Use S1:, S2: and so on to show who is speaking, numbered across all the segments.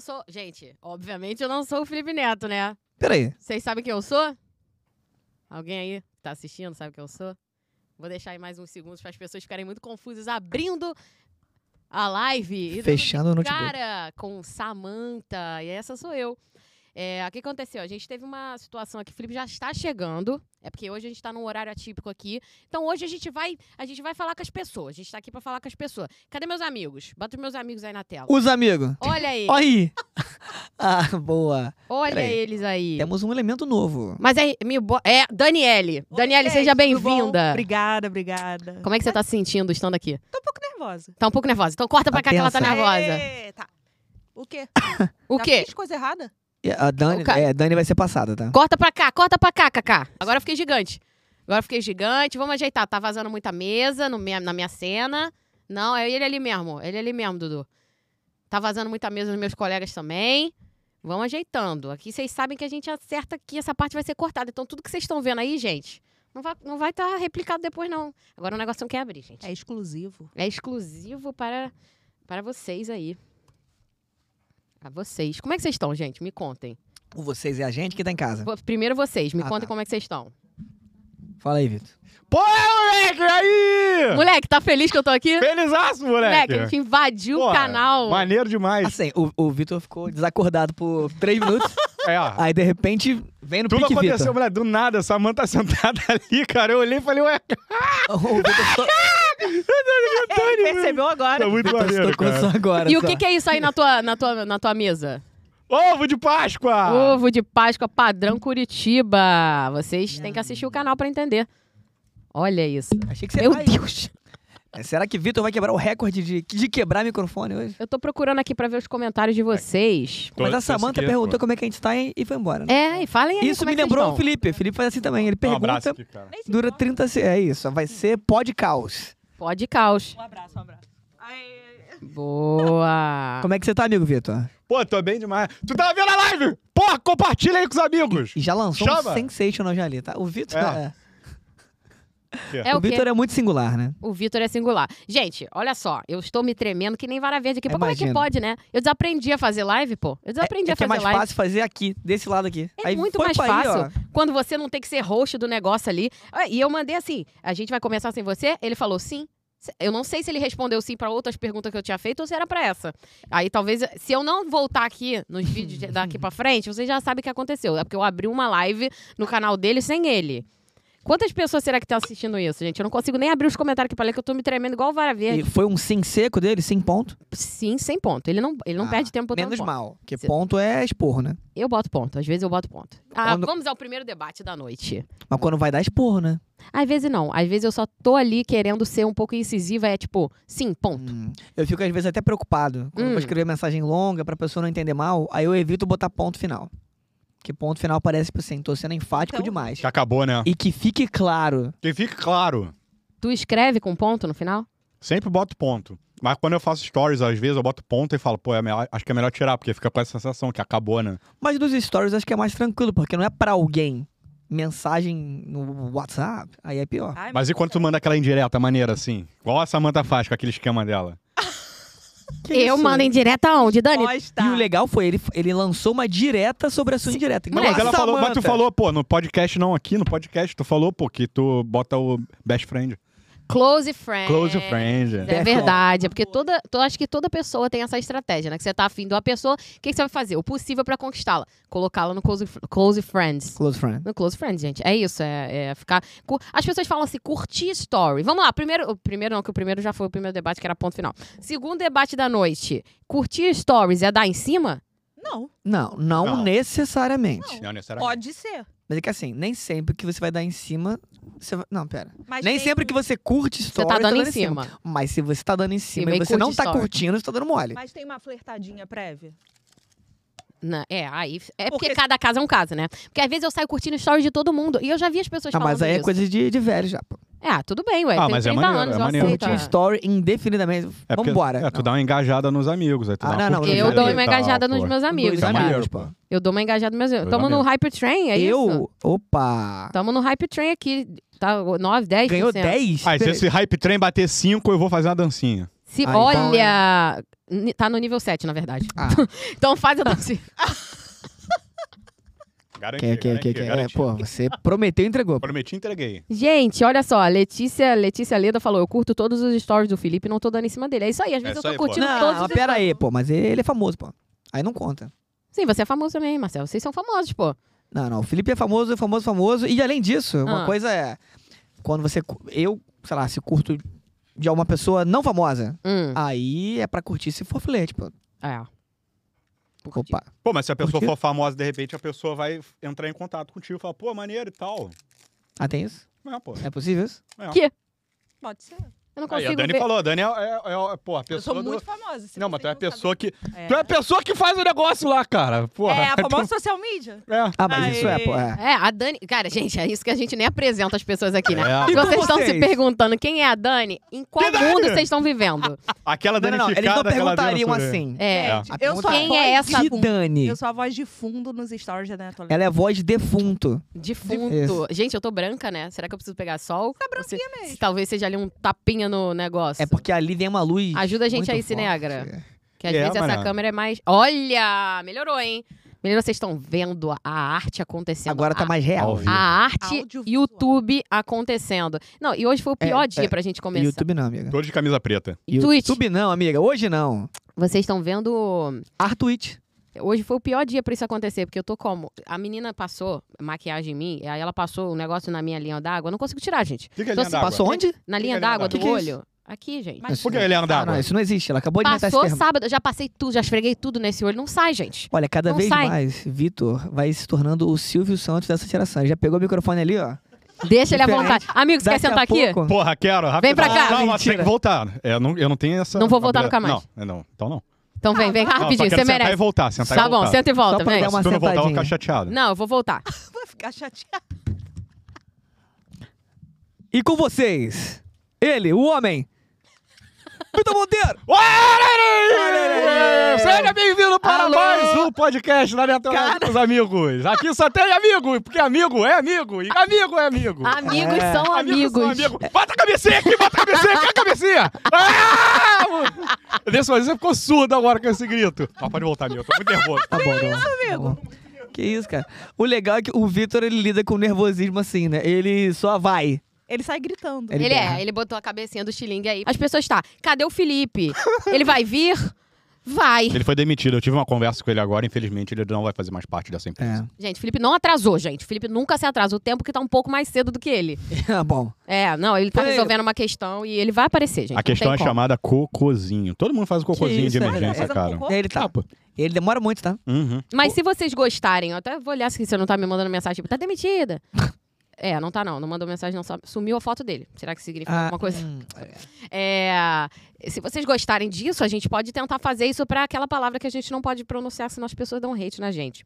S1: sou. Gente, obviamente eu não sou o Felipe Neto, né?
S2: Peraí.
S1: Vocês sabem quem eu sou? Alguém aí que tá assistindo sabe quem eu sou? Vou deixar aí mais uns segundos para as pessoas ficarem muito confusas abrindo a live. E
S2: Fechando o
S1: dando de
S2: notebook.
S1: Cara, com Samantha. E essa sou eu. É, o que aconteceu? A gente teve uma situação aqui, o Felipe já está chegando. É porque hoje a gente está num horário atípico aqui. Então hoje a gente vai, a gente vai falar com as pessoas. A gente está aqui para falar com as pessoas. Cadê meus amigos? Bota os meus amigos aí na tela.
S2: Os amigos.
S1: Olha aí,
S2: Olha aí. ah, boa.
S1: olha
S2: peraí.
S1: eles aí.
S2: Temos um elemento novo.
S1: Mas é, me bo- é Daniele.
S3: Oi,
S1: Daniele,
S3: gente,
S1: seja
S3: tudo bom?
S1: bem-vinda.
S3: Obrigada, obrigada.
S1: Como é que você tá se sentindo estando aqui?
S3: Tô um pouco nervosa.
S1: Tá um pouco nervosa. Então corta pra
S2: Tá
S1: cá que ela tá
S2: tensa.
S1: nervosa.
S3: É, tá. O quê?
S1: O
S3: Já
S1: quê?
S3: Fiz coisa errada?
S2: E A Dani,
S1: O ca-
S2: é, a Dani vai ser passada, tá?
S1: Corta pra cá, corta pra cá, Cacá. Agora eu fiquei gigante. Agora eu fiquei gigante. Vamos ajeitar. Tá vazando muita mesa no minha- na minha cena. Não, é ele ali mesmo. Ele ali mesmo, Dudu. Tá vazando muita mesa nos meus colegas também. Vamos ajeitando. Aqui vocês sabem que a gente acerta que essa parte vai ser cortada. Então tudo que vocês estão vendo aí, gente, não vai estar não vai tá replicado depois, não. Agora o negócio não quer abrir, gente.
S3: É exclusivo.
S1: É exclusivo para, para vocês aí. A vocês. Como é que vocês estão, gente? Me contem.
S2: O vocês e a gente que tá em casa.
S1: Vo- Primeiro vocês, me
S2: Ah,
S1: contem
S2: tá.
S1: como é que vocês estão.
S2: Fala aí, Vitor.
S4: Pô, é, moleque, aí!
S1: Moleque, tá feliz que eu tô aqui?
S4: Felizaço, moleque!
S1: Moleque, a gente invadiu
S4: Pô,
S1: o canal.
S4: Maneiro demais.
S2: Assim, o, o Vitor ficou desacordado por três minutos.
S4: É, ó.
S2: aí, de repente, vem Ah, no
S4: Tudo
S2: pique
S4: aconteceu,
S2: Vitor.
S4: moleque. Do nada, essa mãe tá sentada ali, cara. Eu olhei e falei, ué,
S2: O Vitor só-
S3: Ele percebeu agora.
S4: tá muito
S2: Vitor se
S4: maneiro,
S2: tocou só
S4: cara.
S2: agora.
S1: E o
S2: só.
S1: que, que é isso aí na tua, na tua, na tua mesa?
S4: Ovo de
S2: Ah.
S4: Páscoa!
S1: Ovo de Páscoa padrão Curitiba. Vocês têm que assistir o canal pra entender. Olha isso.
S2: Achei que você
S1: é? Meu
S2: tá aí.
S1: Deus.
S2: É, Será que Vitor vai quebrar o recorde de, de quebrar microfone hoje?
S1: Eu tô procurando aqui pra ver os comentários de vocês.
S4: Tô-
S2: Mas
S4: tô
S2: a Samanta
S4: aqui,
S2: perguntou
S4: pô.
S2: como é que a gente tá e, e foi embora. né?
S1: É, e falem aí.
S2: isso
S1: como
S2: me
S1: é que vocês
S2: lembrou um o
S1: tão.
S2: Felipe. O Felipe faz assim também. Ele
S4: Um abraço
S2: pergunta,
S4: aqui, cara.
S2: dura
S1: então.
S2: 30 segundos. É isso, vai ser pod caos.
S1: Pode caos.
S3: Um abraço, um abraço. Ai,
S1: Boa.
S4: Ah.
S2: Como é que você tá, amigo Vitor?
S4: Pô, tô bem demais. Tu tava vendo a live? Porra, compartilha aí com os amigos.
S2: E já lançou um
S4: Chama.
S2: sensational já ali, tá? O Vitor
S4: É.
S2: é.
S1: É
S2: O
S1: o quê?
S2: Vitor é muito singular, né?
S1: O Vitor é singular. Gente, olha só, eu estou me tremendo que nem vara verde aqui. Pô, como é que
S2: Imagino.
S1: pode, né? Eu desaprendi a fazer live, pô. Eu desaprendi
S2: é
S1: a
S2: que é
S1: fazer
S2: mais
S1: live.
S2: fácil fazer aqui, desse lado aqui.
S1: É
S2: Aí
S1: muito
S2: foi
S1: mais
S2: pra aí, ó.
S1: fácil quando você não tem que ser host do negócio ali. Ah, E eu mandei assim: a gente vai começar sem você? Ele falou sim. Eu não sei se ele respondeu sim para outras perguntas que eu tinha feito ou se era para essa. Aí talvez, se eu não voltar aqui nos vídeos de- daqui para frente, vocês já sabem o que aconteceu. É porque eu abri uma live no canal dele sem ele. Quantas pessoas será que estão assistindo isso, gente? Eu não consigo nem abrir os comentários aqui pra ler, que eu tô me tremendo igual vara verde.
S2: E foi um sim seco dele, sim ponto.
S1: Sim, sem ponto. Ele não, ele não
S2: Ah,
S1: perde tempo tá botando
S2: Menos
S1: ponto.
S2: mal. Porque
S1: Cê-
S2: ponto é esporro, né?
S1: Eu boto ponto. Às vezes eu boto ponto. Ah,
S2: Quando-
S1: vamos ao primeiro debate da noite.
S2: Mas quando vai dar esporro, né?
S1: Às vezes não. Às vezes eu só tô ali querendo ser um pouco incisiva. É tipo, sim, ponto.
S2: Hum. Eu fico, às vezes, até preocupado. Quando eu
S1: Hum.
S2: vou escrever mensagem longa pra pessoa não entender mal, aí eu evito botar ponto final. Que ponto final parece, tipo assim, tô sendo enfático
S3: Então-
S2: demais.
S4: Que acabou, né?
S2: E que fique claro.
S4: Que fique claro.
S1: Tu escreve com ponto no final?
S4: Sempre boto ponto. Mas quando eu faço stories, às vezes eu boto ponto e falo, pô, é melhor- acho que é melhor tirar, porque fica com essa sensação que acabou, né?
S2: Mas nos stories acho que é mais tranquilo, porque não é pra alguém. Mensagem no WhatsApp, aí é pior.
S3: meu
S4: Mas e quando tu manda aquela indireta maneira assim? Igual a Samanta faz com aquele esquema dela.
S2: Que
S1: eu
S2: isso?
S1: mando em direto aonde, Dani?
S3: Deus, tá.
S2: E o legal foi, ele, ele lançou uma direta sobre a sua indireta.
S1: Não,
S4: Mas
S1: Moleque,
S4: ela falou, mas tu
S2: Ah, Samantha.
S4: falou, pô, no podcast não, aqui no podcast, tu falou, pô, que tu bota o best friend.
S1: Close friend.
S4: Close friend.
S1: É verdade, é porque toda, eu acho que toda pessoa tem essa estratégia, né? Que você tá afim de uma pessoa, o que, que você vai fazer? O possível pra conquistá-la. Colocá-la no close, close friends.
S2: Close friend.
S1: No Close Friends, gente. É isso, é, é ficar. cu- As pessoas falam assim, curtir story. Vamos lá, primeiro. O primeiro não, que o primeiro já foi o primeiro debate, que era ponto final. Segundo debate da noite. Curtir stories é dar em cima?
S3: Não,
S2: Não, não,
S4: Não.
S2: necessariamente.
S4: Não, necessariamente.
S3: pode ser.
S2: Mas é que assim, nem sempre que você vai dar em cima, você vai... Não, pera.
S3: Mas
S2: nem
S3: tem- um-
S2: sempre que você curte
S1: um Você
S2: stories,
S1: tá dando
S2: tá
S1: em cima.
S2: Mas se você tá dando em cima
S1: Sim,
S2: e
S1: mas
S2: você não
S1: curte
S2: tá
S1: story.
S2: curtindo, você tá dando mole.
S3: Mas tem uma flertadinha prévia.
S1: Na- é, aí. É porque,
S3: Porque-
S1: cada caso é um caso, né? Porque às vezes eu saio curtindo stories de todo mundo. E eu já vi as pessoas
S2: Ah,
S1: falando.
S2: mas aí é
S1: isso.
S2: coisa de, de velho já, pô.
S1: É, tudo bem, ué.
S4: Ah,
S1: tem
S4: mas é
S1: 30
S4: maneiro,
S1: anos,
S4: é
S1: eu
S4: maneiro.
S1: aceito.
S2: Curtir story indefinidamente.
S4: É porque-
S2: Vambora.
S4: É, tu
S2: Não.
S4: dá uma engajada nos amigos. Aí tu
S2: Ah,
S4: dá uma
S2: não, não,
S4: curtida
S1: Eu dou
S4: ali
S1: uma
S4: e tal,
S1: engajada
S4: Tá, pô.
S1: nos meus amigos,
S2: Dois
S1: cara.
S2: amigos,
S4: cara.
S2: pô.
S1: Eu dou uma engajada nos meus.
S4: Dois
S1: Tamo no
S4: amigos.
S1: Hyper Train, é isso?
S2: Eu. Opa!
S1: Tamo no Hyper Train aqui. Tá 9, 10%.
S2: Ganhou 10?
S4: Aí, Ah, se
S2: Peraí.
S4: esse hype trem bater 5, eu vou fazer uma dancinha.
S1: Se
S2: Ah, então
S1: olha, ni- tá no nível 7, na verdade.
S2: Ah,
S1: Então faz a doce.
S4: Garanti,
S2: que, que, que,
S4: garanti,
S2: que, é,
S4: garanti.
S2: pô, você prometeu e entregou.
S4: Prometi, entreguei.
S1: Gente, olha só, a Letícia, Letícia Leda falou: eu curto todos os stories do Felipe, não tô dando em cima dele. É isso aí, às
S4: É
S1: vezes eu
S4: isso
S1: tô
S4: aí, pô.
S1: curtindo todos
S2: Não,
S1: os
S2: mas pera aí, pô, mas ele é famoso, pô. Aí não conta.
S1: Sim, você é famoso também, Marcelo. Vocês são famosos, pô.
S2: Não, não. O Felipe é famoso, famoso, famoso. E além disso, uma
S1: Ah.
S2: coisa é. Quando você. cu- Eu, sei lá, se curto de alguma pessoa não famosa,
S1: Hum,
S2: aí é pra curtir se for filete, pô.
S1: é. Curti.
S2: Opa.
S4: Pô, mas se a pessoa
S2: Curtiu?
S4: for famosa, de repente a pessoa vai entrar em contato contigo e falar, pô, maneiro e tal.
S2: Ah, tem isso?
S4: É, pô.
S2: É possível isso?
S3: Pode ser.
S1: Eu não
S4: Aí, a
S1: consigo
S4: Dani
S1: ver.
S4: falou, a Dani é, é- é- pô, a
S3: Eu
S4: pessoa.
S3: sou
S4: do-
S3: muito famosa. se
S4: Não, mas tu é a
S3: vocês não
S4: pessoa que.
S3: sabem. É.
S4: Tu é a pessoa que faz o negócio lá, cara. Porra.
S3: É, a
S4: Tu-
S3: famosa social media.
S4: É.
S2: Ah, mas
S3: Aí.
S2: isso é, pô. É.
S1: É, a Dani. Cara, gente, é isso que a gente nem apresenta as pessoas aqui, né?
S4: É.
S1: Se
S2: E com
S1: vocês estão se
S2: vocês?
S1: perguntando quem é a Dani, em qual
S4: Que Dani?
S1: mundo vocês estão vivendo?
S4: Aquela
S2: Não, não, não.
S4: Tá danificada.
S2: Eles não
S4: aquela
S2: perguntariam
S4: deusa-
S2: assim.
S1: É.
S4: É.
S2: A
S3: Eu sou,
S2: pergunta
S3: a
S1: Quem
S3: voz
S1: é essa?
S3: de
S2: De Dani.
S3: Eu sou a voz de fundo nos stories da Daniela Toledo.
S2: Ela é voz de defunto. É
S1: Defunto.
S2: Isso.
S1: Gente, eu tô branca, né? Será que eu preciso pegar sol? Tá branquinha
S3: mesmo.
S1: Talvez seja ali um tapinha no negócio.
S2: É porque ali vem uma luz.
S1: Ajuda a gente
S2: muito
S1: aí,
S2: forte.
S1: Cinegra. Que às
S4: É,
S1: vezes essa
S4: Mariana.
S1: câmera é mais. Olha! Melhorou, hein? Melhorou, vocês estão vendo a arte acontecendo.
S2: Agora tá
S1: A-
S2: mais
S4: né? Ao
S2: real.
S4: vivo.
S1: A arte
S3: Audiovisual.
S1: YouTube acontecendo. Não, e hoje foi o pior
S2: É,
S1: dia
S2: é.
S1: pra gente começar.
S2: YouTube não, amiga.
S4: Todos de camisa preta.
S1: E Twitch.
S2: YouTube não, amiga. Hoje não.
S1: Vocês estão vendo
S2: Ar Twitch.
S1: Hoje foi o pior dia pra isso acontecer, porque eu tô como? A menina passou maquiagem em mim, e aí ela passou um negócio na minha linha d'água. Eu não consigo tirar, gente.
S4: O que, que é
S1: Então,
S4: linha
S1: se
S4: d'água?
S2: Passou onde?
S1: Na
S4: Que
S1: linha
S4: linha
S1: d'água
S4: d'água?
S1: do
S2: Que que é isso?
S1: olho. Aqui, gente.
S3: Mas
S4: Por que é linha
S2: Ah,
S4: d'água?
S2: não, isso não existe. Ela acabou de inventar esse
S1: Passou
S2: termo.
S1: sábado, eu já passei tudo, já esfreguei tudo nesse olho. Não sai, gente.
S2: Olha, cada
S1: Não
S2: vez
S1: sai.
S2: mais, Vitor vai se tornando o Silvio Santos dessa geração. Ele Já pegou o microfone ali, ó.
S1: Deixa ele à
S2: Diferente.
S1: vontade. Amigo, você quer
S2: Daqui a
S1: sentar aqui?
S2: pouco-
S4: Porra, quero.
S1: Vem pra cá.
S4: Não, mas tem
S2: Mentira.
S4: que voltar. É, não, eu não tenho essa.
S1: Não vou voltar nunca mais.
S4: Não, é, não. Então não.
S1: Então vem, vem
S4: Não, só
S1: rapidinho,
S4: quero
S1: você
S4: sentar
S1: merece.
S4: e voltar, sentar
S1: tá
S4: e
S1: bom,
S4: voltar.
S1: senta e volta,
S2: Só pra
S1: vem.
S2: dar uma
S4: Se tu não voltar, eu vou
S2: sentadinha.
S4: ficar chateado.
S1: Não, eu vou voltar.
S3: Vai ficar chateada.
S2: E com vocês, ele, o homem, Vitor Monteiro.
S4: Olha aí! Seja bem-vindo para
S1: Alô!
S4: mais um podcast da Aleatória dos Amigos. Aqui só tem amigo, porque amigo é amigo e amigo é amigo.
S1: Amigos
S2: É.
S1: são
S4: Amigos
S1: amigos.
S4: são amigos. Bota a cabecinha aqui, bota a cabecinha aqui, a cabecinha! Ah! mo- Dessa vez você ficou surdo agora com esse grito. Ah, pode voltar, amigo, eu tô muito nervoso.
S2: Tá bom, isso, Que isso, cara. O legal é que o Vitor, ele lida com nervosismo assim, né? Ele só vai.
S3: Ele sai gritando.
S2: Ele
S1: Ele
S2: berra.
S1: é, ele botou a cabecinha do xilingue aí. As pessoas tá, cadê o Felipe? Ele vai vir? Vai.
S4: Ele foi demitido, eu tive uma conversa com ele agora, infelizmente ele não vai fazer mais parte dessa empresa.
S2: É.
S1: Gente, Felipe não atrasou, gente. Felipe nunca se atrasa. O tempo que tá um pouco mais cedo do que ele.
S2: Ah, bom.
S1: É, não, ele tá
S2: Peraí.
S1: resolvendo uma questão e ele vai aparecer, gente.
S4: A questão é
S1: chamar.
S4: chamada cocozinho. Todo mundo faz o cocozinho
S2: isso,
S4: de
S2: é
S4: emergência,
S3: verdade.
S4: cara.
S3: Faz um cocô?
S2: Ele tá. Ele demora muito, tá?
S4: Uhum.
S1: Mas se vocês gostarem, eu até vou olhar se você não tá me mandando mensagem, tipo, tá demitida. É, não tá não, não mandou mensagem, não só sumiu a foto dele. Será que significa
S3: Ah,
S1: alguma coisa?
S2: hum, é.
S1: É, se vocês gostarem disso, a gente pode tentar fazer isso pra aquela palavra que a gente não pode pronunciar, senão as pessoas dão hate na gente.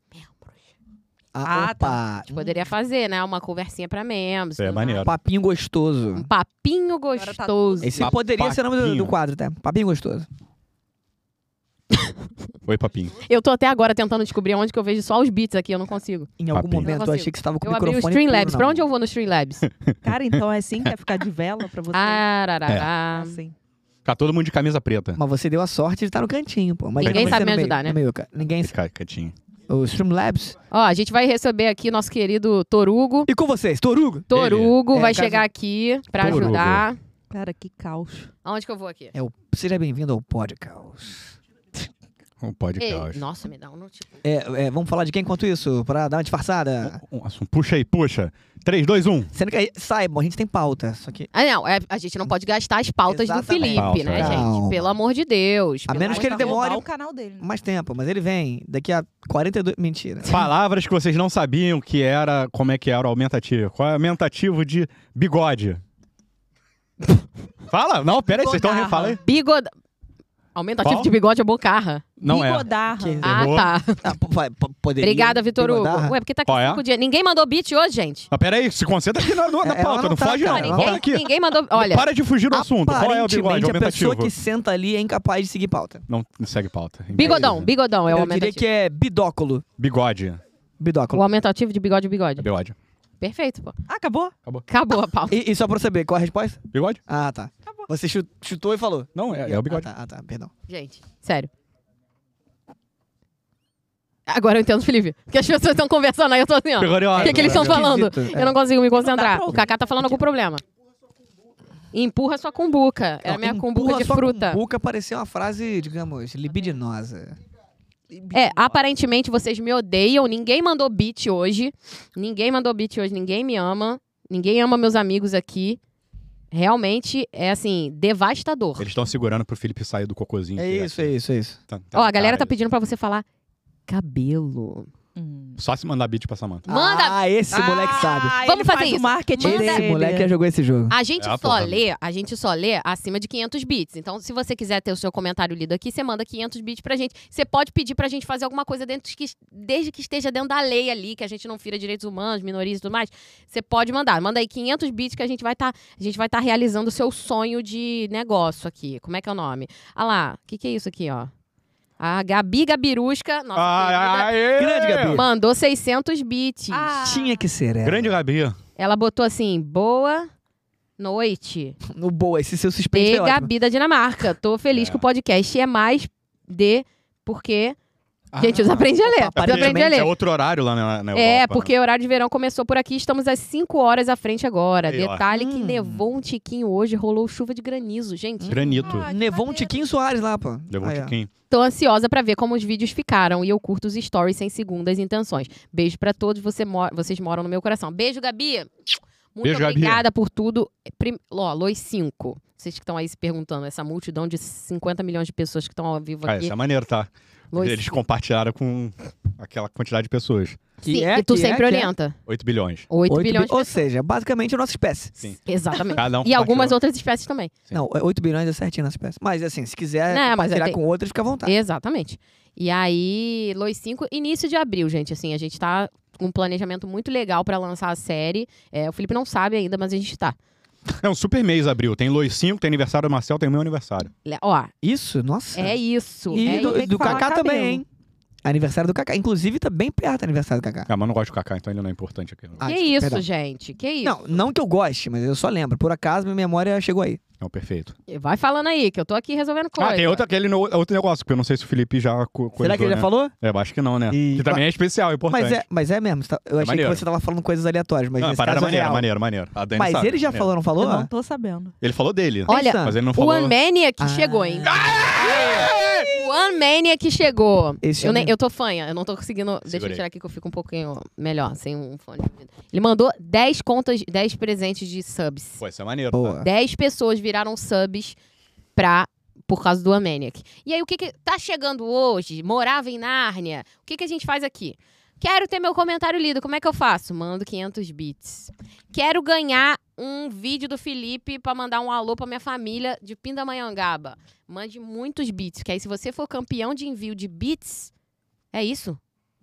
S2: Ah,
S1: tá.
S3: Ah,
S2: opa.
S1: gente poderia fazer, né? Uma conversinha pra membros.
S4: É,
S1: tudo
S4: maneiro.
S2: Um papinho gostoso.
S1: mais. Um papinho
S3: Agora tá
S1: gostoso.
S2: Esse
S4: Papaquinho.
S2: poderia ser o nome do, do quadro, tá? Papinho gostoso.
S4: Oi, papinho.
S1: Eu tô até agora tentando descobrir onde que eu vejo só os beats aqui, eu não consigo.
S2: Em algum
S4: Papinho.
S1: Eu
S2: momento
S1: não
S2: eu achei que você tava com
S1: Eu
S2: o
S1: abri
S2: microfone
S1: o Streamlabs.
S2: puro na
S1: Pra onde
S2: mão.
S1: eu vou no Streamlabs?
S3: Cara, então é assim? Quer ficar de vela pra você?
S1: Ah. Ararará.
S3: Assim.
S4: Tá todo mundo de camisa preta.
S2: Mas você deu a sorte de estar no cantinho, pô. Mas
S1: Ninguém
S2: você
S1: sabe
S2: no
S1: me
S2: meio-
S1: ajudar, né?
S2: no meio, cara. Ninguém sabe.
S4: Fica quietinho.
S2: O Streamlabs.
S1: Ó, a gente vai receber aqui nosso querido Torugo.
S2: E com vocês, Torugo?
S1: Torugo
S2: É,
S1: vai
S2: caso-
S1: chegar aqui pra
S4: Torugo.
S1: ajudar.
S3: Cara, que caos.
S1: Aonde que eu vou aqui?
S2: É o... Seja bem-vindo ao podcast.
S4: Um
S1: Ei,
S4: podcast.
S1: nossa, me dá um tipo.
S2: É, é, vamos falar de quem enquanto isso? Pra dar uma disfarçada?
S4: Um, um assunto. Puxa aí, puxa. um. 3, 2, 1.
S2: Sendo que, aí- saibam, a gente tem pauta. Só que...
S1: Ah, não, é- a gente não pode gastar as pautas do
S2: Exatamente.
S1: Felipe,
S4: Pauta,
S1: né,
S4: é.
S1: gente?
S2: Não.
S1: Pelo amor de Deus.
S2: A
S1: pelo
S2: menos
S1: amor
S2: que
S1: de
S2: ele
S3: Vai
S1: Deus.
S2: demore-
S3: roubar o canal dele. né?
S2: Mais tempo, mas ele vem daqui a 42... Mentira.
S4: Palavras que vocês não sabiam que era, como é que era o aumentativo. Qual é o aumentativo de bigode? Fala, não, pera aí, vocês estão
S3: Bigodarra.
S4: fala aí.
S1: Bigoda... Aumentativo
S4: Qual?
S1: de bigode é bocarra.
S4: Não é.
S3: Bigodarra.
S2: Que-
S1: Ah,
S4: Errou.
S1: tá.
S2: Ah, po- po- poderia
S1: Obrigada, Vitor Hugo.
S2: mandar?
S1: Ué, porque tá aqui
S4: Qual é?
S1: cinco dias. Ninguém mandou beat hoje, gente.
S4: Ah, pera aí, se concentra aqui na, na
S2: É, ela
S4: pauta, não,
S2: não tá,
S4: foge
S2: cara,
S4: não.
S2: ela
S4: Volta
S1: Ninguém,
S4: aqui.
S1: ninguém mandou. Olha,
S4: Para de fugir do assunto. Qual é o bigode
S2: Aparentemente, a pessoa
S4: aumentativo?
S2: que senta ali é incapaz de seguir pauta.
S4: Não segue pauta.
S1: bigodão,
S4: Incrível.
S1: bigodão é o
S2: eu diria
S1: aumentativo.
S2: que é bidóculo.
S4: Bigode.
S1: O
S2: Bidóculo.
S1: aumentativo de bigode é
S4: É
S1: bigode.
S4: bigode.
S1: Perfeito, pô.
S3: Ah, acabou?
S1: Acabou a pauta.
S2: E, e só pra eu saber, qual é a resposta?
S4: Bigode?
S2: Ah, tá.
S3: Acabou.
S2: Você chu- chutou e falou.
S4: Não, é, é o bigode.
S2: Ah, tá, ah, tá, perdão.
S1: Gente, sério. Agora eu entendo, Felipe. Porque as pessoas estão conversando, aí eu tô assim, ó.
S4: Pegoriosa,
S1: O que, que eles estão
S4: né?
S1: falando?
S2: Esquisito, é.
S1: Eu não consigo me concentrar.
S3: pra
S1: O Kaká tá falando algum problema. Empurra sua cumbuca. Era
S2: Não,
S1: minha
S2: É, um empurra
S1: cumbuca de
S2: sua
S1: fruta.
S2: Cumbuca parecia uma frase, digamos, libidinosa.
S1: É, aparentemente vocês me odeiam. Ninguém mandou beat hoje. Ninguém mandou beat hoje. Ninguém me ama. Ninguém ama meus amigos aqui. Realmente é assim, devastador.
S4: Eles estão segurando pro Felipe sair do cocôzinho.
S2: É isso, é isso, é isso.
S1: Ó, a galera tá pedindo pra você falar cabelo.
S3: Hum.
S4: Só se mandar beat pra Samanta.
S1: Manda-
S2: Ah, esse moleque sabe.
S3: Ah,
S1: Vamos
S3: ele
S1: fazer
S3: faz
S1: isso.
S3: O marketing
S1: Manda-
S2: Esse
S3: dele.
S2: moleque é já jogou esse jogo.
S1: A gente
S4: É,
S1: só
S4: porra.
S1: lê, a gente só lê acima de 500 bits. Então, se você quiser ter o seu comentário lido aqui, você manda 500 bits pra gente. Você pode pedir pra gente fazer alguma coisa dentro que, desde que esteja dentro da lei ali, que a gente não fira direitos humanos, minorias e tudo mais. Você pode mandar. Manda aí 500 bits que a gente vai estar, a gente vai tá realizando o seu sonho de negócio aqui. Como é que é o nome? Ah lá, o que que é isso aqui, ó? A Gabi Gabirusca, nossa querida,
S4: aê!
S2: Grande, Gabi.
S1: mandou 600 bits.
S3: Ah.
S2: Tinha que ser, é. ela.
S4: Grande Gabi.
S1: Ela botou assim: "Boa noite".
S2: No boa, esse seu suspeito
S1: de
S2: é ótimo.
S1: Gabi da Dinamarca. Tô feliz
S4: É.
S1: que o podcast é mais de porque.
S4: Ah,
S1: Gente, eu aprendi a ler. Eu aprendi a
S2: aparentemente
S1: ler.
S4: É outro horário lá na, na Europa.
S1: É,
S4: né?
S1: porque o horário de verão começou por aqui, estamos às 5 horas à frente agora.
S4: Aí, ó.
S1: Detalhe que
S2: Hum.
S1: nevou um tiquinho hoje, rolou chuva de granizo,
S4: Hum.
S1: gente.
S4: Granito.
S3: Ah, que
S2: Nevou um
S3: maneiro.
S2: Tiquinho Soares lá, pô.
S4: Levou um
S2: Aí, ó.
S4: tiquinho.
S1: Tô ansiosa pra ver como os vídeos ficaram e eu curto os stories sem segundas intenções. Beijo pra todos, você mo- vocês moram no meu coração. Beijo, Gabi! Muito
S4: Beijo, Gabi.
S1: obrigada por tudo. Prim... Ó, Lois 5. Vocês que estão aí se perguntando, essa multidão de 50 milhões de pessoas que estão ao vivo
S4: Ah,
S1: aqui.
S4: isso é maneiro, tá?
S1: Lois
S4: Eles compartilharam com aquela quantidade de pessoas.
S2: Que
S1: Sim,
S2: é,
S1: e tu
S2: que é,
S1: sempre
S2: que é.
S1: orienta.
S4: 8 bilhões.
S1: 8,
S2: Oito
S1: bilhões.
S2: bi- Ou seja, basicamente a nossa espécie.
S4: Sim.
S1: Exatamente.
S4: Cada um
S1: Hum. E algumas
S4: compartilhou.
S1: outras espécies também.
S4: Sim.
S2: Não, 8 bilhões é certinho a nossa espécie. Mas assim, se quiser
S1: Não, mas
S2: compartilhar
S1: tem-
S2: com outras, fica à vontade.
S1: Exatamente. E aí, Lois 5, início de abril, gente. Assim, a gente tá com um planejamento muito legal pra lançar a série. É, o Felipe não sabe ainda, mas a gente tá.
S4: É um super mês abril. Tem Lois 5, tem aniversário do Marcel, tem o meu aniversário.
S1: Le- Ó,
S2: Isso, nossa.
S1: é isso.
S2: Ah. E
S1: é
S2: do,
S1: isso.
S3: tem que
S2: do
S3: falar
S2: Kaká
S3: cabelo.
S2: também, hein? Aniversário do Kaká. Inclusive, tá bem perto do aniversário do Kaká.
S4: Ah, mas eu não gosto do Kaká, então ele não é importante aqui.
S2: Ah,
S1: que
S2: desculpa,
S1: isso,
S2: perdão.
S1: gente? Que isso?
S2: Não, não que eu goste, mas eu só lembro. Por acaso, minha memória chegou aí.
S4: Não, perfeito.
S1: Vai falando aí, que eu tô aqui resolvendo coisa.
S4: Ah, tem outro, aquele no- outro negócio, porque eu não sei se o Felipe já co coisou,
S2: Será que ele já
S4: né?
S2: falou?
S4: É, eu acho que não, né?
S2: E-
S4: Que também é especial, é importante.
S2: Mas é, mas é mesmo. você tá- Eu achei
S4: maneiro.
S2: que você tava falando coisas aleatórias, mas
S4: não,
S2: nesse
S4: parada
S2: caso é
S4: maneira,
S2: real.
S4: maneira, maneira. A Dani
S2: Mas
S4: sabe,
S2: ele já
S4: maneiro.
S2: falou, não falou?
S3: Eu não tô sabendo.
S4: Ele falou dele.
S1: Olha,
S2: Pensa,
S4: Mas ele não
S1: O
S4: falou.
S1: Unmania que
S2: Ah.
S1: chegou, hein? O Unmania que chegou.
S2: é! Esse
S1: eu, nem-
S2: homem- é
S1: eu tô fanha, eu não tô conseguindo. Deixa eu
S4: Segurei.
S1: tirar aqui que eu fico um pouquinho melhor, sem um fone. de ouvido. Ele mandou 10 contas, 10 presentes de subs.
S4: Pô, isso é maneiro.
S2: Boa.
S1: 10 pessoas viraram subs pra. Por causa do Amaniac. E aí, o que que. Tá chegando hoje? Morava em Nárnia. O que que a gente faz aqui? Quero ter meu comentário lido. Como é que eu faço? Mando 500 bits. Quero ganhar um vídeo do Felipe pra mandar um alô pra minha família de Pindamonhangaba. Mande muitos bits, que aí se você for campeão de envio de bits, é isso?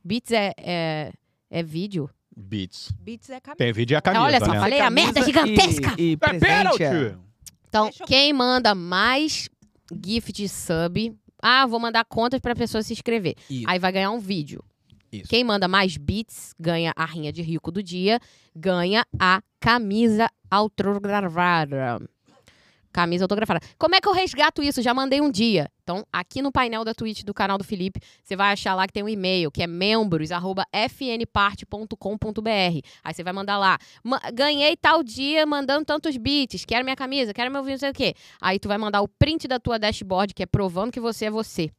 S1: Bits é, é, é vídeo.
S4: tá? Beats.
S3: Beats é caminho.
S4: Tem vídeo e a camisa,
S1: Olha só,
S4: né?
S1: falei a merda
S2: Camisa e-
S1: gigantesca!
S2: E,
S4: É
S2: presente,
S4: pênalti!
S2: é.
S1: Então,
S3: Deixa eu-
S1: quem manda mais gift sub, ah, vou mandar contas pra pessoa se inscrever.
S2: Isso.
S1: Aí vai ganhar um vídeo.
S2: Isso.
S1: Quem manda mais beats ganha a rinha de rico do dia, ganha a camisa autografada. Camisa autografada. Como é que eu resgato isso? Já mandei um dia. Então, aqui no painel da Twitch do canal do Felipe, você vai achar lá que tem um e-mail, que é membros@fnparte.com.br. Aí você vai mandar lá, "Ma- ganhei tal dia mandando tantos bits, quero minha camisa, quero meu vinho, não sei o quê. Aí tu vai mandar o print da tua dashboard, que é provando que você é você.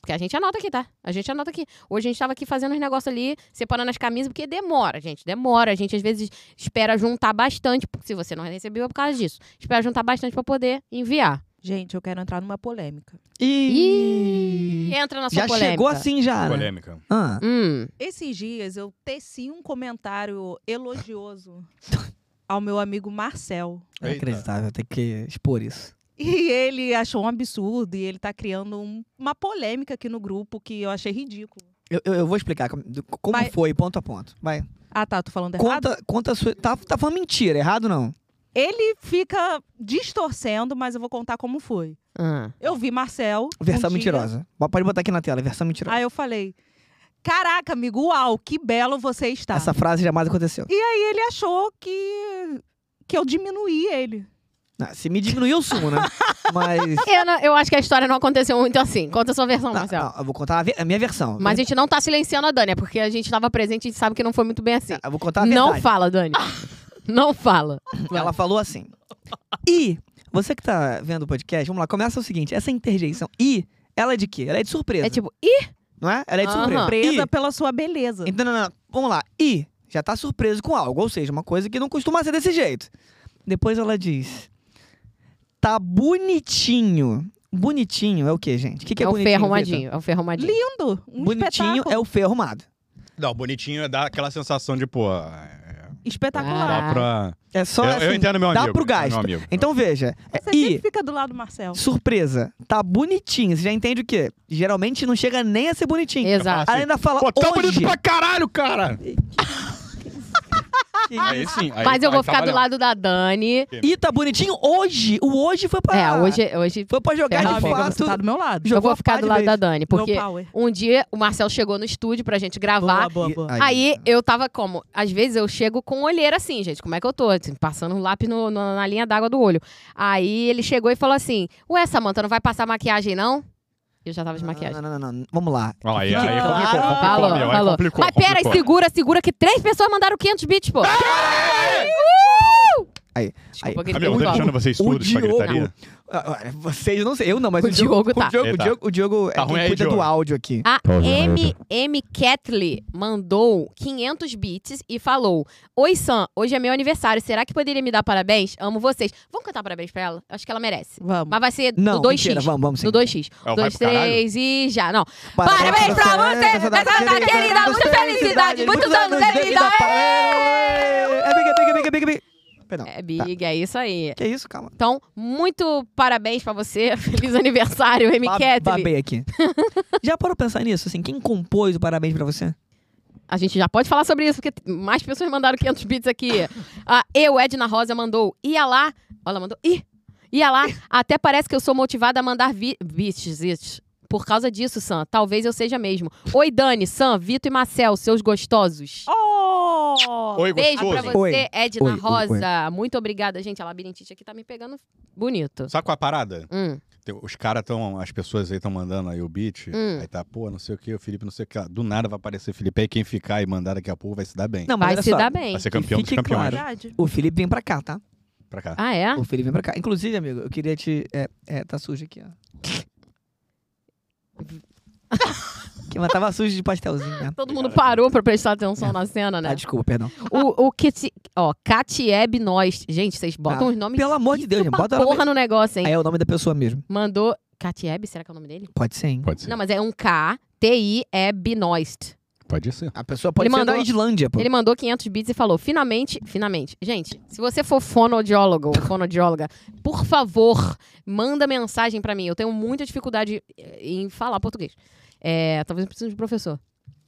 S1: Porque a gente anota aqui, tá? A gente anota aqui. Hoje a gente tava aqui fazendo uns negócios ali, separando as camisas, porque demora, gente. Demora. A gente às vezes espera juntar bastante. porque Se você não recebeu, é por causa disso. Espera juntar bastante pra poder enviar.
S3: Gente, eu quero entrar numa polêmica.
S1: E
S2: E...
S1: entra na sua
S2: Já
S1: é polêmica.
S2: chegou assim já, né?
S4: Polêmica.
S2: Ah.
S1: Hum.
S3: Esses dias eu teci um comentário elogioso ao meu amigo Marcel.
S2: É inacreditável, tem que expor isso.
S3: E ele achou um absurdo e ele tá criando um- uma polêmica aqui no grupo que eu achei ridículo.
S2: Eu, eu, eu vou explicar como, do- como
S3: Vai.
S2: foi, ponto a ponto. Vai.
S3: Ah, tá, tô falando errado.
S2: Conta, conta a sua. Tá, tá falando mentira, errado não.
S3: Ele fica distorcendo, mas eu vou contar como foi.
S1: Ah.
S3: Eu vi Marcel. um
S2: Versão
S3: dia,
S2: mentirosa. Bo- Pode botar aqui na tela, versão
S1: Ah,
S2: mentirosa.
S3: Aí eu falei: Caraca, amigo, uau, que belo você
S1: tá.
S3: está.
S2: Essa frase jamais aconteceu.
S3: E ele achou que, que eu diminuí ele.
S2: Não, se me diminuir, eu sumo, né? Mas.
S1: Eu, não- eu acho que a história não aconteceu muito assim. Conta a sua versão,
S2: Não,
S1: Marcelo.
S2: tá, não, eu vou contar a, ve- a minha versão.
S1: Mas a gente não tá silenciando a Dani, é porque a gente tava presente e sabe que não foi muito bem assim.
S2: Eu vou contar a
S1: não
S2: É verdade.
S1: fala, Dani. não fala.
S2: Ela falou assim. E você que tá vendo o podcast, vamos lá, começa o seguinte: essa interjeição. E ela é de quê? Ela é de surpresa.
S1: É tipo, ih,
S2: Não é? Ela é de
S1: Aham.
S2: surpresa.
S3: Presa
S2: E-
S3: pela sua beleza.
S2: Então, não, não, não. Vamos lá. E já tá surpreso com algo, ou seja, uma coisa que não costuma ser desse jeito. Depois ela diz: Tá bonitinho. Bonitinho é o quê, gente? O que, que é,
S1: é o
S2: bonitinho?
S1: ferro
S2: Vitor?
S1: arrumadinho. É o ferro arrumadinho.
S3: Lindo. Um
S2: bonitinho
S3: espetáculo.
S2: é o feio arrumado.
S4: Não, bonitinho é dar aquela sensação de, pô. é,
S3: Espetacular.
S1: Ah.
S4: Dá pra.
S2: É Tá. só
S4: eu,
S2: assim,
S4: eu entendo meu
S2: dá
S4: amigo.
S2: pro
S4: eu entendo
S2: gasto.
S4: meu amigo.
S2: Então veja. é
S3: Você
S2: e
S3: sempre fica do lado do Marcel.
S2: surpresa, tá bonitinho. Você já entende o quê? Geralmente não chega nem a ser bonitinho.
S1: Exato.
S2: Ela ainda fala
S4: Pô, tá
S2: hoje.
S4: bonito pra caralho, cara!
S2: Que
S4: Aí sim. aí-
S1: Mas eu
S4: aí
S1: vou ficar do lado
S4: trabalhamos.
S1: da Dani.
S2: E tá bonitinho hoje. O hoje foi pra.
S1: É, hoje, hoje
S2: Foi pra jogar
S1: Ferro
S2: de
S1: amigo,
S2: fato.
S3: você tá do meu lado.
S1: eu
S2: jogou
S1: vou
S2: a
S1: ficar
S2: pá
S1: do
S2: de
S1: lado
S2: vez.
S1: da Dani. Porque
S3: Meu power.
S1: um dia o Marcel chegou no estúdio pra gente gravar.
S3: Boa, boa, boa.
S1: Aí eu tava como? Às vezes eu chego com olheira assim, gente. Como é que eu tô? Assim, passando um lápis no- no- na linha d'água do olho. Aí ele chegou e falou assim: Ué, Samanta, não vai passar maquiagem, não? Eu já tava de maquiagem.
S2: Não, não, não, não. Vamos lá.
S4: Ó, Aí, aí,
S2: Claro.
S4: complicou, complicou,
S1: Falou,
S4: meu, aí
S1: falou.
S4: complicou,
S1: Mas pera aí,
S4: complicou.
S1: segura, segura, que três pessoas mandaram 500 bits, pô.
S2: Aí,
S1: Desculpa,
S2: aí.
S1: gritei
S4: Ah, meu, eu
S1: muito
S4: tô
S1: alto.
S4: deixando vocês
S2: O
S4: surdos pra
S2: Diogo.
S4: gritaria.
S2: Ah, olha, Vocês, eu não sei. Eu não, mas
S1: O
S2: o,
S1: Diogo tá.
S2: O Diogo,
S4: Ele
S2: o
S4: tá.
S2: Diogo, o Diogo é
S4: Tá
S2: quem
S4: ruim aí,
S2: cuida
S4: Diogo.
S2: do áudio aqui.
S1: A
S4: Tá ouvindo,
S1: M, M Catley mandou 500 bits e falou: Oi, Sam, hoje é meu aniversário. Será que poderia me dar parabéns? Amo vocês. Vamos cantar parabéns pra ela? Acho que ela merece.
S3: Vamos.
S1: Mas vai ser
S2: Não,
S1: do 2x.
S2: mentira, vamos, vamos sim.
S1: do 2x.
S4: Ela vai
S1: 2,
S4: pro caralho?
S1: 3 e já. Não. Parabéns pra você, nessa
S2: nessa
S1: data querida, muita felicidade, muitos anos de vida.
S2: É big, é big, é big, é big, é big. Perdão.
S1: É big, é isso aí.
S2: Que isso, calma.
S1: Então, muito parabéns pra você. Feliz aniversário, M.
S2: Ba-
S1: Catley.
S2: Babei aqui. Já parou pra pensar nisso? Assim, quem compôs o parabéns pra você?
S1: A gente já pode falar sobre isso, porque mais pessoas mandaram 500 bits aqui. Ah, eu, Edna Rosa, mandou. Ia lá. Olha, ela mandou. Ih! Ia lá. Até parece que eu sou motivada a mandar vi- bits. bits. Por causa disso, Sam. Talvez eu seja mesmo. Oi, Dani, Sam, Vito e Marcel, seus gostosos.
S3: Oh!
S4: Oi,
S1: Beijo pra
S4: gostoso.
S1: você,
S2: Oi.
S1: Edna
S2: Oi, oi,
S1: Rosa. Muito obrigada, gente. A labirintite aqui tá me pegando bonito.
S4: Sabe qual é a parada?
S1: Hum.
S4: Tem- Os caras estão, as pessoas aí estão mandando aí o beat,
S1: Hum.
S4: aí tá, pô, não sei o que, o Felipe não sei o que. lá. Do nada vai aparecer o Felipe aí, quem ficar e mandar daqui a pouco vai se dar bem.
S2: Não, mas
S1: Vai
S2: olha
S1: se
S2: só, assim,
S1: dar bem.
S4: vai ser
S2: que
S4: campeão dos
S2: fique
S4: campeões.
S2: claro.
S3: Verdade.
S2: O Felipe vem pra cá, tá?
S4: Pra cá.
S1: Ah, é?
S2: O Felipe vem pra cá. Inclusive, amigo, eu queria te. É, é, tá sujo aqui, ó. que mas tava sujo de pastelzinho, né?
S1: Todo mundo parou pra prestar atenção na cena,
S2: Ah,
S1: né?
S2: desculpa, perdão.
S1: O, o que se- Ó, Catieb Nós. Gente, vocês botam
S2: Ah,
S1: os nomes
S2: Pelo amor de Deus, gente,
S1: pra
S2: bota
S1: porra no negócio, hein?
S2: Aí é o nome da pessoa mesmo.
S1: Mandou. Catieb, será que é o nome dele?
S2: Pode ser, hein?
S4: Pode ser.
S1: Não, mas é um K. T-I-E-B Noist.
S4: Pode ser.
S2: A pessoa pode
S1: Ele
S2: ser
S1: mandou-
S2: da Islândia, pô.
S1: Ele mandou 500 bits e falou: finalmente, finalmente. Gente, se você for fonoaudiólogo ou fonoaudióloga, por favor, manda mensagem pra mim. Eu tenho muita dificuldade eh, em falar português. É, talvez eu precise de um professor.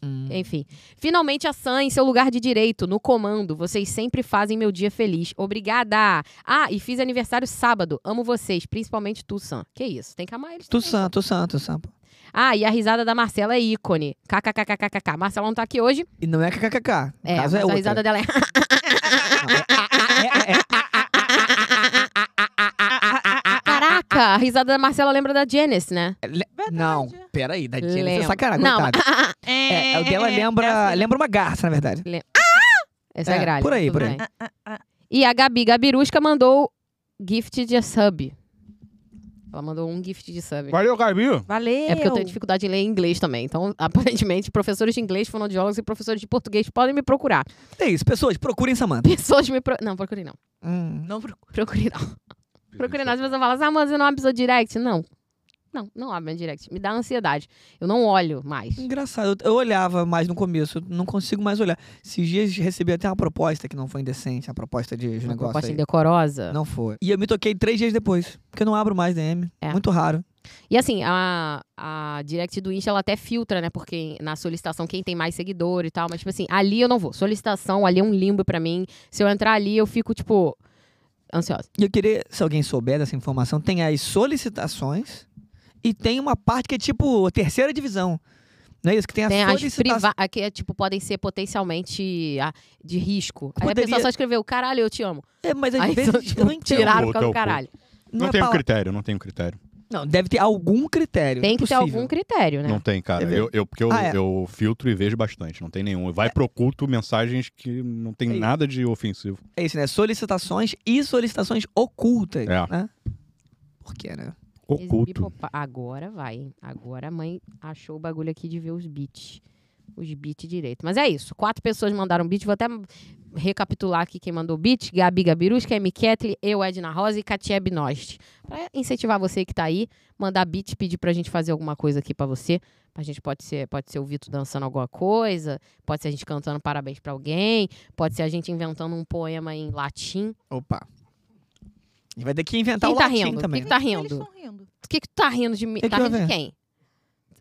S2: Hum.
S1: Uhum. Enfim. Finalmente a Sam em seu lugar de direito, no comando. Vocês sempre fazem meu dia feliz. Obrigada! Ah, e fiz aniversário sábado. Amo vocês, principalmente tu, Sam. Que isso, tem que amar eles.
S2: Tu
S1: também.
S2: santo, tu santo, tu santo.
S1: Ah, e a risada da Marcela é ícone. KKKKKK. Marcela não tá aqui hoje.
S2: E não é kkkk.
S1: É,
S2: caso
S1: mas
S2: é
S1: a
S2: outra.
S1: risada dela é.
S2: É, é, é.
S1: Caraca, a risada da Marcela lembra da Janice, né?
S3: Verdade.
S2: Não, peraí, da Jennifer é
S1: Lembra.
S2: sacanagem,
S1: Não,
S2: coitada. É, é, o dela lembra, lembra uma garça, na verdade.
S1: Essa é,
S2: É,
S1: gralha.
S2: por aí,
S1: tudo
S2: por aí.
S1: bem. E a Gabi Gabirusca mandou gift de sub. Ela mandou um gift de sub.
S4: Valeu, Gabi.
S3: Valeu.
S1: É porque eu tenho dificuldade em ler inglês também. Então, aparentemente, professores de inglês, fonoaudiólogos e professores de português podem me procurar.
S2: É isso, pessoas, procurem Samantha.
S1: Pessoas me pro... Não, procurem não.
S2: Hum.
S3: Não procura.
S1: Procurem não. Procurem não. As pessoas falam assim, ah, mas você não abre seu direct? Não. Não, não abre meu direct. Me dá ansiedade. Eu não olho mais.
S2: Engraçado, eu, eu olhava mais no começo, eu não consigo mais olhar. Esses dias recebi até uma proposta que não foi indecente, uma proposta de de
S1: Uma
S2: negócio
S1: proposta
S2: aí.
S1: indecorosa.
S2: Não foi. E eu me toquei três dias depois, porque eu não abro mais DM.
S1: É.
S2: Muito raro.
S1: E assim, a, a direct do Insta, ela até filtra, né? Porque na solicitação, quem tem mais seguidor e tal. Mas, tipo assim, ali eu não vou. Solicitação, ali é um limbo pra mim. Se eu entrar ali, eu fico, tipo, ansiosa.
S2: E eu queria, se alguém souber dessa informação, tem as solicitações e tem uma parte que é tipo terceira divisão. Não é isso? Que tem a
S1: Tem Né, as
S2: solicitação.
S1: privadas, que é, tipo, podem ser potencialmente ah, de risco. Aí a
S2: Poderia-
S1: pessoa só escreveu, caralho, eu te amo.
S2: É, mas às
S1: Aí
S2: vezes
S1: só, tipo,
S2: eu não entendo.
S1: tiraram por
S4: Botou
S1: causa do
S4: o cu.
S1: caralho.
S4: Não, um
S2: é
S4: tenho
S2: pala-
S4: critério, não tenho critério.
S2: Não, deve ter algum critério.
S1: Tem que ter
S2: possível.
S1: algum critério, né?
S4: Não tem, cara.
S2: Quer ver?
S4: Eu, eu- porque eu,
S2: Ah, é.
S4: eu filtro e vejo bastante, não tem nenhum.
S1: É.
S4: Vai pro oculto mensagens que não tem
S2: É isso.
S4: nada de ofensivo.
S2: É isso, né? Solicitações e solicitações ocultas,
S4: É.
S2: né? Por quê, né?
S1: Exibir
S4: Oculto.
S1: popa- Agora vai, hein? Agora a mãe achou o bagulho aqui de ver os beats. Os beats direito. Mas é isso. Quatro pessoas mandaram um beat. Vou até recapitular aqui quem mandou beat. Gabi Gabirusca, M. Ketley, eu, Edna Rosa e Katia Bnost. Pra incentivar você que tá aí, mandar beat, pedir pra gente fazer alguma coisa aqui pra você. A gente pode ser, pode ser o Vitor dançando alguma coisa, pode ser a gente cantando parabéns pra alguém, pode ser a gente inventando um poema em latim.
S2: Opa. A gente vai ter que inventar
S1: Quem
S2: o
S1: tá
S2: latim
S1: rindo?
S2: também.
S1: Quem tá
S3: Eles
S1: rindo?
S3: tão rindo.
S1: O que, que tu tá rindo de mim?
S2: Que
S1: Tá
S2: que
S1: rindo de
S2: houve?
S1: quem?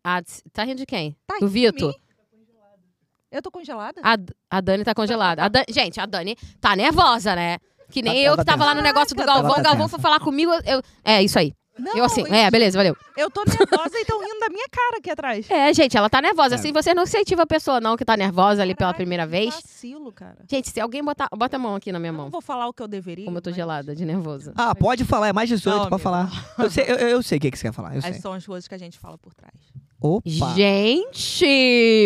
S1: Ah, s- tá rindo de quem?
S3: Tá
S1: do
S3: rindo de
S1: Vitor?
S3: mim? Eu tô congelada?
S1: A, D- a Dani tá congelada. A Dan- gente, a Dani tá nervosa, né? Que nem
S2: Ela
S1: eu
S2: tá
S1: que tava lá no negócio do Galvão.
S2: ela tá
S1: O Galvão
S2: tensa.
S1: foi falar comigo. eu- é, isso aí.
S3: Não,
S1: eu assim. É, beleza, valeu.
S3: Eu tô nervosa e tão rindo da minha cara aqui atrás.
S1: É, gente, ela tá nervosa.
S4: É.
S1: Assim, você não incentiva a pessoa, não, que tá nervosa ali pela
S3: Caraca,
S1: primeira
S3: que
S1: vez.
S3: Vacilo, cara.
S1: Gente, se alguém botar. Bota a mão aqui na minha
S3: Eu não
S1: mão.
S3: vou falar o que eu deveria.
S1: Como eu tô
S3: mas
S1: gelada, de nervosa.
S2: Ah, pode falar, é mais 18
S3: Não,
S2: pra
S3: amigo.
S2: falar. Eu sei, eu, eu sei o que, que você quer falar, eu sei.
S3: Essas são as coisas que a gente fala por trás.
S2: Opa.
S1: Gente!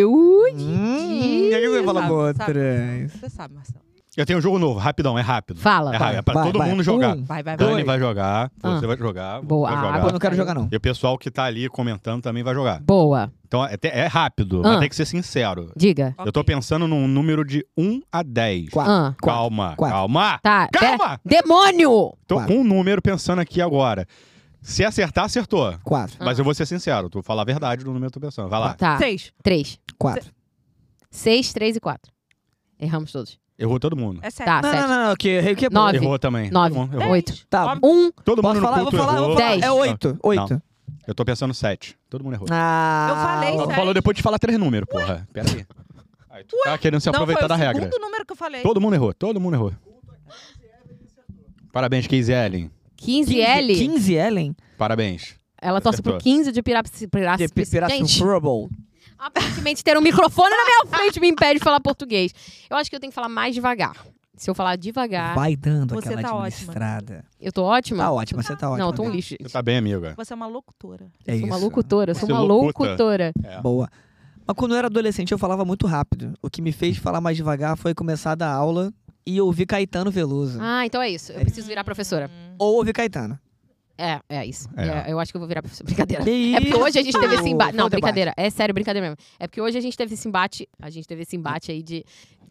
S1: Ui!
S2: Hum, o que, que você fala
S3: Sabe,
S2: por
S3: sabe,
S2: trás?
S3: Você sabe, Marcelo.
S4: Eu tenho um jogo novo, rapidão, é rápido.
S1: Fala.
S4: É rápido, é pra
S2: Vai,
S4: todo
S2: vai.
S4: mundo jogar.
S2: Um.
S3: Vai, vai, vai.
S4: Dani
S2: dois.
S4: vai jogar, você
S1: Ah.
S4: vai jogar, você
S1: Boa,
S4: vai
S1: ah,
S4: jogar.
S2: Pô, não quero jogar, não.
S4: E o pessoal que tá ali comentando também vai jogar.
S1: Boa.
S4: Então é, te- é rápido,
S1: Ah.
S4: mas tem que ser sincero.
S1: Diga.
S4: Eu tô
S3: Ok.
S4: pensando num número de 1 a 10.
S2: Quatro.
S1: Ah,
S4: Calma,
S2: Quatro.
S4: calma.
S1: tá. pera-
S4: Calma!
S1: Demônio!
S4: Tô
S2: Quatro.
S4: com um número pensando aqui agora. Se acertar, acertou.
S2: Quatro,
S1: Ah.
S4: Mas eu vou ser sincero, tu vou falar a verdade do número que eu tô pensando. Vai lá.
S1: Tá.
S3: Seis.
S1: Três.
S2: quatro.
S1: Seis, três e quatro. Erramos todos.
S4: Errou todo mundo.
S3: É sério.
S1: Tá,
S2: Não,
S1: sete.
S2: não, não, não, que errei o que é
S1: Nove.
S4: Errou também.
S1: Nove.
S4: Todo mundo
S3: Dez.
S4: errou.
S2: Oito. Tá,
S3: Óbvio.
S1: Um.
S4: Todo
S2: Posso
S4: mundo
S2: falar?
S4: no
S2: Vou
S4: culto
S2: falar,
S4: errou. Ah,
S2: vou falar. É
S1: Dez.
S2: oito, oito.
S4: Eu tô pensando 7. Todo mundo errou.
S2: Ah,
S3: Eu falei
S4: Ela
S3: sete.
S4: falou depois de falar três números, porra. Pera aí. Aí tu tá querendo se
S3: Não, foi
S4: aproveitar
S3: o
S4: da regra.
S3: segundo número que eu falei.
S4: Todo mundo errou, todo mundo errou. Parabéns, Casey Ellen.
S1: 15 L.
S2: 15 Ellen?
S4: Parabéns.
S1: Ela torce pro
S4: Acertou.
S1: 15 de Piraci. Piraci.
S2: De Piracy
S1: Gente,
S2: Trouble.
S1: aparentemente ter um microfone na minha frente me impede de falar português. Eu acho que eu tenho que falar mais devagar. Se eu falar devagar,
S2: Vai dando
S3: Você
S2: aquela
S3: tá ótima.
S2: administrada.
S1: eu tô ótima?
S2: Tá ótima, você tá ótima.
S1: Não, eu tô um
S2: Bia.
S1: lixo.
S4: Você tá bem, amiga.
S3: Você é uma locutora.
S2: É
S1: Eu sou uma
S2: isso.
S1: locutora, eu sou
S4: Você
S1: uma
S4: locuta.
S1: locutora.
S4: É.
S2: Boa. Mas quando eu era adolescente, eu falava muito rápido. O que me fez falar mais devagar foi começar da aula e ouvir Caetano Veloso.
S1: Ah, então é isso. Eu preciso virar professora.
S2: Ou ouvir Caetano.
S1: É, é isso.
S4: É.
S1: É, eu acho que eu vou virar professora. Brincadeira.
S2: Que
S1: É porque
S2: isso?
S1: hoje a gente teve esse embate.
S2: Foi
S1: Não,
S2: um debate.
S1: brincadeira. É sério, brincadeira mesmo. É porque hoje a gente teve esse embate. A gente teve esse embate aí de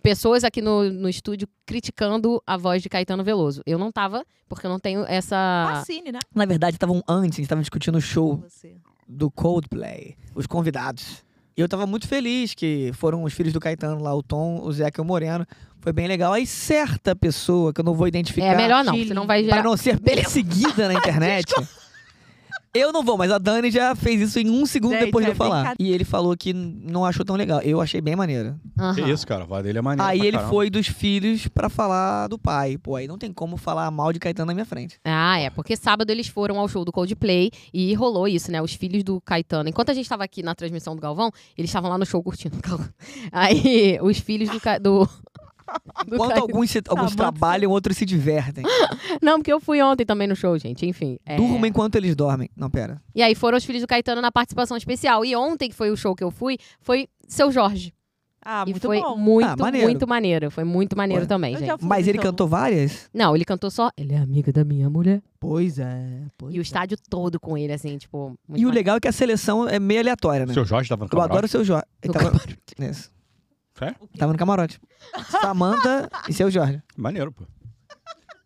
S1: pessoas aqui no, no estúdio criticando a voz de Caetano Veloso. Eu não tava, porque eu não tenho essa.
S3: Fascine, né?
S2: Na verdade, estavam antes, estavam discutindo o show
S3: Você.
S2: do Coldplay, os convidados. E eu tava muito feliz que foram os filhos do Caetano lá, o Tom, o Zeca e o Moreno. Foi bem legal. Aí certa pessoa, que eu não vou identificar.
S1: É melhor não, senão vai
S2: Pra
S1: gerar.
S2: não ser perseguida na internet. Eu não vou, mas a Dani já fez isso em um segundo
S3: Gente,
S2: depois de
S3: é
S2: eu falar.
S3: brincadeira.
S2: E ele falou que n- não achou tão legal. Eu achei bem maneiro.
S1: Aham.
S4: Que isso, cara. A voz dele é maneira.
S2: aí
S4: pra
S2: ele
S4: caramba.
S2: foi dos filhos pra falar do pai. Pô, aí não tem como falar mal de Caetano na minha frente.
S1: Ah, é, porque sábado eles foram ao show do Coldplay e rolou isso, né? Os filhos do Caetano. Enquanto a gente tava aqui na transmissão do Galvão, eles estavam lá no show curtindo. Calma. Aí, os filhos do. Ca... do... do
S2: Enquanto
S1: Caetano- Tá,
S2: alguns, se- alguns
S3: muito-
S2: trabalham, outros se divertem.
S1: Não, porque eu fui ontem também no show, gente. Enfim. é. Tá
S2: Durma enquanto eles dormem. Não, pera.
S1: E aí foram os filhos do Caetano na participação especial. E ontem, que foi o show que eu fui, foi seu Jorge.
S3: Ah,
S1: e
S3: muito
S1: foi
S3: bom.
S1: muito,
S2: Ah, maneiro.
S1: muito maneiro. Foi muito maneiro
S2: Ué.
S1: também,
S3: Eu
S1: gente.
S3: já fui,
S2: Mas ele
S3: então.
S2: cantou várias?
S1: Não, ele cantou só. Ele é amiga da minha mulher.
S2: Pois é.
S1: E o estádio todo com ele, assim, tipo. muito
S2: E o
S1: maneiro.
S2: legal é que a seleção é meio aleatória, né?
S4: Seu Jorge tá tava no
S2: Eu
S4: camarote?
S2: adoro o seu Jorge. Ele
S1: No
S2: tava... Isso.
S4: É?
S1: Tá.
S2: Tava no camarote. Samanta e seu Jorge.
S4: Maneiro, pô.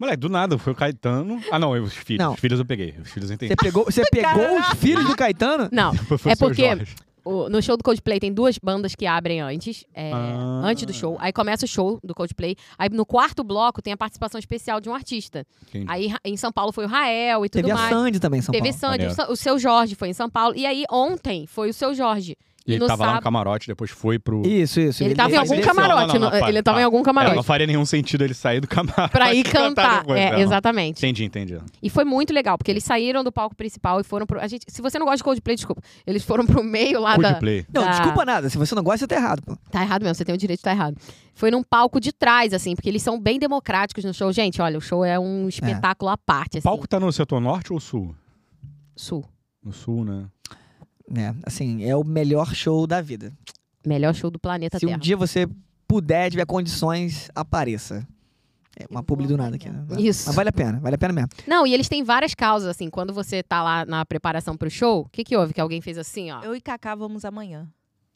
S4: Moleque, do nada, foi o Caetano. Ah, não, os filhos.
S2: Não.
S4: Os filhos eu peguei. Os filhos eu entendi.
S2: Você pegou, você pegou os filhos do Caetano?
S1: Não,
S4: Foi o
S1: É
S4: seu
S1: porque-
S4: Jorge.
S1: O- no show do Coldplay tem duas bandas que abrem antes, é,
S4: Ah.
S1: antes do show. Aí começa o show do Coldplay. Aí no quarto bloco tem a participação especial de um artista.
S4: Entendi.
S1: Aí ra- em São Paulo foi o Rael e tudo
S2: Teve a
S1: mais.
S2: Sandy também, em São
S1: Teve
S2: Paulo.
S1: Sandy, o,
S4: Maneiro.
S1: Sa- o seu Jorge foi em São Paulo. E aí ontem foi o seu Jorge.
S4: E ele
S1: No
S4: tava lá no
S1: sábado-
S4: camarote, depois foi pro.
S2: Isso, isso.
S1: Ele tava um em algum
S4: fez isso.
S1: camarote.
S4: Não, não, não,
S1: no- ele
S4: para,
S1: tava em
S4: para.
S1: algum
S4: É, não
S1: camarote.
S4: faria nenhum sentido ele sair do camarote
S1: Pra ir
S4: e
S1: cantar.
S4: depois,
S1: É,
S4: não.
S1: exatamente.
S4: Entendi, entendi.
S1: E foi muito legal, porque eles saíram do palco principal e foram pro. A gente, se você não gosta de Coldplay, desculpa. Eles foram pro meio lá da.
S4: Coldplay.
S2: assim, Não,
S1: Tá.
S2: desculpa nada. Se você não gosta, você tá errado, pô.
S1: Tá errado mesmo, você tem o direito de estar errado. Foi num palco de trás, assim, porque eles são bem democráticos no show. Gente, olha, o show é um espetáculo à parte,
S4: O
S1: assim.
S4: palco tá no setor norte ou sul?
S1: Sul.
S4: No sul, né?
S2: É, assim, é o melhor show da vida.
S1: Melhor show do planeta
S2: Se um
S1: Terra.
S2: dia você puder, tiver condições, apareça. É uma
S3: Eu
S2: publi
S3: vou
S2: do nada aqui. Né?
S1: Isso.
S2: Mas vale a pena, vale a pena mesmo.
S1: Não, e eles têm várias causas, assim. Quando você tá lá na preparação pro show, o que que houve? Que alguém fez assim, ó.
S3: Eu e Cacá vamos amanhã.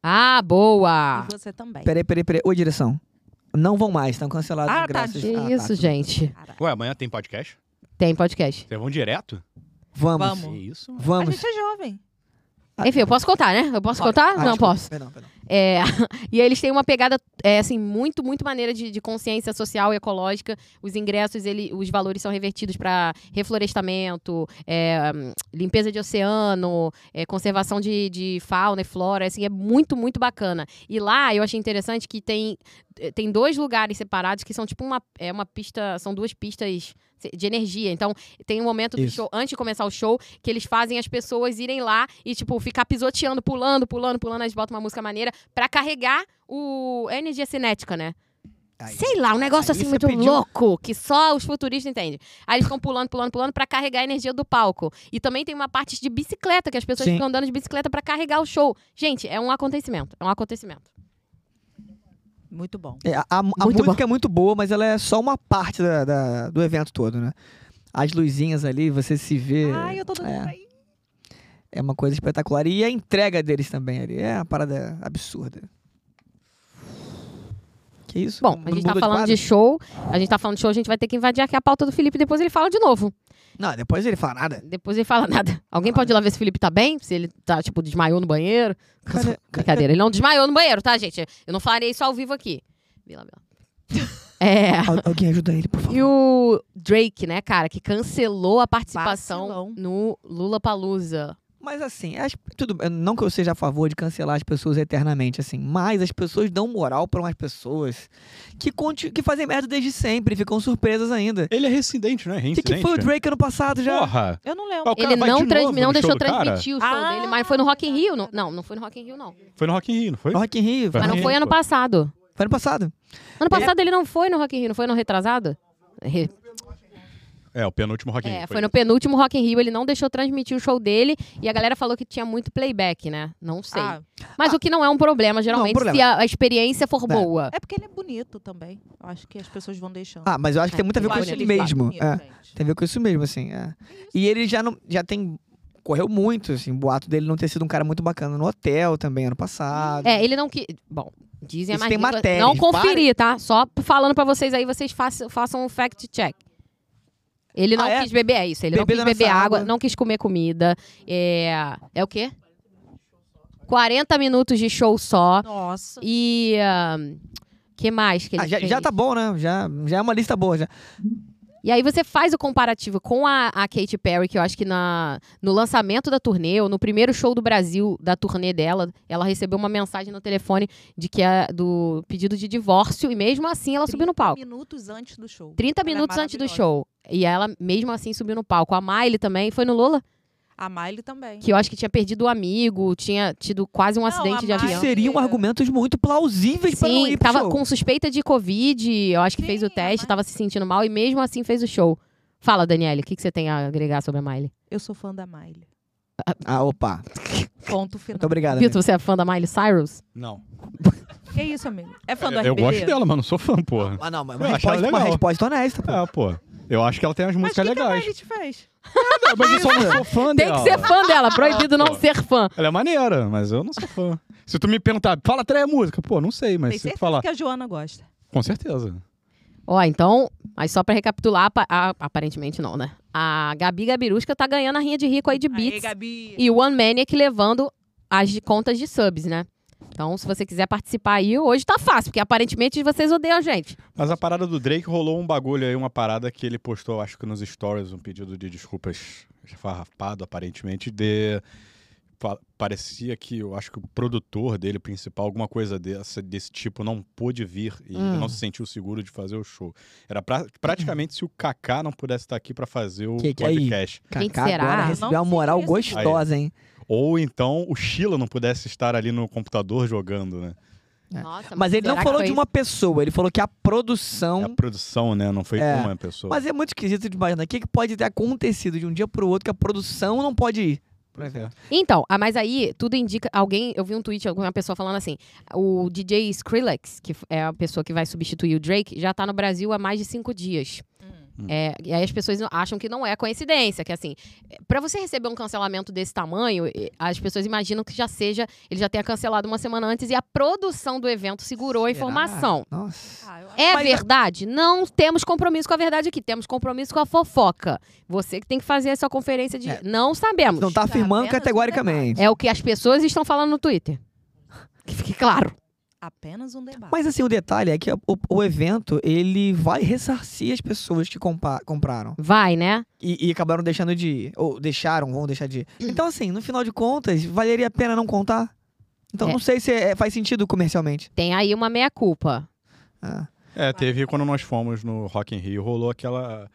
S1: Ah, boa!
S2: tá,
S3: E você também.
S2: Peraí, peraí, peraí. Ô, direção. Não vão mais, estão cancelados.
S3: Ah,
S2: graças
S1: Que
S2: Ah, tá,
S1: isso,
S2: tudo bem.
S1: gente.
S3: Caraca.
S4: Ué, amanhã tem podcast?
S1: Tem podcast.
S4: Vocês vão direto?
S2: Vamos.
S3: Vamos.
S2: Vamos.
S4: Que isso?
S3: A gente é jovem.
S2: Ah.
S1: Enfim, eu posso contar, né? Eu posso contar?
S2: Ah,
S1: não,
S2: desculpa.
S1: posso.
S2: Perdão, perdão.
S1: É, e eles têm uma pegada, é, assim, muito, muito maneira de, de consciência social e ecológica. Os ingressos, ele, os valores são revertidos para reflorestamento, é, hum, limpeza de oceano, é, conservação de, de fauna e flora. Assim, é muito, muito bacana. E lá, eu achei interessante que tem, eh, tem dois lugares separados que são tipo uma, é uma pista, são duas pistas de energia. Então, tem um momento do
S2: Isso.
S1: show, antes de começar o show, que eles fazem as pessoas irem lá e, tipo, ficar pisoteando, pulando, pulando, pulando, eles botam uma música maneira pra carregar o a energia cinética, né?
S2: Aí.
S1: Sei lá, um negócio
S4: Aí
S1: assim
S4: você
S1: muito
S4: pediu-
S1: louco, que só os futuristas entendem. Aí eles ficam pulando, pulando, pulando pra carregar a energia do palco. E também tem uma parte de bicicleta, que as pessoas
S2: Sim.
S1: ficam andando de bicicleta pra carregar o show. Gente, é um acontecimento, é um acontecimento.
S3: Muito bom.
S2: É, a a- a
S1: Muito
S2: música é muito boa, mas ela é só uma parte da- da- do evento todo, né? As luzinhas ali, você se vê.
S3: Ai, eu tô doida
S2: é.
S3: pra ir.
S2: É uma coisa espetacular. E a entrega deles também ali. É uma parada absurda. Que isso?
S1: Bom, a
S2: Não
S1: gente tá
S2: mudou
S1: falando
S2: quadro?
S1: de show, a gente tá falando de show, a gente vai ter que invadir aqui a pauta do Felipe, depois ele fala de novo.
S2: Não, depois ele fala nada.
S1: Depois ele fala nada. Alguém pode ir lá ver se o Felipe tá bem? Se ele tá, tipo, desmaiou no banheiro?
S2: Cadê-
S1: Brincadeira, ele não desmaiou no banheiro, tá, gente? Eu não farei isso ao vivo aqui. Vila, Vila. É.
S2: Al- alguém ajuda ele, por favor.
S1: E o Drake, né, cara, que cancelou a participação
S3: Vacilão.
S1: no Lula Palusa.
S2: Mas assim, as- tudo bem, não que eu seja a favor de cancelar as pessoas eternamente, assim, mas as pessoas dão moral pra umas pessoas que, conti- que fazem merda desde sempre, e ficam surpresas ainda.
S4: Ele é reincidente, não é?
S2: E
S4: Reincidente.
S2: que foi o Drake ano passado já.
S4: Porra!
S3: Eu não
S4: Mas
S3: lembro.
S4: o cara
S1: Ele
S4: vai de
S1: não,
S4: novo
S1: transmi- não
S4: no
S1: deixou
S4: show do cara?
S1: transmitir o show
S3: Ah,
S1: dele, mas foi no Rock in Rio. Não, não, não foi no Rock in Rio, não.
S4: Foi no Rock in Rio, não foi?
S2: No Rock in Rio.
S4: Foi
S1: Mas não
S4: Rock in
S1: foi
S4: Rio,
S1: ano
S4: pô.
S1: passado.
S2: Foi ano passado.
S1: Ano passado ele não foi no Rock in Rio, não foi no retrasado? Re-
S4: É, o penúltimo Rock in Rio.
S1: É, foi no penúltimo Rock in Rio, ele não deixou transmitir o show dele e a galera falou que tinha muito playback, né? Não sei.
S3: Ah,
S1: Mas o que não é um problema, geralmente,
S2: problema.
S1: se a, a experiência for
S2: É.
S1: boa.
S3: é porque ele é bonito também. Eu acho que as pessoas vão deixando.
S2: Ah, mas eu acho que tem muito a ver
S3: Eu
S2: com
S3: acho
S2: isso
S3: ele
S2: mesmo.
S3: bonito,
S2: É,
S3: gente.
S2: tem a ver com isso mesmo, assim. é. E ele já não. Já tem. Correu muito, assim, boato dele não ter sido um cara muito bacana no hotel também ano passado.
S1: É, ele não que. Bom, dizem a
S2: Hum. Isso
S1: mais
S2: tem
S1: línguas-
S2: matéria,
S1: Não
S2: várias-
S1: conferi, tá? Só falando pra vocês aí, vocês façam, façam um fact check. Ele não
S2: Ah, é?
S1: quis beber, é isso. Ele
S2: Beber
S1: não
S2: da
S1: quis beber
S2: nossa
S1: água,
S2: água.
S1: não quis comer comida. É. É o quê? 40 minutos de show só.
S3: Nossa.
S1: E. ah, que mais que ele
S2: Ah, já,
S1: fez?
S2: já tá bom, né? Já, já é uma lista boa. Já.
S1: E aí você faz o comparativo com a, a Katy Perry, que eu acho que na, no lançamento da turnê, ou no primeiro show do Brasil da turnê dela, ela recebeu uma mensagem no telefone de que é do pedido de divórcio, e mesmo assim ela subiu no
S3: 30
S1: palco.
S3: Minutos antes do show.
S1: 30
S3: Ela é
S1: minutos antes do
S3: maravilhosa.
S1: show. E ela, mesmo assim, subiu no palco. A Miley também foi no Lola,
S3: A Miley também.
S1: que eu acho que tinha perdido o amigo, tinha tido quase um
S3: Não,
S1: acidente
S3: a
S1: de
S3: Miley-
S2: Que
S1: avião.
S2: seriam argumentos muito plausíveis pra não
S1: Sim,
S2: ir pro
S1: tava
S2: show.
S1: com suspeita de Covid, eu acho que
S3: Sim,
S1: fez o
S3: a
S1: teste,
S3: Miley-
S1: tava se sentindo mal, e mesmo assim fez o show. Fala, Daniele, o que, que você tem a agregar sobre a Miley?
S3: Eu sou fã da Miley.
S2: Ah, opa.
S3: Ponto final.
S2: Muito obrigado. amigo.
S1: Vitor, você é fã da Miley Cyrus?
S4: Não.
S3: Que isso, amigo? É fã do
S4: Eu, eu
S3: RBD?
S4: gosto dela, mas não sou fã, porra.
S2: Ah, não, mas
S4: Eu
S2: uma,
S4: achava
S2: resposta, uma
S4: legal.
S2: resposta honesta, pô.
S4: É, pô. Eu acho que ela tem umas
S3: Mas o
S2: é
S4: músicas
S3: que, que a
S4: legais.
S3: Miley te fez?
S4: Não, mas eu só não sou fã
S1: Tem
S4: dela.
S1: que ser fã dela, proibido não
S4: Pô.
S1: ser fã.
S4: Ela é maneira, mas eu não sou fã. Se tu me perguntar, fala três música, pô, não sei, mas
S3: Tem
S4: se tu
S3: certeza
S4: falar,
S3: que a Joana gosta.
S4: com certeza.
S1: Ó, então, mas só pra recapitular, apa- a- aparentemente não, né? A Gabi Gabirusca tá ganhando a rinha de rico aí de
S3: Aê,
S1: beats.
S3: Gabi.
S1: e o One Maniac levando as de- contas de subs, né? Então, se você quiser participar aí, hoje tá fácil, porque aparentemente vocês odeiam a gente.
S4: Mas a parada do Drake rolou um bagulho aí, uma parada que ele postou, acho que nos stories, um pedido de desculpas farrapado, aparentemente, de. fa- parecia que eu acho que o produtor dele, o principal, alguma coisa dessa, desse tipo, não pôde vir e
S2: Hum.
S4: não se sentiu seguro de fazer o show. Era pra- praticamente se o Kaká não pudesse estar aqui pra fazer o
S2: Que que é aí?
S4: podcast.
S1: Gente,
S2: Cacá
S1: será?
S2: agora
S1: Não
S2: recebeu uma
S3: sei
S2: moral
S3: disso.
S2: gostosa, hein?
S4: Ou então o Sheila não pudesse estar ali no computador jogando, né?
S1: Nossa,
S2: É. Mas ele não
S1: Tá será que
S2: falou
S1: foi
S2: de
S1: isso?
S2: uma pessoa, ele falou que a
S4: É
S2: produção.
S4: a produção, né? Não foi
S2: Hum. É.
S4: uma pessoa.
S2: Mas é muito esquisito de imaginar. O que, que pode ter acontecido de um dia pro outro que a produção não pode ir? Por exemplo.
S1: Então, ah, mas aí tudo indica. Alguém, eu vi um tweet, alguma pessoa falando assim: o DJ Skrillex, que f- é a pessoa que vai substituir o Drake, já tá no Brasil há mais de cinco dias.
S2: Hum.
S1: É, e aí as pessoas não- acham que não é coincidência, que assim, é, pra você receber um cancelamento desse tamanho, e- as pessoas imaginam que já seja, ele já tenha cancelado uma semana antes e a produção do evento segurou a
S2: Será?
S1: informação.
S2: Nossa.
S3: Ah, eu acho
S1: É
S3: Mas-
S1: verdade? Não temos compromisso com a verdade aqui, temos compromisso com a fofoca. Você que tem que fazer a sua conferência de.
S2: É.
S1: Não sabemos.
S2: Não tá afirmando
S3: apenas
S2: categoricamente.
S1: É o que as pessoas estão falando no Twitter. Que fique claro.
S3: Apenas um debate.
S2: Mas assim, o detalhe é que o, o evento, ele vai ressarcir as pessoas que compa- compraram.
S1: Vai, né?
S2: E, e acabaram deixando de ir. Ou deixaram, vão deixar de ir.
S4: Hum.
S2: Então assim, no final de contas, valeria a pena não contar? Então
S1: É.
S2: não sei se é- faz sentido comercialmente.
S1: Tem aí uma meia-culpa.
S2: Ah.
S4: É, teve quando nós fomos no Rock in Rio, rolou aquela,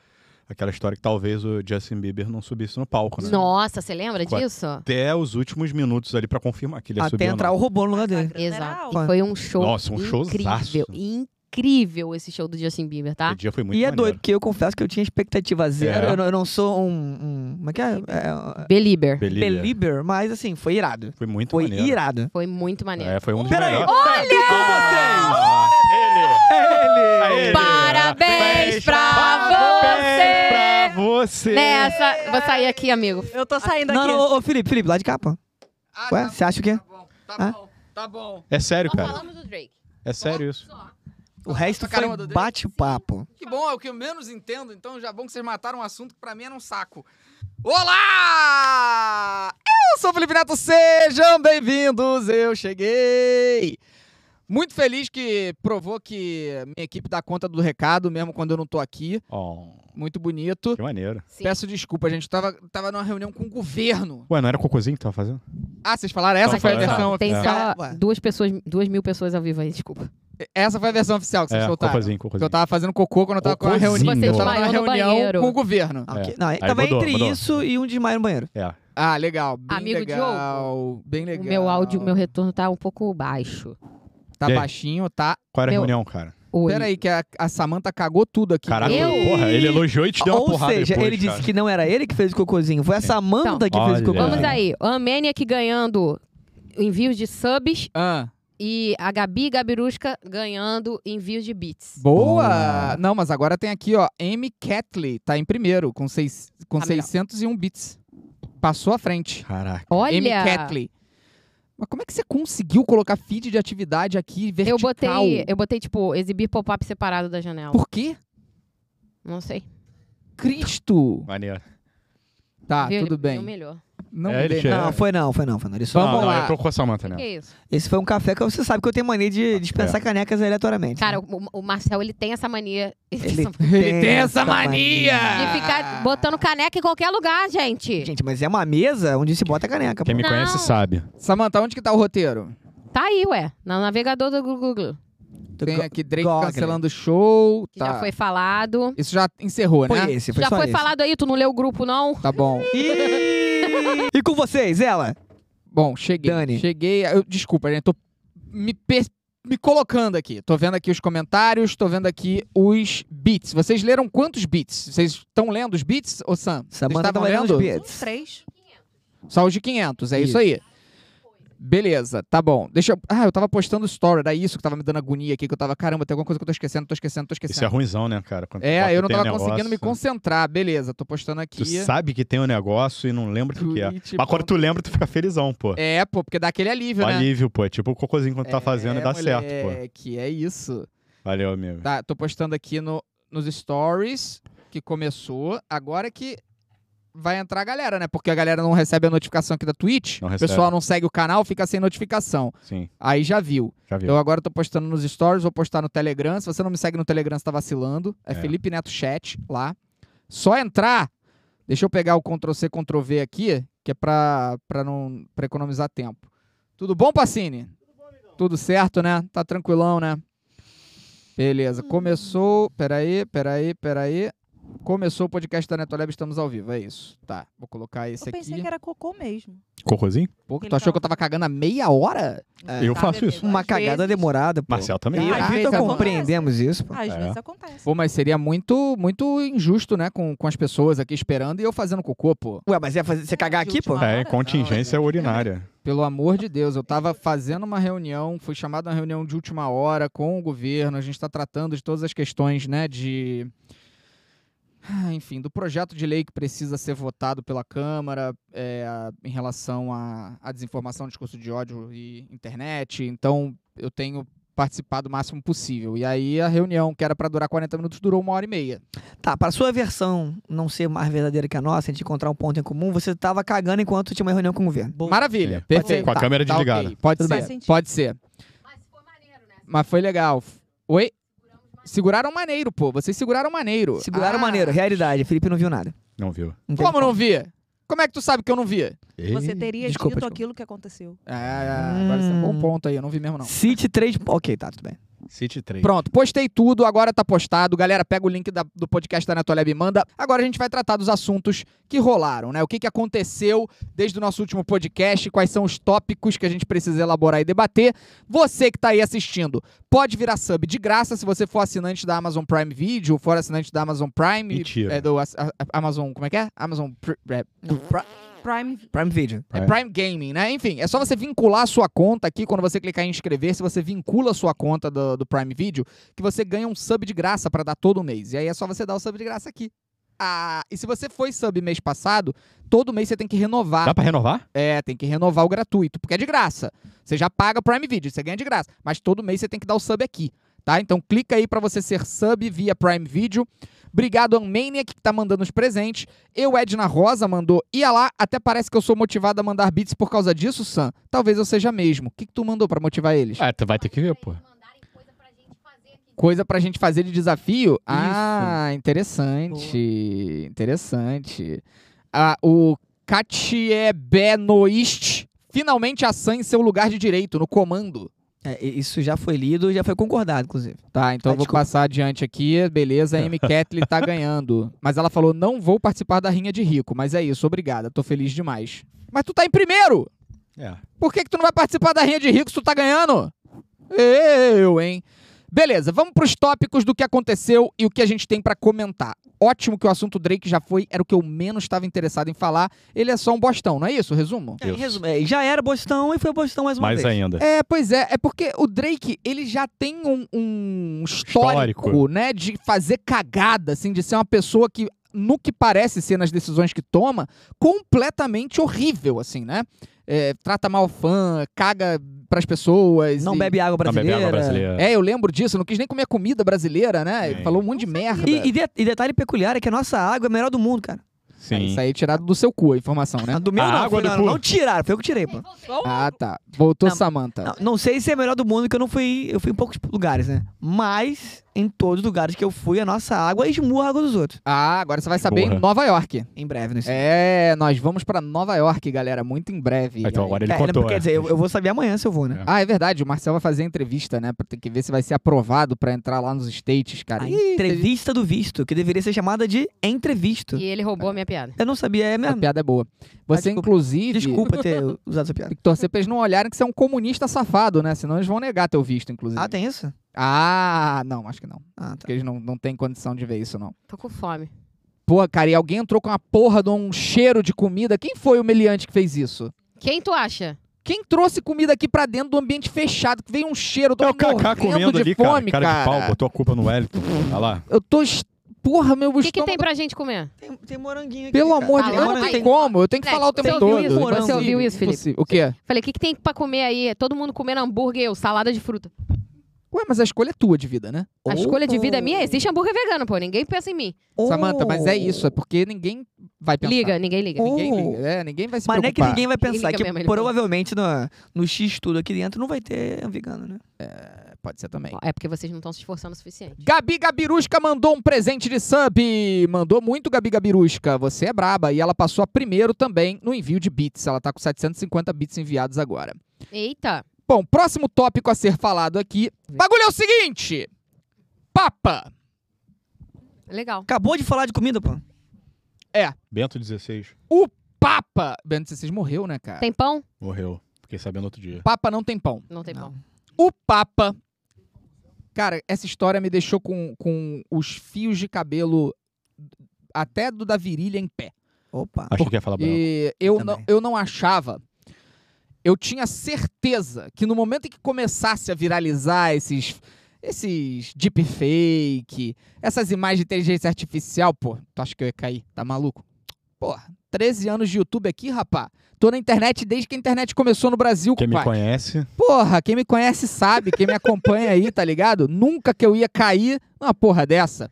S4: aquela história que talvez o Justin Bieber não subisse no palco, né?
S1: Nossa, você lembra
S4: Quatro.
S1: disso?
S4: Até os últimos minutos ali pra confirmar que ele ia
S2: Até
S4: subir ou não.
S2: entrar o robô no lugar dele.
S3: Mas a grana era
S1: Exato.
S3: alta.
S1: E foi um show
S4: Nossa, um showzaço.
S1: incrível. Incrível esse show do Justin Bieber, tá?
S4: O dia foi muito
S2: E é
S4: maneiro.
S2: doido, porque eu confesso que eu tinha expectativa zero.
S4: É.
S2: Eu, não- eu não sou um, um- Como é que é? é
S1: Belieber.
S4: Believer.
S2: believer, mas assim, foi irado.
S4: Foi muito
S2: Foi
S4: maneiro.
S2: irado.
S1: Foi muito maneiro.
S4: É, foi um dos
S2: Peraí,
S4: melhores.
S2: e com vocês?
S4: Ah, ele!
S2: É ele!
S4: Ele!
S1: Parabéns pra
S4: É. Parabéns
S1: Ah, você! Né?
S4: pra você!
S1: Nessa. Vou sair aqui, amigo.
S3: Eu tô saindo
S2: Não,
S3: aqui.
S2: não, ô, ô, Felipe, Felipe, lá de cá, pô.
S5: Ah,
S2: Ué,
S5: tá
S2: você acha o quê?
S5: bom, tá
S2: Ah?
S5: bom, tá bom.
S4: É sério, cara.
S1: do Drake.
S4: É sério isso.
S2: O resto
S5: Caramba,
S2: foi
S5: Dudu.
S2: bate-papo.
S5: Que bom, é o que eu menos entendo, então já bom que vocês mataram um assunto que pra mim era um saco. Olá! Eu sou o Felipe Neto, sejam bem-vindos, eu cheguei! Muito feliz que provou que minha equipe dá conta do recado, mesmo quando eu não tô aqui.
S4: Ó,
S5: Muito bonito.
S4: que maneiro.
S1: Sim.
S5: Peço desculpa, gente, eu tava, tava numa reunião com o governo.
S4: Ué, não era o cocôzinho que tava fazendo?
S5: Ah, vocês falaram? Essa
S4: Não,
S5: foi a
S4: foi-
S5: versão
S1: Tem
S4: É.
S5: oficial.
S1: só
S2: Ué.
S1: duas pessoas, duas mil pessoas ao vivo aí, desculpa.
S5: Essa foi a versão oficial que vocês
S4: É,
S5: soltaram.
S4: cocôzinho,
S5: Porque eu
S4: cocôzinho.
S5: tava fazendo cocô quando eu tava com a
S4: Cocôzinho.
S5: reunião.
S1: Você
S5: Eu tava numa
S1: desmaiou no
S5: reunião
S1: banheiro.
S5: com o governo.
S2: Ah,
S4: É.
S2: ok. Não,
S4: Aí
S2: tava
S4: mudou,
S2: entre
S4: mudou.
S2: isso e um desmaio no banheiro.
S4: É.
S5: Ah, legal. Bem
S1: Amigo
S5: legal. Bem legal.
S1: O meu áudio, meu retorno tá um pouco baixo.
S5: Tá
S4: E aí?
S5: baixinho, tá?
S4: Qual era a
S1: Meu-
S4: reunião, cara?
S1: Oi.
S5: Peraí, que a, a Samanta cagou tudo aqui.
S4: Caraca,
S1: Eu-
S4: porra, ele elogiou e te deu uma
S2: Ou
S4: porrada
S2: seja,
S4: depois,
S2: ele disse
S4: cara. Então,
S2: que não era ele que fez o cocôzinho, foi a Samanta que fez o
S4: Olha.
S2: cocôzinho.
S1: Vamos aí. Amênia aqui ganhando envios de subs
S5: Ah,
S1: e a Gabi Gabirusca ganhando envios de beats.
S5: boa! Não, mas agora tem aqui, ó. Amy Catley tá em primeiro, com, seis, com
S1: Tá melhor.
S5: 601 bits. Passou à frente.
S4: Caraca.
S5: Amy
S1: Olha,
S5: Catley. Mas como é que você conseguiu colocar feed de atividade aqui vertical?
S1: eu botei, eu botei tipo exibir pop-up separado da janela.
S5: Por quê?
S1: Não sei.
S5: Cristo!
S4: Maneiro.
S5: Tá,
S1: Viu?
S5: tudo
S1: Deu
S5: bem.
S1: melhor.
S5: Não
S4: É, ele
S5: dei,
S4: chega.
S5: né?
S2: Não, foi não, foi não, foi não. Ele só-
S5: Vamos
S4: não,
S5: lá.
S4: não, eu tô com a Samanta,
S1: O que
S4: né?
S1: é isso?
S2: Esse foi um café que você sabe que eu tenho mania de dispensar canecas aleatoriamente.
S1: Cara, o, o Marcel, ele tem essa mania
S2: Ele
S1: de
S5: Ele tem essa mania!
S1: ficar botando caneca em qualquer lugar, gente.
S2: Gente, mas é uma mesa onde se bota a caneca.
S4: Quem
S2: pô.
S4: me
S1: Não.
S4: conhece sabe.
S5: Samanta, onde que tá o roteiro?
S1: Tá aí, ué. No navegador do Google.
S2: Do
S5: Tem
S2: co-
S5: aqui Drake
S2: Gogre.
S5: cancelando o show.
S1: Que
S5: Tá.
S1: já foi falado.
S5: Isso já encerrou,
S2: Foi
S5: né?
S2: esse, foi
S1: já
S2: só
S1: foi
S2: esse.
S1: falado aí, tu não leu o grupo, não?
S5: Tá bom.
S2: E... e com vocês, ela?
S5: Bom, cheguei.
S2: Dani.
S5: Cheguei. eu- desculpa, gente. Tô me, pe- me colocando aqui. Tô vendo aqui os comentários, tô vendo aqui os beats. Vocês leram quantos beats? Vocês estão lendo os beats, ô Sam? Vocês
S2: Samanta
S5: estavam
S2: tava lendo os
S3: Uns
S2: beats.
S3: Um três.
S5: Só os de 500, é isso,
S2: Isso.
S5: aí. Beleza, tá bom. Deixa eu... Ah, eu tava postando story, era isso que tava me dando agonia aqui, que eu tava, caramba, tem alguma coisa que eu tô esquecendo, tô esquecendo, tô
S4: Isso é
S5: esquecendo.
S4: ruimzão, né, cara? Quando tu
S5: Tá. É,
S4: bota-
S5: eu não
S4: tem um
S5: tava conseguindo me
S4: negócio.
S5: concentrar. Beleza, tô postando aqui.
S4: Tu sabe que tem um negócio e não lembra o que é.
S5: Twitch,
S4: Mas quando tu lembra, tu fica felizão, pô.
S5: É, pô, porque dá aquele alívio, né?
S4: Alívio, pô. É tipo o cocôzinho quando tá fazendo
S5: é,
S4: e dá certo,
S5: moleque, pô. É isso.
S4: pô. Valeu, amigo.
S5: Tá, tô postando aqui no, nos stories que começou. Agora que vai entrar a galera, né? Porque a galera não recebe a notificação aqui da Twitch.
S4: Não
S5: o
S4: recebe.
S5: pessoal não segue o canal, fica sem notificação.
S4: Sim,
S5: Aí já viu.
S4: já viu.
S5: Eu agora tô postando nos stories, vou postar no Telegram. Se você não me segue no Telegram, você tá vacilando. É,
S4: É.
S5: Felipe Neto Chat lá. Só entrar. Deixa eu pegar o Ctrl C, Ctrl V aqui, que é pra, pra, não, pra economizar tempo. Tudo bom, Pacini? Tudo certo, né? Tá tranquilão, né? Beleza, começou. Peraí, peraí, peraí. Começou o podcast da Netolab, estamos ao vivo, é isso. Tá, vou colocar esse
S3: Eu
S5: aqui.
S3: pensei que era cocô mesmo.
S4: Cocôzinho?
S5: Pô, tu
S3: Ele
S5: achou
S3: tava-
S5: que eu tava cagando a meia hora?
S2: É.
S4: Eu
S3: Tá,
S4: faço
S3: bebê,
S4: isso.
S3: às
S2: Uma cagada
S3: vezes-
S2: demorada, pô.
S4: Marcel também.
S2: Eu e
S3: Ah,
S2: o
S3: às
S2: Vitor
S3: vezes acontece.
S2: compreendemos isso, pô.
S3: Às
S4: É.
S3: vezes acontece.
S5: Pô, mas seria muito, muito injusto, né? Com, com as pessoas aqui esperando e eu fazendo cocô, pô.
S2: Ué, mas ia fazer, você cagar
S3: De
S2: aqui, pô?
S3: última
S4: É, contingência urinária.
S5: Pelo amor de Deus, eu tava fazendo uma reunião, fui chamado a uma reunião de última hora com o governo, a gente tá tratando de todas as questões, né, de... Ah, Enfim, do projeto de lei que precisa ser votado pela Câmara é, em relação à, à desinformação, discurso de ódio e internet. Então, eu tenho participado o máximo possível. E aí, a reunião, que era pra durar 40 minutos, durou uma hora e meia.
S2: Tá, pra sua versão não ser mais verdadeira que a nossa, a gente encontrar um ponto em comum, você tava cagando enquanto tinha uma reunião com o governo.
S5: Maravilha,
S4: É.
S5: perfeito. Tá,
S4: Com a câmera
S5: ok.
S4: desligada.
S5: Pode
S2: Tudo
S5: ser,
S3: bem. Faz sentido.
S5: pode ser. Mas foi legal. Oi? Seguraram maneiro, pô. Vocês seguraram maneiro.
S2: Seguraram
S5: Ah,
S2: maneiro, realidade. Felipe não viu nada.
S4: Não viu?
S2: Não teve
S5: Como não via? Como é que tu sabe que eu não via?
S3: Você
S4: Ei.
S3: teria
S2: Desculpa,
S3: dito
S2: desculpa.
S3: aquilo que aconteceu.
S5: Ah, agora você é um bom ponto aí. Eu não vi mesmo, não.
S2: Cite três. Ok, tá, tudo bem.
S4: City 3.
S5: Pronto, postei tudo, agora tá postado. Galera, pega o link da- do podcast da Netolab e manda. Agora a gente vai tratar dos assuntos que rolaram, né? O que, que aconteceu desde o nosso último podcast, quais são os tópicos que a gente precisa elaborar e debater. Você que tá aí assistindo, pode virar sub de graça se você for assinante da Amazon Prime Video, for assinante da Amazon Prime.
S4: Mentira.
S5: É do a- a- Amazon, como é que é? Amazon Pri- é,
S3: Prime
S2: Prime Video.
S5: é
S4: É.
S5: Prime Gaming, né? Enfim, é só você vincular a sua conta aqui. Quando você clicar em inscrever, se você vincula a sua conta do, do Prime Video, que você ganha um sub de graça pra dar todo mês. E aí é só você dar o sub de graça aqui. Ah, e se você foi sub mês passado, todo mês você tem que renovar.
S4: Dá pra renovar?
S5: É, tem que renovar o gratuito, porque é de graça. Você já paga Prime Video, você ganha de graça. Mas todo mês você tem que dar o sub aqui, tá? Então clica aí pra você ser sub via Prime Video. Obrigado, Unmaniac, que tá mandando os presentes. Eu, Edna Rosa, mandou. Ia lá, até parece que eu sou motivado a mandar beats por causa disso, Sam. Talvez eu seja mesmo. O que, que tu mandou pra motivar eles?
S4: É, tu vai ter que ver, pô.
S5: Coisa pra gente fazer de desafio? Ah, interessante. Interessante. Ah, o Katiebenoist finalmente a Sam em seu lugar de direito, no comando.
S2: É, e- isso já foi lido e já foi concordado, inclusive.
S5: Tá, então
S2: Ah,
S5: eu vou
S2: desculpa.
S5: passar adiante aqui. Beleza, a Amy Catley tá ganhando. Mas ela falou: não vou participar da rinha de rico. Mas é isso, obrigada, tô feliz demais. Mas tu tá em primeiro!
S4: É.
S5: Por que, que tu não vai participar da Rinha de Ricos se tu tá ganhando? Eu, hein? Beleza, vamos pros tópicos do que aconteceu e o que a gente tem pra comentar. Ótimo que o assunto Drake já foi, era o que eu menos estava interessado em falar. Ele é só um bostão, não é isso? Resumo?
S2: É, em
S4: Isso.
S2: resumo, é, já era Bostão e foi Bostão mais uma
S4: Mais
S2: vez.
S4: ainda.
S5: É, pois é. É porque o Drake, ele já tem um, um histórico,
S4: Histórico.
S5: né? De fazer cagada, assim, de ser uma pessoa que, no que parece ser nas decisões que toma, completamente horrível, assim, né? É, trata mal fã, caga pras pessoas.
S2: Não
S5: e-
S2: bebe água
S4: Não bebe
S2: brasileira.
S4: água brasileira.
S5: É, eu lembro disso. Não quis nem comer comida brasileira, né? Ele
S4: Sim.
S5: Falou um monte de merda.
S2: E, e de- e detalhe peculiar é que a nossa água é a melhor do mundo, cara.
S5: Ah,
S4: Sim.
S5: Isso aí é tirado do seu cu a informação, né?
S2: A do meu
S4: A
S2: não, foi-
S4: água do
S2: não,
S4: cu.
S2: não tiraram, foi eu que tirei, pô.
S5: Ah, tá. Voltou
S2: Não,
S5: Samantha.
S1: né?
S2: Não, não sei se é a melhor do mundo, porque eu não fui. Eu fui em poucos lugares, né? Mas em todos os lugares que eu fui, a nossa água esmurra a água dos outros.
S5: Ah, agora você vai saber em
S4: Porra.
S5: Nova York.
S2: Em breve, não sei.
S5: É, nós vamos pra Nova York, galera, muito em breve.
S4: Então agora ele
S2: É,
S4: contou.
S2: não,
S4: é.
S2: quer dizer, eu, eu vou saber amanhã se eu vou, né?
S5: Ah, é verdade, o Marcel vai fazer a entrevista, né? Pra ter que ver se vai ser aprovado pra entrar lá nos States, cara.
S2: A
S5: Ih,
S2: entrevista do visto, que deveria ser chamada de entrevisto.
S1: E ele roubou a minha piada.
S2: Eu não sabia, é
S5: A
S2: mesmo.
S5: piada é boa. Você,
S2: desculpa.
S5: inclusive,
S2: Desculpa ter usado essa piada.
S5: tem que torcer pra eles não olharem que você é um comunista safado, né? Senão eles vão negar teu visto, inclusive.
S2: Ah, tem isso?
S5: Ah, não, acho que não.
S2: Ah, tá.
S5: Porque eles não, não têm condição de ver isso, não.
S1: Tô com fome.
S5: Porra, cara, e alguém entrou com uma porra de um cheiro de comida. Quem foi o meliante que fez isso?
S1: Quem tu acha?
S5: Quem trouxe comida aqui pra dentro do ambiente fechado, que veio um cheiro, eu tô
S4: É o Kaká
S5: morrendo
S4: comendo
S5: de
S4: ali, cara.
S5: fome,
S4: Cara, de pau, botou a culpa no Wellington. Olha lá.
S5: Eu tô... es- Porra, meu
S1: O que, que
S5: estômago...
S1: tem pra gente comer?
S2: Tem, tem moranguinho aqui.
S5: Pelo
S2: cara.
S5: amor de
S1: Tá
S5: Deus, eu
S1: louco,
S5: não tem
S1: Felipe?
S5: como, eu tenho que
S1: Moleque,
S5: falar o tempo
S1: você
S5: todo.
S1: ouviu isso? Você
S5: Impossível,
S1: ouviu isso, Felipe?
S5: impossível. O quê?
S1: Falei, o que, que tem pra comer aí? Todo mundo comendo hambúrguer, eu, salada de fruta.
S5: Ué, mas a escolha é tua de vida, né?
S1: A escolha de vida é minha. Existe hambúrguer vegano, pô. Ninguém pensa em mim.
S2: Ou-
S5: Samantha, mas é isso, é porque ninguém vai
S2: um
S5: pensar.
S1: Liga, ninguém liga.
S2: Ou-
S5: Ninguém liga, é, ninguém vai se
S2: Mas não é que
S5: preocupar.
S2: ninguém vai
S1: Ninguém
S2: pensar
S1: liga
S2: que
S1: mesmo, ele
S2: provavelmente no, no X tudo aqui dentro não vai ter vegano, né?
S5: Pode ser também.
S1: É porque vocês não estão se esforçando o suficiente.
S5: Gabi Gabirusca mandou um presente de sub. Mandou muito, Gabi Gabirusca. Você é braba. E ela passou a primeiro também no envio de bits. Ela tá com 750 bits enviados agora.
S1: Eita!
S5: Bom, próximo tópico a ser falado aqui. Bagulho é o seguinte: Papa.
S1: Legal.
S2: Acabou de falar de comida, pô.
S4: Bento 16
S5: Papa. Bento XVI morreu, né,
S2: Ah.
S5: cara?
S1: Tem pão?
S4: morreu. Fiquei sabendo outro dia.
S5: Papa não tem pão.
S1: Não tem
S2: Não.
S1: pão.
S5: O Papa. Cara, essa história me deixou com, com os fios de cabelo até do da virilha em pé.
S2: Opa.
S4: Achei que ia falar branco.
S5: E eu
S2: Também.
S5: não, eu não achava. Eu tinha certeza que no momento em que começasse a viralizar esses esses deepfake, essas imagens de inteligência artificial, pô, tu acha que eu ia cair? Tá maluco? Porra, 13 anos de YouTube aqui, rapá. Tô na internet desde que a internet começou no Brasil,
S4: Quem me
S5: compadre.
S4: conhece,
S5: Porra, quem me conhece sabe, quem me acompanha aí, tá ligado? Nunca que eu ia cair numa porra dessa.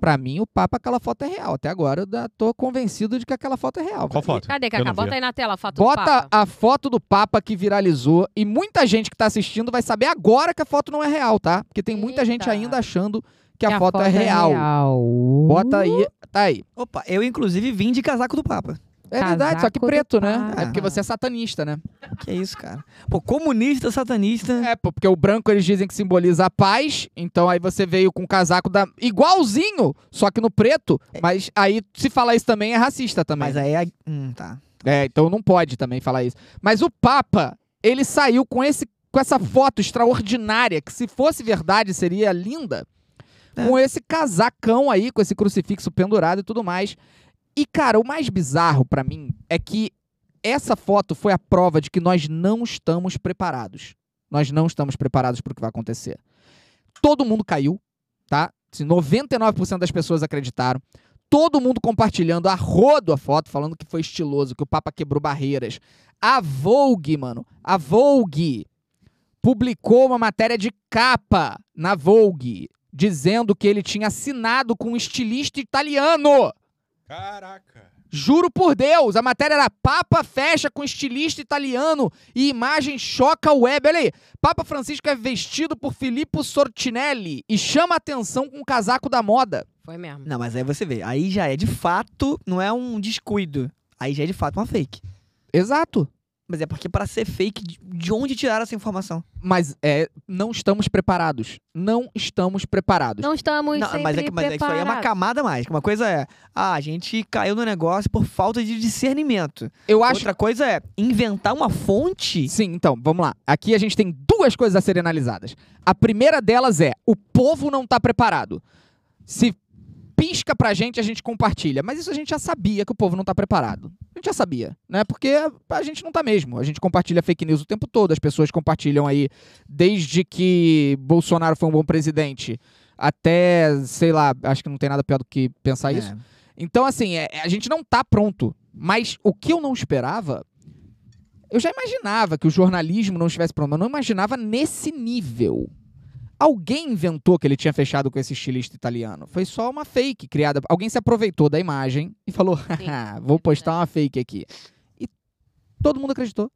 S5: Pra mim, o papo, aquela foto é real. Até agora eu da- tô convencido de que aquela foto é real.
S4: qual
S5: velho.
S4: foto?
S1: Cadê,
S4: Eu
S1: Cacá?
S4: não vi.
S1: Bota aí na tela a foto do
S5: Bota
S1: Papa.
S5: a foto do Papa que viralizou e muita gente que tá assistindo vai saber agora que a foto não é real, tá? Porque tem muita gente
S1: Eita.
S5: ainda achando que a, foto, é real. Bota aí, tá aí.
S2: Opa, eu inclusive vim de casaco do Papa.
S5: É verdade, só que
S1: Casaco do
S5: preto, né?
S1: Papa.
S5: É porque você é satanista, né?
S2: Que é isso, cara. Pô, comunista, satanista.
S5: É, pô, porque o branco eles dizem que simboliza a paz, então aí você veio com um casaco da igualzinho, só que no preto, mas aí se falar isso também é racista também.
S2: Mas aí é. Hum, tá.
S5: É, então não pode também falar isso. Mas o Papa, ele saiu com esse com essa foto extraordinária que se fosse verdade seria linda.
S2: É.
S5: Com esse casacão aí, com esse crucifixo pendurado e tudo mais. E cara, o mais bizarro pra mim é que essa foto foi a prova de que nós não estamos preparados. Nós não estamos preparados para o que vai acontecer. Todo mundo caiu, tá? Se 99% das pessoas acreditaram. Todo mundo compartilhando a rodo a foto, falando que foi estiloso, que o Papa quebrou barreiras. A Vogue, mano, a Vogue publicou uma matéria de capa na Vogue, dizendo que ele tinha assinado com um estilista italiano.
S4: Caraca.
S5: Juro por Deus, a matéria era Papa fecha com estilista italiano e imagem choca a web. Olha aí, Papa Francisco é vestido por Filippo Sortinelli e chama atenção com o casaco da moda.
S1: Foi mesmo.
S2: Não, mas aí você vê. Aí já é de fato, não é um descuido. Aí já é de fato uma fake.
S5: Exato.
S2: Mas é porque pra ser fake, de- de onde tiraram essa informação?
S5: Mas é, não estamos preparados. Não estamos preparados.
S1: Não estamos
S2: Não,
S1: sempre
S2: mas é que mas é que isso aí é uma
S1: preparados.
S2: camada a mais. que Uma coisa é, ah, a gente caiu no negócio por falta de discernimento.
S5: Eu acho.
S2: Outra coisa é inventar uma fonte.
S5: Sim, então, vamos lá. Aqui a gente tem duas coisas a serem analisadas. A primeira delas é: o povo não tá preparado. Se pisca pra gente, a gente compartilha. Mas isso a gente já sabia que o povo não tá preparado. A gente já sabia, né? Porque a gente não tá mesmo. A gente compartilha fake news o tempo todo. As pessoas compartilham aí desde que Bolsonaro foi um bom presidente até, sei lá, acho que não tem nada pior do que pensar isso. Então, assim, é- a gente não tá pronto. Mas o que eu não esperava. Eu já imaginava que o jornalismo não estivesse pronto, mas eu não imaginava nesse nível. Alguém inventou que ele tinha fechado com esse estilista italiano. Foi só uma fake criada. Alguém se aproveitou da imagem e falou: "Haha, vou postar uma fake aqui. E todo mundo acreditou.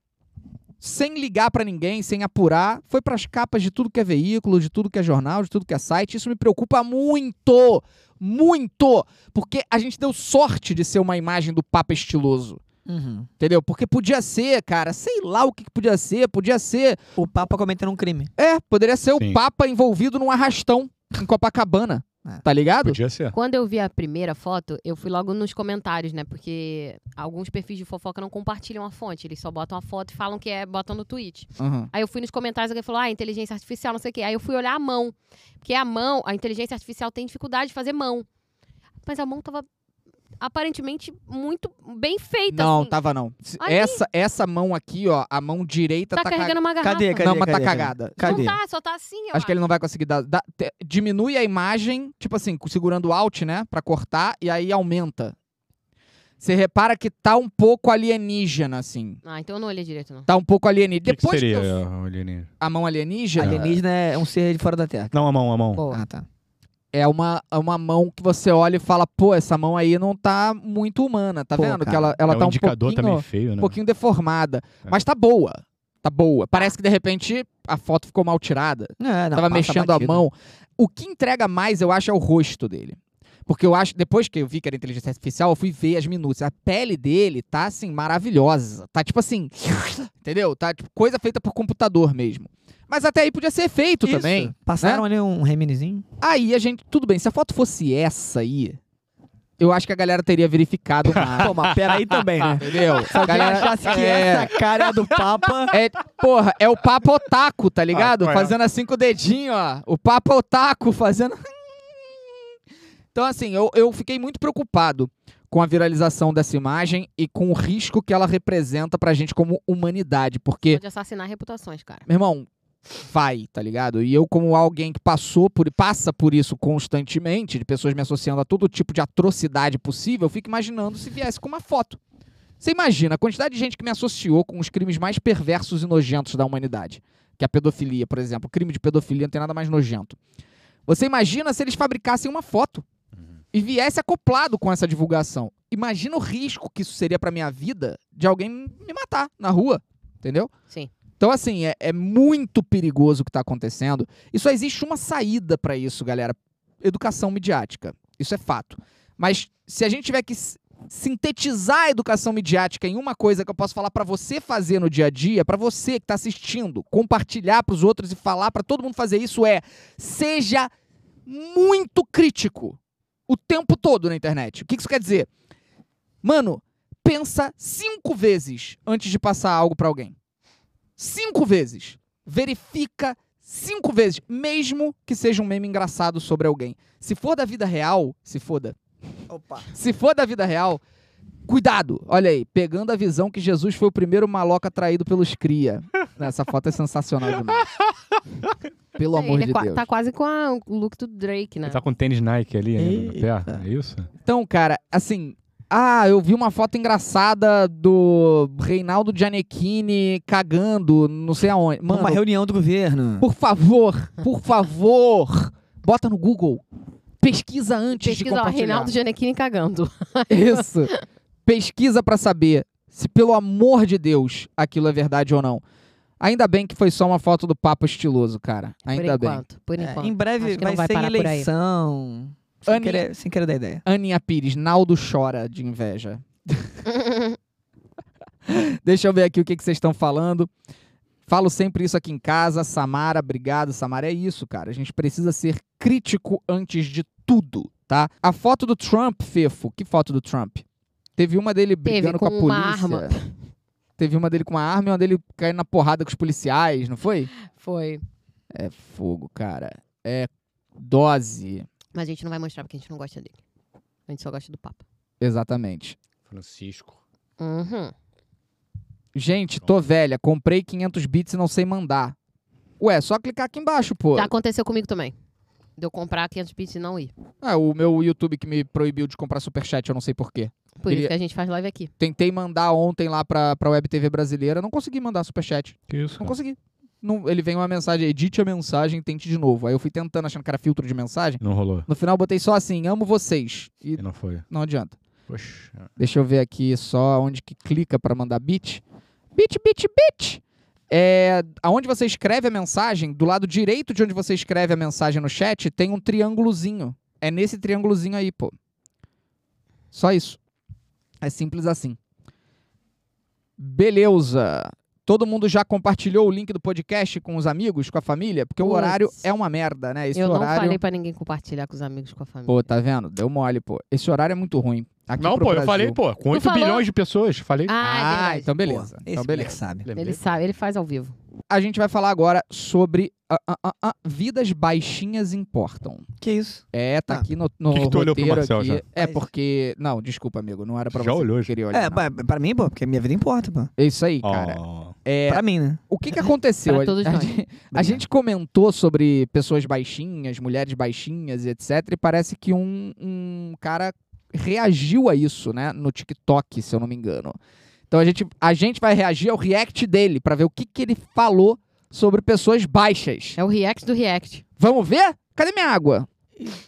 S5: Sem ligar pra ninguém, sem apurar, foi pras capas de tudo que é veículo, de tudo que é jornal, de tudo que é site. Isso me preocupa muito, muito, porque a gente deu sorte de ser uma imagem do Papa estiloso,
S2: Uhum.
S5: entendeu? Porque podia ser, cara, sei lá o que, que podia ser, podia ser,
S2: O Papa cometendo um crime.
S5: é, poderia ser o
S4: Sim.
S5: Papa envolvido num arrastão em Copacabana,
S2: É.
S5: tá ligado?
S4: Podia ser.
S1: Quando eu vi a primeira foto, eu fui logo nos comentários, né? Porque alguns perfis de fofoca não compartilham a fonte. Eles só botam a foto e falam que é, botam no tweet.
S5: Uhum.
S1: Aí eu fui nos comentários, alguém falou, ah, inteligência artificial, não sei o quê. Aí eu fui olhar a mão. Porque a mão, a inteligência artificial tem dificuldade de fazer mão. Mas a mão tava aparentemente muito bem feita.
S5: Não, tá,
S1: assim.
S5: tava não. Se-
S1: Olha aí.
S5: Essa, essa mão aqui, ó, a mão direita
S1: Tá,
S5: tá,
S1: carregando uma garrafa.
S2: Cadê,
S5: ca-
S2: cadê?
S5: Não, mas tá
S2: cadê?
S5: cagada.
S2: Cadê?
S1: Não tá, só tá assim, eu
S5: Acho que ele não vai conseguir dar. dá- te- diminui a imagem, tipo assim, segurando o Alt, né? Pra cortar, e aí aumenta. Você repara que tá um pouco alienígena, assim.
S1: Ah, então eu não olhei direito, não.
S5: Tá um pouco alienígena.
S4: O que, que
S5: Depois
S4: seria,
S5: que eu-
S4: Aline?
S5: a mão alienígena,
S2: Alienígena é um ser de fora da Terra.
S4: Não, a mão, a mão.
S1: Boa.
S2: Ah, tá.
S5: é uma, é uma mão que você olha e fala, pô, essa mão aí não tá muito humana, tá
S2: Pô,
S5: vendo? Que
S2: cara,
S5: ela, ela
S4: é
S5: tá
S4: um
S5: um
S4: indicador
S5: pouquinho,
S4: também feio,
S5: um
S4: né?
S5: pouquinho deformada.
S4: É.
S5: Mas tá boa. Tá boa. Parece que de repente a foto ficou mal tirada.
S2: É, não,
S5: tava
S2: passa
S5: mexendo a
S2: batido.
S5: mão. O que entrega mais, eu acho, é o rosto dele. Porque eu acho, depois que eu vi que era inteligência artificial, eu fui ver as minúcias. A pele dele tá, assim, maravilhosa. Tá, tipo assim, entendeu? Tá, tipo, coisa feita por computador mesmo. Mas até aí podia ser feito
S2: Isso.
S5: também. né?
S2: Passaram ali um reminezinho.
S5: Aí a gente, tudo bem, se a foto fosse essa aí, eu acho que a galera teria verificado mais,
S2: Pô, mas peraí também, né?
S5: entendeu?
S2: Se alguém
S5: Galera-
S2: achasse que
S5: é.
S2: essa cara é a do Papa.
S5: É, porra, é o papo otaku, tá ligado?
S4: Ah, qual é?
S5: fazendo assim com o dedinho, ó. O papo otaku fazendo. Então, assim, eu, eu fiquei muito preocupado com a viralização dessa imagem e com o risco que ela representa pra gente como humanidade. Porque,
S1: Pode assassinar reputações, cara.
S5: meu irmão, vai, tá ligado? E eu, como alguém que passou por passa por isso constantemente, de pessoas me associando a todo tipo de atrocidade possível, eu fico imaginando se viesse com uma foto. Você imagina a quantidade de gente que me associou com os crimes mais perversos e nojentos da humanidade. Que é a pedofilia, por exemplo. O crime de pedofilia não tem nada mais nojento. Você imagina se eles fabricassem uma foto e viesse acoplado com essa divulgação. Imagina o risco que isso seria pra minha vida de alguém me matar na rua, entendeu?
S1: Sim.
S5: Então, assim, é, é muito perigoso o que tá acontecendo. E só existe uma saída pra isso, galera. Educação midiática. Isso é fato. Mas se a gente tiver que s- sintetizar a educação midiática em uma coisa que eu posso falar pra você fazer no dia a dia, pra você que tá assistindo, compartilhar pros outros e falar pra todo mundo fazer isso é seja muito crítico o tempo todo na internet. O que que isso quer dizer? Mano, pensa cinco vezes antes de passar algo pra alguém. Cinco vezes. Verifica cinco vezes, mesmo que seja um meme engraçado sobre alguém. Se for da vida real, se foda.
S2: Opa.
S5: Se for da vida real, cuidado. Olha aí, pegando a visão que Jesus foi o primeiro maloca traído pelos cria. Essa foto é sensacional demais. Pelo amor
S1: Ele é
S5: de
S1: qua-
S5: Deus.
S1: Tá quase com a- o look do Drake, né?
S4: Ele tá com tênis Nike ali ainda
S2: Eita.
S4: no pé, é isso?
S5: Então, cara, assim. Ah, eu vi uma foto engraçada do Reinaldo Gianecchini cagando, não sei aonde. Mano,
S2: Uma reunião do governo.
S5: por favor, por favor, bota no Google. Pesquisa antes de
S1: Pesquisa, ó,
S5: compartilhar.
S1: Reinaldo Gianecchini cagando.
S5: Isso. Pesquisa pra saber se, pelo amor de Deus, aquilo é verdade ou não. Ainda bem que foi só uma foto do Papa estiloso, cara.
S1: por
S5: Ainda bem.
S1: enquanto, por
S2: É,
S1: enquanto.
S2: em breve
S1: Acho que não
S2: vai,
S1: vai
S2: ser
S1: parar por aí.
S2: eleição. Sem
S5: Ani-
S2: querer, sem querer dar ideia.
S5: Aninha Pires, Naldo chora de inveja. Deixa eu ver aqui o que que vocês estão falando. Falo sempre isso aqui em casa. Samara, obrigado. Samara, é isso, cara. A gente precisa ser crítico antes de tudo, tá? A foto do Trump, Fefo. Que foto do Trump? Teve uma dele
S1: Teve,
S5: brigando com, a
S1: com
S5: polícia.
S1: uma arma.
S5: Teve uma dele com uma arma e uma dele caindo na porrada com os policiais, não foi?
S1: Foi.
S5: É fogo, cara. É dose.
S1: Mas a gente não vai mostrar porque a gente não gosta dele. A gente só gosta do Papa.
S5: Exatamente.
S4: Francisco.
S1: Uhum.
S5: Gente, tô velha, comprei 500 bits e não sei mandar. Ué, só clicar aqui embaixo, pô.
S1: Já aconteceu comigo também. De eu comprar 500 bits e não ir.
S5: Ah, o meu YouTube que me proibiu de comprar superchat, eu não sei porquê.
S1: Por
S5: Ele- é
S1: isso que a gente faz live aqui.
S5: Tentei mandar ontem lá pra, pra Web TV brasileira, não consegui mandar superchat.
S4: Que isso?
S5: Não
S4: cara?
S5: consegui. Não- ele vem uma mensagem, edite a mensagem e tente de novo. Aí eu fui tentando, achando que era filtro de mensagem.
S4: Não rolou.
S5: No final eu botei só assim, amo vocês. E
S4: E não foi.
S5: não adianta.
S4: Poxa.
S5: Deixa eu ver aqui só onde que clica pra mandar bit. Bit, bit, bit. É, aonde você escreve a mensagem, do lado direito de onde você escreve a mensagem no chat, tem um triângulozinho. É nesse triângulozinho aí, pô. Só isso. É simples assim. Beleza. Todo mundo já compartilhou o link do podcast com os amigos, com a família? Porque o
S1: Puts.
S5: horário é uma merda, né? Esse
S1: eu
S5: horário.
S1: não falei pra ninguém compartilhar com os amigos, com a família.
S5: Pô, tá vendo? Deu mole, pô. Esse horário é muito ruim. Aqui
S4: não,
S5: pro
S4: pô, eu
S5: Brasil.
S4: falei, pô, com 8
S1: falou?
S4: bilhões de pessoas. Falei.
S1: Ah, é
S5: Ah,
S1: verdade.
S5: então beleza.
S2: Pô, esse
S5: então beleza.
S2: moleque sabe.
S1: Ele sabe, ele faz ao vivo.
S5: A gente vai falar agora sobre ah, ah, ah, ah, vidas baixinhas importam.
S2: Que isso?
S5: É, tá
S2: Ah.
S5: aqui no, no
S4: Que que tu olhou pro
S5: roteiro
S4: Marcel
S5: aqui.
S4: já?
S5: É
S2: Mas-
S5: porque não, desculpa amigo, não era pra
S4: Já
S5: você
S4: olhou,
S5: que
S4: já.
S5: queria olhar.
S2: É,
S5: não.
S2: pra, pra mim, pô, porque minha vida importa, pô.
S5: É isso aí,
S4: Oh.
S5: cara. É,
S2: Pra mim, né?
S5: o que que aconteceu?
S1: Pra todos
S5: a,
S1: nós.
S5: gente, a gente comentou sobre pessoas baixinhas, mulheres baixinhas, e etc. E parece que um, um cara reagiu a isso, né? No TikTok, se eu não me engano. Então a gente, a gente vai reagir ao react dele pra ver o que, que ele falou sobre pessoas baixas.
S1: É o react do react.
S5: Vamos ver? Cadê minha água?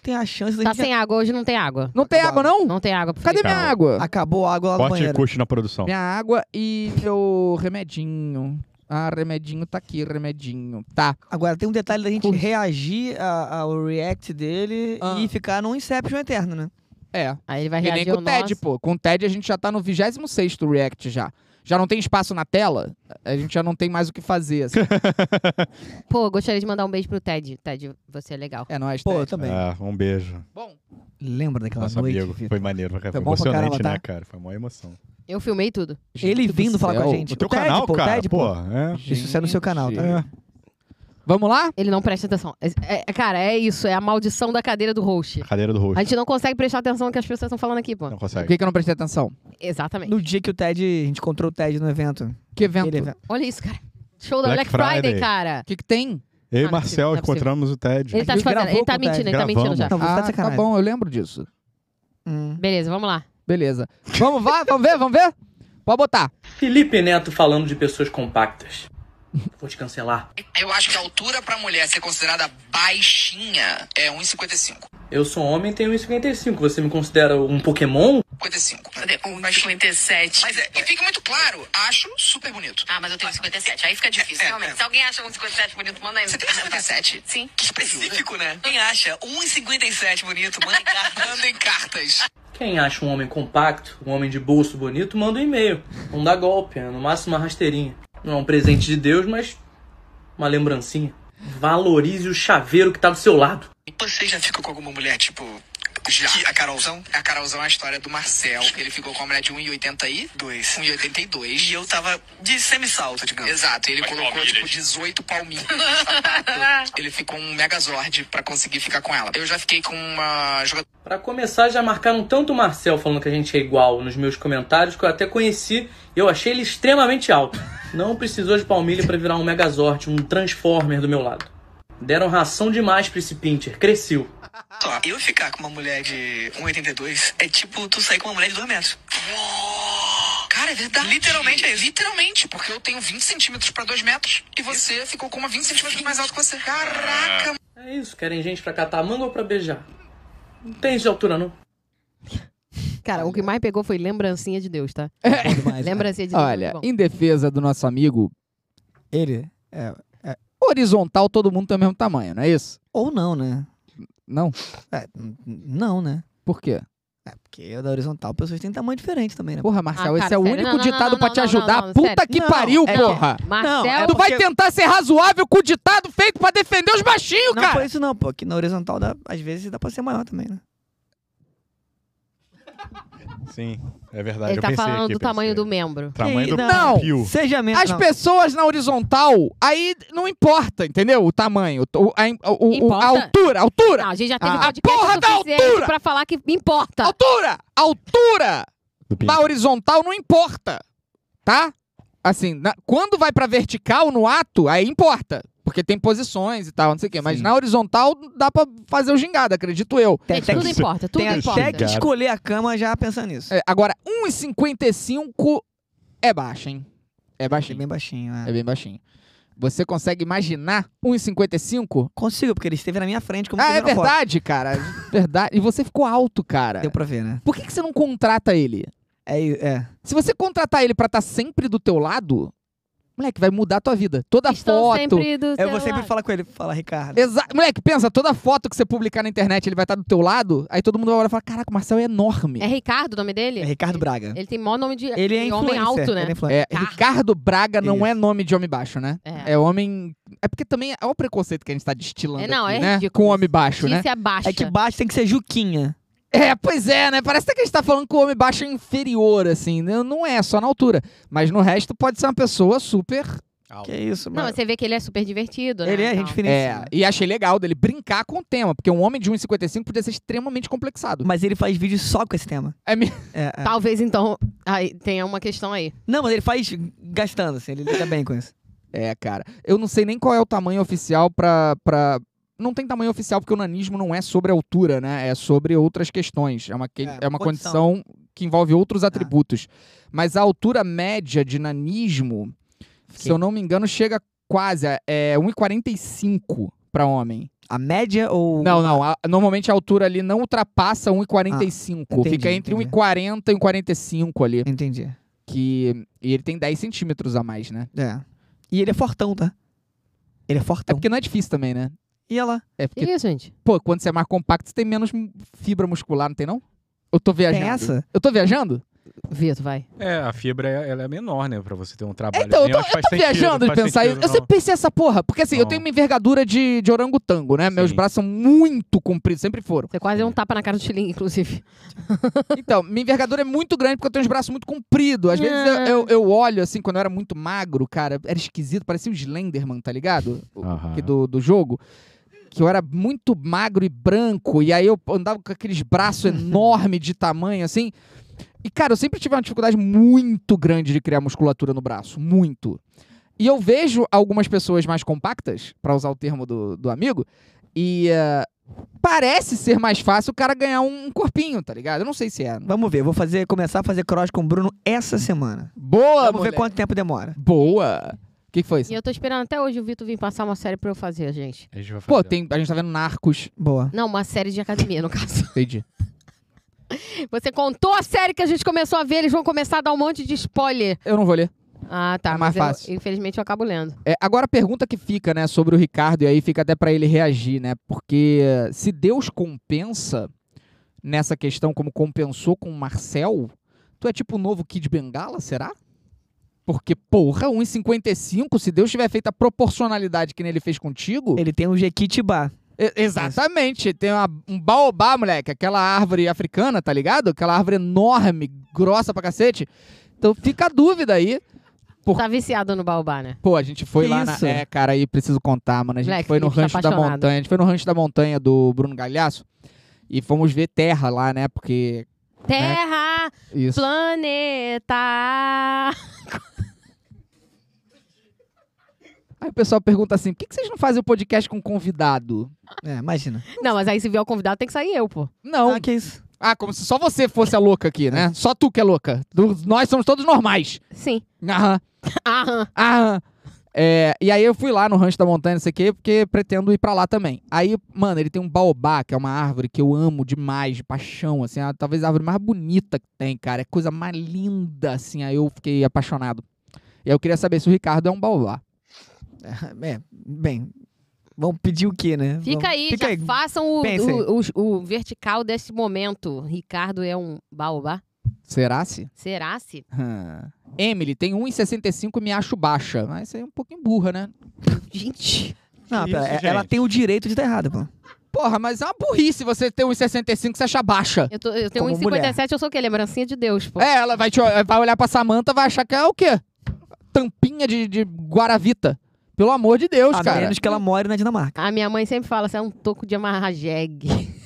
S2: Tem a chance da
S1: Tá
S2: gente.
S1: sem água, hoje não tem água.
S5: Não tem água, não?
S1: Não tem água. pro
S5: Cadê
S1: Felipe.
S5: minha
S4: Acabou.
S5: água?
S2: Acabou a água lá no
S4: Corte e
S2: banheiro.
S4: custo na produção.
S5: Minha água e meu remedinho. Ah, remedinho tá aqui, remedinho. Tá.
S2: Agora, tem um detalhe da gente
S5: Curte.
S2: reagir a- ao react dele
S5: Ah.
S2: e ficar num Inception eterno, né?
S5: É.
S1: Aí ele vai
S5: E nem
S1: reagir
S5: com
S1: ao
S5: o TED,
S1: nosso.
S5: pô. Com o TED a gente já tá no 26 do React já. Já não tem espaço na tela, a gente já não tem mais o que fazer. assim.
S1: Pô, gostaria de mandar um beijo pro Ted. Ted, você é legal.
S5: É nóis,
S2: Pô, eu
S5: TED.
S2: também.
S4: Ah, um beijo.
S5: Bom,
S2: Lembra daquela
S4: Nosso
S2: noite?
S4: amigo.
S2: Vitor?
S4: Foi maneiro. Foi,
S2: Foi bom pra
S4: emocionante,
S2: caramba, tá?
S4: né, cara? Foi uma emoção.
S1: Eu filmei tudo.
S2: Ele
S5: do
S2: vindo falar com a
S5: céu.
S2: gente.
S4: O teu
S2: Ted,
S4: canal,
S2: pô,
S4: cara,
S2: Ted,
S4: pô.
S2: pô.
S4: É.
S2: Isso sai no seu canal, tá?
S5: Gente. Vamos lá?
S1: Ele não presta atenção. É- é- cara, é isso. É a maldição da cadeira do host.
S4: A cadeira do
S1: A
S4: rosto.
S1: gente não consegue prestar atenção no que as pessoas estão falando aqui, pô.
S4: Não
S5: Por
S4: consegue.
S5: que, que eu não prestei atenção?
S1: Exatamente.
S2: No dia que o Ted, a gente encontrou o Ted no evento.
S5: Que evento?
S2: Ele-
S5: O
S1: Olha isso, cara. Show da
S4: Black
S1: Black, Friday,
S4: Friday.
S1: cara.
S5: que, que tem?
S4: Eu
S1: Ah,
S4: e Marcel
S1: não é possível.
S4: encontramos o Ted.
S1: Ele tá te
S2: Ele
S1: fazendo.
S2: gravou
S1: Ele tá
S2: com o Ted.
S1: mentindo, ele tá mentindo já.
S2: Não, você tá de
S5: Ah, tá
S2: sacanagem.
S5: bom, eu lembro disso.
S2: Hum.
S1: Beleza, vamos lá.
S5: Beleza. Vamos lá? Vamos ver? Vamos ver? Pode botar.
S6: Felipe Neto falando de pessoas compactas. Vou te cancelar.
S7: Eu acho que a altura pra mulher ser considerada baixinha é 1,55.
S6: Eu sou homem e tenho 1,55. Você me considera um Pokémon?
S7: 55. Cadê? 1,57. Mas é, e fica muito claro, acho super bonito. Ah, mas eu tenho 57. Aí fica difícil, realmente. Se alguém acha 1,57 bonito, manda aí. Você tem um 57? Sim. Que específico, né? Quem acha 1,57 bonito, manda em cartas. manda em cartas.
S6: Quem acha um homem compacto, um homem de bolso bonito, manda um e-mail. Não dá golpe, é no máximo uma rasteirinha. Não é um presente de Deus, mas uma lembrancinha. Valorize o chaveiro que tá do seu lado.
S7: Você já ficou com alguma mulher, tipo... Já. a Carolzão? A Carolzão é a história do Marcel. Ele ficou com uma mulher de 1,82. 1,82. E eu tava de semissalto, digamos. Exato. Ele colocou, tipo, 18 palminhas no sapato. Ele ficou um megazord pra conseguir ficar com ela. Eu já fiquei com uma jogadora
S6: Pra começar, já marcaram tanto o Marcel falando que a gente é igual nos meus comentários que eu até conheci e eu achei ele extremamente alto. Não precisou de palmilha pra virar um Megazord, um Transformer do meu lado. Deram ração demais pra esse Pinter, cresceu.
S7: só. Eu ficar com uma mulher de 1,82 é tipo tu sair com uma mulher de 2 metros. Cara, é verdade. Literalmente é isso. Literalmente, porque eu tenho 20 centímetros pra 2 metros e você ficou com uma 20 centímetros mais alto que você. Caraca,
S6: É isso, querem gente pra catar manga ou pra beijar? Não tem isso de altura, não.
S1: Cara, o que mais pegou foi lembrancinha de Deus, tá?
S2: Bom demais, né?
S1: Lembrancinha de Deus.
S5: é.
S1: é
S5: Olha,
S1: muito bom.
S5: em defesa do nosso amigo,
S2: Ele? É.
S5: horizontal todo mundo tem o mesmo tamanho, não é isso?
S2: Ou não, né?
S5: Não?
S2: É, n- n- não, né?
S5: Por quê?
S2: É porque da horizontal pessoas têm tamanho diferente também, né?
S5: Porra, Marcel,
S1: Ah,
S5: esse
S1: cara,
S5: é o
S1: sério.
S5: único
S1: Não, não,
S5: ditado
S1: não,
S5: pra te
S1: não, não,
S5: ajudar.
S1: não,
S5: Puta
S1: sério.
S5: que
S2: Não,
S5: pariu,
S2: é-
S5: porra!
S1: Marcel,
S2: Não, é
S5: Tu vai
S2: porque-
S5: tentar ser razoável com o ditado feito pra defender os baixinhos,
S2: Não
S5: cara!
S2: foi isso não, pô. Que na horizontal, dá, às vezes, dá pra ser maior também, né?
S4: Sim, é verdade.
S1: ele
S4: eu
S1: tá
S4: pensei
S1: falando
S4: aqui,
S1: do tamanho
S4: pensei.
S1: do membro.
S4: Tamanho do
S2: Não.
S4: pio.
S2: Seja mesmo.
S5: As
S2: não.
S5: pessoas na horizontal, aí não importa, entendeu? O tamanho, o- a, o- o- a
S1: Importa?
S5: altura, altura,
S1: Não, a gente já teve
S5: Ah,
S1: podcast
S5: a porra da
S1: suficiente
S5: altura!
S1: pra falar que importa.
S5: altura, altura
S4: do pio.
S5: na horizontal não importa, tá? Assim, na- quando vai pra vertical no ato, aí importa, porque tem posições e tal, não sei o quê. Mas
S4: Sim.
S5: na horizontal dá pra fazer o gingado, acredito eu.
S1: Gente, tudo
S4: tem-
S1: importa, tudo
S2: Tem até
S1: importa.
S2: que escolher a cama já pensando nisso.
S5: É, agora, 1,55 é baixo, hein? É
S2: Achei
S5: baixinho.
S2: bem baixinho,
S5: É
S2: né?
S5: bem baixinho. Você consegue imaginar 1,55?
S2: Consigo, porque ele esteve na minha frente como
S5: Ah,
S2: se
S5: é
S2: eu não fosse.
S5: verdade, cara. Verdade. E você ficou alto, cara.
S2: Deu pra ver, né?
S5: Por que, que você não contrata ele?
S2: É, é.
S5: Se você contratar ele pra estar sempre do teu lado, moleque, vai mudar a tua vida. Toda
S1: Estou
S5: foto.
S1: sempre do
S2: Eu
S1: seu
S2: vou sempre
S1: lado.
S2: falar com ele. Fala, Ricardo.
S5: Exa- Moleque, pensa, toda foto que você publicar na internet, ele vai estar do teu lado, aí todo mundo vai olhar e falar: Caraca, o Marcel é enorme.
S1: É Ricardo o nome dele?
S2: É Ricardo Braga.
S1: Ele tem mó nome de
S2: Ele é
S1: de homem
S2: influencer.
S1: alto, né?
S2: Ele é influencer.
S5: É, Ricardo Braga não
S2: Isso.
S5: é nome de homem baixo, né?
S1: É.
S5: É homem. É porque também é o preconceito que a gente tá destilando.
S1: É, não,
S5: aqui,
S1: é
S5: né?
S1: ridículo.
S5: Com homem baixo, né?
S1: Notícia baixa.
S2: É que baixo tem que ser Juquinha.
S5: É, pois é, né? Parece até que a gente tá falando que o homem baixo é inferior, assim. né? Não é, só na altura. Mas no resto pode ser uma pessoa super.
S2: Que isso,
S1: Não,
S2: mano.
S1: você vê que ele é super divertido, né?
S2: Ele é
S1: Então.
S2: gente finíssima.
S5: É, e achei legal dele brincar com o tema, porque um homem de 1,55 podia ser extremamente complexado.
S2: Mas ele faz vídeo só com esse tema.
S5: É me-
S2: É, é.
S1: Talvez então aí, tenha uma questão aí.
S2: Não, mas ele faz gastando, assim. Ele lida bem com isso.
S5: É, cara. Eu não sei nem qual é o tamanho oficial pra. pra... Não tem tamanho oficial, porque o nanismo não é sobre altura, né? É sobre outras questões. É uma, que-
S2: É,
S5: é uma
S2: condição. Ah.
S5: condição. que envolve outros atributos. Mas a altura média de nanismo, se
S2: Fiquei.
S5: eu não me engano, chega quase. a- É 1,45 pra homem.
S2: A média ou...
S5: Não, não. a- normalmente a altura ali não ultrapassa 1,45.
S2: Ah, entendi,
S5: Fica entre
S2: entendi.
S5: 1,40 e 1,45 ali.
S2: Entendi.
S5: Que, e ele tem 10 centímetros a mais, né?
S2: É. E ele é fortão, tá? Ele é
S5: É
S2: fortão.
S5: porque não é difícil também, né?
S2: E ela.
S5: É
S1: Que
S5: porque,
S1: isso, gente?
S5: pô, quando você é mais compacto, você tem menos mu- fibra muscular, não tem não? Eu tô viajando.
S2: Tem essa?
S5: Eu tô viajando?
S1: Vitor, vai.
S4: É, a fibra é- ela é menor, né? Pra você ter um trabalho.
S5: Então,
S4: assim,
S5: eu tô,
S4: acho que
S5: eu
S4: faz
S5: tô
S4: sentido,
S5: viajando de
S4: faz
S5: pensar
S4: sentido,
S5: isso. Eu
S4: não.
S5: sempre pensei essa porra. Porque assim, eu
S4: Não.
S5: tenho uma envergadura de, de orangotango, né? Meus
S4: Sim.
S5: braços são muito compridos, sempre foram.
S1: Você quase deu um tapa na cara do Tilinho, inclusive.
S5: Então, minha envergadura é muito grande porque eu tenho os braços muito compridos. Às vezes eu,
S2: É.
S5: eu, eu olho, assim, quando eu era muito magro, cara, era esquisito, parecia o Slenderman, tá ligado? O-
S4: Aham.
S5: que do, do jogo. Que eu era muito magro e branco, e aí eu andava com aqueles braços enormes de tamanho, assim. E, cara, eu sempre tive uma dificuldade muito grande de criar musculatura no braço. Muito. E eu vejo algumas pessoas mais compactas, pra usar o termo do, do amigo, e eh, parece ser mais fácil o cara ganhar um corpinho, tá ligado? Eu não sei se é.
S2: Vamos ver, vou fazer, começar a fazer cross com o Bruno essa semana.
S5: Boa,
S2: Vamos ver
S5: moleque.
S2: quanto tempo demora.
S5: Boa. O que, que foi
S1: E
S5: isso?
S1: eu tô esperando até hoje o Vitor vir passar uma série pra eu fazer, gente.
S4: A gente vai
S5: Pô,
S4: fazer.
S5: tem, a gente tá vendo Narcos.
S2: Boa.
S1: Não, uma série de academia, no caso.
S5: Entendi.
S1: Você contou a série que a gente começou a ver, eles vão começar a dar um monte de spoiler.
S5: Eu não vou ler.
S1: Ah, tá.
S5: É mais
S1: mas eu-
S5: fácil.
S1: infelizmente eu acabo lendo.
S5: É, agora a pergunta que fica, né, sobre o Ricardo, e aí fica até pra ele reagir, né? Porque eh, se Deus compensa nessa questão, como compensou com o Marcel, tu é tipo o novo Kid Bengala, será? Porque, porra, 1,55, se Deus tiver feito a proporcionalidade que nem ele fez contigo.
S2: Ele tem um Jequitibá.
S5: E- Exatamente. Tem uma- um baobá, moleque. Aquela árvore africana, tá ligado? Aquela árvore enorme, grossa pra cacete. Então fica a dúvida aí. Por-
S1: Tá viciado no Baobá, né?
S5: Pô, a gente foi
S2: Que
S5: lá
S2: isso?
S5: na... É, cara, aí preciso contar, mano. A gente
S1: Moleque,
S5: foi no
S1: Felipe tá
S5: rancho da
S1: apaixonado.
S5: montanha. A gente foi no rancho da montanha do Bruno Galhaço. E fomos ver terra lá, né? Porque...
S1: Terra,
S5: Isso.
S1: planeta.
S5: Aí o pessoal pergunta assim, por que, que vocês não fazem o podcast com um convidado?
S2: É, imagina.
S1: Não, mas aí se vier o convidado, tem que sair eu, pô.
S5: Não.
S2: Ah, que isso.
S5: Ah, como se só você fosse a louca aqui, né? Só tu que é louca. Tu- Nós somos todos normais.
S1: Sim.
S5: Aham.
S1: Aham.
S5: Ah, é, e aí eu fui lá no Rancho da Montanha, não sei o quê, porque pretendo ir pra lá também. Aí, mano, ele tem um baobá, que é uma árvore que eu amo demais, de paixão, assim, a- talvez a árvore mais bonita que tem, cara. É coisa mais linda, assim, aí eu fiquei apaixonado. E aí eu queria saber se o Ricardo é um baobá.
S2: É, bem. Vamos pedir o quê, né? Vamos-
S1: Fica aí,
S2: Fica
S1: já
S2: aí.
S1: façam o,
S2: Pensem.
S1: o, o- o vertical desse momento. Ricardo é um baobá?
S5: Será se?
S1: Será-se?
S5: Hum. Emily tem 1,65 e me acho baixa. Mas isso aí é um pouquinho burra, né?
S1: Gente.
S2: Não,
S4: Que
S2: pera,
S4: isso,
S2: é- ela
S4: gente?
S2: tem o direito de estar errada, pô.
S5: Porra, mas é uma burrice você ter 1,65 e se achar baixa.
S1: Eu, tô, eu tenho
S2: Como
S1: 1,57, eu sou o quê? Lembrancinha de Deus, pô.
S5: É, ela vai, te, ol- vai olhar pra Samanta vai achar que é o quê? Tampinha de, de Guaravita. Pelo amor de Deus,
S2: A
S5: cara.
S2: menos que ela more na Dinamarca.
S1: A minha mãe sempre fala, você é um toco de amarrar jegue.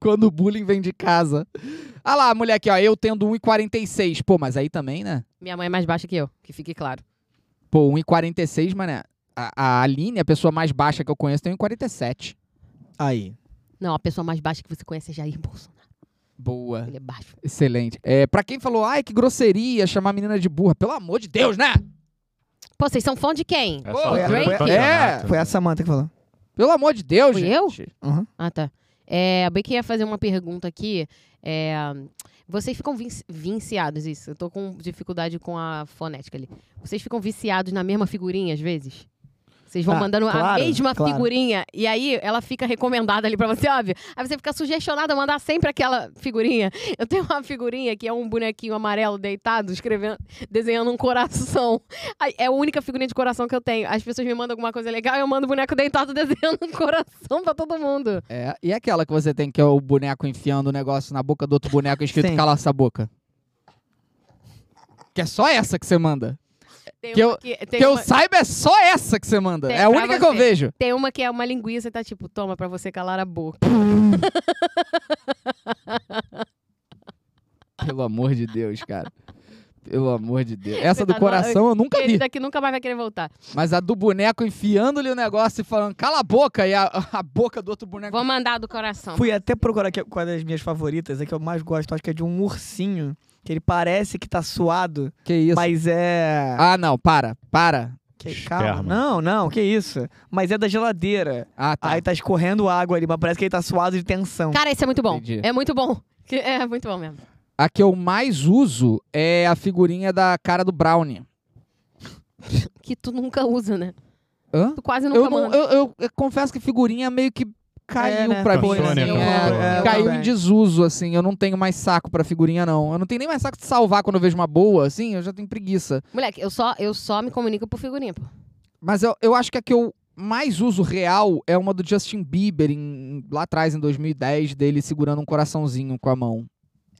S5: Quando o bullying vem de casa. Ah lá, moleque, ó, eu tendo 1,46. Pô, mas aí também, né?
S1: Minha mãe é mais baixa que eu, que fique claro.
S5: Pô, 1,46, mané. A, a Aline, a pessoa mais baixa que eu conheço, tem 1,47.
S2: Aí.
S1: Não, a pessoa mais baixa que você conhece é Jair Bolsonaro.
S5: Boa.
S1: Ele é baixo.
S5: Excelente. É, pra quem falou, ai, que grosseria chamar a menina de burra. Pelo amor de Deus, né?
S1: Pô, vocês são fã de quem?
S4: Essa
S5: Pô,
S4: altura do
S1: Drake?
S4: campeonato,
S2: Foi
S4: né?
S2: a Samanta que falou.
S5: Pelo amor de Deus,
S1: Fui
S5: gente.
S1: eu?
S2: Uhum.
S1: Ah, tá. É, a Becky ia fazer uma pergunta aqui. É, vocês ficam vinci- viciados, isso. Eu tô com dificuldade com a fonética ali. Vocês ficam viciados na mesma figurinha, às vezes? Vocês vão
S2: Ah,
S1: mandando a
S2: claro,
S1: mesma
S2: claro.
S1: figurinha e aí ela fica recomendada ali pra você, óbvio. Aí você fica sugestionada a mandar sempre aquela figurinha. Eu tenho uma figurinha que é um bonequinho amarelo deitado, escrevendo, desenhando um coração. Ai, É a única figurinha de coração que eu tenho. As pessoas me mandam alguma coisa legal, eu mando o boneco deitado desenhando um coração pra todo mundo.
S5: É, e aquela que você tem que é o boneco enfiando o negócio na boca do outro boneco escrito
S2: Sim.
S5: cala essa boca? Que é só essa que você manda.
S1: Tem
S5: Que
S1: uma
S5: eu-
S1: que, tem
S5: que
S1: uma,
S5: eu saiba, é só essa que você manda.
S1: Tem
S5: é a
S1: pra
S5: única que eu
S1: você.
S5: vejo.
S1: tem uma que é uma linguiça e tá tipo, toma pra você calar a boca.
S5: Pelo amor de Deus, cara. Pelo amor de Deus. Essa do
S1: Coitado,
S5: coração eu nunca
S1: tá Ele
S5: vi.
S1: daqui nunca mais vai querer voltar.
S5: Mas a do boneco enfiando-lhe o negócio e falando cala a boca e a, a boca do outro boneco.
S1: Vou mandar do coração.
S2: Fui até procurar aqui qual é das minhas favoritas, a que eu mais gosto, acho que é de um ursinho, que ele parece que tá suado,
S5: Que isso?
S2: mas é.
S5: Ah, não, para, para.
S2: Que,
S4: Esperma.
S2: calma. Não, não, que isso. Mas é da geladeira.
S5: Ah, tá.
S2: Aí tá escorrendo água ali, mas parece que ele tá suado de tensão.
S1: Cara, esse é muito bom.
S5: Entendi.
S1: É muito bom. Que- É muito bom mesmo.
S5: A que eu mais uso é a figurinha da cara do Brownie.
S1: que tu nunca usa, né?
S5: Hã?
S1: Tu quase nunca
S5: Eu, não,
S1: manda.
S5: eu, eu- eu confesso que figurinha meio que caiu
S2: né?
S5: pra mim.
S2: Foi,
S5: assim,
S4: né?
S5: eu-
S4: É,
S2: eu
S5: caiu
S2: também.
S5: em desuso, assim. Eu não tenho mais saco pra figurinha, não. Eu não tenho nem mais saco de salvar quando eu vejo uma boa, assim. Eu já tenho preguiça.
S1: Moleque, eu só, eu só me comunico por figurinha, pô.
S5: Mas eu, eu acho que a que eu mais uso real é uma do Justin Bieber, em- lá atrás, em 2010, dele segurando um coraçãozinho com a mão.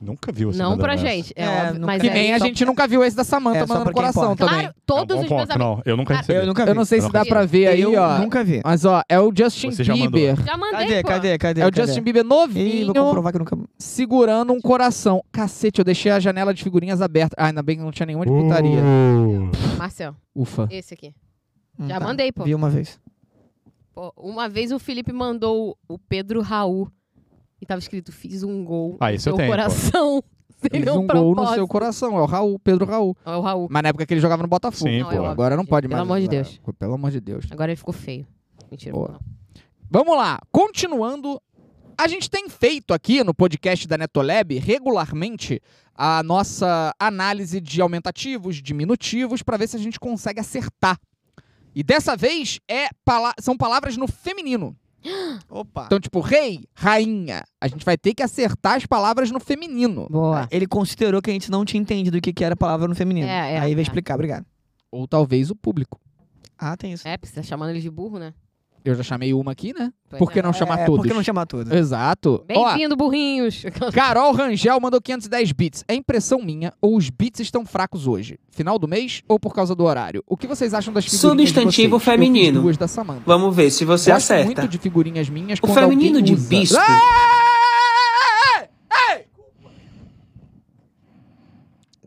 S4: Nunca viu essa
S1: não
S4: merda
S1: pra
S4: dessa.
S1: gente. É,
S2: É,
S1: óbvio,
S2: não-
S1: mas
S5: Que
S1: é
S5: nem a
S1: só-
S5: gente nunca viu esse da Samanta
S2: É, só
S5: mandando
S2: pra quem
S5: coração
S2: importa.
S5: também. Tá
S1: Claro, todos
S4: é um bom
S1: os meus
S4: ponto.
S1: amigos.
S4: Não, eu nunca
S1: Ah,
S4: recebi.
S2: Eu nunca vi.
S5: Eu não sei se dá pra ver aí,
S2: Eu
S5: ó.
S2: nunca vi.
S5: Mas, ó, é o Justin
S4: Você já mandou.
S5: Bieber.
S1: Já mandei,
S2: Cadê,
S1: pô.
S2: cadê, cadê?
S5: É o
S2: cadê?
S5: Justin Bieber
S2: Ih, vou
S5: novinho,
S2: comprovar que eu nunca.
S5: segurando um coração. Cacete, eu deixei a janela de figurinhas aberta. Ah, ainda bem que não tinha nenhuma de putaria.
S4: Uh.
S1: Marcel,
S5: Ufa.
S1: esse aqui.
S2: Hum,
S1: Já
S2: tá.
S1: mandei, pô.
S2: Vi uma vez.
S1: Pô, Uma vez o Felipe mandou o Pedro Raul e tava escrito: fiz um gol.
S4: Ah,
S1: no
S4: isso eu
S1: seu
S4: tenho, pô.
S1: coração. Sem
S5: Fez
S1: nenhum
S5: um gol no
S1: propósito.
S5: seu coração. É o Raul, Pedro Raul.
S1: É o Raul.
S5: Mas na época que ele jogava no Botafogo.
S4: Sim,
S1: Não,
S4: pô.
S1: eu-
S5: Agora não pode
S1: Pelo
S5: mais.
S1: amor de
S5: usar.
S1: Deus.
S5: Pelo amor de Deus.
S1: Agora ele ficou feio. Mentira.
S5: Boa.
S1: não.
S5: Vamos lá, continuando. A gente tem feito aqui no podcast da Netolab regularmente a nossa análise de aumentativos, diminutivos, para ver se a gente consegue acertar. E dessa vez é pala- são palavras no feminino.
S2: Opa.
S5: Então, tipo, rei, rainha. A gente vai ter que acertar as palavras no feminino.
S1: Boa.
S2: Ele considerou que a gente não tinha entendido o que, que era a palavra no feminino.
S1: É, é,
S2: Aí
S1: é.
S2: vai explicar, obrigado.
S5: Ou talvez o público.
S2: Ah, tem isso.
S1: É, porque você tá chamando ele de burro, né?
S5: Eu já chamei uma aqui, né?
S1: Pois
S5: Por que
S1: é.
S5: não chamar
S2: é,
S5: todos?
S2: Por que não chamar todos?
S5: Exato. Ó,
S1: Bem-vindo, burrinhos.
S5: Carol Rangel mandou 510 bits. É impressão minha ou os bits estão fracos hoje? Final do mês ou por causa do horário? O que vocês acham das figurinhas
S6: Substantivo
S5: de vocês? Eu
S6: feminino.
S5: fiz duas da Samanta.
S6: Vamos ver se você
S5: Gosto
S6: acerta.
S5: muito de figurinhas minhas
S6: O
S5: quando
S6: feminino
S5: alguém
S6: de
S5: usa.
S6: bispo.
S5: Ah!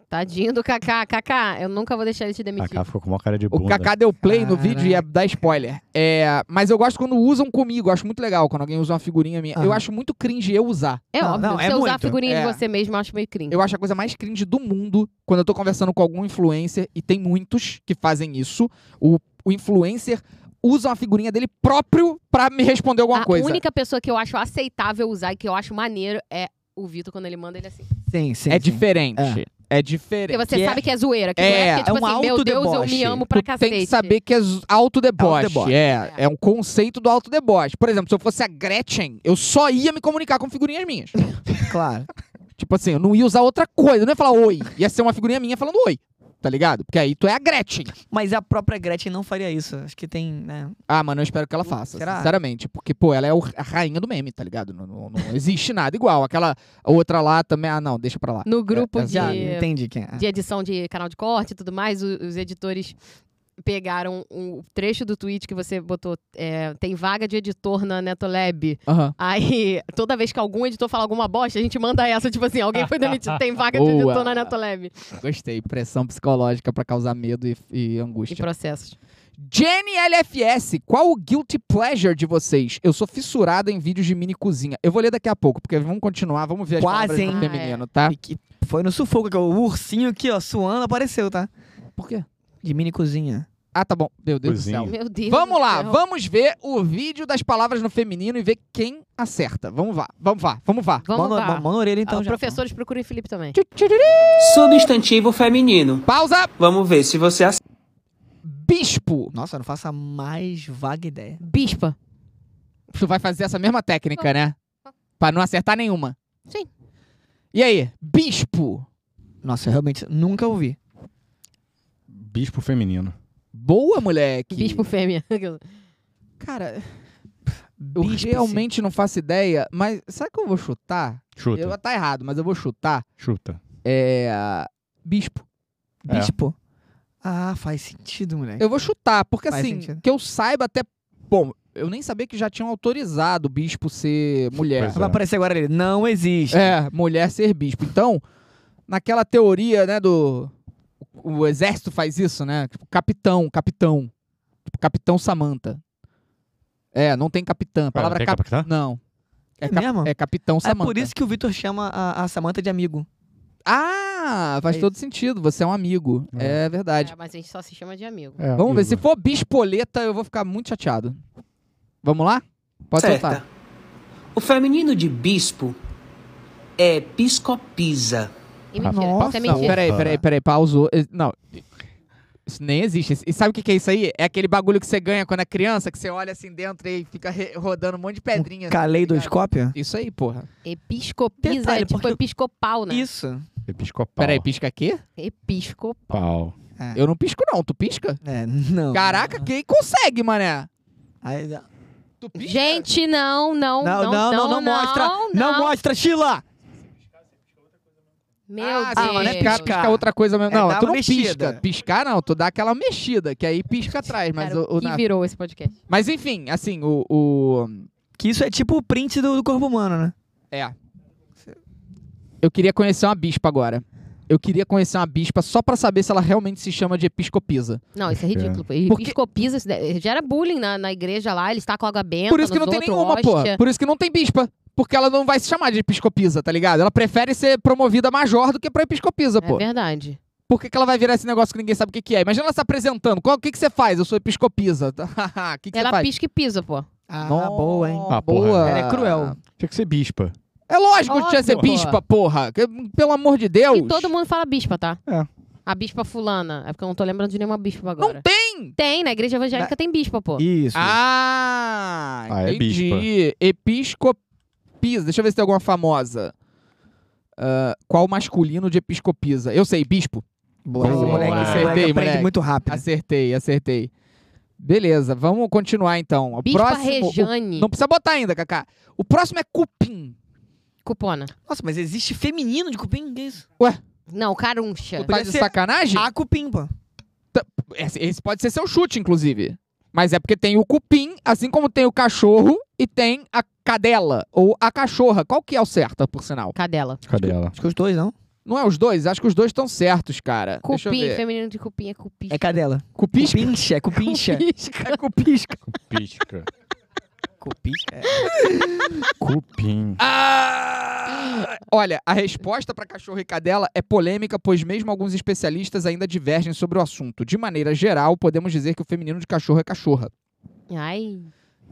S1: Tadinho do Kaká. Kaká, eu nunca vou deixar ele te
S4: A
S1: demitir.
S4: cara ficou com uma cara de
S5: O
S4: bunda.
S5: Kaká deu play no
S2: Caraca.
S5: vídeo e ia dar spoiler. É, mas eu gosto quando usam comigo. Acho muito legal quando alguém usa uma figurinha minha. Eu
S2: Aham.
S5: acho muito cringe eu usar.
S1: É
S2: Não,
S1: óbvio.
S2: não,
S1: Se
S2: é
S1: eu usar a
S2: muito.
S1: figurinha de
S5: É.
S1: você mesmo, eu acho meio cringe.
S5: Eu acho a coisa mais cringe do mundo quando eu tô conversando com algum influencer, e tem muitos que fazem isso. O, o influencer usa uma figurinha dele próprio pra me responder alguma
S1: a
S5: coisa.
S1: única pessoa que eu acho aceitável usar e que eu acho maneiro é o Vitor quando ele manda ele assim.
S2: Sim, sim.
S5: é
S2: sim.
S5: diferente. É, diferente.
S1: Porque você
S5: é-
S1: sabe que é zoeira. Que
S5: é,
S1: não é, porque, tipo
S2: é um
S1: assim, meu Deus, eu
S2: autodeboche.
S1: me amo pra
S5: Tu
S1: cacete.
S5: tem que saber que é z- autodeboche.
S2: Autodeboche.
S5: É, é um conceito do autodeboche. Por exemplo, se eu fosse a Gretchen, eu só ia me comunicar com figurinhas minhas.
S2: Claro.
S5: tipo assim, eu não ia usar outra coisa. Eu não ia falar oi. Ia ser uma figurinha minha falando oi. Tá ligado? Porque aí tu é a Gretchen.
S2: Mas a própria Gretchen não faria isso. Acho que tem, né?
S5: Ah, mano, eu espero que ela faça,
S2: Será?
S5: sinceramente. Porque, pô, ela é o- a rainha do meme, tá ligado? Não, não- não existe nada igual. Aquela outra lá também. Ah, não, deixa pra lá.
S1: No grupo
S5: É, é
S1: de,
S2: Já, entendi quem é.
S1: de edição de canal de corte e tudo mais, o- os editores pegaram um trecho do tweet que você botou. é, tem vaga de editor na Netolab.
S5: Aham.
S1: Aí, toda vez que algum editor fala alguma bosta, a gente manda essa, tipo assim, alguém foi demitido, tem vaga de
S5: Boa.
S1: editor na Netolab.
S5: Gostei. Pressão psicológica pra causar medo e, e
S1: E
S5: angústia.
S1: processos.
S5: Jenny LFS, qual o guilty pleasure de vocês? Eu sou fissurada em vídeos de mini cozinha. Eu vou ler daqui a pouco, porque vamos continuar, vamos ver as
S2: Quase,
S5: palavras do
S2: hein?
S1: Ah, é.
S5: feminino, tá?
S2: E que foi no sufoco que o ursinho aqui, ó, suando, apareceu, tá?
S5: Por quê?
S2: De mini cozinha.
S5: Ah, tá bom. Meu Deus
S4: Cozinha.
S5: do céu.
S1: Meu Deus.
S5: Vamos
S1: do
S5: lá,
S1: céu.
S5: vamos ver o vídeo das palavras no feminino e ver quem acerta. Vamos lá, vamos lá, vamos lá.
S1: Vamos
S2: mão,
S1: lá.
S2: na- mão na orelha, então,
S1: Ah,
S2: já.
S1: professores procurem Felipe também.
S6: Substantivo feminino.
S5: Pausa!
S6: Vamos ver se você acerta.
S5: Bispo!
S2: Nossa, eu não faço a mais vaga ideia.
S1: Bispa.
S5: Tu vai fazer essa mesma técnica, né? Pra não acertar nenhuma.
S1: Sim.
S5: E aí? Bispo!
S2: Nossa, eu realmente nunca ouvi.
S4: Bispo feminino.
S5: Boa, moleque!
S1: Bispo fêmea.
S5: Cara, eu
S2: Bíspice.
S5: realmente não faço ideia, mas sabe o que eu vou chutar?
S4: Chuta.
S5: Eu, tá errado, mas eu vou chutar.
S4: Chuta.
S5: É. Bispo.
S4: É.
S2: Bispo? Ah, faz sentido, moleque.
S5: Eu vou chutar, porque
S2: Faz
S5: assim,
S2: sentido.
S5: que eu saiba até. Bom, eu nem sabia que já tinham autorizado o bispo ser mulher.
S4: Pois
S2: Vai aparecer agora ele. Não existe.
S5: É, mulher ser bispo. Então, naquela teoria, né, do. O exército faz isso, né? Tipo, capitão, capitão. Tipo, capitão Samanta. É, não tem capitã. A
S4: Ué, não
S5: palavra
S4: tem
S5: cap...
S4: capitã?
S5: Não. É,
S2: É
S5: cap-
S2: mesmo?
S5: é capitão
S2: É
S5: Samanta.
S2: por isso que o Vitor chama a, a Samanta de amigo.
S5: Ah, faz
S2: É
S5: todo sentido. Você é um amigo. É, verdade.
S1: É, mas a gente só se chama de amigo.
S4: É,
S5: Vamos ver. Se
S4: amigo.
S5: for bispoleta, eu vou ficar muito chateado. Vamos lá? Pode soltar.
S6: O feminino de bispo é piscopisa.
S1: E mentira. Isso
S2: nossa,
S1: é
S5: Não,
S1: mentira.
S5: peraí, peraí, peraí. Pausou. Eh, Não. Isso nem existe. E sabe o que, que é isso aí? É aquele bagulho que você ganha quando é criança, que você olha assim dentro e fica re- rodando um monte de pedrinha. assim, tá ligado?
S2: Caleidoscópio?
S5: Isso aí, porra.
S1: Episcopisa
S2: Detalhe,
S1: é tipo
S2: porque-
S1: episcopal, né?
S2: Isso.
S4: Episcopal.
S5: Peraí, pisca quê?
S1: Episcopal.
S4: Pau.
S5: Eu não pisco, não. Tu pisca?
S2: É, não.
S5: Caraca, quem consegue, mané?
S2: Aí- não,
S5: Tu pisca?
S1: Gente, não, não,
S2: não, não, não, mostra. Não, mostra, Sheila!
S1: Meu
S5: ah,
S1: Deus.
S2: mas
S5: sim,
S2: não é
S5: piscar,
S2: piscar.
S5: piscar outra coisa mesmo.
S2: É
S5: Não,
S2: dar
S5: tu
S2: uma
S5: não
S2: mexida.
S5: pisca. Piscar não, tu dá aquela mexida, que aí pisca atrás. Mas,
S1: Cara,
S5: o, o
S1: que
S5: na-
S1: virou esse podcast?
S5: mas enfim, assim, o, o-
S2: Que isso é tipo o print do, do corpo humano, né?
S5: É. Eu queria conhecer uma bispa agora. Eu queria conhecer uma bispa só pra saber se ela realmente se chama de episcopisa.
S1: Não, isso é ridículo.
S5: Porque-
S1: Episcopisa isso daí- gera bullying na, na igreja lá, eles tacam água benta
S5: Por isso que
S1: nos
S5: não tem
S1: outros,
S5: nenhuma,
S1: hóstia.
S5: pô. Por isso que não tem bispa. Porque ela não vai se chamar de episcopisa, tá ligado? Ela prefere ser promovida a major do que pra episcopisa,
S1: É
S5: pô.
S1: verdade.
S5: Por que, que ela vai virar esse negócio que ninguém sabe o que, que é? Imagina ela se apresentando. Qual- O que, que você faz? Eu sou episcopisa. O que, que você
S1: Ela
S5: faz? É
S1: pisca e pisa, pô.
S2: Ah,
S5: Nossa,
S2: boa, hein?
S4: Ah, porra.
S5: Boa.
S2: Ela é cruel.
S4: Tinha que ser bispa.
S5: É lógico que tinha que ser
S1: Óbvio.
S5: bispa, porra. Que- Pelo amor de Deus.
S1: E todo mundo fala bispa, tá?
S4: É.
S1: A bispa fulana. É porque eu não tô lembrando de nenhuma bispa agora.
S5: Não tem!
S1: Tem, na igreja evangélica tem bispa, pô.
S2: Isso.
S5: Ah,
S4: Ah, é
S5: entendi. Episcopisa. Deixa eu ver se tem alguma famosa. Ah, qual o masculino de episcopisa? Eu sei, bispo.
S2: boa.
S4: Boa.
S2: Esse moleque, esse moleque
S5: Acertei,
S2: aprende
S5: moleque.
S2: muito rápido.
S5: Acertei, acertei. Beleza, vamos continuar então. O
S1: Bispa
S5: próximo, o-
S1: Rejane.
S5: não precisa botar ainda, Kaká. O próximo é cupim.
S1: Cupona.
S2: Nossa, mas existe feminino de cupim? Que isso?
S1: Não, caruncha.
S5: Tá de
S2: ser- Ah,
S5: sacanagem?
S2: A cupim, pô.
S5: Esse, esse pode ser seu chute, inclusive. Mas é porque tem o cupim, assim como tem o cachorro e tem a cadela ou a cachorra. Qual que é o certo, por sinal?
S1: Cadela.
S4: Cadê ela?
S2: Acho que os dois, não?
S5: Não é os dois? Acho que os dois estão certos, cara. Deixa eu
S1: Cupim,
S5: ver.
S1: feminino de cupim é cupim.
S2: É cadela.
S5: Cupisca?
S2: Cupincha, é cupincha.
S5: É cupisca.
S4: Pisca.
S2: Cupincha.
S4: Cupim.
S5: Ah! Olha, a resposta para cachorro e cadela é polêmica, pois mesmo alguns especialistas ainda divergem sobre o assunto. De maneira geral, podemos dizer que o feminino de cachorro é cachorra.
S1: Ai.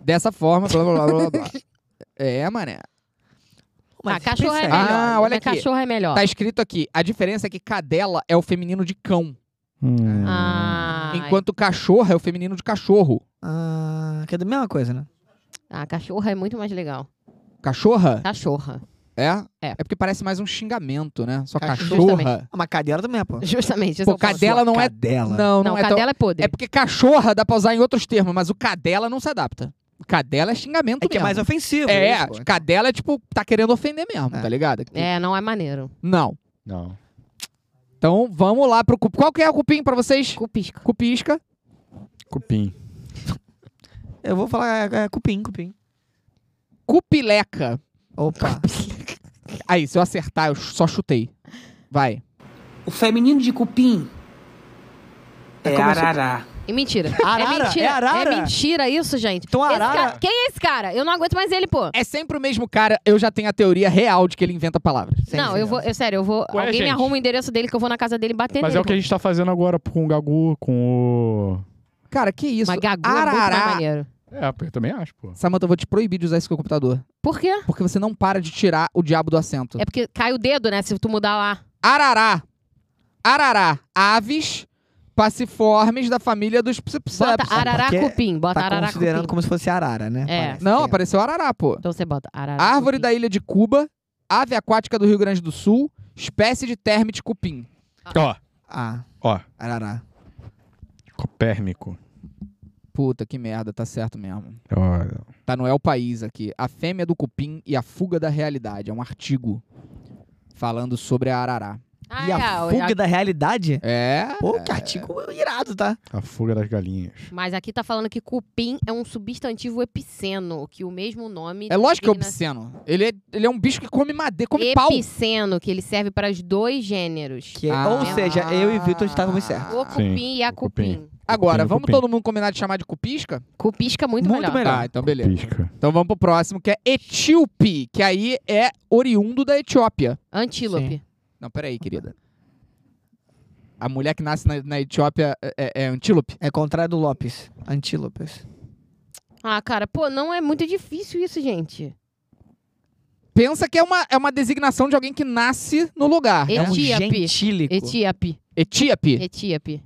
S5: Dessa forma, blá blá blá blá blá. É, mané.
S1: Ah, cachorro é
S2: percebe.
S1: melhor.
S5: Ah, olha
S1: Mas
S5: aqui.
S1: Cachorro é melhor.
S5: Tá escrito aqui. A diferença é que cadela é o feminino de cão,
S4: Hum.
S1: Ah,
S5: enquanto cachorro é o feminino de cachorro.
S2: Ah, que é da mesma coisa, né?
S1: ah, cachorra é muito mais legal.
S5: Cachorra?
S1: Cachorra.
S5: É?
S1: É.
S5: É porque parece mais um xingamento, né? Só
S2: Cachorro.
S5: cachorra.
S2: Ah, mas cadela também é, pô.
S1: Justamente. esse é
S5: Pô,
S1: o ponto.
S5: cadela não é
S2: Cadela.
S5: Não, não,
S1: Não,
S5: é tão...
S1: cadela é podre.
S5: É porque cachorra dá pra usar em outros termos, mas o cadela não se adapta. Cadela é xingamento
S2: É que é
S5: mesmo.
S2: mais ofensivo.
S5: É,
S2: isso, pô.
S5: cadela é tipo, tá querendo ofender mesmo,
S2: É.
S5: tá ligado?
S1: É, não é maneiro.
S5: Não.
S4: Não.
S5: Então vamos lá pro cupim. Qual que é o cupim pra vocês?
S1: Cupisca.
S5: Cupisca.
S4: Cupim.
S2: Eu vou falar é, é, cupim, cupim.
S5: Cupileca.
S2: Opa.
S5: Aí, se eu acertar, eu só chutei. Vai.
S8: O feminino de cupim é arará.
S1: E mentira.
S2: Arara?
S1: É mentira.
S2: É arara?
S1: É mentira isso, gente.
S2: Então,
S1: Esse
S2: arara-
S1: cara- Quem é esse cara? Eu não aguento mais ele, pô.
S5: É sempre o mesmo cara, eu já tenho a teoria real de que ele inventa palavras.
S1: não, eu vou... Eu, sério, eu vou...
S4: Ué,
S1: Alguém me
S4: é, gente.
S1: arruma o endereço dele que eu vou na casa dele bater
S4: Mas
S1: nele.
S4: é o que a gente tá fazendo agora com o Gagu, com o.
S5: Cara, que isso?
S1: Mas Gagu é muito mais
S5: arará.
S1: maneiro.
S4: É, eu também acho, pô.
S5: Samanta, eu vou te proibir de usar isso com o computador.
S1: Por quê?
S5: Porque você não para de tirar o diabo do assento.
S1: É porque cai o dedo, né? Se tu mudar lá.
S5: Arará. Arará. Aves passiformes da família dos psipsap.
S1: Bota arará
S2: porque
S1: cupim. Bota
S2: Tá
S1: arará
S2: considerando
S1: cupim.
S2: como se fosse arara, né?
S1: É.
S2: Parece
S5: Não,
S2: que
S5: apareceu arará, pô.
S1: Então você bota arará
S5: Árvore
S1: cupim.
S5: da ilha de Cuba, ave aquática do Rio Grande do Sul, espécie de termite cupim.
S4: Ó,
S2: Ah,
S4: ó.
S2: arará.
S4: Copérmico.
S5: Puta, que merda, tá certo mesmo.
S4: É, Ó,
S5: Tá no El País aqui. A fêmea do cupim e a fuga da realidade. É um artigo falando sobre a arará.
S1: Ah,
S2: e a
S1: é,
S2: fuga
S1: a-
S2: da realidade?
S5: É.
S2: Pô, que artigo irado, tá?
S4: a fuga das galinhas.
S1: Mas aqui tá falando que cupim é um substantivo epiceno, que o mesmo nome.
S5: É lógico que é
S1: designa-
S5: obsceno. Ele é, ele é um bicho que come madeira, come pau.
S1: Epiceno, que ele serve para os dois gêneros.
S2: Que é-
S5: Ah.
S2: Ou seja, eu e Vitor estávamos certos.
S1: O cupim
S4: Sim,
S1: e a
S4: o cupim.
S1: cupim.
S5: Agora,
S4: Cupim,
S5: vamos
S4: cupim.
S5: todo mundo combinar de chamar de cupisca?
S1: Cupisca é muito,
S2: Muito
S1: melhor.
S2: melhor.
S5: Tá, então beleza.
S4: Pisca.
S5: Então vamos pro próximo, que é etíope, que aí é oriundo da Etiópia.
S1: Antílope.
S5: Não, peraí, querida. A mulher que nasce na, na Etiópia é, é- é antílope?
S2: É contrário do Lopes. Antílopes.
S1: Ah, cara, pô, não é muito difícil isso, gente.
S5: Pensa que é uma, é uma designação de alguém que nasce no lugar.
S1: E-
S5: né?
S2: É um
S1: Etíope.
S2: gentílico.
S1: Etíape.
S5: Etíope.
S1: Etíape.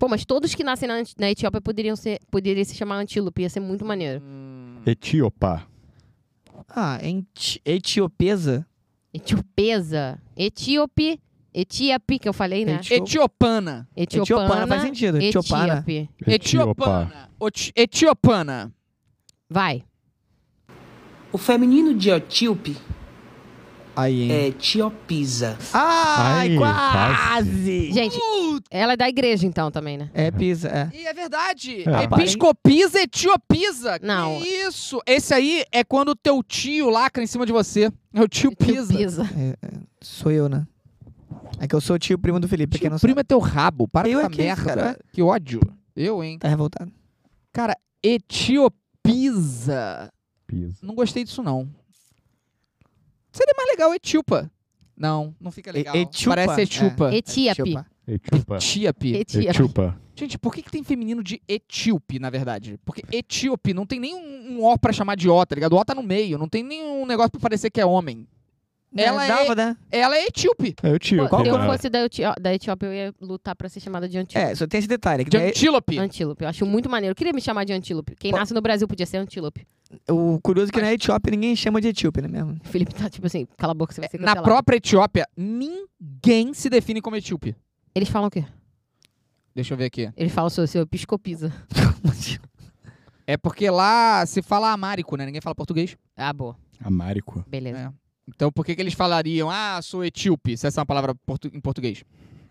S1: Pô, mas todos que nascem na, Anti- na Etiópia poderiam ser, poderia se chamar antílope, ia ser muito maneiro.
S4: Etíopa.
S2: Ah, enti- etiopesa?
S1: Etiopesa, etíope, etíape, que eu falei, né?
S2: Eti-
S5: Etiopana.
S1: Etiopana,
S2: faz sentido. Etiopana.
S1: etíope.
S5: Etiopana. Oti- Etiopana.
S1: Vai.
S8: O feminino de etíope
S2: Aí, hein?
S8: é Tiopisa.
S2: Ai,
S4: Ai,
S2: quase!
S1: Gente, ela é da igreja então também, né?
S2: É pisa, é.
S5: E é verdade.
S4: É.
S5: Episcopisa, Etiopisa.
S1: Não.
S5: Que isso. Esse aí é quando o teu tio lacra em cima de você. É o tio Pisa.
S1: Etiopesa.
S2: Sou eu, né? É que eu sou o tio primo do Felipe,
S5: Tio
S2: que não
S5: primo
S2: sabe.
S5: é teu rabo. Para
S2: Eu é
S5: com essa
S2: que isso,
S5: merda.
S2: cara.
S5: Que ódio. Eu, hein.
S2: Tá revoltado.
S5: Cara, Etiopisa.
S4: Pisa.
S5: Não gostei disso, não. Seria mais legal Etíopa. Não, não fica legal.
S2: E- Etíopa?
S5: Parece Etíopa.
S1: Etíape.
S2: Chupa.
S4: Etíopa.
S5: Etíope.
S1: Etíape.
S5: Gente, por que, que tem feminino de etíope, na verdade? Porque etíope não tem nem um, um O pra chamar de O, tá ligado? O O tá no meio, não tem nenhum negócio pra parecer que é homem. Ela é-
S2: Dava, né?
S5: Ela é etíope.
S4: É etíope.
S1: Pô, se eu
S4: né?
S1: fosse da, Etió da Etiópia, eu ia lutar pra ser chamada de antílope.
S2: É, só tem esse detalhe. Que
S5: De
S2: daí,
S5: antílope.
S1: Antílope, eu acho muito maneiro. Eu queria me chamar de antílope. Quem
S2: Pô.
S1: nasce no Brasil podia ser antílope.
S2: o curioso é que na Etiópia ninguém chama de Etíope, né mesmo?
S1: O Felipe tá tipo assim, cala a boca, você vai ser
S5: É, Na
S1: cancelado.
S5: própria Etiópia, ninguém se define como etíope.
S1: Eles falam o quê?
S5: Deixa eu ver aqui.
S1: Eles falam seu, seu episcopisa.
S5: É porque lá se fala amárico, né? Ninguém fala português.
S1: Ah, boa.
S4: Amárico.
S1: Beleza.
S5: É. Então por que, que eles falariam, ah, sou etíope, se essa é uma palavra portu- em português?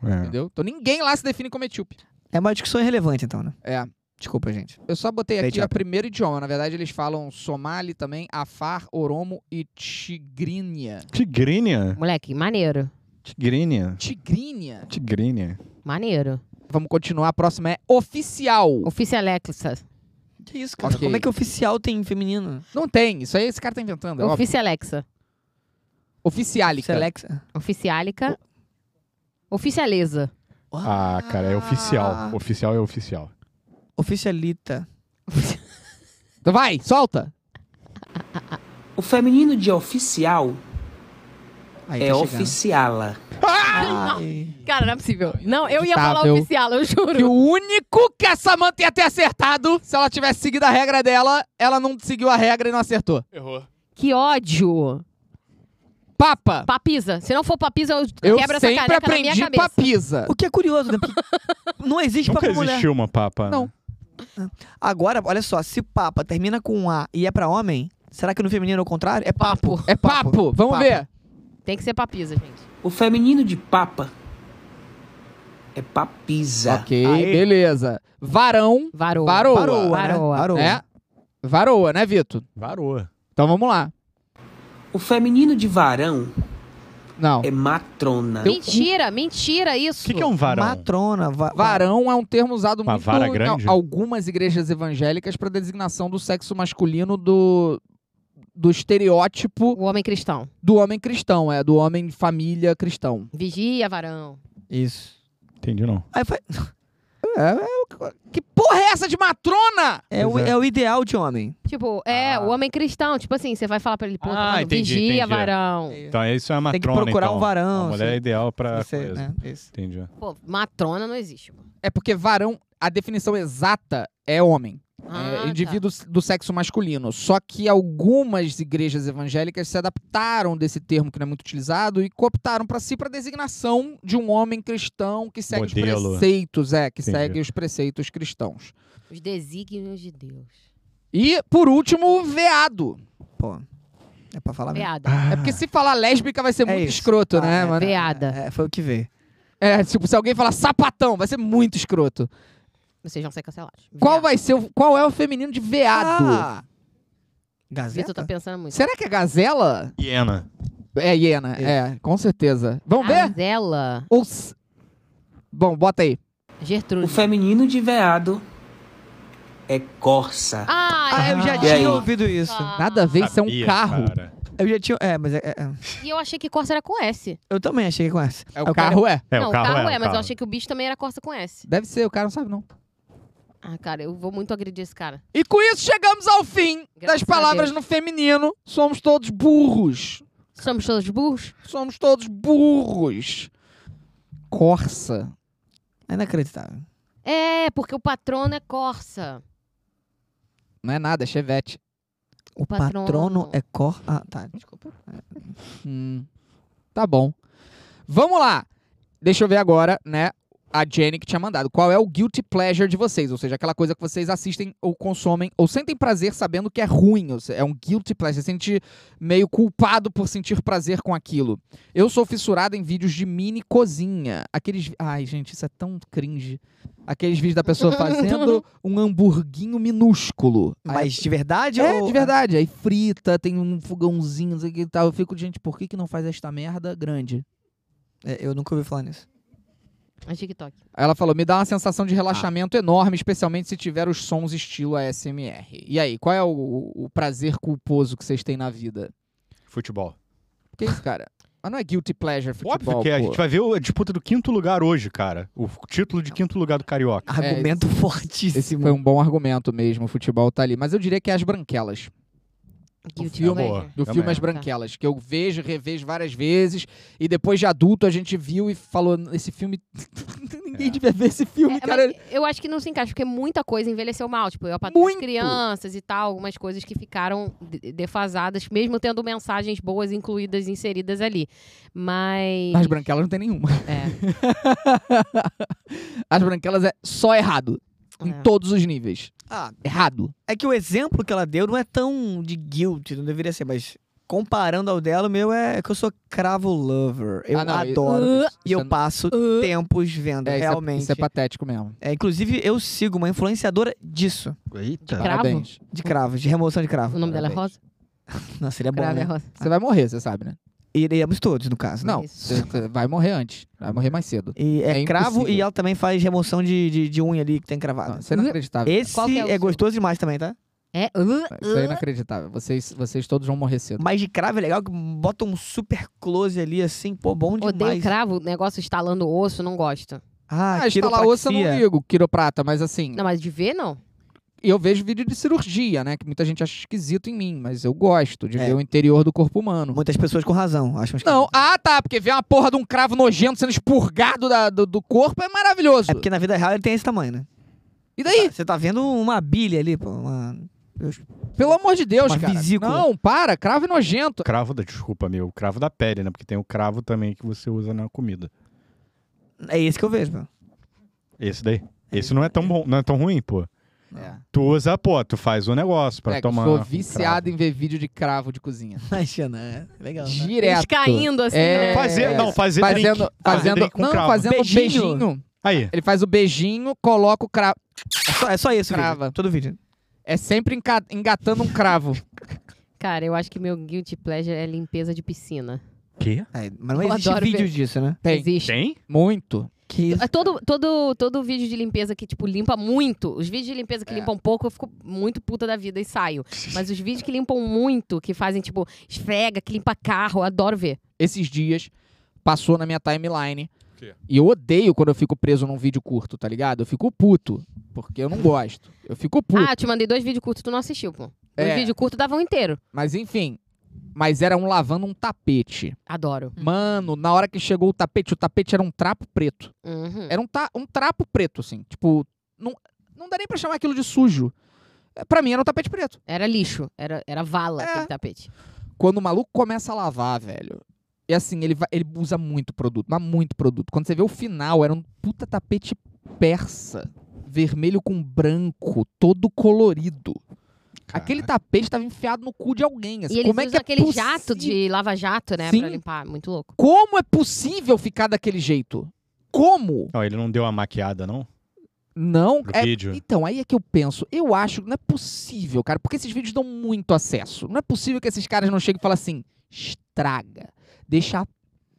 S4: É.
S5: Entendeu? Então ninguém lá se define como etíope.
S2: É uma discussão irrelevante, então, né?
S5: É.
S2: Desculpa, gente.
S5: Eu só botei aqui
S2: Etiópia.
S5: o primeiro idioma. Na verdade, eles falam Somali também, Afar, Oromo e Tigrinha.
S4: Tigrinha.
S1: Moleque, maneiro.
S4: Tigrinha.
S5: Tigrinha?
S4: Tigrinha.
S1: Maneiro.
S5: Vamos continuar. A próxima é oficial.
S1: Ofício Alexa.
S2: Que isso, cara?
S5: Ok.
S2: Como é que oficial tem feminino?
S5: Não tem. Isso aí esse cara tá inventando. É óbvio.
S1: Ofício Alexa.
S5: Oficiálica.
S2: Selexa.
S1: Oficiálica. Oficialeza.
S4: Ah, cara, é oficial. Oficial é oficial.
S2: Ah, Oficialita.
S5: Então vai, solta.
S8: O feminino de oficial
S2: Aí,
S8: é
S2: tá chegando.
S8: oficiala.
S2: Ai.
S1: Cara, não é possível. Não, eu ia falar
S5: Inacreditável.
S1: oficial, eu
S5: Que
S1: juro.
S5: o único que essa man ia ter acertado, se ela tivesse seguido a regra dela, ela não seguiu a regra e não acertou.
S4: Errou.
S1: Que ódio.
S5: Papa.
S1: Papisa. Se não for papisa, eu,
S5: Eu
S1: quebro essa
S5: sempre
S1: caneca na minha
S5: aprendi
S1: cabeça.
S5: papisa.
S2: O que é curioso, né? Porque não existe
S4: Nunca
S2: papa mulher.
S4: existiu uma papa. né?
S5: Não.
S2: Agora, olha só, se papa termina com um A e é pra homem, será que no feminino é o contrário? É papo.
S5: É papo. Vamos
S2: Papo.
S5: ver.
S1: Tem que ser papisa, gente.
S8: O feminino de papa é papisa.
S5: Ok,
S2: Aê.
S5: beleza. Varão.
S1: Varou.
S5: Varoa.
S2: Varoa,
S1: Varoa.
S2: Né? Varoa.
S5: né? Varoa, né, Vitor?
S4: Varou.
S5: Então vamos lá.
S8: O feminino de varão
S5: Não.
S8: é matrona.
S1: Mentira, mentira
S4: O
S1: isso.
S4: que, que é um varão?
S2: Matrona. va-
S5: Varão é um termo usado
S4: Uma
S5: muito
S4: vara
S5: em
S4: grande?
S5: al- algumas igrejas evangélicas para designação do sexo masculino do do estereótipo
S1: O homem cristão.
S5: do homem cristão, é do homem de família cristão.
S1: Vigia, varão.
S2: Isso.
S4: Entendi, não.
S2: Aí faz-
S5: Que porra é essa de matrona?
S2: é, o,
S4: Pois é.
S2: é o ideal de homem.
S1: Tipo, é,
S4: Ah.
S1: o homem cristão. Tipo assim, você vai falar pra ele, pô,
S4: Ah,
S1: tá falando,
S4: entendi,
S1: vigia,
S4: entendi.
S1: varão.
S4: Então isso é uma
S2: Tem que
S4: matrona,
S2: procurar
S4: então.
S2: um varão,
S4: A mulher
S2: assim.
S4: é ideal pra
S2: Você-
S4: coisa.
S2: né? Isso.
S4: Entendi.
S1: Pô, matrona não existe. Mano.
S5: É porque varão, a definição exata é homem,
S1: Ah,
S5: é
S1: tá.
S5: indivíduo do sexo masculino. Só que algumas igrejas evangélicas se adaptaram desse termo que não é muito utilizado e cooptaram para si para designação de um homem cristão que segue
S4: Modelo.
S2: né?
S5: os preceitos, é, que
S4: Entendi.
S5: segue os preceitos cristãos.
S1: Os desígnios de Deus.
S5: E, por último, veado.
S2: Pô. É pra falar mesmo.
S4: Ah.
S1: Veada.
S5: É porque se falar lésbica vai ser
S2: Ah. É
S5: muito
S2: isso.
S5: escroto,
S2: Ah,
S5: né,
S2: é.
S5: mano?
S1: Veada.
S2: É, foi o que veio.
S5: É, tipo, se alguém falar sapatão, vai ser muito escroto.
S1: Vocês vão ser cancelados.
S5: Qual vai ser o, qual é o feminino de veado?
S2: Ah!
S1: Vitor tá
S2: Gazeta?
S1: pensando muito.
S5: Será que é gazela?
S4: Hiena.
S5: É hiena, é, com certeza. Vamos
S1: Ah,
S5: ver?
S1: Gazela.
S5: Ou s- Bom, bota aí.
S8: O
S1: Gertrude.
S8: feminino de veado é corsa.
S1: Ah, Tá.
S2: Ah, eu já
S8: E aí?
S2: tinha ouvido isso.
S5: Nada a ver, isso é um
S4: Sabia,
S5: carro.
S4: cara.
S2: Eu já tinha. É, mas é, é- é.
S1: E eu achei que Corsa era com S.
S2: Eu também achei que com essa.
S5: É
S2: Aí
S5: o
S2: cara-
S5: carro, é.
S4: É,
S1: não,
S4: o carro, é, o
S1: mas eu
S4: carro.
S1: achei que o bicho também era Corsa com S.
S5: Deve ser, o cara não sabe não.
S1: Ah, cara, eu vou muito agredir esse cara.
S5: E com isso chegamos ao fim
S1: Graças
S5: das palavras
S1: a
S5: no feminino. Somos todos burros.
S1: Somos todos burros?
S5: Somos todos burros. Corsa.
S2: É inacreditável.
S1: É, porque o patrono é Corsa.
S5: Não é nada, é chevette.
S2: O
S1: patrono.
S2: patrono, é cor. Ah, tá, desculpa.
S5: Hum, tá bom. Vamos lá. Deixa eu ver agora, né? A Jenny que tinha mandado. Qual é o guilty pleasure de vocês? Ou seja, aquela coisa que vocês assistem ou consomem ou sentem prazer sabendo que é ruim. ou se- É um guilty pleasure. Você sente meio culpado por sentir prazer com aquilo. Eu sou fissurado em vídeos de mini cozinha. Aqueles. Ai, gente, isso é tão cringe. Aqueles vídeos da pessoa fazendo um hamburguinho minúsculo. Aí a
S2: Mas de verdade?
S5: é,
S2: ou...
S5: de verdade. Aí frita, tem um fogãozinho, não sei o que e tal. Eu fico, gente, por que, que não faz esta merda grande?
S2: É, eu nunca ouvi falar nisso.
S1: É TikTok.
S5: Aí ela falou, me dá uma sensação de relaxamento enorme, especialmente se tiver os sons estilo ASMR. E aí, qual é o, o prazer culposo que vocês têm na vida?
S4: Futebol.
S5: Que isso, cara? Mas não é guilty pleasure futebol,
S4: Óbvio que é. A
S5: pô.
S4: gente vai ver a disputa do quinto lugar hoje, cara. O título de quinto lugar do Carioca.
S2: Argumento fortíssimo.
S5: É, Esse foi um bom argumento mesmo, o futebol tá ali. Mas eu diria que é As Branquelas.
S1: Guilty
S4: filme,
S1: pleasure.
S5: Do
S4: Também. é.
S5: filme As Branquelas, que eu vejo, revejo várias vezes, e depois de adulto a gente viu e falou, esse filme... Ninguém
S4: É.
S5: devia ver esse filme,
S1: É,
S5: cara.
S1: mas eu acho que não se encaixa, porque muita coisa envelheceu mal. Tipo, eu patrulho
S5: Muito!
S1: das crianças e tal, algumas coisas que ficaram de- defasadas, mesmo tendo mensagens boas incluídas, inseridas ali. Mas.
S5: As branquelas não tem nenhuma.
S1: É,
S5: As branquelas é só errado. Em
S1: É.
S5: todos os níveis.
S2: Ah,
S5: Errado.
S2: é que o exemplo que ela deu não é tão de guilt, não deveria ser, mas comparando ao dela, o meu é que eu sou cravo lover. Eu
S5: Ah, não, e-
S2: adoro.
S5: Isso
S2: e eu
S5: é-
S2: passo tempos vendo,
S5: É, isso é-
S2: realmente.
S5: Isso é patético mesmo.
S2: É, inclusive, eu sigo uma influenciadora disso,
S4: Eita.
S1: Cravo?
S5: Parabéns.
S2: de cravos, de remoção de cravo.
S1: o nome dela é
S2: Parabéns.
S1: Rosa?
S2: Não, seria bom,
S1: Cravo é
S2: né?
S1: Rosa.
S5: Você vai morrer, você sabe, né?
S2: Iremos todos, no caso. né?
S5: Não,
S1: É Isso.
S5: você você vai morrer antes. Vai morrer mais cedo.
S2: E é,
S5: É
S2: cravo
S5: impossível.
S2: e ela também faz remoção de, de, de unha ali que tem
S5: Não,
S2: cravada.
S5: isso é inacreditável.
S2: Esse
S1: Qual que é o
S2: é,
S1: seu?
S2: gostoso demais também, tá?
S1: É.
S5: Isso é inacreditável. Vocês, vocês todos vão morrer cedo.
S2: Mas de cravo é legal que bota um super close ali, assim, pô, bom demais.
S1: Odeio cravo, negócio estalando o osso, não gosto.
S2: Ah,
S5: Ah, estalar osso eu não
S2: quiropraxia.
S5: ligo, quiroprata, mas assim,
S1: Não, mas de ver, não.
S5: eu vejo vídeo de cirurgia, né? Que muita gente acha esquisito em mim, mas eu gosto de
S2: É.
S5: ver o interior do corpo humano.
S2: Muitas pessoas com razão, acham que... é
S5: Não, ah tá, porque ver uma porra de um cravo nojento sendo expurgado da- do, do corpo é maravilhoso.
S2: É porque na vida real ele tem esse tamanho, né?
S5: E daí?
S2: Você tá vendo uma bilha ali, pô, uma...
S5: Pelo amor de Deus,
S2: Uma
S5: cara.
S2: vesícula.
S5: Não, para, cravo é nojento.
S4: Cravo da, desculpa, meu, cravo da pele, né? Porque tem o cravo também que você usa na comida.
S2: É esse que eu vejo, pô.
S4: Esse daí. Esse não é tão bom, não é tão ruim, pô.
S5: É.
S4: Tu usa, pô, tu faz o negócio pra
S5: É, que eu
S4: tomar.
S5: sou
S4: um
S5: viciado
S4: cravo.
S5: em ver vídeo de cravo de cozinha.
S2: Imagina, é legal, né?
S5: Direto.
S1: Eles caindo assim,
S5: É,
S1: né?
S4: Fazer, não, fazer
S5: Fazendo,
S4: drink. Fazer
S5: fazendo,
S4: drink com
S5: não,
S4: cravo.
S5: fazendo beijinho.
S2: Beijinho.
S4: Aí.
S5: Ele faz o beijinho, coloca o cravo.
S2: É só, é só isso, o
S5: Crava.
S2: vídeo. Todo vídeo.
S5: É sempre enca- engatando um cravo.
S1: Cara, eu acho que meu guilty pleasure é limpeza de piscina.
S4: Quê?
S2: É, mas não
S1: Eu
S2: existe
S1: adoro
S2: vídeo
S1: ver.
S2: disso, né?
S5: Tem.
S1: Existe.
S4: Tem?
S5: Muito.
S2: Que isso?
S1: É Todo, todo, todo vídeo de limpeza que, tipo, limpa muito. Os vídeos de limpeza que
S5: É.
S1: limpam pouco, eu fico muito puta da vida e saio. Mas os vídeos que limpam muito, que fazem, tipo, esfrega, que limpa carro, eu adoro ver.
S5: Esses dias passou na minha timeline.
S4: quê?
S5: E eu odeio quando eu fico preso num vídeo curto, tá ligado? Eu fico puto. Porque eu não gosto. Eu fico puto.
S1: Ah, te mandei dois vídeos curtos, tu não assistiu, pô. Dois
S5: É.
S1: vídeos curtos davam inteiro.
S5: Mas enfim. Mas era um lavando um tapete.
S1: Adoro.
S5: Mano, na hora que chegou o tapete, o tapete era um trapo preto.
S1: Uhum.
S5: Era um, ta- um trapo preto, assim. Tipo, não, não dá nem pra chamar aquilo de sujo. É, Pra mim era um tapete preto.
S1: Era lixo, era, era vala
S5: É.
S1: aquele tapete.
S5: Quando o maluco começa a lavar, velho. E assim, ele, vai- ele usa muito produto, mas muito produto. Quando você vê o final, era um puta tapete persa. Vermelho com branco, todo colorido. Aquele tapete tava enfiado no cu de alguém. Assim.
S1: E eles
S5: Como é
S1: usam
S5: que é
S1: aquele
S5: possi-
S1: jato de lava-jato, né?
S5: Sim.
S1: Pra limpar. Muito louco.
S5: Como é possível ficar daquele jeito? Como?
S4: Ó, ele não deu uma maquiada, não?
S5: Não,
S4: No
S5: é,
S4: vídeo.
S5: Então, aí é que eu penso, eu acho que não é possível, cara, porque esses vídeos dão muito acesso. Não é possível que esses caras não cheguem e falem assim, estraga, deixa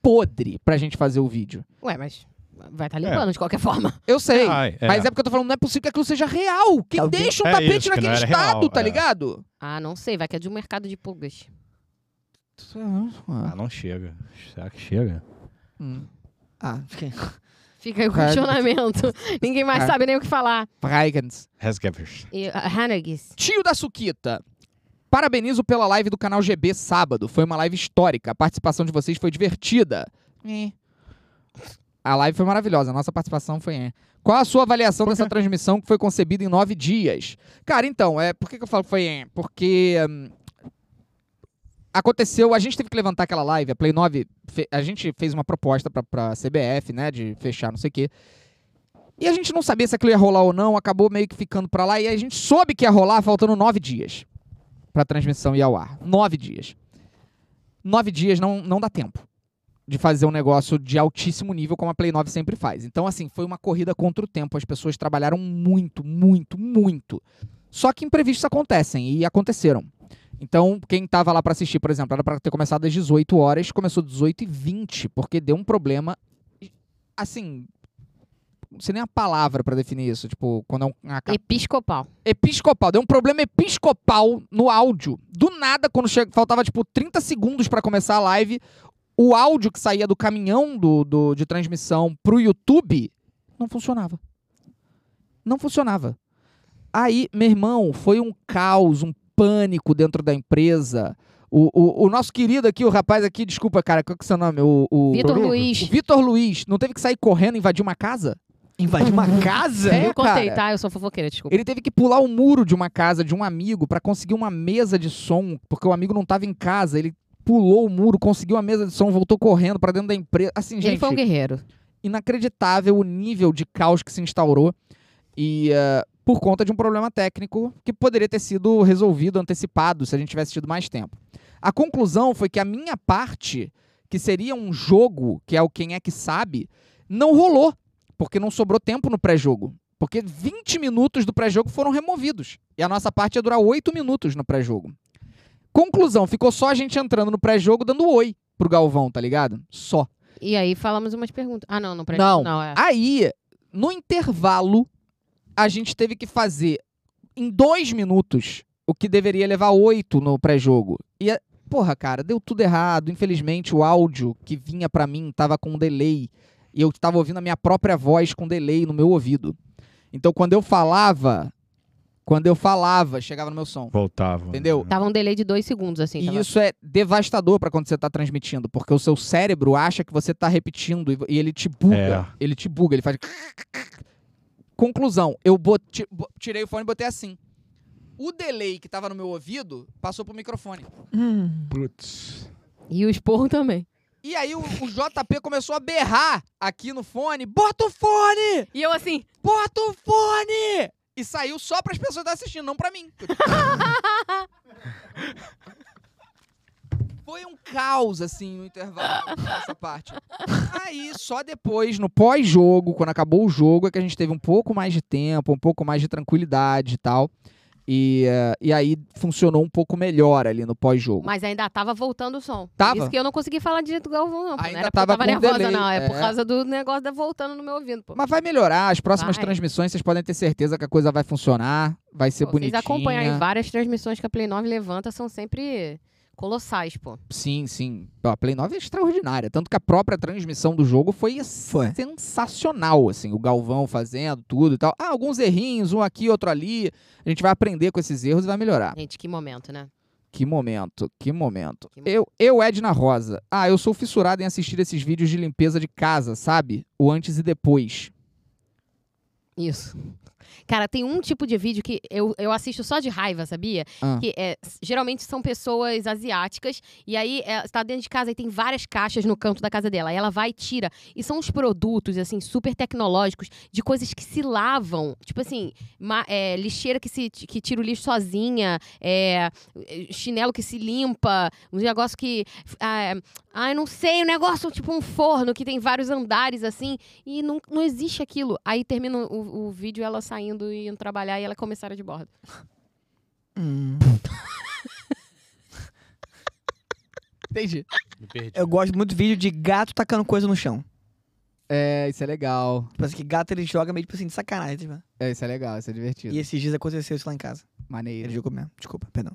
S5: podre pra gente fazer o vídeo.
S1: Ué, mas vai
S5: É.
S1: estar limpando de qualquer forma.
S5: Eu sei,
S4: Ai,
S5: mas é porque eu tô falando, não é possível que aquilo seja real. Quem
S2: Alguém-
S5: deixa um
S4: Ah, É
S5: tapete
S4: isso, que não
S5: naquele
S4: era
S5: estado,
S4: real,
S5: tá
S4: é.
S5: ligado?
S1: Ah, não sei, vai que é de um mercado de pulgas.
S4: Ah, não chega. Será que chega?
S5: Hum.
S2: Ah, fiquei...
S1: Fica aí o
S5: Cara,
S1: questionamento. Ninguém mais
S5: Cara.
S1: sabe nem o que falar.
S5: Breigans.
S4: Resgevers.
S1: E, ah, Hanegis.
S5: Tio da Suquita. Parabenizo pela live do canal GB sábado. Foi uma live histórica. A participação de vocês foi divertida. A live foi maravilhosa, a nossa participação foi. é. Qual a sua avaliação dessa transmissão que foi concebida em nove dias? Cara, então, é, por que, que eu falo que foi. é? Porque. hum, aconteceu, a gente teve que levantar aquela live, a Play 9. fe- a gente fez uma proposta pra, pra CBF, né, de fechar, não sei o quê. E a gente não sabia se aquilo ia rolar ou não, acabou meio que ficando pra lá. E a gente soube que ia rolar faltando nove dias pra transmissão ir ao ar. Nove dias. Nove dias não, não dá tempo de fazer um negócio de altíssimo nível como a Play 9 sempre faz. Então, assim, foi uma corrida contra o tempo. As pessoas trabalharam muito, muito, muito. Só que imprevistos acontecem e aconteceram. Então, quem tava lá pra assistir, por exemplo, era pra ter começado às 18 horas, começou às 18 e 20 porque deu um problema. Assim, não sei nem a palavra pra definir isso. Tipo, quando é um- uma ca-
S1: Episcopal.
S5: episcopal. Deu um problema episcopal no áudio. Do nada, quando che- faltava, tipo, 30 segundos pra começar a live, o áudio que saía do caminhão do, do- de transmissão pro YouTube não funcionava. Não funcionava. Aí, meu irmão, foi um caos, um pânico dentro da empresa. O, o- o nosso querido aqui, o rapaz aqui, desculpa, cara, qual que é o seu nome? O, o-
S1: Vitor
S4: Bruno.
S1: Luiz.
S5: o Vitor Luiz. Não teve que sair correndo e invadir uma casa?
S2: Invadir uma casa?
S5: É,
S1: eu contei,
S5: cara.
S1: tá? Eu sou fofoqueira, desculpa.
S5: Ele teve que pular o muro de uma casa de um amigo pra conseguir uma mesa de som, porque o amigo não tava em casa, ele pulou o muro, conseguiu a mesa de som, voltou correndo pra dentro da empresa. Assim,
S1: Ele
S5: gente,
S1: foi um guerreiro.
S5: inacreditável o nível de caos que se instaurou e eh, por conta de um problema técnico que poderia ter sido resolvido antecipado se a gente tivesse tido mais tempo. A conclusão foi que a minha parte, que seria um jogo, que é o quem é que sabe, não rolou, porque não sobrou tempo no pré-jogo. Porque 20 minutos do pré-jogo foram removidos. E a nossa parte ia durar 8 minutos no pré-jogo. Conclusão, ficou só a gente entrando no pré-jogo dando oi pro Galvão, tá ligado? Só.
S1: E aí falamos umas perguntas. Ah, não, não presta.
S5: Não.
S1: é.
S5: Aí, no intervalo, a gente teve que fazer em dois minutos o que deveria levar oito no pré-jogo. E, é- porra, cara, deu tudo errado. Infelizmente, o áudio que vinha pra mim tava com um delay. E eu tava ouvindo a minha própria voz com delay no meu ouvido. Então, quando eu falava, quando eu falava, chegava no meu som.
S4: Voltava.
S5: Entendeu?
S1: Tava um delay de dois segundos, assim.
S5: E
S1: tava-
S5: isso é devastador pra quando você tá transmitindo, porque o seu cérebro acha que você tá repetindo e vo- e ele te buga. Ele te buga, ele faz. Conclusão, eu bot- ti- bo- tirei o fone e botei assim. O delay que tava no meu ouvido passou pro microfone.
S2: Hum.
S4: Putz.
S1: E o esporro também.
S5: E aí o, o JP começou a berrar aqui no fone: bota o fone!
S1: E eu assim,
S5: Bota o fone! E saiu só pras pessoas que tá assistindo, não pra mim. Foi um caos, assim, no intervalo, essa parte. Aí, só depois, no pós-jogo, quando acabou o jogo, é que a gente teve um pouco mais de tempo, um pouco mais de tranquilidade e tal. E, eh, e aí funcionou um pouco melhor ali no pós-jogo.
S1: mas ainda tava voltando o som. Por
S5: Tava?
S1: Isso que eu não consegui falar direito do Galvão, não. pô.
S5: Ainda
S1: não era porque
S5: tava
S1: eu tava
S5: com
S1: nervosa,
S5: delay,
S1: não. É, por
S5: é.
S1: causa do negócio da voltando no meu ouvido, pô.
S5: Mas vai melhorar, as próximas
S1: Vai.
S5: transmissões vocês podem ter certeza que a coisa vai funcionar, vai ser
S1: Pô, Vocês
S5: bonitinha.
S1: acompanham aí várias transmissões que a Play 9 levanta, são sempre colossais, pô.
S5: Sim, sim. Ó, A Play 9 é extraordinária. Tanto que a própria transmissão do jogo foi,
S2: Foi.
S5: sensacional, assim. O Galvão fazendo tudo e tal. Ah, alguns errinhos, um aqui, outro ali. A gente vai aprender com esses erros e vai melhorar.
S1: Gente, que momento, né?
S5: Que momento, que momento.
S1: Que mo-
S5: Eu, eu, Edna Rosa. Ah, eu sou fissurado em assistir esses vídeos de limpeza de casa, sabe? O antes e depois.
S1: Isso. Cara, tem um tipo de vídeo que eu, eu assisto só de raiva, sabia?
S5: Ah.
S1: Que é, s- geralmente são pessoas asiáticas, e aí é, você tá dentro de casa e tem várias caixas no canto da casa dela. Aí ela vai e tira. E são uns produtos, assim, super tecnológicos, de coisas que se lavam. Tipo assim, ma- é, lixeira que, se, que tira o lixo sozinha, é, é, chinelo que se limpa, um negócio que. Ah, é, ah, eu não sei, um negócio tipo um forno que tem vários andares assim. E não, não existe aquilo. Aí termina o, o vídeo ela saindo e indo trabalhar e ela é comissária de bordo.
S2: Hum.
S5: Entendi.
S6: Me perdi.
S2: Eu gosto muito de vídeo de gato tacando coisa no chão.
S5: É, isso é legal.
S2: Tipo assim, que gato ele joga meio tipo assim de sacanagem. Tipo.
S5: É, isso é legal, isso é divertido.
S2: E esses dias aconteceu isso lá em casa. Ele
S5: Maneiro.
S2: jogou mesmo. Desculpa, perdão.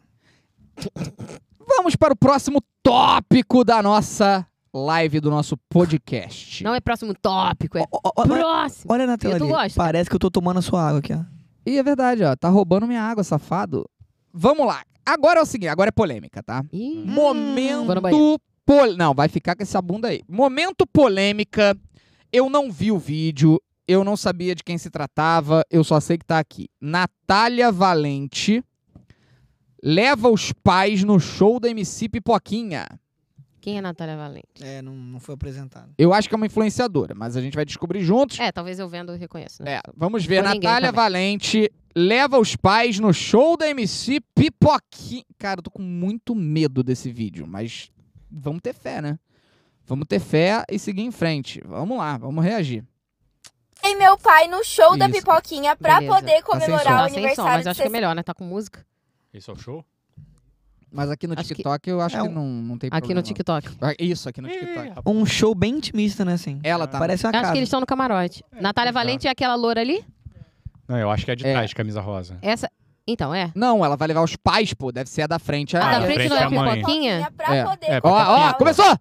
S5: Vamos para o próximo tópico da nossa live, do nosso podcast.
S1: Não é próximo tópico, é
S2: Ó, ó, ó, olha,
S1: próximo.
S2: olha na tela
S1: tu
S2: ali.
S1: gosta?
S2: Parece que eu tô né? tomando a sua água aqui, ó.
S5: E é verdade, ó. Tá roubando minha água, safado. Vamos lá. Agora é o seguinte, agora é polêmica, tá?
S1: Ih,
S5: Momento
S1: Hum, Vou no banheiro.
S5: pol... Não, vai ficar com essa bunda aí. Momento polêmica Eu não vi o vídeo, eu não sabia de quem se tratava, eu só sei que tá aqui. Natália Valente leva os pais no show da MC Pipoquinha.
S1: Quem é Natália Valente?
S2: É, não, não foi apresentado.
S5: Eu acho que é uma influenciadora, mas a gente vai descobrir juntos.
S1: É, talvez eu vendo e reconheço, né?
S5: É, vamos ver.
S1: Ou ninguém
S5: Natália
S1: também.
S5: Valente leva os pais no show da MC Pipoquinha. Cara, eu tô com muito medo desse vídeo, mas vamos ter fé, né? Vamos ter fé e seguir em frente. Vamos lá, vamos reagir.
S9: Levei meu pai no show da
S5: Isso.
S9: pipoquinha pra
S1: Beleza.
S9: poder
S5: sem som.
S9: comemorar o
S1: Tá sem som,
S9: aniversário
S1: mas
S9: de
S1: acho que é melhor, né? Tá com música.
S4: Esse é o show?
S5: Mas aqui no
S1: Acho que-
S5: TikTok eu acho
S2: É
S5: que
S2: um-
S5: não, não tem
S1: Aqui
S5: problema.
S1: no TikTok.
S5: Ah, Isso, aqui no TikTok.
S4: Ih,
S2: Um show bem intimista, né, assim?
S5: Ela tá.
S2: Parece uma
S1: Acho
S2: casa.
S1: que eles estão no camarote. Natália Valente é aquela loura ali?
S4: Não, eu acho que é de
S5: É.
S4: trás, camisa rosa.
S1: Essa. Então, é.
S5: Não, ela vai levar os pais, pô. Deve ser a da frente.
S1: A
S5: Ah,
S1: da
S4: é.
S1: frente, não
S4: Frente
S1: é
S4: à mãe.
S1: pipoquinha?
S9: pra
S5: É.
S9: poder
S4: É,
S5: Ó,
S9: comemorar
S5: ó,
S9: o
S5: começou!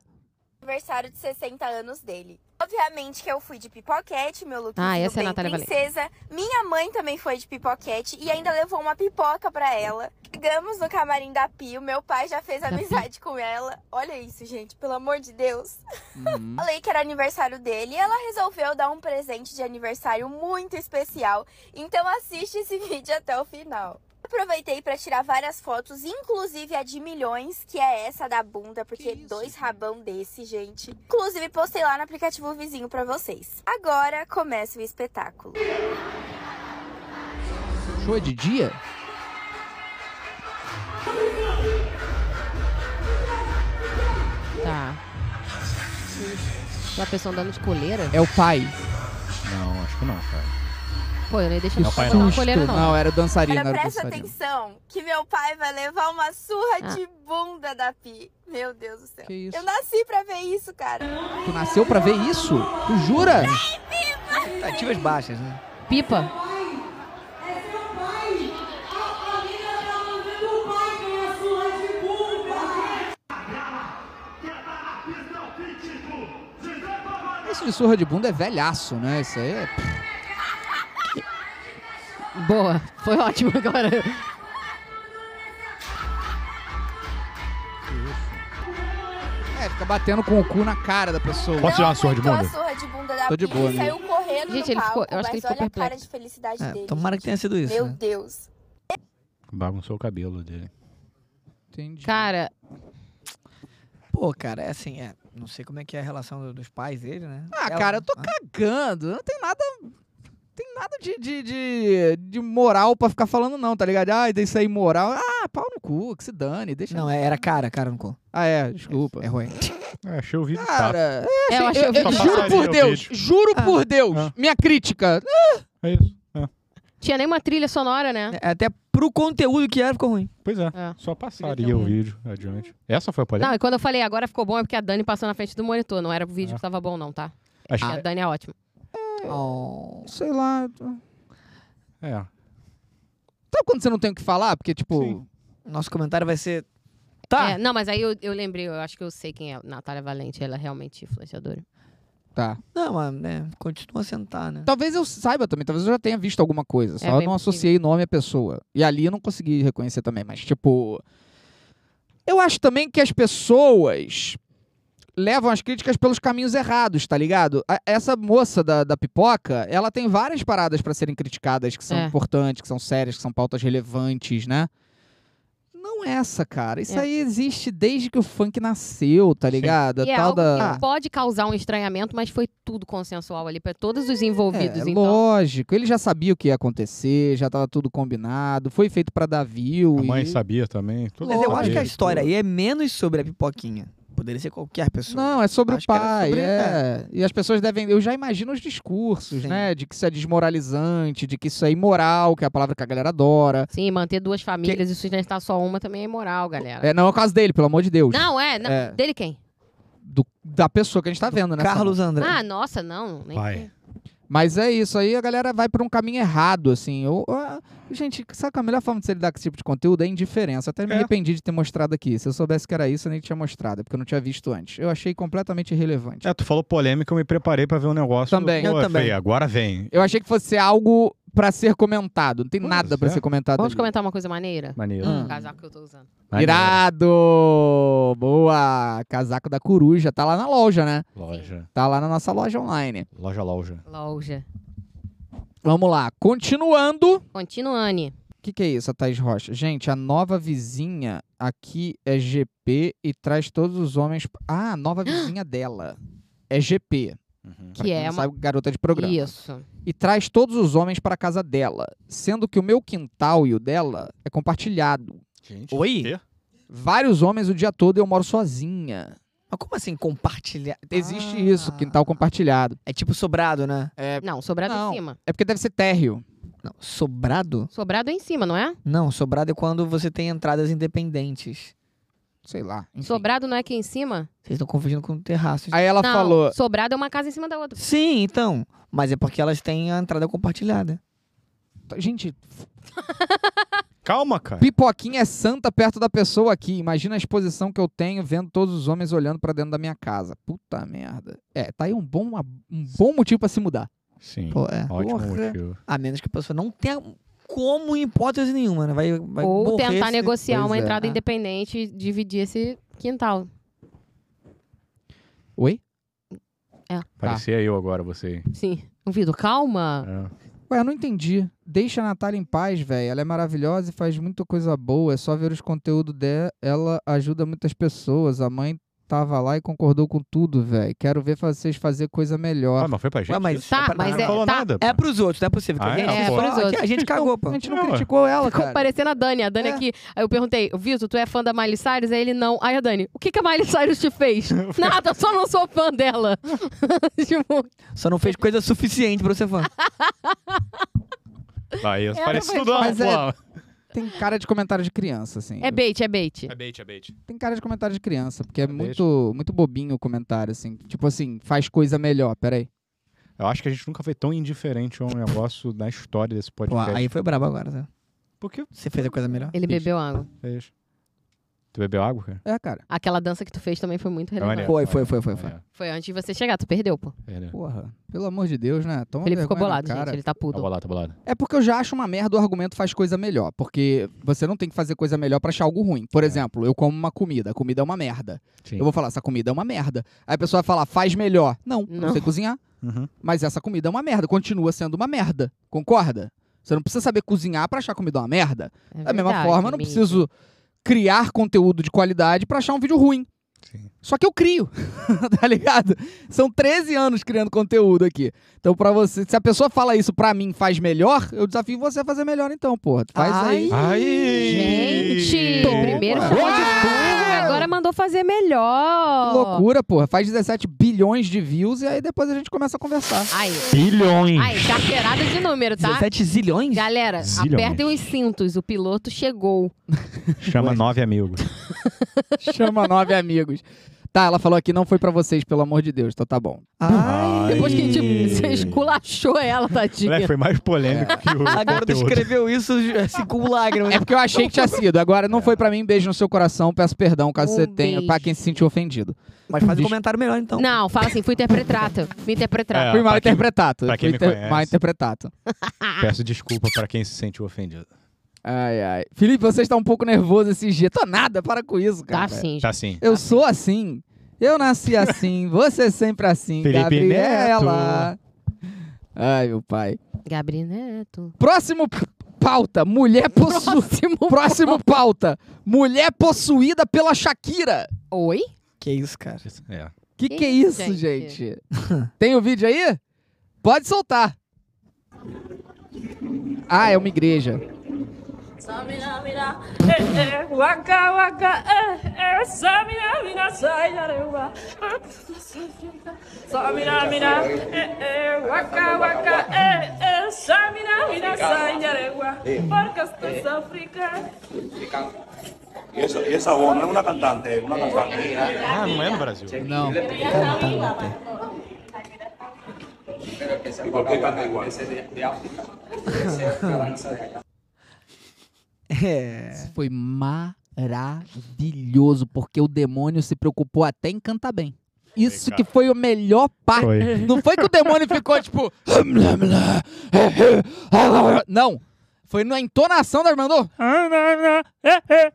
S9: aniversário de 60 anos dele. Obviamente que eu fui de pipoquete, meu look
S1: Ah, essa é a
S9: bem
S1: Natália Valente.
S9: princesa. Minha mãe também foi de pipoquete e ainda levou uma pipoca pra ela. Chegamos no camarim da Pio, meu pai já fez
S1: Pi.
S9: amizade com ela. Olha isso, gente, pelo amor de Deus.
S5: Uhum.
S9: Falei que era aniversário dele e ela resolveu dar um presente de aniversário muito especial. Então assiste esse vídeo até o final. Aproveitei para tirar várias fotos, inclusive a de milhões, que é essa da bunda, porque dois rabão desse, gente. Inclusive postei lá no aplicativo vizinho para vocês. Agora começa o espetáculo.
S5: Show é de dia?
S1: Tá. Uma pessoa andando de coleira?
S5: É o pai.
S4: Não, acho que não, cara.
S1: Pô, eu nem deixo
S4: Não,
S1: não,
S4: pai,
S1: botar uma
S4: não.
S1: coleira, não.
S5: Não, era o dançarino.
S9: Agora
S5: Era o
S9: presta
S5: dançarino.
S9: atenção que meu pai vai levar uma surra
S1: Ah.
S9: de bunda da Pi. Meu Deus do céu.
S5: Que isso?
S9: Eu nasci pra ver isso, cara.
S5: Tu nasceu pra ver isso? Tu jura?
S2: Expectativas baixas, né?
S1: Pipa?
S5: Esse de surra de bunda é velhaço, né? Isso aí é...
S1: Boa. Foi ótimo agora.
S5: é, fica batendo com o cu na cara da pessoa.
S4: Posso tirar uma surra de
S9: aguentou
S4: bunda?
S9: a surra de bunda da
S5: Tô de
S9: Pri,
S5: boa, amigo.
S9: saiu
S1: Gente,
S9: correndo no
S1: ele ficou-
S9: palco,
S1: eu acho que ele ficou
S9: mas olha a cara
S1: perplexo.
S9: de felicidade
S2: É,
S9: dele.
S2: tomara que tenha sido isso,
S9: Meu
S2: né?
S9: Deus.
S4: Bagunçou o cabelo dele.
S5: Entendi.
S1: Cara,
S2: Pô, cara, é assim, é. Não sei como é que é a relação do- dos pais dele, né?
S5: Ah,
S2: Ela-
S5: cara, eu tô
S2: Ah,
S5: cagando. Não tem nada... Tem nada de, de, de, de moral pra ficar falando não, tá ligado? Ah, isso aí moral. Ah, pau no cu, que se dane. Deixa...
S2: Não, é- era cara, cara no cu.
S5: Ah, é, desculpa.
S2: É ruim.
S4: É, achei o vídeo tá.
S5: Cara,
S1: é, eu achei
S5: assim, eu,
S1: o vídeo.
S5: eu
S4: Só
S5: juro
S4: passaria
S5: por
S4: o
S5: Deus,
S4: vídeo.
S5: juro por Deus,
S4: Ah.
S5: minha crítica.
S4: É isso.
S1: Tinha nem uma trilha sonora, né?
S2: É, Até pro conteúdo que era, ficou ruim.
S4: Pois é.
S1: É.
S4: Só passaria
S5: um.
S4: o vídeo adiante. Essa foi a polêmica?
S1: Não, e quando eu falei agora ficou bom é porque a Dani passou na frente do monitor. Não era o vídeo
S4: É.
S1: que tava bom, não, tá?
S4: Acho
S5: ah,
S1: A Dani é ótima.
S2: Oh.
S5: Sei lá.
S4: que... É.
S5: Sabe quando você não tem o que falar? Porque, tipo,
S4: Sim.
S2: Nosso comentário vai ser. Tá.
S1: É, não, mas aí eu, eu lembrei, eu acho que eu sei quem é. Natália Valente, ela é realmente influenciadora.
S5: tá.
S2: Não, mas né, continua a sentar, né?
S5: Talvez eu saiba também, talvez eu já tenha visto alguma coisa. Só
S1: Uhum. É bem
S5: não
S1: possível.
S5: associei nome à pessoa. E ali eu não consegui reconhecer também, mas, tipo. Eu acho também que as pessoas levam as críticas pelos caminhos errados, tá ligado? A- essa moça da, da pipoca, ela tem várias paradas pra serem criticadas que são
S1: É.
S5: importantes, que são sérias, que são pautas relevantes, né? Não essa, cara. Isso
S1: É.
S5: aí existe desde que o funk nasceu, tá
S4: Sim.
S5: ligado? A
S1: E é
S5: tal
S1: algo
S5: da... Ah.
S1: que pode causar um estranhamento, mas foi tudo consensual ali pra todos os envolvidos.
S5: É,
S1: então,
S5: lógico, ele já sabia o que ia acontecer, já tava tudo combinado, foi feito pra dar view.
S4: A mãe
S5: e-
S4: sabia também. tudo
S2: Mas eu acho que
S4: sabia,
S2: a história
S4: tudo.
S2: aí é menos sobre a pipoquinha. Poderia ser qualquer pessoa.
S5: Não, é sobre
S2: Acho
S5: o
S2: que era
S5: pai,
S2: sobre-
S5: é. E as pessoas devem. Eu já imagino os discursos,
S2: Sim.
S5: né? De que isso é desmoralizante, de que isso é imoral, que é a palavra que a galera adora.
S1: sim, manter duas famílias e sustentar só uma também é imoral, galera.
S5: É, não é o caso dele, pelo amor de Deus.
S1: Não, é, não-
S5: É.
S1: Dele quem?
S5: Do- da pessoa que a gente tá vendo, né?
S2: Carlos André.
S1: Ah, nossa, não. Nem
S4: Vai.
S5: Mas é isso, aí a galera vai pra um caminho errado, assim. Eu, eu- gente, sabe que a melhor forma de se lidar com esse tipo de conteúdo é indiferença. Até me
S4: É.
S5: arrependi de ter mostrado aqui. Se eu soubesse que era isso, eu nem tinha mostrado, porque eu não tinha visto antes. Eu achei completamente irrelevante.
S4: É, tu falou polêmica, eu me preparei pra ver um negócio.
S5: Também.
S4: Pô,
S2: Eu também.
S4: feio, agora vem.
S5: Eu achei que fosse algo pra ser comentado. Não tem
S4: Pois
S5: nada pra
S4: é.
S5: ser comentado.
S1: Vamos
S5: ali.
S1: comentar uma coisa maneira?
S4: Maneiro.
S1: O
S5: Hum.
S2: Ah.
S1: casaco que eu tô usando.
S4: Maneiro.
S5: Irado! Boa! Casaco da coruja. Tá lá na loja, né?
S4: Loja.
S5: Tá lá na nossa loja online.
S4: Loja, loja.
S1: Loja.
S5: Vamos lá. Continuando.
S1: Continuane.
S5: O que, que é isso, a Thaís Rocha? Gente, a nova vizinha aqui é GP e traz todos os homens. Ah, a nova vizinha dela é GP.
S4: Uhum.
S5: pra
S1: Que
S5: quem
S1: é
S5: não
S1: uma-
S5: sabe, garota de programa.
S1: Isso.
S5: E traz todos os homens para casa dela, sendo que o meu quintal e o dela é compartilhado.
S4: Gente,
S2: Oi?
S4: quê?
S5: Vários homens o dia todo e eu moro sozinha.
S2: Mas como assim compartilhar?
S5: Existe
S2: Ah.
S5: isso, quintal compartilhado.
S2: É tipo sobrado, né?
S1: Não, sobrado
S5: Não.
S1: em cima.
S5: É porque deve ser térreo.
S2: Não, sobrado?
S1: Sobrado é em cima, não é?
S2: Não, sobrado é quando você tem entradas independentes.
S5: Sei lá. enfim.
S1: Sobrado não é aqui em cima?
S2: Vocês estão confundindo com terraço.
S5: Aí ela
S1: não,
S5: falou.
S1: sobrado é uma casa em cima da outra.
S2: Sim, então. Mas é porque elas têm a entrada compartilhada.
S5: Gente,
S4: Calma, cara.
S5: Pipoquinha é santa perto da pessoa aqui. Imagina a exposição que eu tenho vendo todos os homens olhando pra dentro da minha casa. Puta merda. É, tá aí um bom, uma- um bom motivo pra se mudar.
S4: Sim.
S2: Pô, é.
S4: Ótimo
S2: Porra.
S4: motivo.
S2: A menos que a pessoa não tenha como em hipótese nenhuma, né? Vai, vai
S1: Ou
S2: morrer
S1: tentar
S2: se-
S1: negociar
S5: Pois
S1: uma
S5: é.
S1: entrada
S5: Ah.
S1: independente e dividir esse quintal.
S5: Oi?
S2: Tá.
S4: Parecia eu agora, você.
S1: Sim. Vitor, calma.
S4: É.
S5: Ué, eu não entendi. Deixa a Natália em paz, velho. Ela é maravilhosa e faz muita coisa boa. É só ver os conteúdos dela. Ela ajuda muitas pessoas. A mãe tava lá e concordou com tudo, velho. Quero ver vocês fazer coisa melhor.
S4: Ah, mas foi pra gente?
S2: Ué, mas,
S1: Tá,
S2: é pra-
S1: mas
S4: Ela não
S1: é-
S4: falou
S1: tá.
S4: nada.
S2: É pros outros, não é possível. que
S4: Ah,
S2: a,
S4: é?
S2: gente,
S1: É,
S2: só-
S1: pros
S2: aqui
S1: outros.
S2: a gente cagou, pô.
S5: A gente
S4: É,
S5: não
S4: ué.
S5: criticou ela,
S1: Ficou
S5: cara.
S1: parecendo a Dani. A Dani
S5: É.
S1: aqui. Aí eu perguntei, Vitor, tu é fã da Miley Cyrus? Aí ele não. Aí a Dani, o que, que a Miley Cyrus te fez? Nada, só não sou fã dela. tipo,
S2: Só não fez coisa suficiente pra você falar.
S4: Aí,
S1: Ela
S4: parece
S1: vai
S4: tudo uma-
S5: Mas é-
S4: uma-
S5: Tem cara de comentário de criança, assim.
S1: é bait, é bait.
S4: É bait, é bait.
S5: Tem cara de comentário de criança, porque é
S4: Beijo.
S5: muito, muito bobinho o comentário, assim. Tipo assim, faz coisa melhor, peraí.
S4: Eu acho que a gente nunca foi tão indiferente a um negócio na história desse
S2: Pô,
S4: podcast.
S2: aí foi brabo agora, tá?
S4: Porque é
S2: Você fez a coisa melhor.
S1: Ele
S4: Isso.
S1: bebeu água.
S4: fez. Tu bebeu água, cara?
S5: É, cara.
S1: Aquela dança que tu fez também foi muito
S4: É
S1: relevante.
S4: maneiro.
S2: Foi, foi, foi, foi, foi.
S4: É,
S1: Foi antes de você chegar, tu perdeu, pô.
S4: é, é.
S5: Porra, pelo amor de Deus, né? Toma
S1: Felipe ficou
S5: vergonha na
S1: bolado, gente.
S5: cara.
S1: Ele tá
S4: Tá
S1: puto.
S4: bolado, tá bolado.
S5: É porque eu já acho uma merda o argumento faz coisa melhor. Porque você não tem que fazer coisa melhor pra achar algo ruim. Por
S4: É.
S5: exemplo, eu como uma comida, a comida é uma merda.
S4: Sim.
S5: Eu vou falar, essa comida é uma merda. Aí a pessoa vai falar, faz melhor. Não, eu não
S1: Não.
S5: sei cozinhar.
S4: Uhum.
S5: Mas essa comida é uma merda, continua sendo uma merda. Concorda? Você não precisa saber cozinhar pra achar comida uma merda.
S1: É
S5: Da mesma
S1: verdade,
S5: forma, eu não
S1: amigo.
S5: preciso criar conteúdo de qualidade pra achar um vídeo ruim.
S4: Sim.
S5: Só que eu crio, tá ligado? São 13 anos criando conteúdo aqui. Então, pra você, se a pessoa fala isso pra mim, faz melhor, eu desafio você a fazer melhor então, porra. Faz aí.
S4: Aí!
S1: Gente,
S5: Pô,
S1: primeiro
S5: cara.
S1: chamou de tudo, agora mandou fazer melhor.
S5: Que loucura, porra. Faz 17 bilhões de views e aí depois a gente começa a conversar.
S1: Aí,
S4: Bilhões!
S1: aí, carteirada de número, tá?
S2: 17 zilhões?
S1: Galera,
S4: Zilhões.
S1: apertem os cintos, o piloto chegou.
S4: Chama nove amigos.
S5: Chama nove amigos. Tá, ela falou aqui, não foi pra vocês, pelo amor de Deus. Então tá bom.
S2: Ai.
S1: Depois que a gente
S4: Ai.
S1: esculachou ela,
S4: Moleque,
S1: tadinha.
S4: foi mais polêmico que o
S2: Agora tu
S4: conteúdo.
S2: escreveu isso assim, com lágrimas.
S5: É porque eu achei que tinha sido. Agora
S2: É.
S5: não foi pra mim, beijo no seu coração. Peço perdão caso
S1: Um
S5: você tenha,
S1: beijo.
S5: pra quem se sentiu ofendido.
S2: Mas faz um
S5: Diz-
S2: comentário melhor, então.
S1: É. Não, fala assim, fui interpretado. Fui interpretado.
S4: É,
S5: Fui mal
S4: pra quem-
S5: interpretado.
S4: pra quem
S5: Fui
S4: me
S5: inter-
S4: conhece.
S5: Mal interpretado.
S4: Peço desculpa pra quem se sentiu ofendido.
S5: Ai, ai. Felipe, você está um pouco nervoso esses dias. Tô nada, para com isso,
S1: Tá
S5: cara.
S1: sim, gente.
S4: Tá sim.
S5: Eu sou assim. Eu nasci assim. você sempre assim.
S4: Felipe
S5: Gabriela. Ai, meu pai.
S1: Gabriel Neto.
S5: Próximo p- pauta. Mulher possuída.
S1: Próximo.
S5: Próximo pauta. Mulher possuída pela Shakira.
S1: Oi?
S2: Que isso, cara.
S4: É.
S5: Que
S1: Que
S5: que é
S1: isso,
S5: isso,
S1: gente?
S5: gente? Tem o vídeo aí? Pode soltar. Ah, é uma igreja.
S4: Ah, não é no Brasil.
S5: Não.
S2: É.
S5: Foi maravilhoso, porque o demônio se preocupou até em cantar bem. Isso
S4: Vem cá.
S5: que foi o melhor parte.
S4: Foi.
S5: Não foi que o demônio ficou tipo. é, Não. Foi na entonação da "Hum, mandou.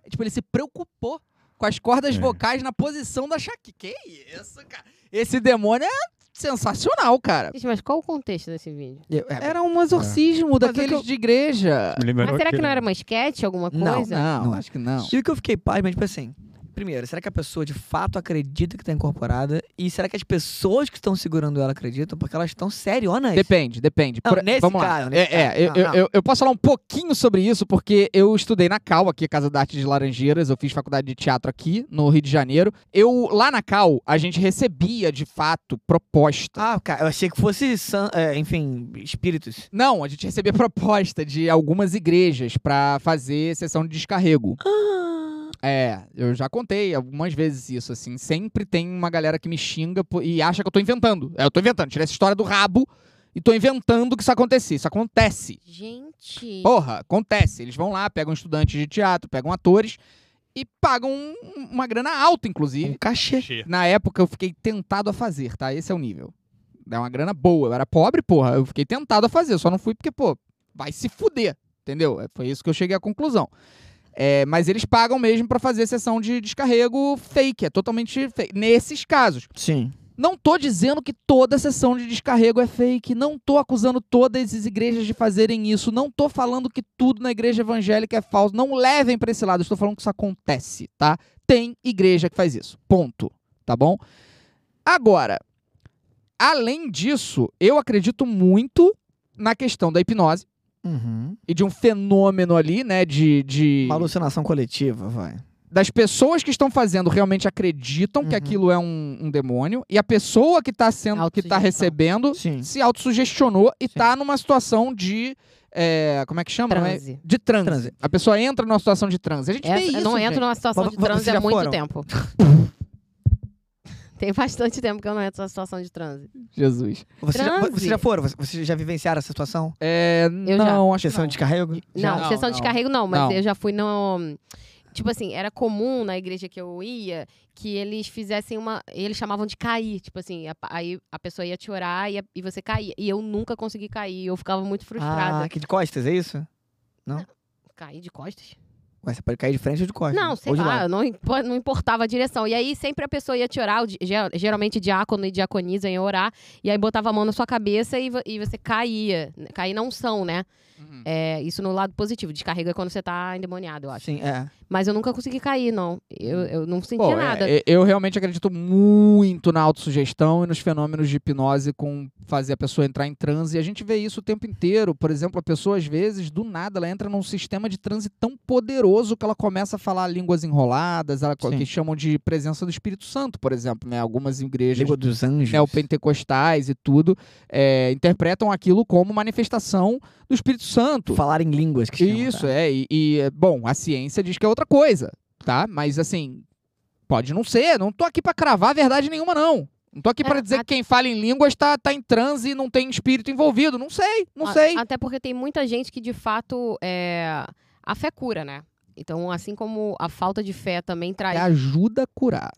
S5: Tipo, ele se preocupou com as cordas
S4: É.
S5: vocais na posição da Shakira. Que isso, cara? Esse demônio é sensacional, cara.
S1: Gente, mas qual o contexto desse vídeo?
S5: Era um exorcismo daqueles de igreja.
S4: Me lembrou
S1: Mas será que não era uma esquete, alguma
S2: Não,
S1: coisa?
S5: Não, Ah.
S2: não.
S5: acho que não.
S2: E o que eu fiquei paz, mas tipo assim. Primeiro, será que a pessoa de fato acredita que tá incorporada? E será que as pessoas que estão segurando ela acreditam? Porque elas estão serionas.
S5: Depende, depende.
S2: Não,
S5: Por-
S2: nesse
S5: vamos lá.
S2: caso, nesse
S5: é, é,
S2: caso.
S5: eu,
S2: Não,
S5: eu-
S2: não.
S5: eu- eu posso falar um pouquinho sobre isso, porque eu estudei na Cal, aqui, Casa da Arte de Laranjeiras. Eu fiz faculdade de teatro aqui, no Rio de Janeiro. Eu, lá na Cal, a gente recebia, de fato, proposta.
S2: Ah, cara, eu achei que fosse, san- é, enfim, espíritos.
S5: Não, a gente recebia proposta de algumas igrejas pra fazer sessão de descarrego.
S2: Ah.
S5: É, eu já contei algumas vezes isso, assim. Sempre tem uma galera que me xinga po- e acha que eu tô inventando. É, eu tô inventando. Tirei essa história do rabo e tô inventando que isso acontecia. Isso acontece.
S1: Gente.
S5: Porra, acontece. Eles vão lá, pegam estudantes de teatro, pegam atores e pagam um- uma grana alta, inclusive.
S2: cachê.
S5: Na época eu fiquei tentado a fazer, tá? Esse é o nível. É uma grana boa. Eu era pobre, porra. Eu fiquei tentado a fazer. Eu só não fui porque, pô, vai se fuder. Entendeu? É, Foi isso que eu cheguei à conclusão. É, mas eles pagam mesmo pra fazer sessão de descarrego fake. É totalmente fake. Nesses casos.
S2: Sim.
S5: Não tô dizendo que toda sessão de descarrego é fake, não tô acusando todas as igrejas de fazerem isso, não tô falando que tudo na igreja evangélica é falso, não levem pra esse lado, estou falando que isso acontece, tá? Tem igreja que faz isso. Ponto, tá bom? Agora, além disso, eu acredito muito na questão da hipnose
S2: Uhum.
S5: e de um fenômeno ali, né, de- de
S2: Uma alucinação coletiva, vai.
S5: das pessoas que estão fazendo realmente acreditam que
S2: Uhum.
S5: aquilo é um, um demônio e a pessoa que está sendo que tá
S1: Autossugestão.
S5: recebendo
S2: Sim.
S5: se autossugestionou e
S2: Sim.
S5: tá numa situação de é, como é que chama? né?
S1: Transe.
S5: De transe.
S2: Transe.
S5: A pessoa entra numa situação de transe. A gente
S1: Essa-
S5: vê isso.
S1: eu não entro
S5: gente.
S1: numa situação
S2: Vo-
S1: de
S2: vo-
S1: transe
S2: vocês
S1: há
S2: já
S1: muito
S2: foram?
S1: tempo. Tem bastante tempo que eu não entro numa situação de transe.
S5: Jesus.
S2: Você já,
S1: Transe.
S2: você já foram? Você- Vocês já vivenciaram essa situação?
S5: É,
S1: Eu já.
S5: não, acho que
S2: Sessão
S5: não.
S2: de descarrego?
S1: Não,
S5: Não,
S1: sessão
S5: não.
S1: de carrego não, mas
S5: Não.
S1: eu já fui no. Tipo assim, era comum na igreja que eu ia que eles fizessem uma. Eles chamavam de cair. Tipo assim, a- aí a pessoa ia te orar ia- e você caía. E eu nunca consegui cair. Eu ficava muito frustrada.
S2: Ah, que de costas, é isso?
S1: Caí de costas?
S2: Ué, você pode cair de frente ou de costas?
S1: Não, sei
S2: ou de
S1: lá,
S2: lado.
S1: eu não, impo- não importava a direção. E aí sempre a pessoa ia te orar, o di- ge- geralmente diácono e diaconisa iam orar, e aí botava a mão na sua cabeça e, vo- e você caía. Cair não são, né?
S5: Uhum.
S1: É, isso no lado positivo, descarrega quando você tá endemoniado, eu acho.
S2: Sim, é.
S1: Mas eu nunca consegui cair, não. Eu, eu não senti
S5: Bom, é,
S1: nada.
S5: é, eu realmente acredito muito na autossugestão e nos fenômenos de hipnose com fazer a pessoa entrar em transe. E a gente vê isso o tempo inteiro. Por exemplo, a pessoa, às vezes, do nada, ela entra num sistema de transe tão poderoso que ela começa a falar línguas enroladas, ela, co-
S2: Sim.
S5: que chamam de presença do Espírito Santo, por exemplo, né? Algumas igrejas
S2: Língua dos anjos.
S5: neopentecostais e tudo é, interpretam aquilo como manifestação do Espírito Santo.
S2: Falar em línguas que chamam,
S5: Isso,
S2: tá?
S5: é. E, e, é, bom, a ciência diz que é outra coisa, tá? Mas, assim, pode não ser. Não tô aqui pra cravar verdade nenhuma, não. Não tô aqui pra
S1: É,
S5: dizer
S1: a-
S5: que quem fala em línguas tá, tá em transe e não tem espírito envolvido. Não sei, não
S1: A-
S5: sei.
S1: Até porque tem muita gente que, de fato, é... a fé cura, né? Então, assim como a falta de fé também
S5: É,
S1: traz.
S5: ajuda a curar.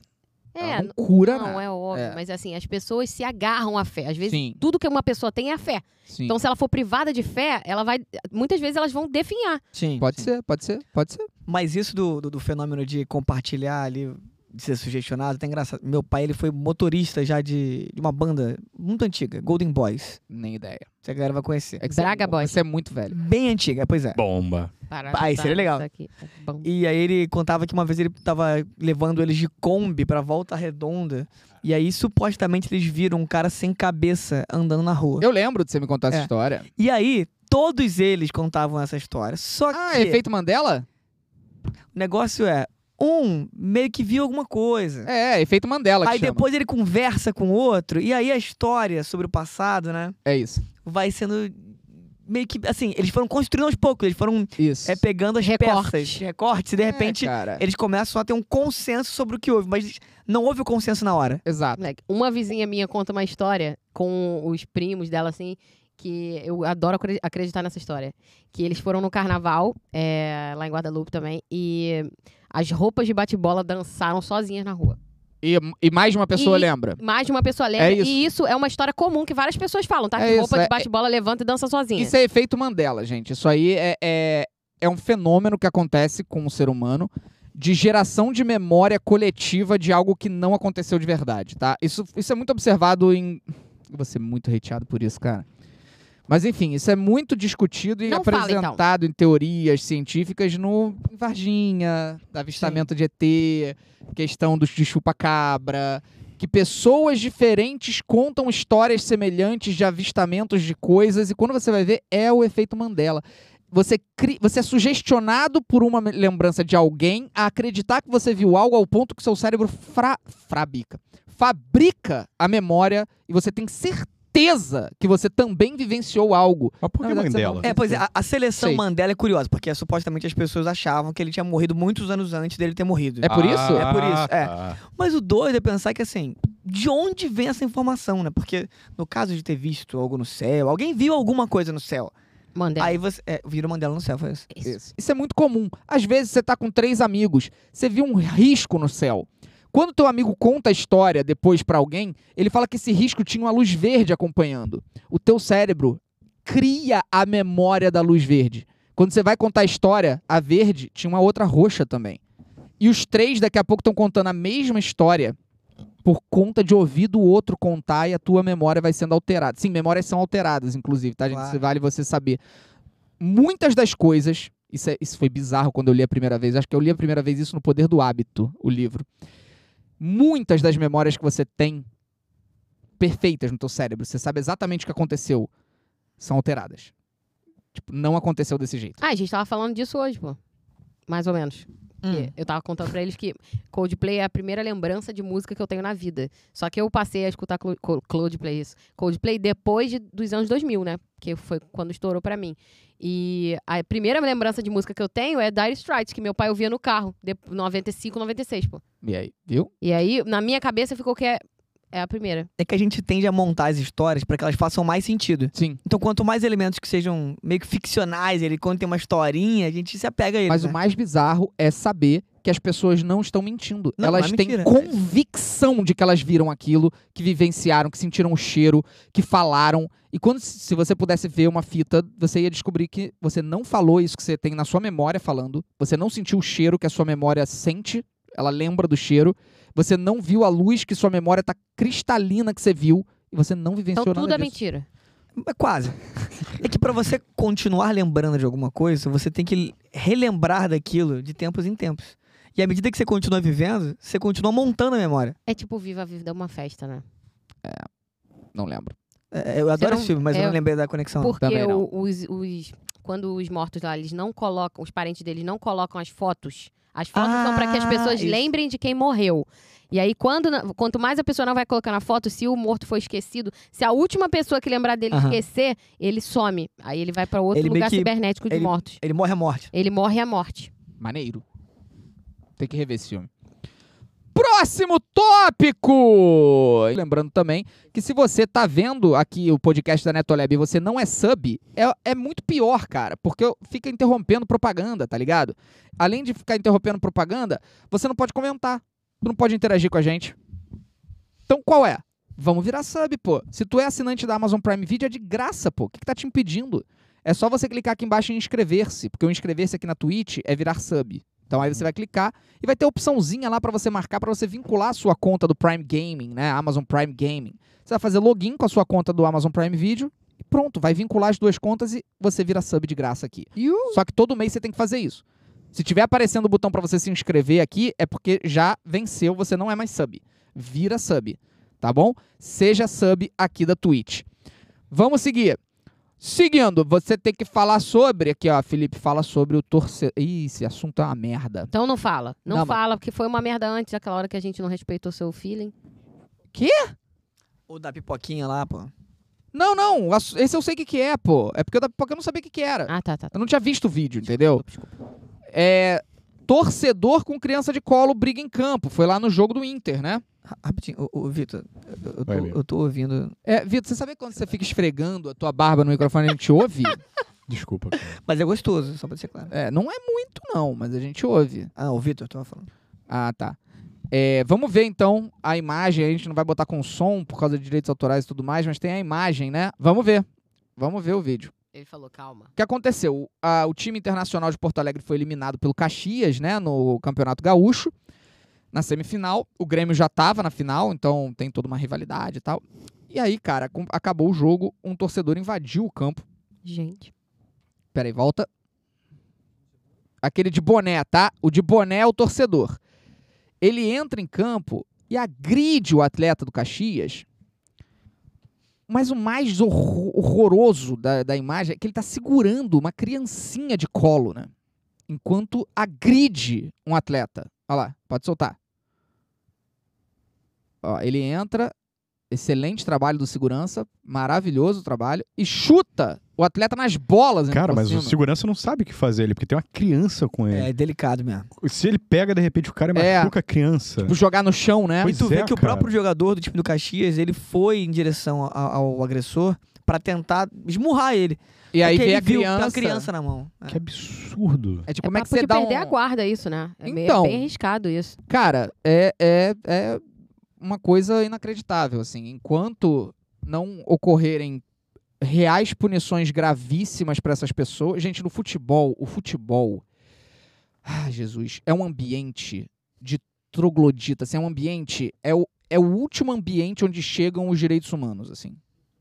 S1: É,
S5: Ela não cura
S1: não,
S5: nada.
S1: é óbvio.
S5: É.
S1: Mas assim, as pessoas se agarram à fé. Às vezes,
S5: Sim,
S1: tudo que uma pessoa tem é a fé.
S5: sim.
S1: Então, se ela for privada de fé, ela vai. Muitas vezes elas vão definhar.
S2: Sim.
S5: é. pode
S2: sim.
S5: ser, pode ser, pode ser.
S2: Mas isso do, do, do fenômeno de compartilhar ali, de ser sugestionado, tá engraçado. Meu pai, ele foi motorista já de, de uma banda muito antiga, Golden Boys.
S5: Nem ideia.
S2: Essa galera vai conhecer.
S5: É que você-
S1: Braga Boys.
S5: Você é muito velho.
S2: Bem antiga, pois é.
S4: Bomba.
S1: Para
S2: Ah, isso seria legal.
S1: isso aqui. É bom.
S2: E aí ele contava que uma vez ele tava levando eles de Kombi pra Volta Redonda. E aí, supostamente, eles viram um cara sem cabeça andando na rua.
S5: Eu lembro de você me contar essa
S2: É.
S5: história.
S2: E aí, todos eles contavam essa história. Só
S5: Ah,
S2: que
S5: efeito Mandela?
S2: o negócio é, um meio que viu alguma coisa.
S5: É, efeito Mandela que
S2: Aí
S5: chama.
S2: depois ele conversa com o outro, e aí a história sobre o passado, né?
S5: É isso,
S2: Vai sendo meio que. Assim, eles foram construindo aos poucos, eles foram
S5: isso.
S2: é, pegando as
S1: Recortes.
S2: peças, recortes, e de
S5: É,
S2: repente
S5: cara.
S2: eles começam a ter um consenso sobre o que houve, mas não houve o consenso na hora.
S5: Exato.
S1: Moleque, Uma vizinha minha conta uma história com os primos dela, assim, que eu adoro acre- acreditar nessa história. Que eles foram no carnaval, eh, é, lá em Guadalupe também, e as roupas de bate-bola dançaram sozinhas na rua.
S5: E, e mais de uma pessoa
S1: E-
S5: lembra.
S1: Mais de uma pessoa lembra.
S5: É isso.
S1: E isso é uma história comum que várias pessoas falam, tá?
S5: É
S1: que
S5: isso,
S1: roupa
S5: é-
S1: de bate-bola levanta e dança sozinha.
S5: Isso é efeito Mandela, gente. Isso aí é, é, é um fenômeno que acontece com o ser humano de geração de memória coletiva de algo que não aconteceu de verdade, tá? Isso, isso é muito observado em. Eu vou ser muito hateado por isso, cara. Mas enfim, isso é muito discutido e
S1: Não fala, então.
S5: apresentado em teorias científicas no em Varginha, avistamento de ET, questão dos de chupa-cabra, que pessoas diferentes contam histórias semelhantes de avistamentos de coisas e quando você vai ver é o efeito Mandela. Você, cri- você é sugestionado por uma me- lembrança de alguém a acreditar que você viu algo ao ponto que seu cérebro fra... frabica. fabrica a memória e você tem certeza que você também vivenciou algo.
S4: Mas por
S5: Na
S4: que
S5: verdade, você
S4: Mandela?
S5: tá-
S2: É, pois é, a, a seleção
S5: Sei.
S2: Mandela é curiosa, porque supostamente as pessoas achavam que ele tinha morrido muitos anos antes dele ter morrido.
S5: É por isso?
S2: É por isso, é.
S4: Ah, tá.
S2: Mas o doido é pensar que, assim, de onde vem essa informação, né? Porque no caso de ter visto algo no céu, alguém viu alguma coisa no céu.
S1: Mandela.
S2: Aí você. É, vira o Mandela no céu, foi isso.
S5: Isso. Isso é muito comum. Às vezes você tá com três amigos, você viu um risco no céu. Quando teu amigo conta a história depois pra alguém, ele fala que esse risco tinha uma luz verde acompanhando. O teu cérebro cria a memória da luz verde. Quando você vai contar a história, a verde tinha uma outra roxa também. E os três daqui a pouco estão contando a mesma história por conta de ouvir do outro contar e a tua memória vai sendo alterada. Sim, memórias são alteradas, inclusive, tá, gente?
S2: Claro.
S5: Isso vale você saber muitas das coisas. Isso, é- isso foi bizarro quando eu li a primeira vez. Acho que eu li a primeira vez isso no Poder do Hábito, o livro. Muitas das memórias que você tem perfeitas no teu cérebro, você sabe exatamente o que aconteceu, são alteradas. Tipo, não aconteceu desse jeito.
S1: Ah, a gente tava falando disso hoje, pô. Mais ou menos. Porque Eu tava contando pra eles que Coldplay é a primeira lembrança de música que eu tenho na vida. Só que eu passei a escutar Clo- Co- Coldplay, isso. Coldplay depois de- dos anos 2000, né? Que foi quando estourou pra mim. E a primeira lembrança de música que eu tenho é Dire Straits, que meu pai ouvia no carro. De 95, 96, pô.
S5: E aí, viu?
S1: E aí, na minha cabeça, ficou que é, é a primeira.
S2: É que a gente tende a montar as histórias pra que elas façam mais sentido.
S5: Sim.
S2: Então, quanto mais elementos que sejam meio que ficcionais, ele quando tem uma historinha, a gente se apega a ele.
S5: Mas
S2: né?
S5: o mais bizarro é saber que as pessoas não estão mentindo.
S2: Não,
S5: elas
S2: não é
S5: têm
S2: mentira.
S5: convicção de que elas viram aquilo, que vivenciaram, que sentiram o cheiro, que falaram. E quando se você pudesse ver uma fita, você ia descobrir que você não falou isso que você tem na sua memória falando. Você não sentiu o cheiro que a sua memória sente, ela lembra do cheiro. Você não viu a luz que sua memória tá cristalina que você viu. E você não
S1: Então
S5: vivenciou
S1: tudo
S5: nada
S1: é
S5: disso.
S1: mentira.
S2: É quase. É que pra você continuar lembrando de alguma coisa, você tem que relembrar daquilo de tempos em tempos. E à medida que você continua vivendo, você continua montando a memória.
S1: É tipo Viva a Vida é uma festa, né?
S5: Não lembro.
S2: É, Eu
S1: Você
S2: adoro
S1: não-
S2: esse filme, mas eu
S1: é-
S2: não lembrei da conexão. Então, não.
S1: Porque
S5: Também não.
S1: o- os, os- quando os mortos lá, eles não colocam, os parentes deles não colocam as fotos. As fotos são para que as
S2: Ah,
S1: pessoas
S2: isso.
S1: lembrem de quem morreu. E aí, quando, na- quanto mais a pessoa não vai colocando a foto, se o morto foi esquecido, se a última pessoa que lembrar dele
S2: Aham.
S1: esquecer, ele some. Aí ele vai para outro
S2: Ele meio
S1: lugar
S2: que-
S1: cibernético de
S2: ele-
S1: mortos.
S2: Ele morre à morte.
S1: Ele morre à morte.
S5: Maneiro. Tem que rever esse filme. Próximo tópico! Lembrando também que se você tá vendo aqui o podcast da Netolab e você não é sub, é, é muito pior, cara, porque fica interrompendo propaganda, tá ligado? Além de ficar interrompendo propaganda, você não pode comentar, tu não pode interagir com a gente. Então qual é? Vamos virar sub, pô. Se tu é assinante da Amazon Prime Video, é de graça, pô. O que, que tá te impedindo? É só você clicar aqui embaixo em inscrever-se, porque o inscrever-se aqui na Twitch é virar sub. Então aí você vai clicar e vai ter a opçãozinha lá pra você marcar pra você vincular a sua conta do Prime Gaming, né? Amazon Prime Gaming. Você vai fazer login com a sua conta do Amazon Prime Video e pronto, vai vincular as duas contas e você vira sub de graça aqui. Só que todo mês você tem que fazer isso. Se tiver aparecendo o botão pra você se inscrever aqui, é porque já venceu, você não é mais sub. Vira sub, tá bom? Seja sub aqui da Twitch. Vamos seguir. Seguindo, você tem que falar sobre. Aqui, ó, Felipe fala sobre o torcedor. Ih, esse assunto é uma merda.
S1: Então não fala. Não,
S5: Não, mas-
S1: fala, porque foi uma merda antes, aquela hora que a gente não respeitou seu feeling.
S2: Ou da pipoquinha lá, pô.
S5: Não, não, o assu- esse eu sei o que, que é, pô. É porque eu, da pipoca eu não sabia o que, que era.
S1: Ah, tá, tá.
S5: Eu não tinha visto o vídeo, entendeu? É. Torcedor com criança de colo briga em campo. Foi lá no jogo do Inter, né?
S2: Ra- Rapidinho, ô, ô, Vitor, eu, eu tô,
S4: Vai, Vitor.
S2: eu tô ouvindo.
S5: É, Vitor, você sabia quando você fica esfregando a tua barba no microfone e a gente ouve?
S4: Desculpa. cara.
S2: Mas é gostoso, só pra ser claro.
S5: É, não é muito, não, mas a gente ouve.
S2: Ah, o Vitor, eu tava falando.
S5: Ah, tá. É, vamos ver então a imagem. A gente não vai botar com som por causa de direitos autorais e tudo mais, mas tem a imagem, né? Vamos ver. Vamos ver o vídeo.
S1: Ele falou, calma.
S5: O que aconteceu? Ah, o time internacional de Porto Alegre foi eliminado pelo Caxias, né, no Campeonato Gaúcho, na semifinal. O Grêmio já estava na final, então tem toda uma rivalidade e tal. E aí, cara, com- acabou o jogo, um torcedor invadiu o campo.
S1: Gente.
S5: Peraí, volta. Aquele de boné, tá? O de boné é o torcedor. Ele entra em campo e agride o atleta do Caxias. Mas o mais horro- horroroso da, da imagem é que ele tá segurando uma criancinha de colo, né? Enquanto agride um atleta. Olha lá, pode soltar. Ó, ele entra, excelente trabalho do segurança, maravilhoso o trabalho, e chuta o atleta nas bolas. ainda
S4: Cara,
S5: por
S4: mas o
S5: cima.
S4: segurança não sabe o que fazer ali, porque tem uma criança com ele.
S2: É delicado mesmo.
S4: Se ele pega, de repente, o cara
S5: É.
S4: machuca a criança.
S5: Tipo, jogar no chão, né?
S4: Pois
S2: e tu vê
S4: é,
S2: que o
S4: cara.
S2: próprio jogador do time do Caxias, ele foi em direção a- ao, agressor pra tentar esmurrar ele.
S5: E aí
S2: Porque
S5: vem
S2: ele
S5: a
S2: viu É que tem
S5: criança.
S2: uma criança na mão. É.
S4: Que absurdo.
S5: É tipo,
S1: Como
S5: como
S1: é
S5: é que você dá
S1: perder
S5: um...
S1: a guarda isso, né? É meio-
S5: Então.
S1: bem arriscado isso.
S5: Cara, é, é, é uma coisa inacreditável, assim. Enquanto não ocorrerem reais punições gravíssimas pra essas pessoas... Gente, no futebol, o futebol... Ah, Jesus. É um ambiente de troglodita, assim. É um ambiente... É o, é o último ambiente onde chegam os direitos humanos, assim.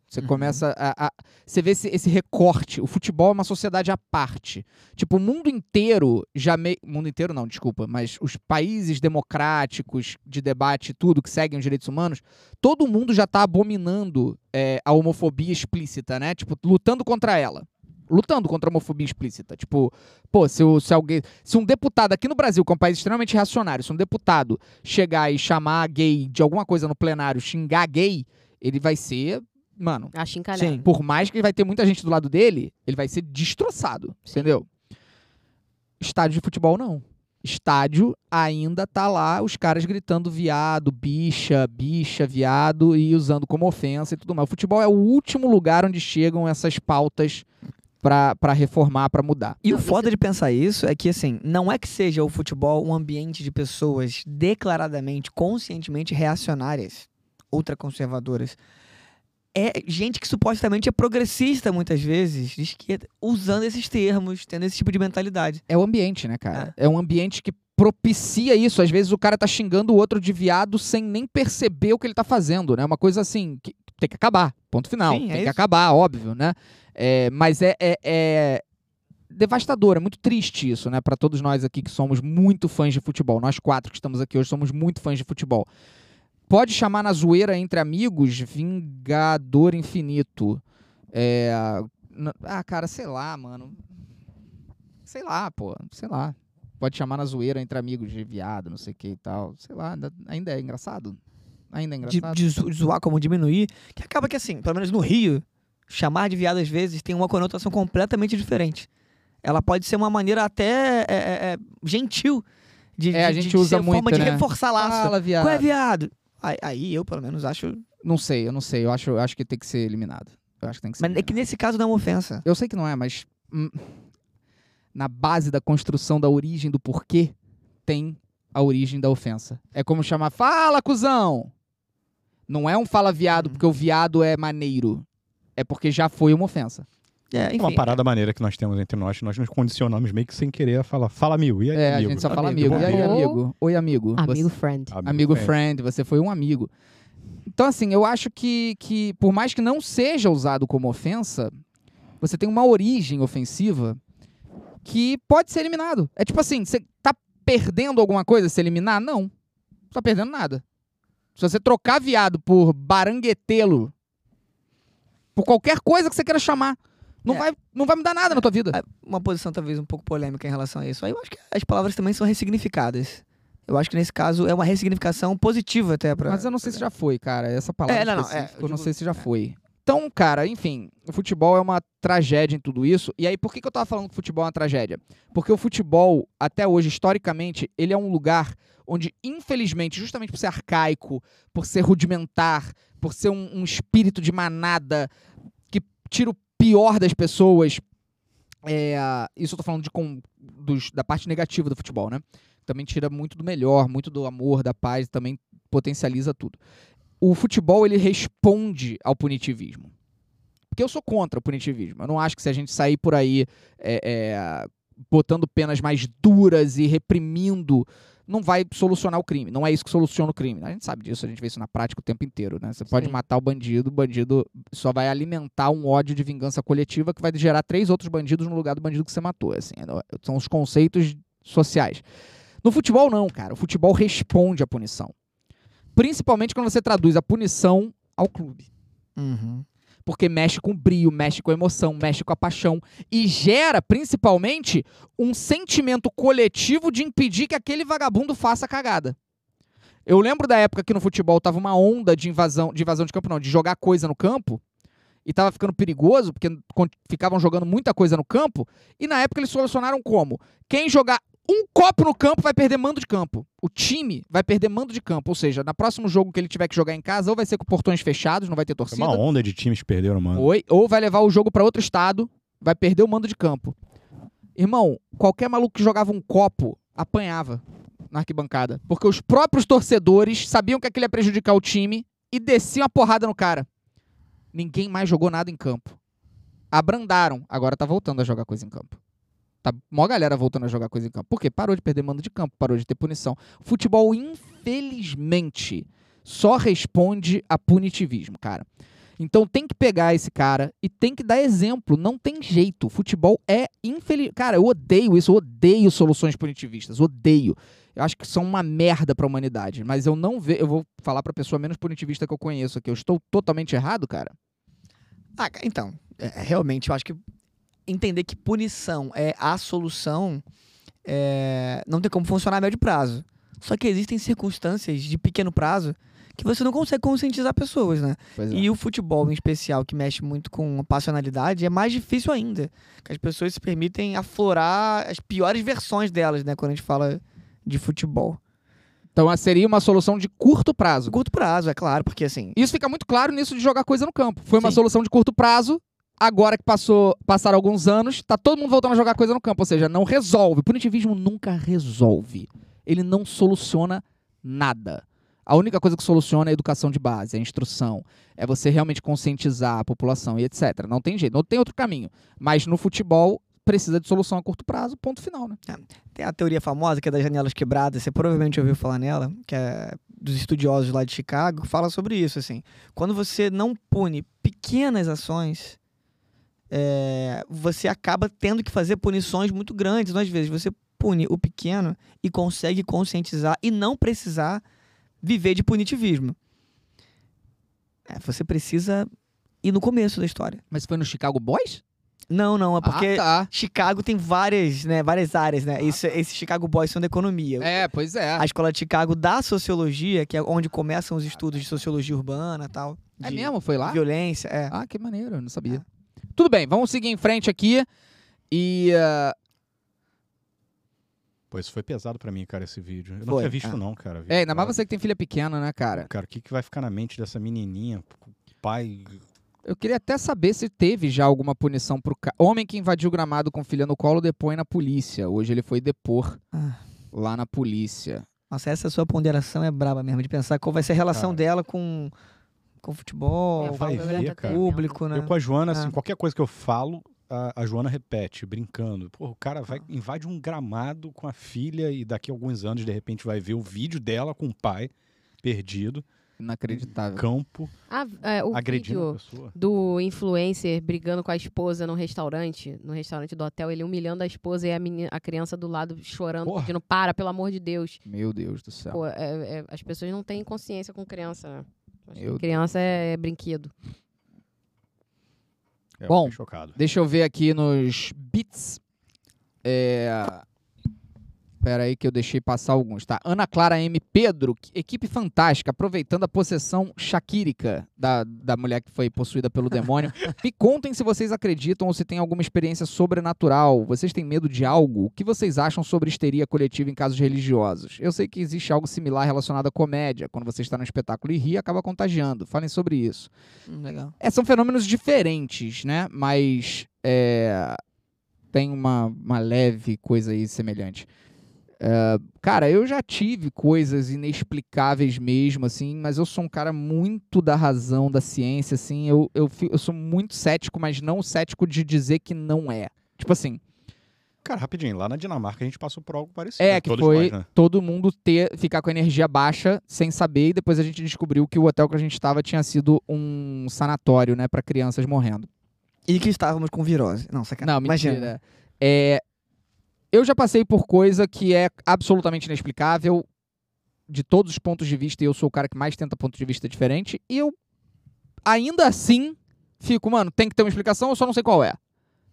S5: Você
S2: Uhum.
S5: começa a... a- você vê esse, esse recorte. O futebol é uma sociedade à parte. Tipo, o mundo inteiro já meio. Mundo inteiro não, desculpa, mas os países democráticos de debate e tudo que seguem os direitos humanos, todo mundo já tá abominando é, a homofobia explícita, né? Tipo, lutando contra ela. Lutando contra a homofobia explícita. Tipo, pô, se, o- se alguém. Se um deputado aqui no Brasil, que é um país extremamente reacionário, se um deputado chegar e chamar gay de alguma coisa no plenário, xingar gay, ele vai ser. Mano,
S1: Acho encalhado.
S2: Sim.
S5: por mais que ele vai ter muita gente do lado dele, ele vai ser destroçado, entendeu? Estádio de futebol não. Estádio ainda tá lá os caras gritando viado, bicha, bicha, viado e usando como ofensa e tudo mais. O futebol é o último lugar onde chegam essas pautas pra pra reformar, pra mudar.
S2: E o foda de pensar isso é que, assim, não é que seja o futebol um ambiente de pessoas declaradamente, conscientemente reacionárias, ultraconservadoras. É gente que supostamente é progressista, muitas vezes, de esquerda, usando esses termos, tendo esse tipo de mentalidade.
S5: É o ambiente, né, cara? É um ambiente que propicia isso. Às vezes o cara tá xingando o outro de viado sem nem perceber o que ele tá fazendo, né? Uma coisa assim que tem que acabar. Ponto final.
S2: Sim, é
S5: tem que
S2: isso.
S5: acabar, óbvio, né? É, mas é, é, é devastador, é muito triste isso, né? Pra todos nós aqui que somos muito fãs de futebol. Nós quatro que estamos aqui hoje somos muito fãs de futebol. Pode chamar na zoeira entre amigos Vingador Infinito. É, n- ah, cara, sei lá, mano. Sei lá, pô, sei lá. Pode chamar na zoeira entre amigos de viado, não sei o que e tal. Sei lá, ainda, ainda é engraçado. Ainda é
S2: De,
S5: engraçado.
S2: de zo- de zoar como diminuir, que acaba que, assim, pelo menos no Rio, chamar de viado às vezes tem uma conotação completamente diferente. Ela pode ser uma maneira até é, é, é, gentil de,
S5: É, a
S2: de- de-
S5: gente
S2: de
S5: usa
S2: ser
S5: muito,
S2: forma de
S5: né?
S2: reforçar laço.
S5: Fala, viado.
S2: Qual é viado? Aí, aí eu, pelo menos, acho.
S5: Não sei, eu não sei. Eu acho, eu acho que tem que ser eliminado. Eu acho que tem que ser.
S2: Mas é que
S5: eliminado.
S2: nesse caso não é uma ofensa.
S5: Eu sei que não é, mas. hum, na base da construção da origem do porquê, tem a origem da ofensa. É como chamar. Fala, cuzão! Não é um fala viado,
S2: Uhum.
S5: porque o viado é maneiro. É porque já foi uma ofensa.
S2: É, enfim.
S4: Uma parada maneira que nós temos entre nós, que nós nos condicionamos meio que sem querer a falar, fala amigo, e aí,
S5: É,
S4: amigo?
S5: a gente só fala
S1: Amigo.
S5: amigo. E aí,
S1: Ou-
S5: amigo? Oi, amigo.
S1: Amigo
S5: Você-
S1: friend.
S4: é.
S5: amigo friend, você foi um amigo. Então, assim, eu acho que, que, por mais que não seja usado como ofensa, você tem uma origem ofensiva que pode ser eliminado. É tipo assim, você tá perdendo alguma coisa se eliminar? Não. Não tá perdendo nada. Se você trocar viado por baranguetelo, por qualquer coisa que você queira chamar, não,
S2: É.
S5: vai, não vai mudar nada na tua vida.
S2: Uma posição talvez um pouco polêmica em relação a isso. Aí eu acho que as palavras também são ressignificadas. Eu acho que nesse caso é uma ressignificação positiva até pra.
S5: Mas eu não sei se já foi, cara. Essa palavra
S2: É, não, não,
S5: específica,
S2: é, eu
S5: eu não
S2: digo-
S5: sei se já foi. Então, cara, enfim, o futebol é uma tragédia em tudo isso. E aí, por que, que eu tava falando que o futebol é uma tragédia? Porque o futebol, até hoje, historicamente, ele é um lugar onde, infelizmente, justamente por ser arcaico, por ser rudimentar, por ser um, um espírito de manada que tira o pior das pessoas, é, isso eu tô falando de com- dos- da parte negativa do futebol, né? também tira muito do melhor, muito do amor, da paz, também potencializa tudo. O futebol ele responde ao punitivismo. Porque eu sou contra o punitivismo. Eu não acho que se a gente sair por aí é, é, botando penas mais duras e reprimindo, não vai solucionar o crime. Não é isso que soluciona o crime. A gente sabe disso, a gente vê isso na prática o tempo inteiro. Né? Você pode
S1: Sim.
S5: matar o bandido, o bandido só vai alimentar um ódio de vingança coletiva que vai gerar três outros bandidos no lugar do bandido que você matou. Assim, são os conceitos sociais. No futebol, não, cara. O futebol responde à punição. Principalmente quando você traduz a punição ao clube
S2: Uhum.
S5: porque mexe com o brio, mexe com a emoção, mexe com a paixão e gera principalmente um sentimento coletivo de impedir que aquele vagabundo faça cagada. Eu lembro da época que no futebol tava uma onda de invasão, de invasão de campo não, de jogar coisa no campo e tava ficando perigoso porque con- ficavam jogando muita coisa no campo e na época eles solucionaram como quem jogar um copo no campo vai perder mando de campo. O time vai perder mando de campo. Ou seja, no próximo jogo que ele tiver que jogar em casa, ou vai ser com portões fechados, não vai ter
S4: Foi
S5: torcida.
S4: uma onda de times que perderam, mano.
S5: Oi, ou vai levar o jogo pra outro estado, vai perder o mando de campo. Irmão, qualquer maluco que jogava um copo apanhava na arquibancada, porque os próprios torcedores sabiam que aquilo ia prejudicar o time e desciam a porrada no cara. Ninguém mais jogou nada em campo. Abrandaram, agora tá voltando a jogar coisa em campo. Tá mó galera voltando a jogar coisa em campo. Por quê? Parou de perder mando de campo, parou de ter punição. Futebol, infelizmente, só responde a punitivismo, cara. Então tem que pegar esse cara e tem que dar exemplo. Não tem jeito. Futebol é infeliz. Cara, eu odeio isso. Eu odeio soluções punitivistas. Odeio. Eu acho que são uma merda pra humanidade. Mas eu não vejo. Eu vou falar pra pessoa menos punitivista que eu conheço aqui. Eu estou totalmente errado, cara?
S2: Ah, ca- então, é, realmente, eu acho que entender que punição é a solução é, não tem como funcionar a médio prazo. Só que existem circunstâncias de pequeno prazo que você não consegue conscientizar pessoas, né?
S5: Pois é.
S2: E o futebol, em especial, que mexe muito com a passionalidade, é mais difícil ainda. Que as pessoas se permitem aflorar as piores versões delas, né? Quando a gente fala de futebol.
S5: Então ah, seria uma solução de curto prazo.
S2: Curto prazo, é claro, porque assim,
S5: Isso fica muito claro nisso de jogar coisa no campo. Foi uma
S2: Sim.
S5: solução de curto prazo. Agora que passou, passaram alguns anos, tá todo mundo voltando a jogar coisa no campo. Ou seja, não resolve. Punitivismo nunca resolve. Ele não soluciona nada. A única coisa que soluciona é a educação de base, é a instrução. É você realmente conscientizar a população e etc. Não tem jeito, não tem outro caminho. Mas no futebol, precisa de solução a curto prazo, ponto final, né?
S2: Tem a teoria famosa que é das janelas quebradas, você provavelmente ouviu falar nela, que é dos estudiosos lá de Chicago, que fala sobre isso, assim. Quando você não pune pequenas ações, é, você acaba tendo que fazer punições muito grandes. Então, às vezes, você pune o pequeno e consegue conscientizar e não precisar viver de punitivismo. É, você precisa ir no começo da história.
S5: Mas foi no Chicago Boys?
S2: Não, não, é porque...
S5: Ah, tá.
S2: Chicago tem várias, né, várias áreas, né? Isso, esse Chicago Boys são da economia.
S5: É, pois é.
S2: A escola de Chicago da sociologia, que é onde começam os estudos de sociologia urbana e tal.
S5: É
S2: de
S5: mesmo? Foi lá?
S2: Violência, é.
S5: Ah, que maneiro, eu não sabia. Tudo bem, vamos seguir em frente aqui. E. ah,
S4: Pô, isso foi pesado pra mim, cara, esse vídeo. Eu não
S2: Foi,
S4: tinha visto,
S2: é.
S4: não, cara.
S5: é, ainda mais
S4: Cara,
S5: você que tem filha pequena, né, cara?
S4: Cara, o que, que vai ficar na mente dessa menininha? Pai.
S5: Eu queria até saber se teve já alguma punição pro ca... homem que invadiu o gramado com filha no colo depõe na polícia. Hoje ele foi depor
S2: Ah.
S5: lá na polícia.
S2: Nossa, essa sua ponderação é braba mesmo, de pensar qual vai ser a relação
S4: Cara.
S2: dela com, com futebol,
S4: vai
S2: com
S4: ver, cara.
S2: público, né?
S4: Eu com a Joana, assim,
S5: É.
S2: Ah.
S4: qualquer coisa que eu falo, a, a Joana repete, brincando. Pô, o cara
S5: Ah.
S4: vai, invade um gramado com a filha e daqui a alguns anos, de repente, vai ver o vídeo dela com o pai perdido,
S5: Inacreditável.
S4: campo,
S1: Ah, é, o
S4: agredindo a
S1: vídeo
S4: pessoa.
S1: do influencer brigando com a esposa no restaurante, no restaurante do hotel, ele humilhando a esposa e a, menina, a criança do lado chorando,
S4: Porra.
S1: pedindo para, pelo amor de Deus.
S5: Meu Deus do céu.
S1: Pô, é- é- as pessoas não têm consciência com criança, né? Acho que
S5: Meu
S1: Criança é, é brinquedo.
S4: É, eu
S5: Bom,
S4: fiquei chocado.
S5: Deixa eu ver aqui nos bits. É. Pera aí que eu deixei passar alguns, tá? Ana Clara M. Pedro, que- equipe fantástica, aproveitando a possessão shakírica da, da mulher que foi possuída pelo demônio. Me contem se vocês acreditam ou se tem alguma experiência sobrenatural. Vocês têm medo de algo? O que vocês acham sobre histeria coletiva em casos religiosos? Eu sei que existe algo similar relacionado à comédia. Quando você está no espetáculo e ri, acaba contagiando. Falem sobre isso.
S2: Hum, Legal.
S5: É, são fenômenos diferentes, né? Mas é, tem uma, uma leve coisa aí semelhante. É, cara, eu já tive coisas inexplicáveis mesmo, assim, mas eu sou um cara muito da razão, da ciência, assim. Eu, eu, fi- eu sou muito cético, mas não cético de dizer que não é. Tipo assim,
S4: Cara, rapidinho, lá na Dinamarca a gente passou por algo parecido.
S5: é
S4: né?
S5: que
S4: Todos
S5: foi
S4: nós, né?
S5: todo mundo ter, ficar com a energia baixa sem saber, e depois a gente descobriu que o hotel que a gente estava tinha sido um sanatório, né, para crianças morrendo.
S2: E que estávamos com virose. Não, sacanagem.
S5: Não, mentira.
S2: Imagina.
S5: É, eu já passei por coisa que é absolutamente inexplicável de todos os pontos de vista, e eu sou o cara que mais tenta ponto de vista diferente, e eu ainda assim fico, mano, tem que ter uma explicação, eu só não sei qual é.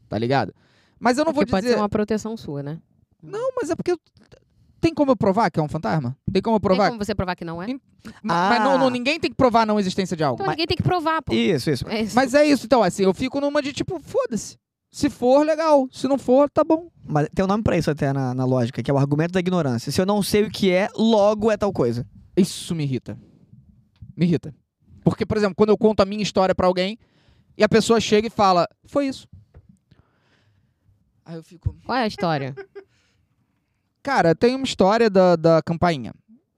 S5: Tá ligado? Mas eu não vou
S1: É Porque pode
S5: dizer,
S1: ser uma proteção sua, né?
S5: não, mas é porque eu- tem como eu provar que é um fantasma? Tem como eu provar?
S1: Tem como você provar que não é?
S5: Então, Ma- Mas não, não, ninguém tem que provar a não existência de algo.
S1: Então
S5: Mas-
S1: ninguém tem que provar, pô.
S2: Isso, isso.
S1: É isso.
S5: mas é isso, então, assim, eu fico numa de tipo, foda-se. Se for, legal. Se não for, tá bom.
S2: Mas tem um nome pra isso até na, na lógica, que é o argumento da ignorância. Se eu não sei o que é, logo é tal coisa.
S5: Isso me irrita. Me irrita. Porque, por exemplo, quando eu conto a minha história pra alguém e a pessoa chega e fala, foi isso. Aí eu fico.
S1: Qual é a história?
S5: Cara, tem uma história da, da campainha.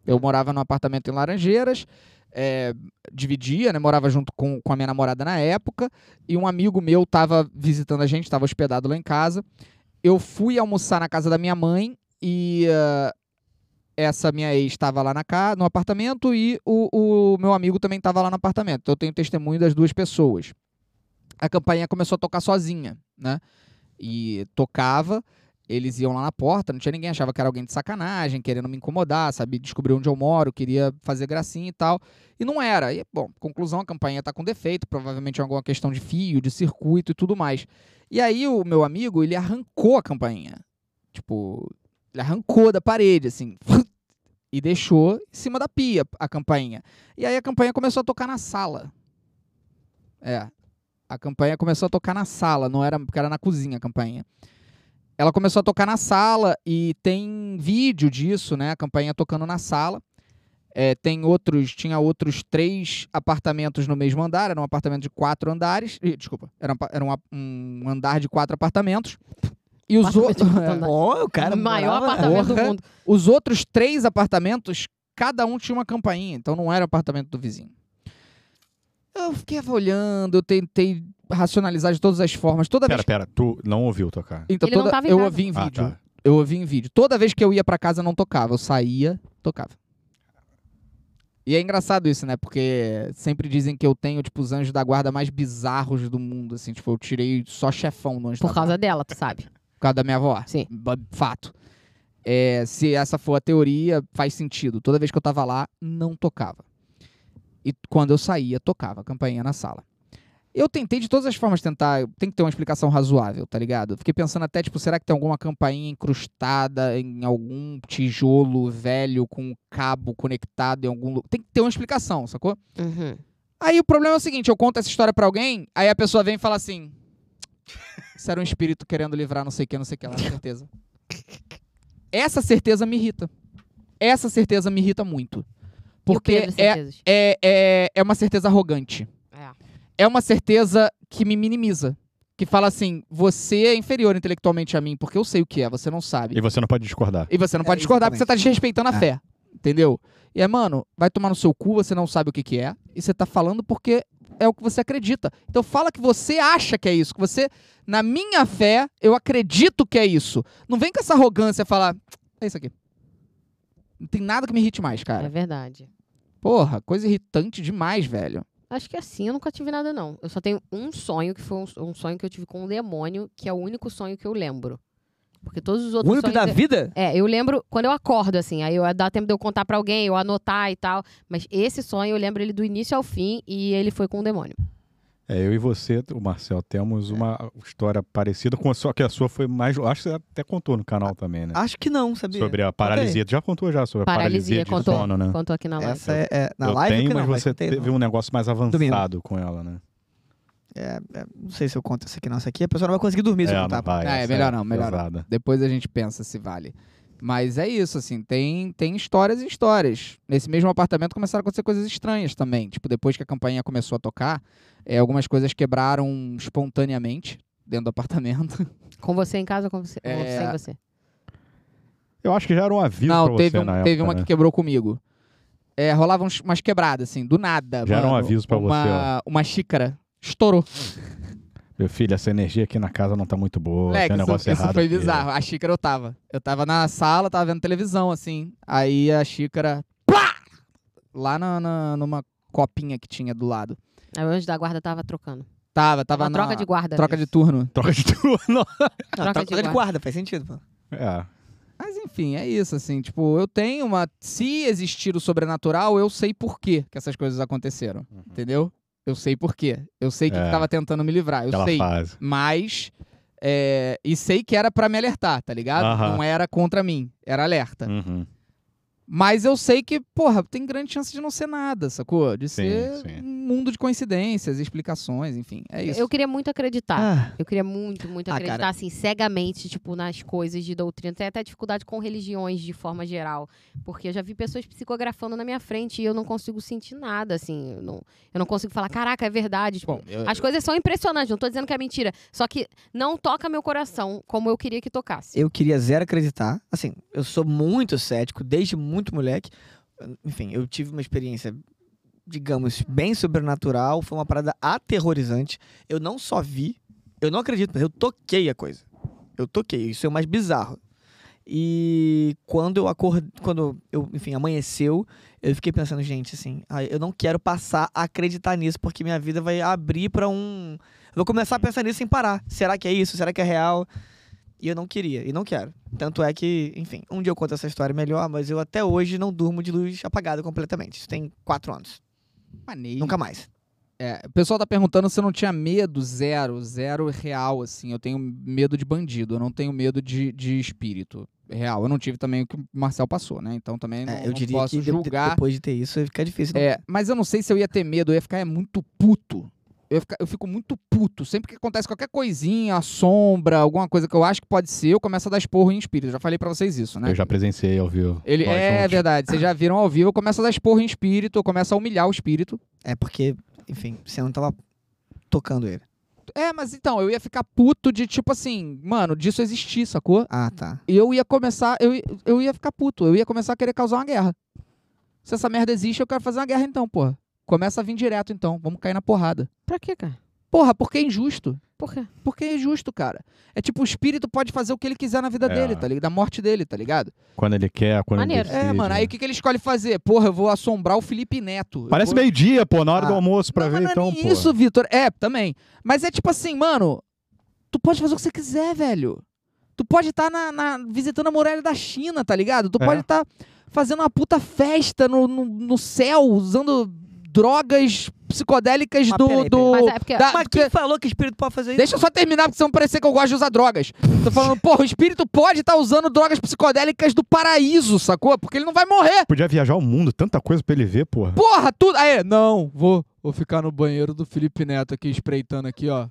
S5: Eu morava num apartamento em Laranjeiras, é, dividia, né? Morava junto com, com a minha namorada na época, e um amigo meu tava visitando a gente, tava hospedado lá em casa. Eu fui almoçar na casa da minha mãe e ah, essa minha ex estava lá na casa, no apartamento e o, o meu amigo também estava lá no apartamento. Então eu tenho testemunho das duas pessoas. A campainha começou a tocar sozinha, né? E tocava eles iam lá na porta, não tinha ninguém, achava que era alguém de sacanagem, querendo me incomodar, sabe? Descobrir onde eu moro, queria fazer gracinha e tal. E não era. E, bom, conclusão, a campainha tá com defeito, provavelmente alguma questão de fio, de circuito e tudo mais. E aí o meu amigo, ele arrancou a campainha. Tipo, ele arrancou da parede, assim. E deixou em cima da pia a campainha. E aí a campainha começou a tocar na sala. É. A campainha começou a tocar na sala, não era porque era na cozinha a campainha ela começou a tocar na sala e tem vídeo disso, né? A campainha tocando na sala. É, tem outros, tinha outros três apartamentos no mesmo andar, era um apartamento de quatro andares. Ih, desculpa, era, um, apa- era um a- um andar de quatro apartamentos. E os,
S1: Apartamento de
S5: outros- é,
S1: quatro andares.
S2: Ó, o
S1: O
S2: cara
S1: maior
S2: morava-
S1: apartamento do
S5: Porra.
S1: mundo.
S5: os outros três apartamentos, cada um tinha uma campainha, então não era o apartamento do vizinho. Eu fiquei olhando, eu tentei racionalizar de todas as formas. Toda
S4: Pera,
S5: vez.
S4: pera, tu não ouviu tocar.
S5: Então,
S1: Ele não
S5: toda-
S1: tava em
S5: eu
S1: casa.
S5: ouvi em
S4: Ah,
S5: vídeo.
S4: tá.
S5: Eu ouvi em vídeo. Toda vez que eu ia pra casa, não tocava. Eu saía, tocava. E é engraçado isso, né? Porque sempre dizem que eu tenho, tipo, os anjos da guarda mais bizarros do mundo, assim. Tipo, eu tirei só chefão no anjo
S1: Por
S5: da
S1: causa
S5: guarda.
S1: dela, tu sabe.
S5: Por causa da minha avó.
S1: Sim.
S5: assim, Ba- Fato. É, se essa for a teoria, faz sentido. Toda vez que eu tava lá, não tocava. E quando eu saía, tocava a campainha na sala. Eu tentei de todas as formas tentar. Tem que ter uma explicação razoável, tá ligado? Eu Fiquei pensando até, tipo, será que tem alguma campainha incrustada em algum tijolo velho com um cabo conectado em algum lugar? Tem que ter uma explicação, sacou?
S1: Uhum.
S5: Aí o problema é o seguinte, eu conto essa história pra alguém, aí a pessoa vem e fala assim: Isso era um espírito querendo livrar não sei o que, não sei o que lá, certeza. Essa certeza me irrita. Essa certeza me irrita muito.
S1: e o
S5: Porque
S1: Pedro,
S5: é,
S1: certezas?
S5: é, é, é uma certeza arrogante.
S1: É.
S5: É uma certeza que me minimiza. Que fala assim: você é inferior intelectualmente a mim, porque eu sei o que é, você não sabe.
S4: E você não pode discordar.
S5: E você não
S2: É,
S5: pode discordar porque você
S2: exatamente.
S5: tá desrespeitando a
S2: É.
S5: fé. Entendeu? E é, mano, vai tomar no seu cu, você não sabe o que, que é. E você tá falando porque é o que você acredita. Então fala que você acha que é isso. Que você, na minha fé, eu acredito que é isso. Não vem com essa arrogância e falar, "Tsk, é isso aqui. Não tem nada que me irrite mais,
S1: É
S5: cara.
S1: verdade.
S5: Porra, coisa irritante demais, velho.
S1: Acho que assim eu nunca tive nada, não. Eu só tenho um sonho, que foi um, um sonho que eu tive com um demônio, que é o único sonho que eu lembro. Porque todos os
S2: O
S1: outros
S2: único
S1: sonhos.
S2: da
S1: eu-
S2: vida?
S1: É, eu lembro quando eu acordo, assim, aí eu dá tempo de eu contar pra alguém, eu anotar e tal. Mas esse sonho eu lembro ele do início ao fim e ele foi com o demônio.
S4: É, eu e você, o Marcel, temos uma história parecida com a sua, que a sua foi mais. Acho que você até contou no canal também, né?
S5: Ah,
S2: Acho que não, sabia?
S4: Sobre a paralisia. Tu já contou já sobre a
S1: Paralisia,
S4: paralisia,
S1: contou,
S4: de sono, né?
S1: contou aqui na live.
S2: Essa é, é na
S4: eu
S2: live
S4: tenho,
S2: que não,
S4: mas
S2: mas
S4: você
S2: não tem,
S4: teve
S2: não.
S4: um negócio mais avançado com ela, né?
S2: um- Não sei se eu conto isso aqui, não. Isso aqui a pessoa não vai conseguir dormir se eu
S4: É,
S2: contar.
S4: não vai,
S5: Ah, é
S4: essa
S5: melhor não, melhor não.
S4: pesada.
S5: Depois a gente pensa se vale. Mas é isso, assim, tem, tem histórias e histórias. Nesse mesmo apartamento começaram a acontecer coisas estranhas também. Tipo, depois que a campainha começou a tocar, eh, algumas coisas quebraram espontaneamente dentro do apartamento.
S1: Com você em casa ou com você, ou
S5: É.
S1: sem você?
S4: Eu acho que já era um aviso pra
S5: Não,
S4: você
S5: teve, um-
S4: na época,
S5: teve uma
S4: né?
S5: que quebrou comigo. É, rolava uns- umas quebradas, assim, do nada.
S4: Já era um
S5: mano.
S4: aviso pra você,
S5: uma, Uma xícara. Estourou.
S4: Meu filho, essa energia aqui na casa não tá muito boa.
S5: Moleque,
S4: tem um
S5: isso,
S4: negócio
S5: isso
S4: errado
S5: foi
S4: aqui.
S5: bizarro. A xícara eu tava. Eu tava na sala, tava vendo televisão, assim. Aí a xícara. Plá! Lá na, na- numa copinha que tinha do lado.
S1: Aí o anjo da guarda tava trocando.
S5: Tava, tava
S1: Uma
S5: na.
S1: troca de guarda. né,
S5: troca de turno.
S4: Troca de turno.
S1: Troca de guarda.
S2: Tá, faz sentido, pô.
S4: É.
S5: Mas enfim, é isso, assim. Tipo, eu tenho uma. Se existir o sobrenatural, eu sei por quê que essas coisas aconteceram. Entendeu? Eu sei por quê. Eu sei que,
S4: Uhum. É.
S5: que tava tentando me livrar. Eu
S4: Aquela
S5: sei.
S4: fase.
S5: Mas. é, e sei que era pra me alertar, tá ligado?
S4: Aham.
S5: Não era contra mim, era alerta.
S4: Uhum.
S5: Mas eu sei que, porra, tem grande chance de não ser nada, sacou? De
S4: Sim,
S5: ser
S4: sim.
S5: um mundo de coincidências, explicações, enfim. É isso.
S1: Eu queria muito acreditar.
S2: Ah,
S1: Eu queria muito, muito
S2: Ah,
S1: acreditar,
S2: cara.
S1: assim, cegamente, tipo, nas coisas de doutrina. Tem até dificuldade com religiões de forma geral. Porque eu já vi pessoas psicografando na minha frente e eu não consigo sentir nada, assim. Eu não, eu não consigo falar, caraca, é verdade. Tipo,
S5: Bom, eu-
S1: as coisas são impressionantes, não tô dizendo que é mentira. Só que não toca meu coração como eu queria que tocasse.
S2: eu queria zero acreditar. Assim, eu sou muito cético, desde muito moleque. Enfim, eu tive uma experiência, digamos, bem sobrenatural. Foi uma parada aterrorizante. Eu não só vi, eu não acredito, mas eu toquei a coisa. Eu toquei, isso é o mais bizarro. E quando eu acordei, quando eu, enfim, amanheceu, eu fiquei pensando, gente, assim, ah, eu não quero passar a acreditar nisso, porque minha vida vai abrir pra um. Eu vou começar a pensar nisso sem parar. Será que é isso? Será que é real? E eu não queria, e não quero. Tanto é que, enfim, um dia eu conto essa história melhor, mas eu até hoje não durmo de luz apagada completamente. Isso tem quatro anos.
S5: Maneiro.
S2: Nunca mais.
S5: É, o pessoal tá perguntando se eu não tinha medo, zero, zero real, assim. Eu tenho medo de bandido, eu não tenho medo de, de espírito. Real, eu não tive também o que o Marcel passou, né? Então também não,
S2: É, eu
S5: não
S2: diria
S5: posso
S2: que de- de-
S5: julgar.
S2: depois de ter isso fica difícil. não
S5: É, mas eu não sei se eu ia ter medo, eu ia ficar é, muito puto. Eu, ia ficar- eu fico muito puto. Sempre que acontece qualquer coisinha, a sombra, alguma coisa que eu acho que pode ser, eu começo a dar esporro em espírito. Eu já falei pra vocês isso, né?
S4: Eu já tipo presenciei ao vivo. um
S5: Ele,
S4: Nós
S5: é
S4: juntos.
S5: verdade, vocês já viram ao vivo, eu começo a dar esporro em espírito, eu começo a humilhar o espírito.
S2: É porque, enfim, você não tava tocando ele.
S5: É, mas então, eu ia ficar puto de tipo assim, mano, disso existir, sacou?
S2: Ah, tá.
S5: E eu ia começar, eu, eu ia ficar puto, eu ia começar a querer causar uma guerra. Se essa merda existe, eu quero fazer uma guerra então, porra. Começa a vir direto então, vamos cair na porrada.
S1: Pra quê, cara?
S5: Porra, porque é injusto.
S1: Por quê?
S5: Porque é injusto, cara. É tipo, o espírito pode fazer o que ele quiser na vida
S4: É.
S5: dele, tá ligado? Da morte dele, tá ligado?
S4: Quando ele quer, quando
S1: Maneiro.
S4: ele
S5: É,
S4: decide. né?
S5: mano, aí o que, que ele escolhe fazer? Porra, eu vou assombrar o Felipe Neto. Eu
S4: Parece
S5: vou...
S4: meio-dia, pô, na hora
S5: Ah.
S4: do almoço pra
S5: Não,
S4: ver,
S5: mas não
S4: então,
S5: é nem
S4: pô.
S5: Isso, Vitor. É, também. Mas é tipo assim, mano, tu pode fazer o que você quiser, velho. Tu pode estar visitando a muralha da China, tá ligado? Tu
S4: É.
S5: pode estar fazendo uma puta festa no, no, no céu, usando drogas psicodélicas
S2: Mas
S5: do.
S2: peraí,
S5: do-
S1: Mas é porque.
S5: da-
S2: Mas
S5: Ah, porque-
S2: quem falou que espírito pode fazer isso?
S5: Deixa eu só terminar, porque senão parecer que eu gosto de usar drogas. Tô falando, porra, o espírito pode estar usando drogas psicodélicas do paraíso, sacou? Porque ele não vai morrer.
S4: Podia viajar o mundo, tanta coisa pra ele ver, porra.
S5: Porra, tudo. Aí, não, vou, vou ficar no banheiro do Felipe Neto aqui, espreitando aqui, ó.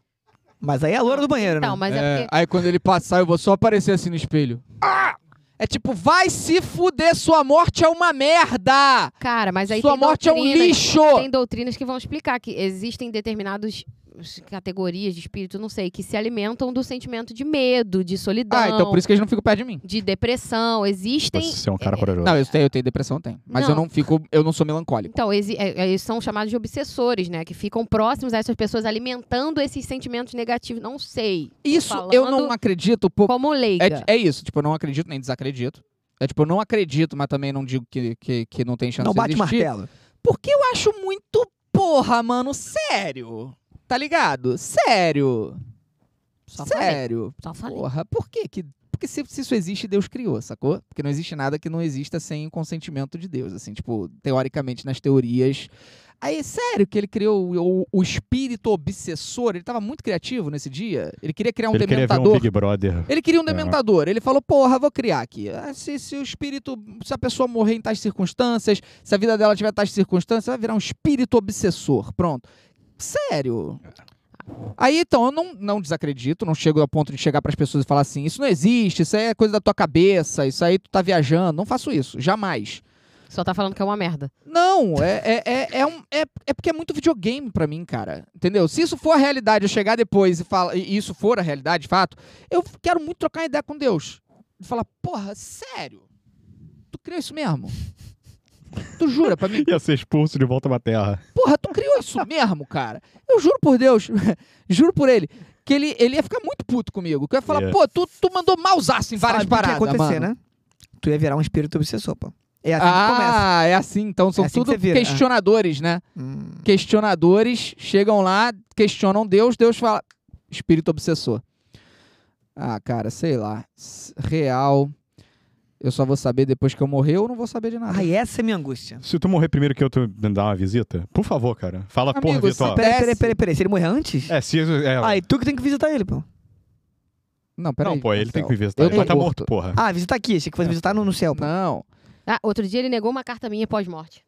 S2: Mas aí é a loura do banheiro,
S1: Então,
S2: né?
S1: mas é,
S5: É,
S1: porque.
S5: Aí quando ele passar, eu vou só aparecer assim no espelho. Ah! É tipo, vai se fuder, sua morte é uma merda!
S1: Cara, mas aí.
S5: sua
S1: tem
S5: morte é um
S1: doutrinas-
S5: lixo!
S1: Tem doutrinas que vão explicar que existem determinadas categorias de espírito, não sei, que se alimentam do sentimento de medo, de solidão.
S5: Ah, então por isso que eles não ficam perto de mim.
S1: de depressão, existem.
S4: Você é um cara corajoso.
S5: Não, eu tenho, eu tenho depressão, eu tenho. Mas eu
S1: Não.
S5: não fico, eu não sou melancólico.
S1: Então, exi- é- é- eles são chamados de obsessores, né? Que ficam próximos a essas pessoas, alimentando esses sentimentos negativos. Não sei. Tô
S5: Isso eu não
S1: falando
S5: acredito por.
S1: Como leiga.
S5: É, é isso, tipo, eu não acredito nem desacredito. É tipo, eu não acredito, mas também não digo que, que, que não tem chance
S2: Não
S5: de
S2: bate
S5: existir.
S2: martelo.
S5: Porque eu acho muito porra, mano, sério. Tá ligado? Sério.
S1: Só falei.
S5: sério.
S1: Só falei.
S5: Porra, por que que... Porque se, se isso existe, Deus criou, sacou? Porque não existe nada que não exista sem o consentimento de Deus, assim, tipo, teoricamente, nas teorias. Aí, sério que ele criou o, o- o espírito obsessor? Ele tava muito criativo nesse dia? Ele queria criar um
S4: ele queria ver um
S5: dementador?
S4: Big Brother.
S5: Ele queria um
S4: É.
S5: dementador. Ele falou, porra, vou criar aqui. Ah, Se, se o espírito, se a pessoa morrer em tais circunstâncias, se a vida dela tiver tais circunstâncias, vai virar um espírito obsessor. Pronto. Sério. Aí, então, eu não, não desacredito, não chego ao ponto de chegar pras pessoas e falar assim, isso não existe, isso aí é coisa da tua cabeça, isso aí tu tá viajando. Não faço isso, jamais.
S1: Só tá falando que é uma merda.
S5: Não, é, é, é, é, um- é, é porque é muito videogame pra mim, cara. Entendeu? Se isso for a realidade, eu chegar depois e, fala, e isso for a realidade, de fato, eu quero muito trocar ideia com Deus. e falar, porra, sério? Tu criou isso mesmo? Tu jura pra mim?
S4: Ia ser expulso de volta pra terra.
S5: Porra, tu criou isso mesmo, cara? Eu juro por Deus, juro por ele, que ele, ele ia ficar muito puto comigo. Que eu ia falar,
S4: Ia.
S5: pô, tu, tu mandou mausaço em várias
S2: Sabe o
S5: paradas,
S2: que ia acontecer,
S5: mano.
S2: né? Tu ia virar um espírito obsessor, pô. É assim que começa.
S5: ah, é assim, então são
S2: É assim que
S5: tudo
S2: você vira, é.
S5: questionadores, né?
S2: Hum,
S5: Questionadores chegam lá, questionam Deus, Deus fala, espírito obsessor. Ah, cara, sei lá, S- real. Eu só vou saber depois que eu morrer ou não vou saber de nada.
S2: Ai, essa é minha angústia.
S4: Se tu morrer primeiro que eu, tu me dá uma visita, por favor, cara. Fala, porra,
S5: Amigo,
S4: Vitor.
S5: se-
S2: Peraí,
S5: Desce.
S2: peraí, peraí, peraí. Se ele morrer antes?
S4: É, se. É,
S2: Ah, e tu que tem que visitar ele, pô.
S5: Não, peraí.
S4: não, pô, ele
S5: Marcelo.
S4: tem que me visitar.
S5: Eu
S4: Ele
S5: tô
S4: vai tá morto,
S5: morto.
S4: porra.
S2: Ah, visitar aqui. Achei que fosse visitar no, no céu, pô.
S5: Não.
S1: Ah, outro dia ele negou uma carta minha pós-morte.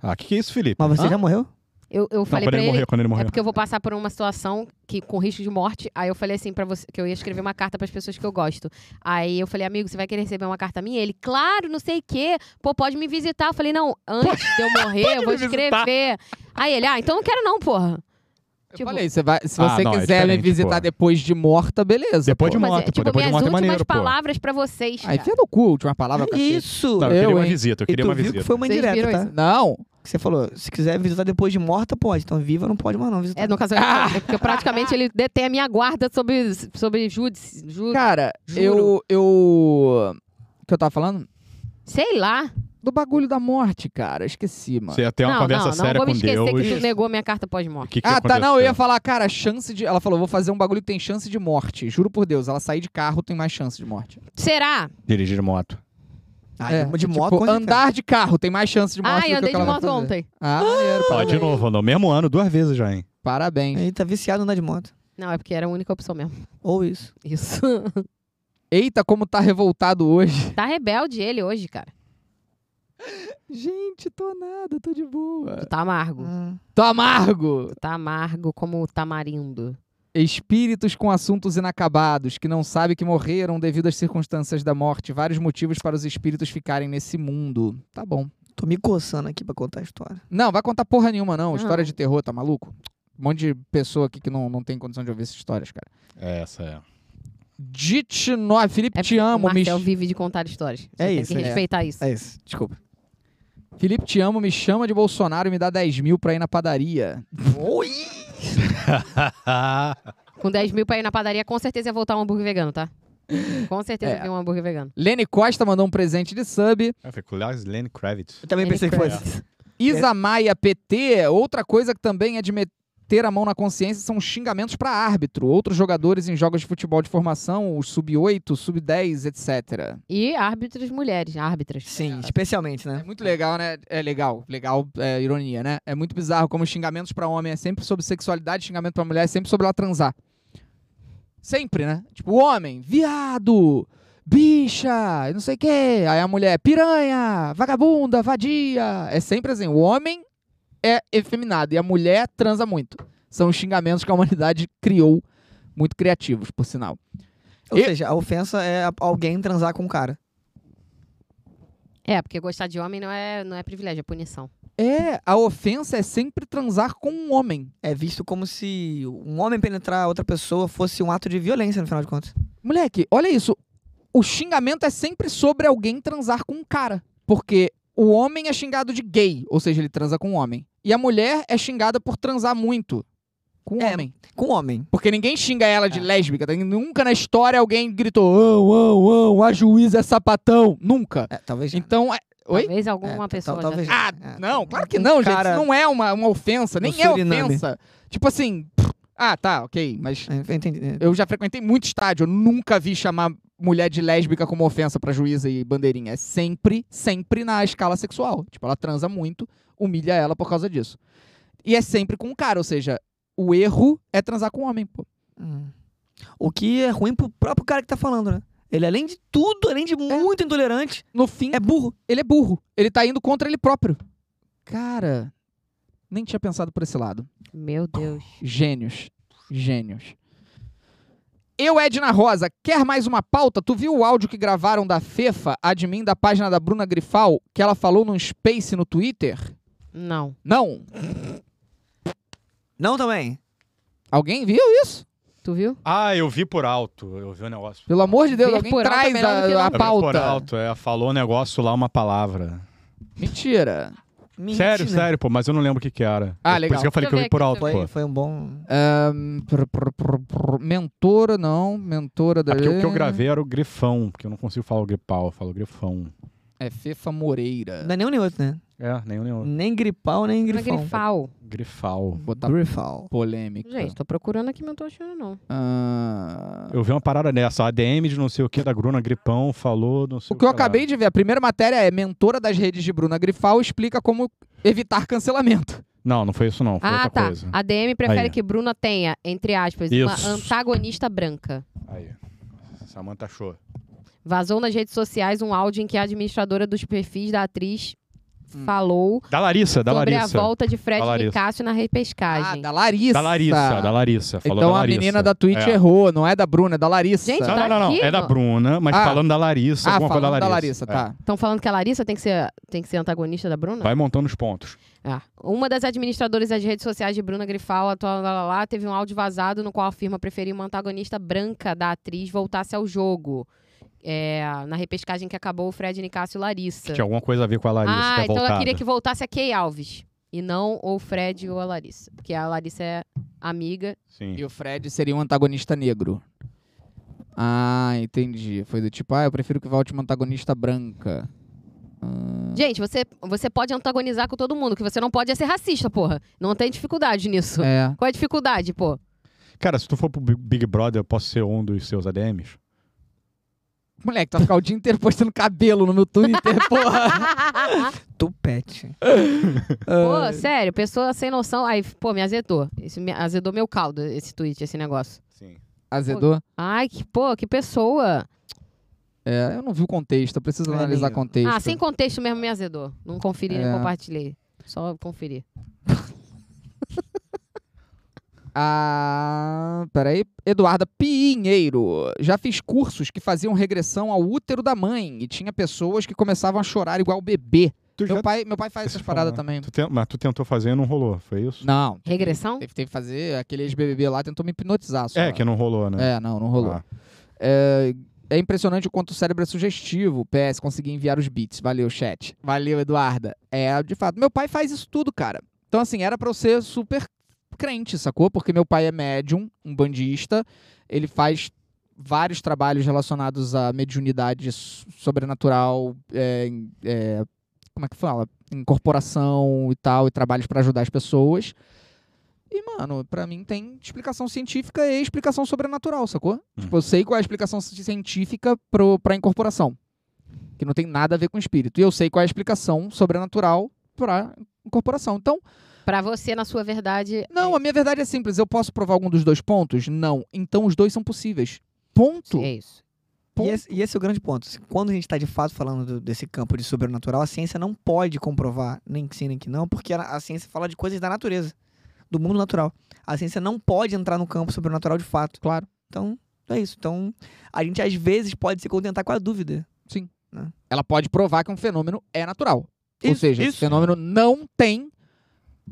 S4: Ah, que que é isso, Felipe?
S2: Mas você
S5: Hã?
S2: já morreu?
S1: Eu, eu
S4: não,
S1: falei
S4: quando
S1: pra
S4: ele,
S1: ele.
S4: morrer, quando ele
S1: É
S4: morrer.
S1: porque eu vou passar por uma situação que com risco de morte. Aí eu falei assim para você que eu ia escrever uma carta para as pessoas que eu gosto. Aí eu falei, amigo, você vai querer receber uma carta minha? Ele, claro, não sei o quê. Pô, pode me visitar. Eu falei, não, antes de eu morrer, eu vou
S4: me visitar.
S1: escrever. Aí ele, ah, então não quero não, porra.
S5: Eu
S1: Tipo-
S5: falei, você vai, se
S4: Ah,
S5: você
S4: não, é
S5: quiser me
S4: diferente,
S5: visitar
S4: pô.
S5: depois de morta, beleza.
S4: Depois
S5: pô.
S4: de
S1: Mas
S4: morte,
S1: é,
S4: pô.
S1: tipo,
S4: Depois de
S1: minhas
S4: morte é
S1: últimas
S4: maneiro, pô.
S1: palavras para vocês.
S5: Aí
S1: cara.
S5: fia no cu, última palavra. cacete.
S2: Isso!
S4: Não, eu, queria
S5: Eu,
S4: uma
S5: hein?
S4: visita, eu
S2: E
S4: queria
S2: tu
S4: uma
S2: viu que
S4: visita.
S2: foi uma
S1: Vocês
S2: indireta,
S1: viram
S2: tá?
S1: isso?
S5: Não.
S2: Que Você falou, se quiser visitar depois de morta, pode. Então viva não pode mais não visitar.
S1: É, no caso, é porque praticamente ele detém a minha guarda sobre, sobre júdice. Ju...
S5: Cara,
S1: Juro.
S5: eu. Eu. O que eu tava falando?
S1: Sei lá.
S5: Do bagulho da morte, cara. Eu Esqueci, mano.
S4: Você ia ter é uma
S1: não,
S4: conversa
S1: não, não
S4: séria
S1: vou me
S4: com
S1: esquecer
S4: Deus.
S1: que tu negou minha carta
S4: O
S1: pós-morte.
S4: que que
S5: ah, tá, não, eu
S4: aconteceu?
S5: ia falar, cara, chance de. Ela falou, vou fazer um bagulho que tem chance de morte. Juro por Deus, ela sair de carro tem mais chance de morte.
S1: Será?
S4: Dirigir moto.
S2: Ah,
S5: É,
S2: de- de
S5: tipo,
S2: moto, com certeza.
S5: andar de carro tem mais chance de morte. do
S1: Ai,
S5: que o
S1: andei
S5: que
S1: de
S5: ela vai
S1: moto
S5: fazer.
S1: ontem.
S5: Ah,
S4: Ó,
S5: maneiro,
S4: de
S5: parabéns.
S4: novo, no mesmo ano, duas vezes já, hein?
S5: Parabéns.
S2: Ele tá viciado em andar de moto.
S1: Não, é porque era a única opção mesmo.
S2: Ou isso.
S1: Isso.
S5: Eita, como tá revoltado hoje.
S1: Tá rebelde ele hoje, cara.
S5: Gente, tô nada, tô de boa.
S1: Tu tá amargo.
S2: Hum.
S5: Tô amargo.
S1: Tu tá amargo como o tamarindo.
S5: Espíritos com assuntos inacabados, que não sabem que morreram devido às circunstâncias da morte. Vários motivos para os espíritos ficarem nesse mundo. Tá bom.
S2: Tô me coçando aqui pra contar a história.
S5: Não, vai contar porra nenhuma, não.
S1: Não.
S5: História de terror, tá maluco? Um monte de pessoa aqui que não, não tem condição de ouvir essas histórias, cara.
S4: É, essa é.
S5: Ditnoi, Felipe,
S1: É
S5: te amo,
S1: o
S5: me...
S1: Marcel vive de contar histórias. Você
S2: É
S1: tem
S2: isso,
S1: que
S2: é.
S1: respeitar isso.
S2: É isso, desculpa.
S5: Felipe, te amo, me chama de Bolsonaro e me dá 10 mil pra ir na padaria.
S2: Oi!
S1: Com 10 mil pra ir na padaria, com certeza ia voltar um hambúrguer vegano, tá? Com certeza
S5: É.
S1: ia ter um hambúrguer vegano.
S5: Lene Costa mandou um presente de sub.
S4: É, foi com o Lars Lenny Kravitz.
S2: Eu também pensei que fosse.
S5: Isa Maia PT, outra coisa que também é de meter a mão na consciência são os xingamentos para árbitro, outros jogadores em jogos de futebol de formação, os sub-8, sub-10, etc.
S1: E árbitros mulheres, árbitras.
S2: Sim, especialmente,
S5: É
S2: né?
S5: muito legal, né? É legal, legal, é ironia, né? É muito bizarro como os xingamentos para homem é sempre sobre sexualidade, xingamento para mulher é sempre sobre ela transar. Sempre, né? Tipo, homem, viado, bicha, e não sei o quê. Aí a mulher, piranha, vagabunda, vadia. É sempre assim, o homem é efeminado e a mulher transa muito. São os xingamentos que a humanidade criou, muito criativos, por sinal.
S2: Ou
S5: E-
S2: seja, a ofensa é a- alguém transar com um cara.
S1: É, porque gostar de homem não é, não é privilégio, é punição.
S5: É, a ofensa é sempre transar com um homem.
S2: É visto como se um homem penetrar outra pessoa fosse um ato de violência, no final de contas.
S5: Moleque, olha isso. O xingamento é sempre sobre alguém transar com um cara. Porque o homem é xingado de gay, ou seja, ele transa com um homem. E a mulher é xingada por transar muito com um
S2: É.
S5: homem.
S2: Com um homem.
S5: Porque ninguém xinga ela de lésbica. tá? Nunca na história alguém gritou: ão, ão, ão, a juíza é sapatão. Nunca.
S2: É, talvez.
S5: Então. É... Oi?
S1: Talvez alguma
S2: É,
S1: pessoa.
S2: tal-
S1: já-
S2: talvez-
S5: Ah,
S2: É,
S5: não,
S2: um-
S5: claro que
S2: um
S5: não, gente.
S2: cara
S5: Isso não é uma, uma ofensa, nem é
S2: Suriname.
S5: ofensa. Tipo assim, ah, tá, ok, mas
S2: É, eu entendi. É,
S5: eu já frequentei muito estádio, eu nunca vi chamar mulher de lésbica como ofensa pra juíza e bandeirinha. É sempre, sempre na escala sexual. Tipo, ela transa muito, humilha ela por causa disso. E é sempre com um cara, ou seja, o erro é transar com um homem, pô.
S2: hum. O que é ruim pro próprio cara que tá falando, né? Ele, além de tudo, além
S1: É.
S2: de muito intolerante,
S5: No fim,
S2: é burro.
S5: ele é burro. Ele tá indo contra ele próprio. Cara, nem tinha pensado por esse lado.
S1: Meu Deus.
S5: Gênios. Gênios. Eu, Edna Rosa, quer mais uma pauta? Tu viu o áudio que gravaram da Fefa, admin da página da Bruna Grifal, que ela falou num space no Twitter?
S1: Não.
S5: Não.
S2: Não também.
S5: Alguém viu isso?
S1: Tu viu?
S4: Ah, eu vi por alto. Eu vi o negócio.
S5: Pelo amor de Deus,
S1: Ver
S5: alguém
S1: por alto é
S5: traz
S1: melhor do que
S5: a, a
S1: não.
S4: Eu vi por
S5: pauta.
S4: alto, é. Falou o negócio lá, uma palavra.
S5: Mentira.
S2: Mentira.
S4: Sério, sério, pô, mas eu não lembro o que que era. É
S5: Ah,
S4: Por
S5: legal.
S4: isso que eu
S1: Deixa
S4: falei que eu
S1: eu
S4: vi por
S1: ver
S4: alto,
S1: aqui,
S2: Foi,
S4: pô.
S2: foi um bom.
S1: É.
S5: Ahn, prr, prr, prr, prr, mentora, não. Mentora da.
S4: É porque o que eu gravei era o grifão, porque eu não consigo falar o gripal, eu falo grifão.
S5: É Fefa Moreira.
S2: Não é nenhum nem outro, né?
S4: É, nenhum, nenhum.
S2: Nem gripal, nem
S1: Uma
S2: grifão.
S1: é grifal.
S4: Grifal.
S5: Botar
S2: Grifal.
S5: polêmica.
S1: Gente, tô procurando aqui, mas não tô achando, não.
S5: Ah,
S4: Eu vi uma parada nessa. A ADM de não sei o que da Gruna Gripão falou, não sei
S5: O
S4: o
S5: que eu
S4: lá.
S5: acabei de ver, a primeira matéria é Mentora das redes de Bruna Grifal explica como evitar cancelamento.
S4: Não, não foi isso não, foi
S1: ah,
S4: outra
S1: tá.
S4: coisa.
S1: A DM prefere
S4: Aí.
S1: que Bruna tenha, entre aspas,
S4: Isso.
S1: uma antagonista branca.
S4: Aí. Samantha achou.
S1: Vazou nas redes sociais um áudio em que a administradora dos perfis da atriz
S5: Hum.
S1: falou
S4: Da Larissa, É da
S1: sobre
S4: Larissa.
S1: a volta de Fred
S4: Da Larissa.
S1: Nicásio na
S5: Ah,
S1: repescagem.
S5: da Larissa.
S4: Da Larissa, da Larissa. Falou
S5: então
S4: da
S5: a
S4: Larissa.
S5: menina da Twitch
S4: É.
S5: errou, não é da Bruna, é da Larissa.
S1: Gente,
S4: Não,
S1: Tá
S4: não, não, não.
S1: aqui,
S4: É da
S1: ó.
S4: Bruna, mas
S5: Ah.
S4: falando da Larissa,
S5: ah,
S4: alguma coisa
S5: falando
S4: da Larissa.
S5: da Larissa,
S4: É.
S5: tá.
S1: Estão falando que a Larissa tem que ser, tem que ser antagonista da Bruna?
S4: Vai montando os pontos.
S1: Ah. Uma das administradoras das redes sociais de Bruna Grifal, atual lá, lá, lá, teve um áudio vazado no qual afirma preferir uma antagonista branca da atriz voltasse ao jogo. É, na repescagem que acabou o Fred Nicásio e Larissa.
S4: Que tinha alguma coisa a ver com a Larissa.
S1: Tá.
S4: é
S1: ah,
S4: ter
S1: então ela
S4: voltado.
S1: queria que voltasse a Kay Alves. E não ou o Fred ou a Larissa. Porque a Larissa é amiga.
S4: Sim.
S5: E o Fred seria um antagonista negro. Ah, entendi. Foi do tipo, ah, eu prefiro que volte uma antagonista branca.
S1: Gente, você, você pode antagonizar com todo mundo. O que você não pode é ser racista, porra. Não tem dificuldade nisso.
S5: É.
S1: Qual é a dificuldade, pô?
S4: Cara, se tu for pro Big- Big Brother, eu posso ser um dos seus ADMs?
S5: Moleque, tu vai ficar o dia inteiro postando cabelo no meu Twitter, porra.
S2: Tupete. Ah,
S1: Pô, sério, pessoa sem noção. Aí, pô, me azedou. Isso me azedou meu caldo, esse tweet, esse negócio.
S4: Sim.
S5: Azedou?
S1: Ai, que, pô, que pessoa. Ah,
S5: É, eu não vi o contexto, eu preciso
S2: É,
S5: analisar
S2: nem eu.
S5: contexto.
S1: Ah, sem contexto mesmo me azedou. Não conferi,
S5: É.
S1: nem compartilhei. Só conferi.
S5: Ah, peraí. Eduarda Pinheiro. Já fiz cursos que faziam regressão ao útero da mãe e tinha pessoas que começavam a chorar igual bebê.
S4: Tu
S5: Meu
S4: já-
S5: pai, meu pai faz
S4: Deixa
S5: essas
S4: eu falar.
S5: paradas também.
S4: Tu ten- Mas tu tentou fazer e não rolou, foi isso?
S5: Não.
S1: Regressão?
S5: Teve, teve que fazer aquele ex-BBB lá, tentou me hipnotizar. Só.
S4: É, que não rolou, né?
S5: É, não, não rolou.
S4: Ah.
S5: É, é impressionante o quanto o cérebro é sugestivo. PS, consegui enviar os beats. Valeu, chat. Valeu, Eduarda. É, de fato, meu pai faz isso tudo, cara. Então, assim, era pra eu ser super crente, sacou? Porque meu pai é médium, um bandista. Ele faz vários trabalhos relacionados à mediunidade s- sobrenatural, é, em- é, como é que fala? Incorporação e tal, e trabalhos pra ajudar as pessoas. E, mano, pra mim tem explicação científica e explicação sobrenatural, sacou? Tipo, eu sei qual é a explicação ci- científica pro, pra incorporação, que não tem nada a ver com espírito. E eu sei qual é a explicação sobrenatural pra incorporação. Então,
S1: Pra você, na sua verdade.
S5: não,
S1: é...
S5: a minha verdade é simples. Eu posso provar algum dos dois pontos? Não. Então os dois são possíveis. Ponto.
S1: É isso.
S5: Ponto.
S2: E esse, e esse é o grande ponto. Se- Quando a gente está de fato falando do- desse campo de sobrenatural, a ciência não pode comprovar nem que sim, nem que não, porque a, a ciência fala de coisas da natureza, do mundo natural. A ciência não pode entrar no campo sobrenatural de fato.
S5: Claro.
S2: Então, é isso. Então, a gente às vezes pode se contentar com a dúvida.
S5: Ela pode provar que um fenômeno é natural. Ou
S2: Isso,
S5: seja, esse
S2: isso.
S5: fenômeno não tem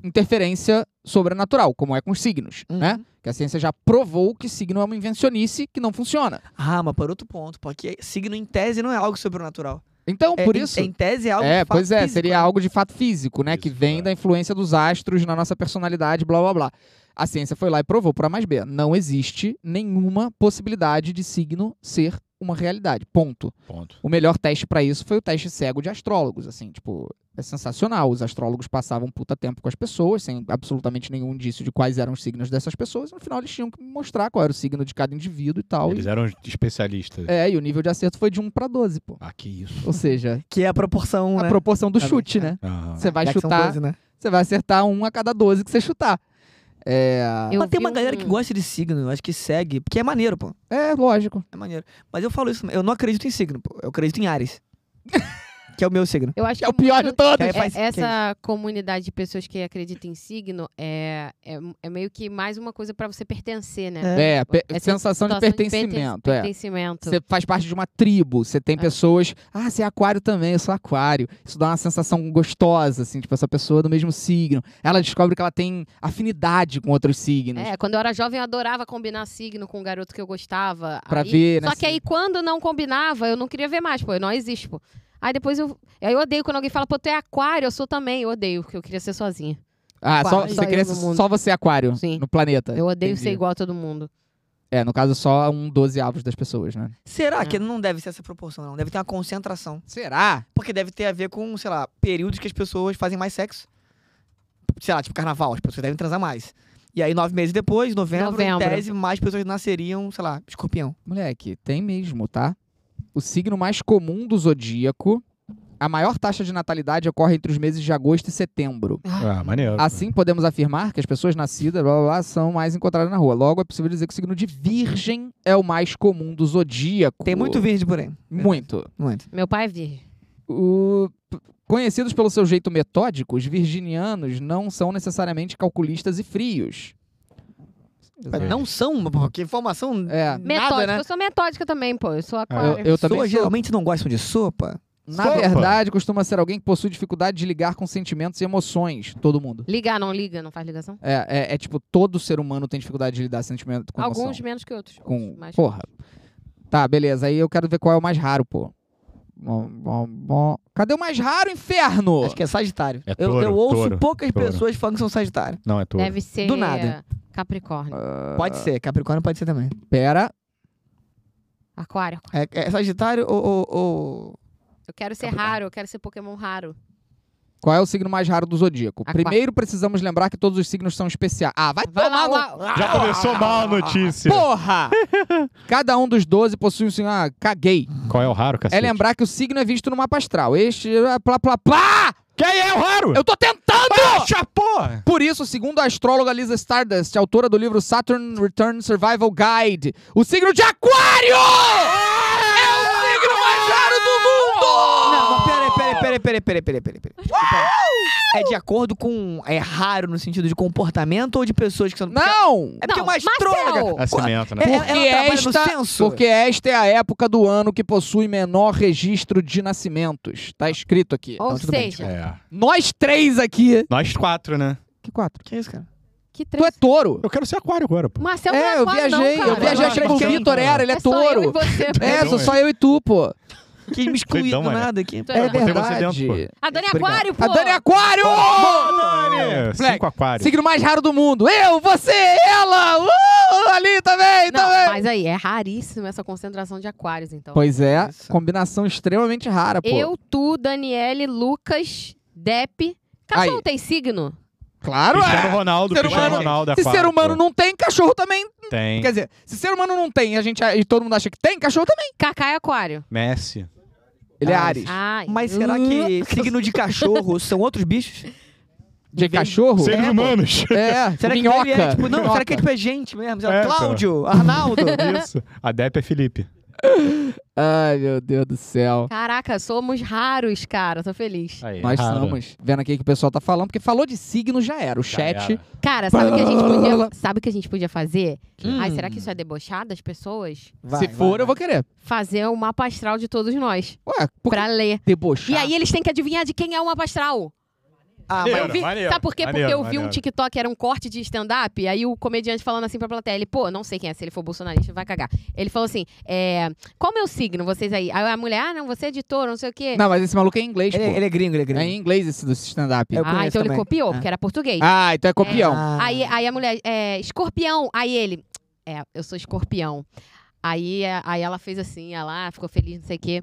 S5: interferência sobrenatural, como é com os signos,
S2: Uhum.
S5: né? Que a ciência já provou que signo é uma invencionice que não funciona.
S2: Ah, mas por outro ponto, porque signo em tese não é algo sobrenatural.
S5: Então,
S2: É,
S5: por
S2: em-
S5: isso...
S2: Em tese é algo.
S5: É,
S2: de fato
S5: pois é,
S2: físico,
S5: seria
S2: né?
S5: algo de fato físico, né?
S4: Isso,
S5: que vem
S4: é.
S5: da influência dos astros na nossa personalidade, blá blá blá. A ciência foi lá e provou por A mais B. Não existe nenhuma possibilidade de signo ser uma realidade. Ponto.
S4: Ponto.
S5: O melhor teste pra isso foi o teste cego de astrólogos, assim, tipo, é sensacional. Os astrólogos passavam um puta tempo com as pessoas, sem absolutamente nenhum indício de quais eram os signos dessas pessoas. No final, eles tinham que mostrar qual era o signo de cada indivíduo e tal.
S4: Eles
S5: E,
S4: eram especialistas.
S5: é, e o nível de acerto foi de 1 pra 12, pô.
S4: Ah, que isso.
S5: Ou seja,
S2: Que é a proporção.
S5: a
S2: né?
S5: proporção do
S2: É,
S5: chute,
S2: é.
S5: né?
S4: Ah.
S5: Você vai
S2: Já que são
S5: chutar
S2: 12, né?
S5: você vai acertar um a cada 12 que você chutar. É,
S1: Eu
S2: Mas tem
S1: vi
S2: uma galera
S1: um-
S2: que gosta de signo, eu acho que segue, porque é maneiro, pô.
S5: é lógico.
S2: É maneiro. Mas eu falo isso, eu não acredito em signo, pô. Eu acredito em Ares. Que é o meu signo.
S1: Eu acho
S5: Que é o pior de
S1: muito-
S5: todos.
S2: Que aí
S1: É,
S2: faz- que
S1: essa comunidade de pessoas que acreditam em signo é, é, é meio que mais uma coisa pra você pertencer, né?
S5: É, pe-
S1: Essa
S5: sensação de
S1: situação perten-
S5: pertencimento, é.
S1: pertencimento.
S5: Você faz parte de uma tribo, você tem pessoas. Ah, você é aquário também, eu sou aquário. Isso dá uma sensação gostosa, assim, tipo, essa pessoa é do mesmo signo. Ela descobre que ela tem afinidade com outros signos.
S1: É, quando eu era jovem eu adorava combinar signo com um garoto que eu gostava.
S5: Pra
S1: Aí-
S5: ver, né,
S1: Só que
S5: se-
S1: aí quando não combinava, eu não queria ver mais, pô, eu não existe, pô. Aí depois eu. Aí eu odeio quando alguém fala, pô, tu é aquário, eu sou também. Eu odeio, porque eu queria ser sozinha.
S5: ah, só,
S1: Aquário.
S5: você
S1: Só
S5: queria
S1: eu no
S5: ser,
S1: mundo.
S5: só você é aquário
S1: Sim.
S5: no planeta.
S1: Eu odeio
S5: É, Entendi.
S1: ser igual a todo mundo.
S5: É, no caso, só um 12 avos das pessoas, né?
S2: Será
S1: É.
S2: que não deve ser essa proporção, não? Deve ter uma concentração.
S5: Será?
S2: Porque deve ter a ver com, sei lá, períodos que as pessoas fazem mais sexo. Sei lá, tipo carnaval, as pessoas devem transar mais. E aí, nove meses depois, novembro,
S1: Novembro.
S2: em tese, mais pessoas nasceriam, sei lá, escorpião.
S5: Moleque, tem mesmo, tá? O signo mais comum do zodíaco. A maior taxa de natalidade ocorre entre os meses de agosto e setembro.
S4: Ah, maneiro.
S5: Assim, podemos afirmar que as pessoas nascidas blá, blá, blá, são mais encontradas na rua. Logo, é possível dizer que o signo de virgem é o mais comum do zodíaco.
S2: Tem muito virgem, porém.
S5: Muito.
S2: Muito.
S1: Meu pai é virgem.
S5: O- p- Conhecidos pelo seu jeito metódico, os virginianos não são necessariamente calculistas e frios.
S2: Mas Não são, pô, que informação
S5: É.
S2: nada,
S1: Metódica,
S2: né?
S1: eu sou metódica também, pô. Eu sou
S5: Eu,
S1: aquário.
S5: eu
S2: Pessoas
S5: também sou.
S2: geralmente não gostam de sopa.
S5: Na
S4: Sopa.
S5: verdade, costuma ser alguém que possui dificuldade de ligar com sentimentos e emoções. Todo mundo.
S1: Ligar, não liga, não faz ligação?
S5: É, é, é tipo, todo ser humano tem dificuldade de lidar com sentimento com emoção.
S1: Alguns menos que outros.
S5: Com...
S1: outros mais que
S5: Porra. Tá, beleza. Aí eu quero ver qual é o mais raro, pô. Bom, bom, bom. Cadê o mais raro, inferno?
S2: Acho que é Sagitário.
S4: É
S2: eu,
S4: touro,
S2: eu ouço
S4: touro,
S2: poucas
S4: touro.
S2: pessoas falando que são Sagitário.
S4: Não, é todo.
S1: Deve ser eh,
S2: Do nada.
S1: Capricórnio.
S5: Ah.
S2: Pode ser, Capricórnio pode ser também.
S1: é-
S5: Pera.
S1: Aquário.
S2: É, é Sagitário ou, ou- ou-
S1: Eu quero ser
S2: Capricórnio.
S1: raro, eu quero ser Pokémon raro.
S5: Qual é o signo mais raro do zodíaco?
S1: Aquário.
S5: Primeiro precisamos lembrar que todos os signos são especiais. Ah, vai,
S1: Vai lá,
S5: tomar no-
S1: lá, lá.
S4: Já começou
S1: Ah!
S4: mal a notícia.
S5: Porra! Cada um dos 12 possui um signo. Ah, caguei.
S4: Qual é o raro, cacete?
S5: É lembrar que o signo é visto no mapa astral. Este. ah, Plá, plá, plá!
S4: Quem é o raro?
S5: Eu tô tentando!
S4: Poxa, porra!
S5: Por isso, segundo a astróloga Lisa Stardust, autora do livro Saturn Return Survival Guide, o signo de Aquário é o signo mais raro do mundo!
S2: Não, mas peraí, peraí, peraí, peraí, peraí, peraí, peraí, peraí. É de acordo com. É raro no sentido de comportamento ou de pessoas que são.
S5: Não!
S2: É porque
S1: Não,
S2: uma
S1: Marcel!
S2: astróloga.
S4: É cimento, né?
S2: É, ela
S5: Porque
S2: trabalha no
S5: esta,
S2: censo?
S5: porque esta é a época do ano que possui menor registro de nascimentos. Tá escrito aqui.
S1: Ou
S2: tudo bem,
S1: seja,
S4: É.
S5: Nós três aqui.
S4: Nós quatro, né?
S5: Que quatro?
S2: Que isso, cara?
S1: que
S5: Tu é
S1: três.
S5: touro.
S4: Eu quero ser aquário agora, pô.
S1: Marcel não
S5: é,
S1: é
S5: eu
S1: aquário, não,
S5: viajei. eu
S1: cara.
S5: viajei
S2: Mas
S5: achei que o
S2: quem?
S5: Vitor era, ele é,
S1: só eu e
S5: touro.
S1: você.
S5: É,
S4: Perdão,
S5: sou
S4: é.
S5: só eu e tu, pô.
S2: Quis me excluir
S4: Doidão,
S2: do
S4: mané.
S2: nada aqui.
S1: Tu
S5: É
S1: é
S4: botei você
S5: verdade.
S4: dentro,
S1: A Dani é
S5: Obrigado.
S1: Aquário, pô.
S5: A Dani é Aquário!
S4: Dani! Cinco aquários.
S5: Signo mais raro do mundo. Eu, você, ela! Uh, ali também,
S1: Não,
S5: também!
S1: mas aí, é raríssima essa concentração de aquários, então.
S5: Pois é,
S2: Nossa.
S5: combinação extremamente rara, pô.
S1: Eu, tu, Daniele, Lucas, Depp. Cachorro
S5: Aí.
S1: tem signo?
S5: Claro,
S4: Cristiano
S5: é.
S4: Ronaldo,
S5: Ser
S4: Cristiano
S5: humano-
S4: Ronaldo é
S5: Se
S4: aquário.
S5: ser humano não tem, cachorro também.
S4: não... Tem.
S5: Quer dizer, se ser humano não tem e a gente, e todo mundo acha que tem, cachorro também.
S1: Cacá é aquário.
S4: Messi.
S5: Ele é
S2: Ah,
S5: Ares.
S1: Ai.
S2: Mas será que signo de cachorro são outros bichos?
S5: De cachorro?
S4: Seres
S2: pô.
S4: humanos.
S5: É,
S2: Será que
S5: minhoca.
S2: ele é, tipo, não,
S5: minhoca.
S2: será que é, tipo, é gente mesmo? Sei lá,
S4: É, cara.
S2: Cláudio, Arnaldo.
S4: Isso. A Depp é Felipe.
S5: Ai, meu Deus do céu.
S1: uh, Caraca, somos raros, cara. Tô feliz.
S2: É
S4: Aí,
S5: Nós
S4: raro.
S5: estamos vendo aqui o que o pessoal tá falando, porque falou de signo já era. O chat.
S4: era.
S1: Cara, sabe o que a gente podia, sabe o que a gente podia fazer?
S2: Hum.
S1: Ai, será que isso é debochar das pessoas?
S2: Vai,
S5: se
S2: vai,
S5: for,
S2: vai.
S5: eu vou querer.
S1: Fazer o mapa astral de todos nós.
S5: Ué, por que
S1: Pra ler.
S5: debochar?
S1: E aí eles têm que adivinhar de quem é o mapa astral.
S2: Ah,
S4: Eu
S2: mas
S1: Eu vi-
S4: maneiro,
S1: sabe por quê? Porque
S4: maneiro,
S1: eu vi um
S4: maneiro.
S1: TikTok, era um corte de stand-up, aí o comediante falando assim pra plateia, ele, pô, não sei quem é, se ele for bolsonarista, vai cagar. Ele falou assim, é, qual o meu signo, vocês aí? Aí a mulher, ah, não, você é editor, não sei o quê.
S5: Não, mas esse maluco é em inglês,
S2: ele,
S5: pô.
S2: ele é gringo, ele é gringo.
S5: É em inglês esse do stand-up.
S2: eu
S1: ah,
S2: conheço
S1: então ele
S2: também.
S1: copiou,
S2: É.
S1: porque era português.
S5: Ah, então é copião.
S2: Ah.
S1: Aí, aí a mulher, é, escorpião. Aí ele, é, eu sou escorpião. Aí, é, aí ela fez assim, ela ah, ficou feliz, não sei o quê.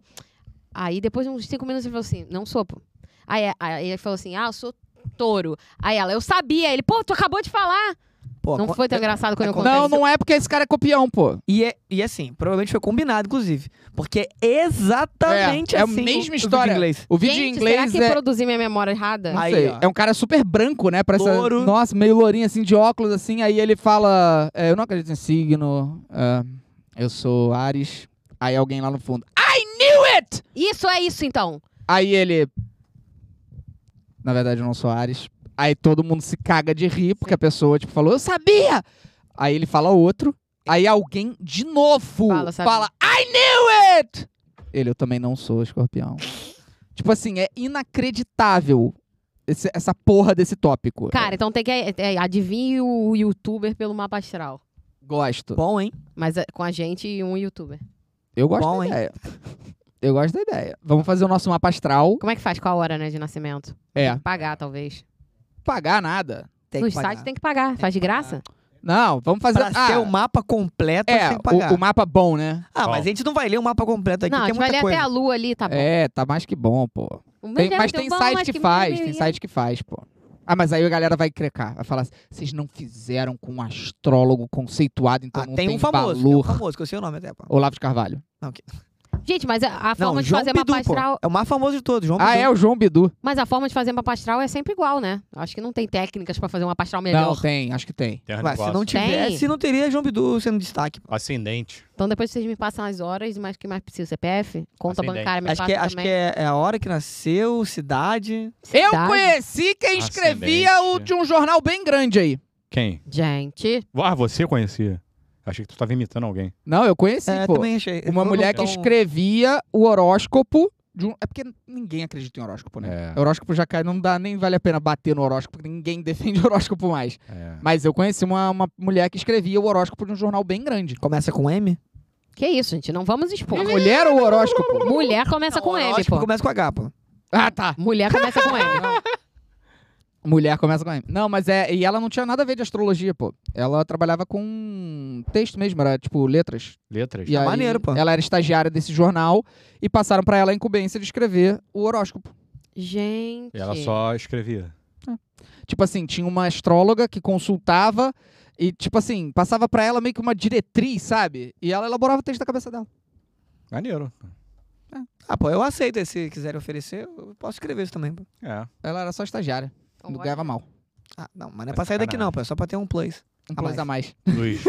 S1: Aí depois de uns cinco minutos ele falou assim, não sou, pô. Aí, é, aí ele falou assim, ah, eu sou touro. Aí ela, eu sabia. Ele, pô, tu acabou de falar.
S2: Pô,
S1: não
S2: con-
S1: foi tão engraçado quando eu contei.
S5: Não, não é porque esse cara é copião, pô.
S2: E, é, e assim, provavelmente foi combinado, inclusive. Porque é exatamente
S5: é, é a
S2: assim.
S5: mesma
S2: o- o
S5: história.
S2: vídeo inglês.
S5: O vídeo
S1: Gente,
S5: em
S1: será
S5: inglês
S1: que
S5: é.
S1: produzi minha memória errada?
S5: Não
S2: Aí,
S5: sei.
S2: ó.
S5: É um cara super branco, né? Parece
S2: Louro.
S5: Nossa, meio lourinho, assim, de óculos, assim. Aí ele fala: é, Eu não acredito em signo. é, eu sou Ares. Aí alguém lá no fundo. I knew it!
S1: Isso é isso, então.
S5: Aí ele. Na verdade, não sou Ares. Aí todo mundo se caga de rir, porque a pessoa, tipo, falou, eu sabia! Aí ele fala outro. Aí alguém, de novo,
S1: Fala,
S5: fala,
S1: "Sabia."
S5: I knew it! Ele, eu também não sou escorpião. tipo assim, é inacreditável esse- essa porra desse tópico.
S1: Cara, então tem que. É, é, adivinhe o youtuber pelo mapa astral.
S5: Eu gosto.
S2: Bom, hein?
S1: Mas é, com a gente e um youtuber.
S5: Eu gosto
S2: bom,
S5: da
S2: hein?
S5: ideia. Eu gosto da ideia. Vamos fazer o nosso mapa astral.
S1: Como é que faz? Qual a hora, né, de nascimento?
S5: É,
S1: Pagar, talvez.
S5: pagar nada.
S2: Tem
S1: Nos
S2: que pagar.
S1: sites tem que pagar. faz de graça?
S5: Não, vamos fazer.
S2: Pra ser
S5: ah,
S2: o mapa completo,
S5: é,
S2: você tem que pagar.
S5: o, o mapa bom, né?
S2: Ah, mas a gente não vai ler o mapa completo aqui,
S1: Não, a
S2: que é
S1: gente vai
S2: muita
S1: ler
S2: coisa.
S1: até a lua ali, tá bom. Um
S5: É, tá mais que bom, pô.
S1: O meu
S5: Tem-
S1: já
S5: mas
S1: deu
S5: tem
S1: bom,
S5: site
S1: mas
S5: que,
S1: meu
S5: faz,
S1: Deus.
S5: tem site que faz, pô. Ah, mas aí a galera vai crecar, vai falar assim, vocês não fizeram com um astrólogo conceituado, então
S2: Ah,
S5: não
S2: tem,
S5: tem,
S2: um famoso, um tem um
S5: valor.
S2: famoso, que eu sei o nome até, pô.
S5: Olavo de Carvalho.
S1: Gente, mas a, a forma
S2: Não,
S1: de
S2: João
S1: fazer
S2: Bidu,
S1: mapa
S2: pô.
S1: astral.
S2: É o mais famoso de todos, João
S5: ah,
S2: Bidu.
S5: é, o João Bidu.
S1: Mas a forma de fazer mapa astral é sempre igual, né? Acho que não tem técnicas pra fazer um mapa astral melhor.
S5: Não, tem, acho que tem.
S4: Tem um
S2: Ué, se
S4: negócio.
S2: não tivesse,
S1: Tem.
S2: não teria João Bidu sendo destaque. pô.
S4: Ascendente.
S1: Então depois vocês me passam as horas e mais o que mais preciso. CPF, conta
S4: Ascendente.
S1: bancária, me
S2: Acho
S1: passa
S2: que, é- acho que
S1: também.
S2: é, é a hora que nasceu, cidade.
S5: Eu
S1: Cidade.
S5: conheci quem escrevia o, de um jornal bem grande aí.
S4: Quem?
S1: Gente,
S4: Ah, você conhecia. Achei que tu tava imitando alguém.
S5: Não, eu conheci,
S2: é,
S5: pô.
S2: também achei. um-
S5: Uma
S2: Foram
S5: mulher que
S2: tão-
S5: escrevia o horóscopo de um... É porque ninguém acredita em horóscopo, né?
S4: É,
S5: Horóscopo já cai, não dá, nem vale a pena bater no horóscopo, porque ninguém defende horóscopo mais.
S4: é.
S5: Mas eu conheci uma, uma mulher que escrevia o horóscopo de um jornal bem grande.
S2: Começa com M?
S1: que isso, gente? Não vamos expor.
S5: Uma mulher ou horóscopo?
S1: Mulher começa
S2: Não,
S1: com M,
S2: horóscopo
S1: pô.
S2: Começa com H, pô.
S5: Ah, tá.
S1: Mulher começa com M.
S5: Mulher começa com M. Não, mas é. E ela não tinha nada a ver de astrologia, pô. Ela trabalhava com texto mesmo, era tipo letras.
S4: Letras.
S5: E aí,
S2: Tá maneiro, pô.
S5: Ela era estagiária desse jornal e passaram pra ela a incumbência de escrever o horóscopo.
S1: Gente.
S4: E Ela só escrevia.
S5: Tipo assim, tinha uma astróloga que consultava e, tipo assim, passava pra ela meio que uma diretriz, sabe? E ela elaborava o texto da cabeça dela.
S4: Maneiro.
S2: Ah, pô, eu aceito. esse, Se quiserem oferecer, eu posso escrever isso também, pô.
S4: É.
S5: Ela era só estagiária.
S1: Então, bora.
S5: ganhava mal.
S2: Ah, não, mas não é
S4: É
S2: pra sair daqui
S4: sacanagem.
S2: não, pô. É só pra ter um place.
S5: Um
S2: A
S5: plus
S2: mais.
S5: a mais.
S4: Luiz.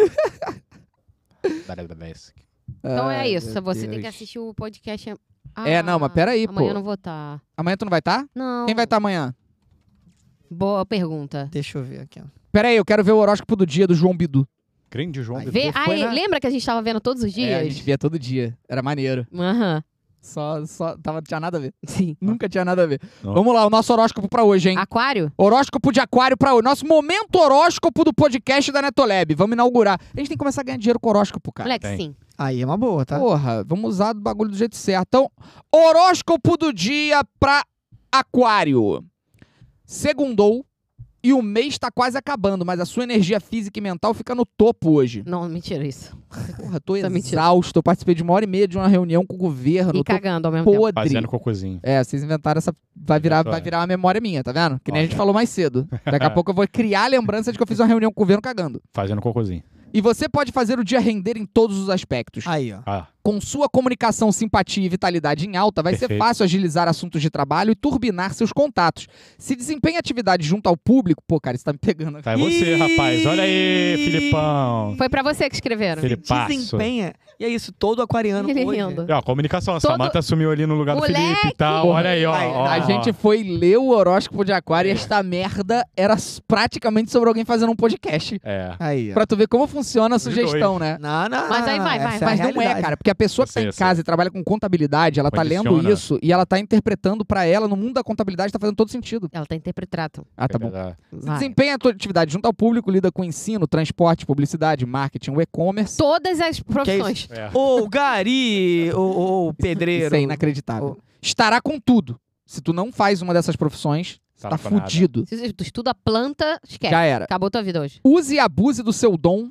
S4: Basic.
S1: Então é
S5: Ai,
S1: isso.
S5: meu
S1: Você tem que
S5: Deus.
S1: assistir o podcast. am-
S5: É, não, mas peraí,
S1: amanhã Amanhã
S5: pô.
S1: eu não vou estar.
S5: Amanhã tu não vai estar?
S1: Não.
S5: Quem vai estar amanhã?
S1: Boa pergunta.
S2: Deixa eu ver aqui, ó.
S5: Pera aí, eu quero ver o horóscopo do dia do João Bidu.
S4: Grande João.
S2: Vai
S4: Bidu.
S1: Vê,
S5: foi
S1: aí,
S5: na-
S1: lembra que a gente tava vendo todos os dias?
S5: É, a gente via todo dia. Era maneiro.
S1: Aham.
S5: Só, só tava, tinha nada a ver.
S1: Sim.
S5: Nunca tinha nada a ver.
S4: Não.
S5: Vamos lá, o nosso horóscopo pra hoje,
S1: Ah.
S5: hein?
S1: Aquário?
S5: Horóscopo de aquário pra hoje. Nosso momento horóscopo do podcast da Netolab. Vamos inaugurar. A gente tem que começar a ganhar dinheiro com horóscopo, cara.
S1: Moleque,
S4: tem.
S1: sim.
S2: Aí é uma boa, tá?
S5: Porra, vamos usar do bagulho do jeito certo. Então, horóscopo do dia pra aquário. Segundou e o mês tá quase acabando, mas a sua energia física e mental fica no topo hoje.
S1: Não, mentira isso.
S5: Porra, tô
S1: Isso é mentira.
S5: exausto. Eu participei de uma hora e meia de uma reunião com o governo.
S1: E
S5: Tá, eu tô
S1: cagando né? ao mesmo tempo.
S5: podre.
S4: Fazendo cocôzinho.
S5: É, vocês inventaram essa. Vai virar, vai
S4: Aleatório.
S5: virar uma memória minha, tá vendo? Que nem a gente
S4: Olha.
S5: falou mais cedo. Daqui a pouco eu vou criar a lembrança de que eu fiz uma reunião com o governo cagando.
S4: Fazendo cocôzinho.
S5: E você pode fazer o dia render em todos os aspectos.
S2: Aí, ó.
S4: Ah,
S5: Com sua comunicação, simpatia e vitalidade em alta, vai ser
S4: Perfeito.
S5: fácil agilizar assuntos de trabalho e turbinar seus contatos. Se desempenha atividade junto ao público, pô, cara, isso tá me pegando aqui.
S4: tá aí você,
S2: Ih!
S4: rapaz. Olha aí, Filipão.
S1: Foi pra você que escreveram.
S4: Ele passa.
S2: Desempenha. E é isso, todo aquariano
S1: Ele
S2: hoje.
S1: rindo.
S4: É, ó, comunicação. A
S1: Todo-
S4: Samanta sumiu ali no lugar do
S1: Moleque!
S4: Felipe e tal. Olha aí, ó.
S2: Aí,
S4: ó,
S5: A
S4: ó.
S5: gente foi ler o horóscopo de aquário e esta merda era s- praticamente sobre alguém fazendo um podcast.
S4: É.
S2: Aí, ó.
S5: Pra tu ver como funciona a
S4: Os
S5: sugestão,
S4: dois.
S5: né?
S2: Não, não,
S1: Mas aí
S2: não,
S1: vai,
S2: essa
S1: vai,
S2: é a
S5: Mas não é,
S2: realidade.
S5: cara, porque a pessoa que
S4: Eu
S5: tá
S4: sei,
S5: em
S4: eu sei.
S5: casa e trabalha com contabilidade, ela tá lendo
S4: Condiciona.
S5: isso e ela tá interpretando pra ela no mundo da contabilidade tá fazendo todo sentido.
S1: Ela tá interpretado.
S5: Ah,
S4: é
S5: tá bom. Se
S1: Vai.
S5: desempenha a tua atividade junto ao público, lida com ensino, transporte, publicidade, marketing, o e-commerce.
S1: Todas as profissões.
S4: É.
S2: Ô, Gari, ô, ô, ô, pedreiro.
S5: Isso é inacreditável.
S2: Ô.
S5: Estará com tudo. Se tu não faz uma dessas profissões,
S4: Tá
S5: tá,
S4: com nada.
S5: fudido.
S1: Se você estuda planta, esquece.
S5: Já era.
S1: Acabou tua vida hoje.
S5: Use e abuse do seu dom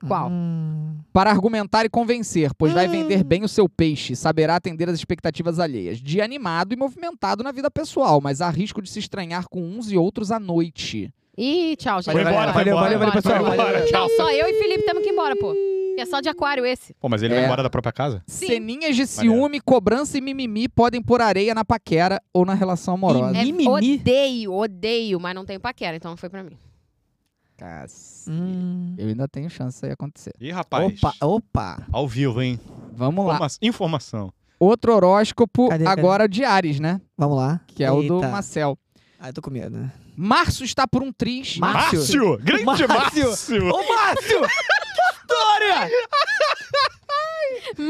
S1: Qual?
S2: Hum,
S5: para argumentar e convencer, pois vai vender bem o seu peixe, saberá atender às expectativas alheias, de animado e movimentado na vida pessoal, mas há risco de se estranhar com uns e outros à noite.
S1: Ih, tchau, gente.
S4: Foi
S1: Vai.
S4: embora,
S2: valeu,
S4: foi embora.
S2: valeu, valeu, pessoal.
S4: Foi embora, tchau.
S1: Não, só eu e Felipe temos que ir embora, pô. E É só de aquário esse.
S4: Pô, mas ele
S5: É.
S4: vai embora da própria casa?
S1: Sim.
S5: Ceninhas de ciúme, cobrança e mimimi podem pôr areia na paquera ou na relação amorosa.
S1: É,
S2: Mimimi?
S1: odeio, odeio, mas não tenho paquera, então não foi pra mim.
S5: Cacete.
S2: hum.
S5: Eu ainda tenho chance de acontecer.
S4: Ih, rapaz.
S2: Opa, opa.
S4: Ao vivo, hein?
S5: Vamos lá.
S4: Informa- Informação.
S5: Outro horóscopo
S2: Cadê, cadê?
S5: agora de Ares, né?
S2: Vamos lá.
S5: Que é o do
S2: Eita.
S5: Marcel.
S2: Ah, eu tô com medo. né?
S5: Márcio está por um tris.
S2: Márcio?
S4: Márcio! Grande Márcio!
S2: Márcio! Ô, Márcio! que história!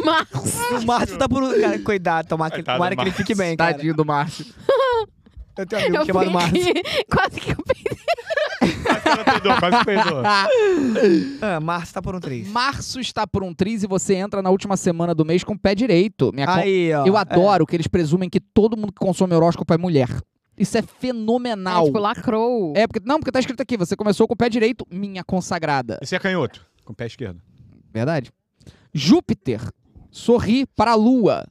S1: Mas
S2: O Márcio tá por... Cara, cuidado, tomara que,
S4: Coitado do
S2: tomara que ele
S4: Márcio.
S2: fique bem, cara.
S5: Tadinho do Márcio.
S2: Eu tenho um amigo
S1: eu
S2: chamado Márcio.
S1: fiquei... Quase que eu pensei.
S4: Quase peidou.
S2: Ah, Márcio tá por um 3.
S5: Tá. Março está por um tris e você entra na última semana do mês com o pé direito. Minha con-
S2: Aí, ó. é.
S5: Eu adoro que eles presumem que todo mundo que consome horóscopo é mulher. Isso é fenomenal.
S1: É, tipo, lacrou.
S5: É, porque, não, porque tá escrito aqui, você começou com o pé direito, minha consagrada.
S4: Esse é canhoto, com o pé esquerdo.
S5: Verdade. Júpiter sorri para a lua.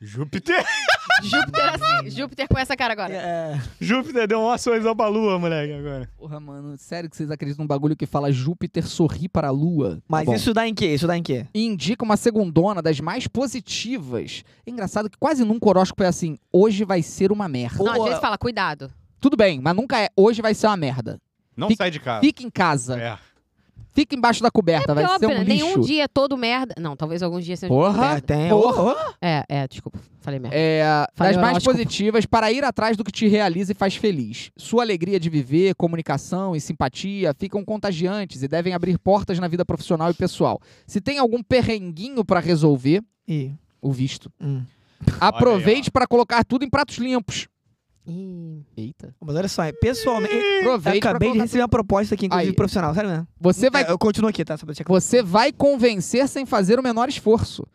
S4: Júpiter!
S1: Júpiter, assim, Júpiter com essa cara agora.
S2: É.
S4: Júpiter deu um maior sorrisão pra lua, moleque, agora.
S5: Porra, mano, sério que vocês acreditam num bagulho que fala Júpiter sorri para a lua?
S2: Mas
S5: Tá bom.
S2: isso dá em quê? Isso dá em quê?
S5: E indica uma segundona das mais positivas. É engraçado que quase nunca o horóscopo é assim, hoje vai ser uma merda.
S1: Não, às
S2: Boa.
S1: vezes fala, cuidado.
S5: Tudo bem, mas nunca é, hoje vai ser uma merda.
S4: Não
S5: Fica-
S4: sai de casa.
S5: Fica em casa,
S4: É.
S5: fica embaixo da
S2: Então
S5: coberta, vai
S1: Pior,
S5: ser um
S1: né?
S5: lixo.
S1: nenhum dia é todo merda. Não, talvez alguns dias sejam.
S5: Porra,
S2: tem.
S5: porra.
S1: um É, é, desculpa. Falei merda.
S5: É,
S1: Falei
S5: das mais
S1: horóscopo.
S5: positivas para ir atrás do que te realiza e faz feliz. Sua alegria de viver, comunicação e simpatia ficam contagiantes e devem abrir portas na vida profissional e pessoal. Se tem algum perrenguinho para resolver,
S2: Ih,
S5: o visto.
S2: hum.
S5: Aproveite para colocar tudo em pratos limpos.
S2: É.
S1: Ih,
S5: Eita.
S2: Mas olha só, é pessoalmente. Eu
S5: Aproveite pra
S2: Hum, acabei de
S5: colocar
S2: receber uma proposta aqui, inclusive
S5: Aí.
S2: profissional, sério mesmo.
S5: tudo- Você vai
S2: Eu continuo aqui, tá? Só pra deixar claro.
S5: Você vai convencer sem fazer o menor esforço.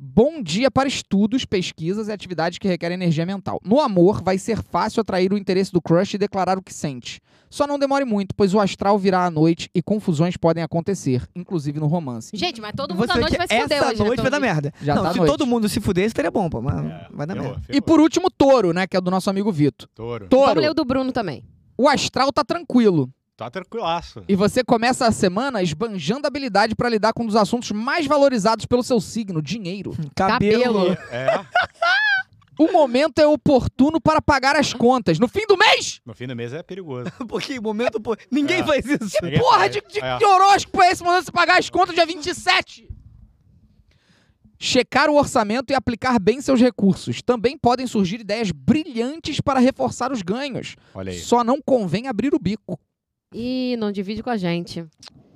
S5: Bom dia para estudos, pesquisas e atividades que requerem energia mental. No amor, vai ser fácil atrair o interesse do crush e declarar o que sente. Só não demore muito, pois o astral virá à noite e confusões podem acontecer, inclusive no romance.
S1: Gente, mas todo mundo
S2: Você
S1: à noite
S2: que
S1: vai se
S2: essa
S1: fuder hoje. né,
S2: noite
S1: pelo
S2: vai dar
S1: visto.
S2: merda.
S5: Já
S2: não,
S5: tá à
S2: se
S5: noite.
S2: todo mundo se fudesse, teria bom, pô. Mas
S4: É,
S2: vai dar
S4: ferrou,
S2: merda.
S5: E
S4: ferrou.
S5: por último, touro, né? Que é do nosso amigo Vitor.
S4: Touro.
S1: Vamos ler o
S5: Touro,
S1: do Bruno também.
S5: o astral tá tranquilo.
S4: Tá tranquilaço.
S5: E você começa a semana esbanjando habilidade para lidar com um dos assuntos mais valorizados pelo seu signo, dinheiro.
S1: Cabelo.
S2: Cabelo.
S4: É.
S5: O momento é oportuno para pagar as contas. No fim do mês!
S4: No fim do mês é perigoso.
S2: Porque momento, pô. Ninguém
S4: É.
S2: faz isso.
S4: Ninguém
S5: Porra,
S4: faz.
S5: de, de,
S4: É.
S5: que horóscopo é esse mandando você pagar as contas dia 27? Checar o orçamento e aplicar bem seus recursos. Também podem surgir ideias brilhantes para reforçar os ganhos.
S4: Olha aí.
S5: Só não convém abrir o bico.
S1: Ih, não divide com a gente.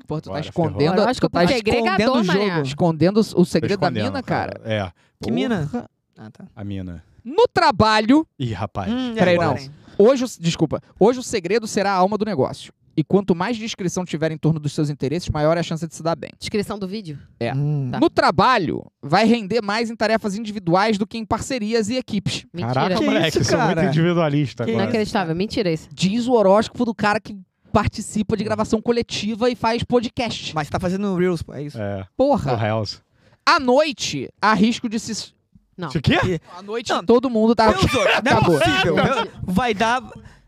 S5: Pô, tu tá
S4: Bora,
S5: escondendo,
S1: ferrou.
S5: tu tá
S1: Horóscopo
S5: escondendo,
S1: segregador,
S5: o jogo.
S1: mané.
S5: Escondendo o segredo da
S4: Escondendo,
S5: mina, cara.
S4: É.
S2: Que mina? Ah, tá.
S4: A mina.
S5: No trabalho,
S4: Ih, rapaz.
S2: Hum, e
S5: Peraí,
S2: agora,
S5: não.
S2: hein?
S5: hoje, o- desculpa, hoje o segredo será a alma do negócio. E quanto mais descrição tiver em torno dos seus interesses, maior é a chance de se dar bem.
S1: Descrição do vídeo.
S5: É.
S2: Hum.
S1: Tá.
S5: No trabalho, vai render mais em tarefas individuais do que em parcerias e equipes.
S1: Mentira.
S4: Caraca,
S2: Que
S4: moleque,
S2: isso,
S4: eu sou muito
S2: cara?
S4: individualista
S2: Que
S1: Não é
S2: isso?
S4: agora.
S1: acreditável. Mentira isso.
S5: Diz o horóscopo do cara que participa de gravação coletiva e faz podcast.
S2: Mas você tá fazendo Reels, pô. É isso.
S4: É. O
S5: Porra,
S4: Hells.
S5: à noite, há risco de se...
S1: Não.
S4: O quê?
S5: À noite,
S2: Não.
S5: todo mundo tá...
S2: Deus, olha, não é
S5: Acabou.
S2: possível. Vai dar.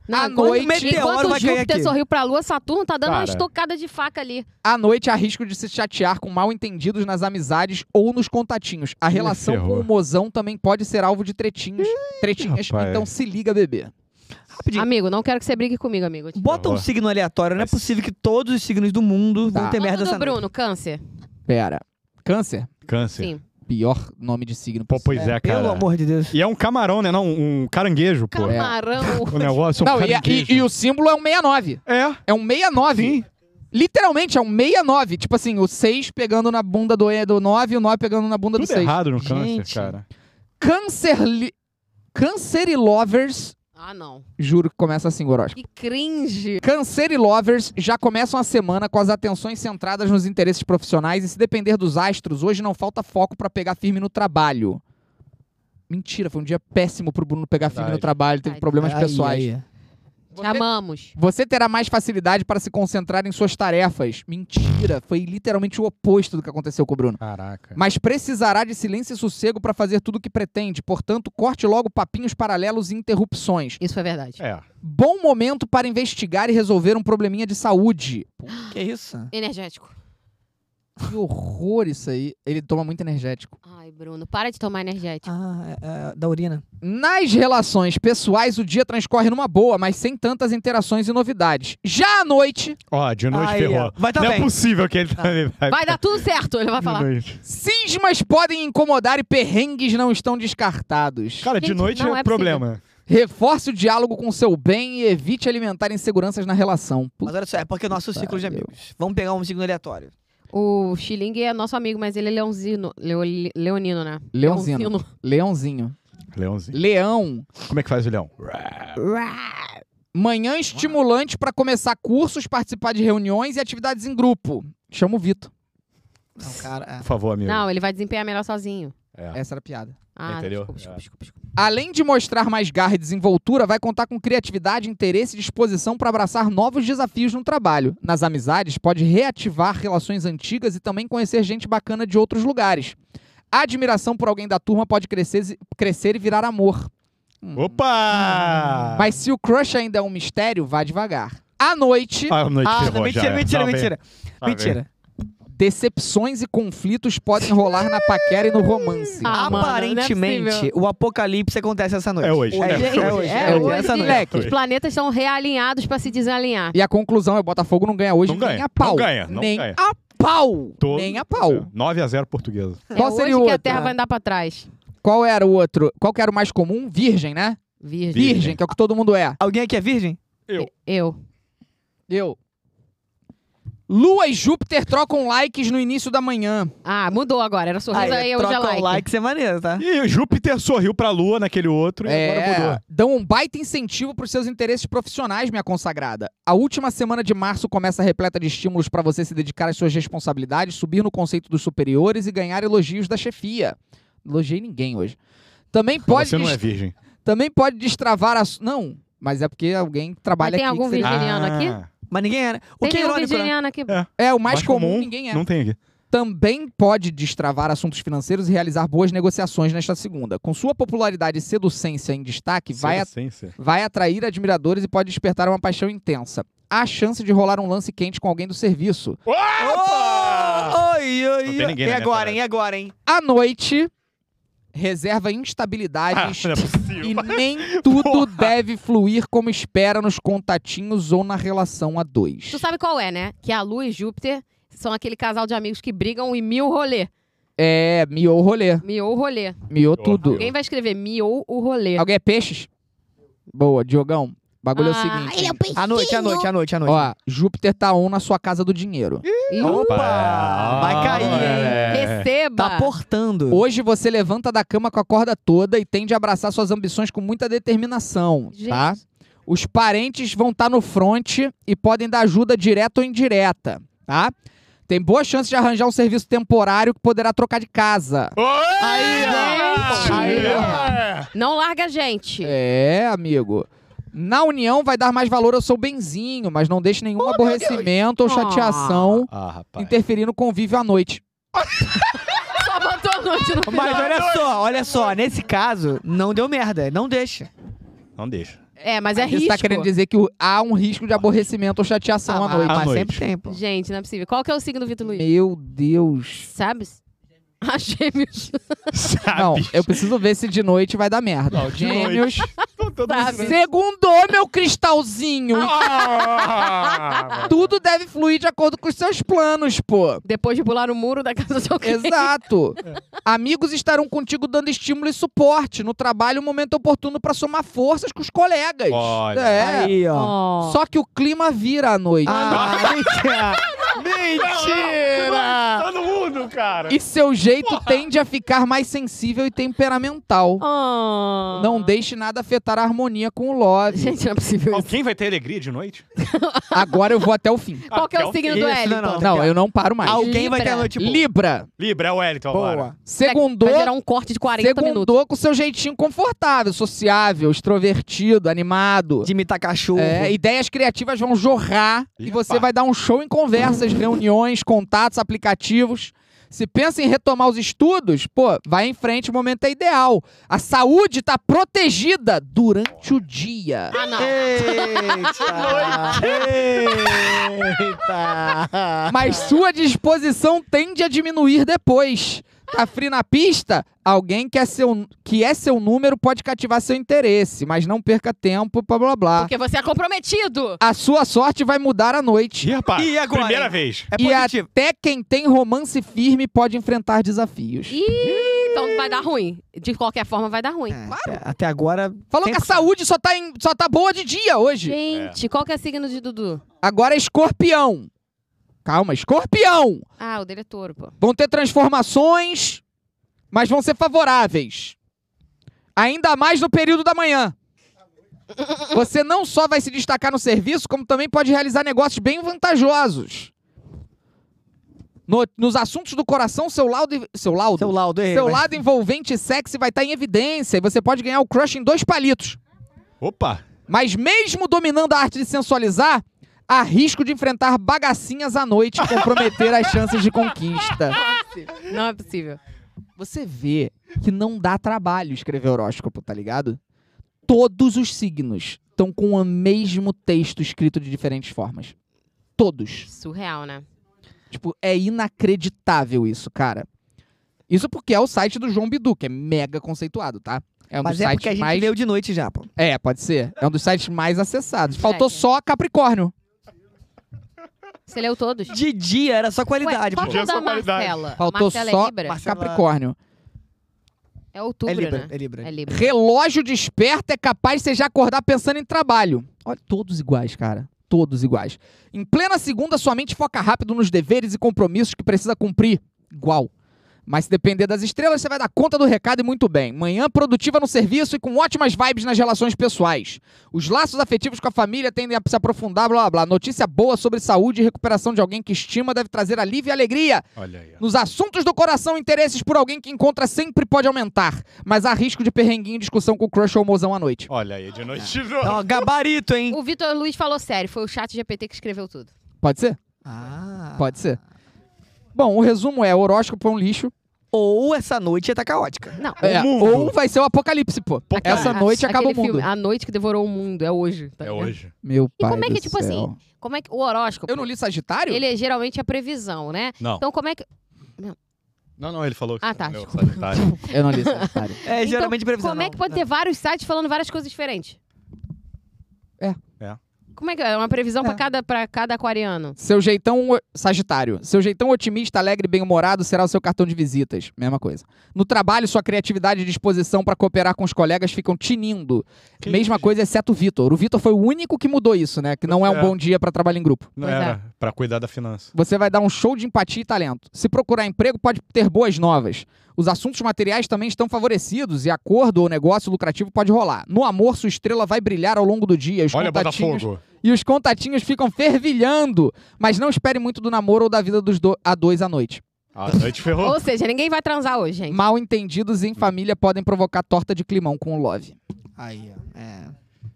S1: Não,
S5: À
S1: enquanto-
S5: noite-
S2: Meteoro
S1: enquanto
S2: vai cair
S1: Júpiter
S2: aqui.
S1: sorriu pra lua, Saturno tá dando uma
S4: Cara.
S1: estocada de faca ali.
S5: À noite, há risco de se chatear com mal entendidos nas amizades ou nos contatinhos. A relação
S4: ferrou.
S5: com o mozão também pode ser alvo de tretinhos. Tretinhas,
S4: rapaz.
S5: então se liga, bebê.
S2: Rapidinho.
S1: Amigo, não quero que você brigue comigo, amigo.
S2: Bota um
S4: Horror.
S2: signo aleatório. Não é
S4: Mas-
S2: possível que todos os signos do mundo
S5: Tá.
S2: vão ter
S1: Conta
S2: merda
S1: do
S2: essa noite.
S1: Bruno, câncer.
S5: Pera. Câncer?
S4: Câncer.
S1: Sim.
S5: Pior nome de signo
S4: Pô, pois
S5: possível.
S4: é, cara.
S2: Pelo amor de Deus.
S4: E é um camarão, né? Não, um caranguejo, pô.
S2: é?
S1: Camarão.
S4: O negócio é um
S5: Não, e,
S4: caranguejo.
S5: e- e o símbolo é um 69.
S4: É.
S5: É um 69.
S4: Sim.
S5: Literalmente, é um 69. Tipo assim, o 6 pegando na bunda do, do 9 e o 9 pegando na bunda
S4: Tudo
S5: do 6.
S4: errado no
S5: Gente.
S4: câncer, cara.
S5: Câncer, li... Câncer e lovers...
S1: Ah, não.
S5: Juro que começa assim o horóscopo.
S1: Que cringe.
S5: Câncer e lovers já começam a semana com as atenções centradas nos interesses profissionais e se depender dos astros, hoje não falta foco pra pegar firme no trabalho. Mentira, foi um dia péssimo pro Bruno pegar firme no
S4: Verdade.
S5: trabalho, teve
S1: Ai,
S5: problemas
S2: Aí,
S5: pessoais.
S2: aí.
S1: Te amamos.
S5: Você terá mais facilidade para se concentrar em suas tarefas. Mentira, foi literalmente o oposto do que aconteceu com o Bruno.
S4: Caraca.
S5: Mas precisará de silêncio e sossego para fazer tudo o que pretende, portanto, corte logo papinhos paralelos e interrupções.
S1: Isso é verdade.
S4: É.
S5: Bom momento para investigar e resolver um probleminha de saúde.
S2: Que isso?
S1: Energético.
S5: Que horror isso aí. Ele toma muito energético.
S1: Ai, Bruno, para de tomar energético.
S2: Ah, é, é, da urina.
S5: Nas relações pessoais, o dia transcorre numa boa, mas sem tantas interações e novidades. Já à noite,
S4: Ó, de noite
S2: Aí,
S4: ferrou.
S2: ó. Vai tá
S4: Não é
S2: bem.
S4: possível que ele tá.
S1: Vai dar tudo certo, ele vai
S4: de
S1: falar.
S4: noite.
S5: cismas podem incomodar e perrengues não estão descartados.
S4: Cara, de
S1: Gente,
S4: noite
S1: não
S4: é,
S1: é
S4: problema.
S5: Reforce o diálogo com seu bem e evite alimentar inseguranças na relação.
S2: Mas olha só, é porque é nosso ciclo de
S5: pariu.
S2: amigos. Vamos pegar um signo aleatório.
S1: O Xiling é nosso amigo, mas ele é leonzino. Leo- leonino, né?
S5: Leonzino. Leãozinho.
S4: Leãozinho.
S5: Leão.
S4: Como é que faz o leão?
S5: Manhã estimulante para começar cursos, participar de reuniões e atividades em grupo. Chama o Vitor.
S2: Não, cara,
S5: Tá
S2: é.
S4: Por favor, amigo.
S1: Não, ele vai desempenhar melhor sozinho.
S4: É.
S5: Essa era a piada.
S1: Ah,
S4: Entendeu?
S1: desculpa, desculpa,
S4: É.
S1: desculpa, desculpa.
S5: Além de mostrar mais garra e desenvoltura, vai contar com criatividade, interesse e disposição para abraçar novos desafios no trabalho. Nas amizades, pode reativar relações antigas e também conhecer gente bacana de outros lugares. A admiração por alguém da turma pode crescer, crescer e virar amor.
S4: Opa!
S5: Mas se o crush ainda é um mistério, vá devagar. À noite,
S4: Ah, a noite
S2: Ah,
S4: ferrou
S2: não,
S4: já
S2: mentira,
S4: é.
S2: mentira,
S4: Tá bem.
S2: mentira.
S4: Tá bem.
S2: mentira.
S5: decepções e conflitos podem rolar na paquera e no romance.
S1: Ah, mano, não é
S2: Aparentemente,
S1: possível.
S2: o apocalipse acontece essa noite.
S4: É hoje. né?
S2: É,
S1: Gente,
S2: é hoje.
S1: é hoje.
S2: essa noite.
S5: Moleque.
S1: Os planetas são realinhados pra se desalinhar.
S5: E a conclusão é: o Botafogo não ganha hoje
S4: Não ganha,
S5: nem a pau.
S4: não ganha, não
S5: nem
S4: ganha.
S5: a pau.
S4: Todo-
S5: Nem a pau.
S4: 9 a 0 portuguesa.
S5: Qual
S1: é
S5: seria
S1: hoje
S5: o
S1: que a
S5: outro?
S2: Ah.
S1: Terra vai andar pra trás.
S5: Qual era o outro? Qual que era o mais comum? Virgem, né?
S1: Virgem.
S5: Virgem,
S4: Virgem,
S5: que é o que todo mundo é.
S2: Alguém aqui é virgem?
S1: Eu.
S5: Eu. Lua e Júpiter trocam likes no início da manhã.
S1: Ah, mudou agora. Era sorriso aí, eu
S2: troca
S1: já
S2: o
S1: like.
S2: like, você é maneiro, tá?
S4: E Júpiter sorriu pra Lua naquele outro e agora mudou.
S5: dão um baita incentivo para os seus interesses profissionais, minha consagrada. A última semana de março começa repleta de estímulos para você se dedicar às suas responsabilidades, subir no conceito dos superiores e ganhar elogios da chefia. Elogiei ninguém hoje. Também pode,
S4: Você não é
S5: dest-
S4: virgem.
S5: também pode destravar a. su- Não, mas é porque alguém trabalha
S1: Mas tem
S5: aqui. que
S1: algum
S5: seria-
S1: Virginiano
S4: Ah,
S1: aqui?
S2: Mas ninguém era. O
S1: Tem um
S2: que é
S1: nenhum
S2: irônico, né?
S1: virginiano aqui.
S5: É, o mais, comum, ninguém é.
S4: Não tem aqui.
S5: também pode destravar assuntos financeiros e realizar boas negociações nesta segunda. Com sua popularidade e seducência em destaque, vai, a-
S4: essência.
S5: vai atrair admiradores e pode despertar uma paixão intensa. Há chance de rolar um lance quente com alguém do serviço.
S4: Opa!
S2: Oh, oi, oi,
S4: Não tem
S2: oi.
S4: ninguém
S2: E
S4: na minha
S2: agora,
S4: parada.
S2: hein? E agora, hein?
S5: À noite, reserva
S4: Ah,
S5: instabilidades
S4: não é possível.
S5: e nem tudo deve fluir como espera nos contatinhos ou na relação a dois.
S1: Tu sabe qual é, né? Que a Lua e Júpiter são aquele casal de amigos que brigam e miou o rolê.
S5: É, miou o rolê.
S1: Miou o rolê.
S5: Miou tudo.
S1: Alguém vai escrever miou o rolê.
S5: Alguém é peixes? Boa, Diogão. Bagulho é o
S1: Ah,
S5: seguinte.
S1: ele é o peixinho.
S2: À noite, à noite, à noite, à noite.
S5: Ó, Júpiter tá on na sua casa do dinheiro.
S1: Ih,
S2: Opa! Vai cair,
S4: hein?
S1: Receba!
S2: Tá portando.
S5: Hoje você levanta da cama com a corda toda e tende a abraçar suas ambições com muita determinação,
S1: Gente.
S5: tá? Os parentes vão estar no fronte e podem dar ajuda direta ou indireta, tá? Tem boa chance de arranjar um serviço temporário que poderá trocar de casa.
S4: Aí,
S1: gente!
S4: ó.
S5: Aí,
S4: É.
S1: Não larga a gente.
S5: É, amigo. Na união vai dar mais valor ao seu benzinho, mas não deixe nenhum aborrecimento ou
S1: Ah.
S5: chateação
S4: Ah, rapaz.
S5: interferir no convívio à noite.
S1: Só botou a noite no
S2: Mas
S1: final.
S2: olha só, olha só. Nesse caso, não deu merda. Não deixa.
S4: Não deixa.
S1: É, mas é
S5: Isso
S1: risco. Ah,
S5: tá querendo dizer que o- há um risco de aborrecimento ou chateação à noite.
S4: À
S2: Ah, mas
S4: noite.
S2: sempre tem, pô.
S1: Gente, não é possível. Qual que é o signo do Vitor Luiz?
S5: Meu Deus.
S1: Sabe? Ah, gêmeos.
S4: Sabe?
S5: Não, eu preciso ver se de noite vai dar merda.
S4: Ah, Não, de noite.
S5: Gêmeos.
S4: Tô todo
S1: Sabe?
S4: estranho.
S5: Segundou, meu cristalzinho.
S4: Ah!
S5: Tudo deve fluir de acordo com os seus planos, pô.
S1: Depois de pular o muro da casa de alguém.
S5: Exato.
S4: É.
S5: Amigos estarão contigo dando estímulo e suporte. No trabalho, o momento oportuno pra somar forças com os colegas.
S4: Olha.
S5: É.
S2: Aí, ó.
S1: Ó.
S5: Só que o clima vira à noite.
S2: Ah, mentira. Mentira!
S4: Todo mundo, cara.
S5: E seu jeito tende a ficar mais sensível e temperamental.
S1: Ó.
S5: Não deixe nada afetar a harmonia com o love.
S1: Gente, não é possível isso.
S4: Alguém vai ter alegria de noite?
S5: Agora eu vou até o fim.
S1: Qual que é
S4: Até
S1: o
S4: o
S1: signo do
S2: Isso,
S1: L?
S2: não, não.
S5: Não, eu não paro mais.
S2: Alguém vai ter a
S1: Libra.
S2: noite boa.
S5: Libra.
S4: Libra, é o Wellington agora.
S5: Boa. Segundou,
S1: tipo, Vai gerar um corte de 40 minutos.
S5: segundou com seu jeitinho confortável, sociável, extrovertido, animado.
S2: De imitar tá cachorro.
S5: É, ideias criativas vão jorrar e
S4: Epa.
S5: você vai dar um show em conversas, reuniões, contatos, aplicativos. Se pensa em retomar os estudos, pô, vai em frente, o momento é ideal. A saúde tá protegida durante o dia.
S1: Ah, não.
S2: Eita!
S5: Mas sua disposição tende a diminuir depois. Tá frio na pista? Alguém que é seu, que é seu número pode cativar seu interesse, mas não perca tempo, blá blá blá.
S1: Porque você é comprometido.
S5: A sua sorte vai mudar à noite.
S4: Ih, rapaz,
S2: E agora,
S4: primeira
S2: hein?
S4: vez.
S2: É
S5: e
S2: positivo.
S5: até quem tem romance firme pode enfrentar desafios.
S1: Ih, então vai dar ruim. De qualquer forma, vai dar ruim.
S2: É, até- Até agora.
S5: Falou que a
S2: 100%.
S5: saúde só tá, em- só tá boa de dia hoje.
S1: Gente, qual que é o signo de Dudu?
S5: Agora é escorpião. Calma, escorpião.
S1: Ah, o dele é touro, pô.
S5: Vão ter transformações, mas vão ser favoráveis. Ainda mais no período da manhã. Você não só vai se destacar no serviço, como também pode realizar negócios bem vantajosos. No- nos assuntos do coração, seu laudo, seu laudo,
S2: Seu laudo, errei,
S5: seu
S2: mas-
S5: lado envolvente e sexy vai estar em evidência e você pode ganhar o crush em dois palitos.
S4: Opa,
S5: Mas mesmo dominando a arte de sensualizar, há risco de enfrentar bagacinhas à noite e comprometer as chances de conquista.
S1: Não é possível.
S5: Você vê que não dá trabalho escrever horóscopo, tá ligado? Todos os signos estão com o mesmo texto escrito de diferentes formas. Todos.
S1: Surreal, né?
S5: Tipo, é inacreditável isso, cara. Isso porque é o site do João Bidu, que é mega conceituado, tá? É um
S2: Mas
S5: dos
S2: é porque a
S5: sites
S2: gente
S5: mais.
S2: leu de noite já, pô.
S5: É, pode ser. É um dos sites mais acessados.
S2: É.
S5: Faltou
S1: Check.
S5: só Capricórnio.
S1: Você leu todos?
S2: De dia era só qualidade,
S1: Ué, qual
S2: pô.
S1: que é o
S4: Podia
S1: da
S4: ser qualidade.
S1: Marcela?
S5: Faltou
S1: Marcela
S5: só
S1: é Libra?
S2: Marcela-
S5: Capricórnio.
S1: É
S2: É
S1: outubro,
S2: Libra,
S1: né?
S2: é Libra.
S1: É Libra.
S5: Relógio desperto é capaz de você já acordar pensando em trabalho. Olha, todos iguais, cara. Todos iguais. Em plena segunda, sua mente foca rápido nos deveres e compromissos que precisa cumprir. Igual. Mas se depender das estrelas, você vai dar conta do recado e muito bem. Manhã produtiva no serviço e com ótimas vibes nas relações pessoais. Os laços afetivos com a família tendem a se aprofundar, blá blá blá. Notícia boa sobre saúde e recuperação de alguém que estima deve trazer alívio e alegria.
S4: olha aí. ó.
S5: Nos assuntos do coração, interesses por alguém que encontra sempre pode aumentar, mas há risco de perrenguinho e discussão com o crush ou mozão à noite.
S4: Olha aí, de noite de novo.
S2: Ó, gabarito, hein?
S1: O Vitor Luiz falou sério, foi o chat GPT que escreveu tudo.
S5: Pode ser?
S2: Ah.
S5: Pode ser. Bom, o resumo é: o horóscopo é um lixo.
S2: Ou essa noite ia tá caótica.
S1: Não,
S5: É,
S4: mundo.
S5: ou vai ser o apocalipse, pô.
S1: aquela-
S5: Essa noite
S1: a-
S5: acaba o
S1: aquele
S5: mundo.
S1: filme, a noite que devorou o mundo, é hoje. tá
S4: É
S1: ligado?
S4: hoje.
S5: Meu
S1: E
S5: pai.
S1: como é que,
S5: do
S1: tipo
S5: céu.
S1: assim, Como é que o horóscopo,
S5: Eu não li Sagitário?
S1: ele é geralmente a previsão, né?
S4: Não.
S1: Então como é que,
S4: Não, não, ele falou que é
S1: Ah, tá,
S4: meu,
S1: desculpa.
S4: Sagitário.
S5: Eu não li Sagitário.
S2: É
S1: Então,
S2: geralmente previsão.
S1: como é
S2: não.
S1: que pode ter vários sites falando várias coisas diferentes?
S5: É.
S4: É.
S1: Como é que é uma previsão
S5: É.
S1: pra cada para cada aquariano?
S5: Seu jeitão. o- Sagitário. Seu jeitão otimista, alegre e bem-humorado será o seu cartão de visitas. Mesma coisa. No trabalho, sua criatividade e disposição para cooperar com os colegas ficam tinindo.
S4: Que
S5: Mesma
S4: isso?
S5: coisa, exceto o Vitor. O Vitor foi o único que mudou isso, né? Que não é um
S4: É.
S5: bom dia para trabalho em grupo.
S4: Não
S1: Pois é.
S4: era pra cuidar da finança.
S5: Você vai dar um show de empatia e talento. Se procurar emprego, pode ter boas novas. Os assuntos materiais também estão favorecidos e acordo ou negócio lucrativo pode rolar. No amor, sua estrela vai brilhar ao longo do dia. Os
S4: Olha,
S5: contatinhos
S4: Botafogo.
S5: e os contatinhos ficam fervilhando. Mas não espere muito do namoro ou da vida dos do- a dois à noite.
S4: A noite ferrou.
S1: Ou seja, ninguém vai transar hoje, gente.
S5: Mal entendidos em família podem provocar torta de climão com o love.
S2: Aí, ó. É.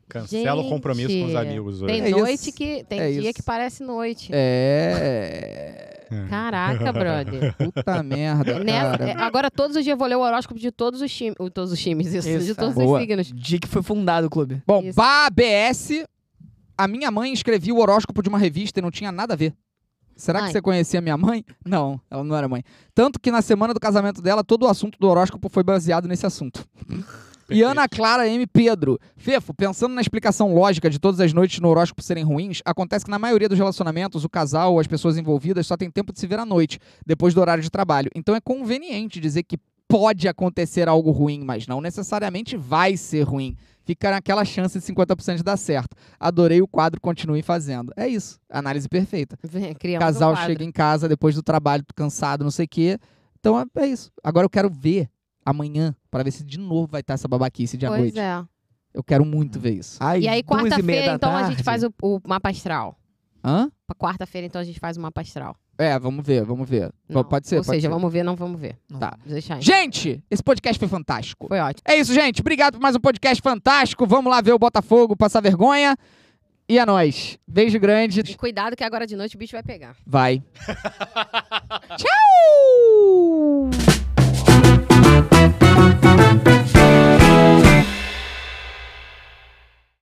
S4: Cancela o compromisso com os
S1: Gente,
S4: amigos hoje.
S1: Tem
S5: É
S1: noite
S5: isso.
S1: que tem
S5: É
S1: dia
S5: isso.
S1: que parece noite.
S5: É.
S1: Caraca, brother.
S5: Puta merda.
S1: Nessa-
S5: Cara.
S1: é, agora todos os dias eu vou ler o horóscopo de todos os times, todos os times, isso,
S2: Isso,
S1: de todos
S5: boa.
S1: os signos.
S2: Dia que foi fundado o clube.
S5: Bom,
S1: Isso.
S5: BABS. A minha mãe escrevia o horóscopo de uma revista e não tinha nada a ver. Será
S1: Ai.
S5: que você conhecia minha mãe? Não, ela não era mãe. Tanto que na semana do casamento dela, todo o assunto do horóscopo foi baseado nesse assunto. E Ana Clara M. Pedro. Fefo, pensando na explicação lógica de todas as noites no horóscopo serem ruins, acontece que na maioria dos relacionamentos, o casal ou as pessoas envolvidas só tem tempo de se ver à noite, depois do horário de trabalho. Então é conveniente dizer que pode acontecer algo ruim, mas não necessariamente vai ser ruim. Fica naquela chance de 50% de dar certo. Adorei o quadro, continue fazendo. É isso. Análise perfeita.
S1: Vem, Criamos
S5: Casal
S1: um quadro.
S5: chega em casa depois do trabalho, cansado, não sei o quê. Então é- é isso. Agora eu quero ver amanhã, pra ver se de novo vai estar essa babaquice de à
S1: Pois
S5: noite.
S1: é.
S5: Eu quero muito ver isso.
S2: Ai,
S1: E aí
S2: duas e meia
S1: quarta-feira
S2: da
S1: então a
S2: tarde.
S1: gente faz o, o mapa astral.
S5: Hã?
S1: Pra quarta-feira então a gente faz o mapa astral.
S5: É, vamos ver, vamos ver.
S1: Não.
S5: Pode ser,
S1: Ou
S5: pode
S1: seja,
S5: ser.
S1: vamos ver, não vamos ver.
S2: Não.
S5: Tá.
S1: Vou Deixar aí.
S5: Gente, esse podcast foi fantástico.
S1: Foi ótimo.
S5: É isso, gente. Obrigado por mais um podcast fantástico. Vamos lá ver o Botafogo passar vergonha. E a nós. Beijo grande.
S1: E cuidado que agora de noite o bicho vai pegar.
S5: Vai.
S1: Tchau!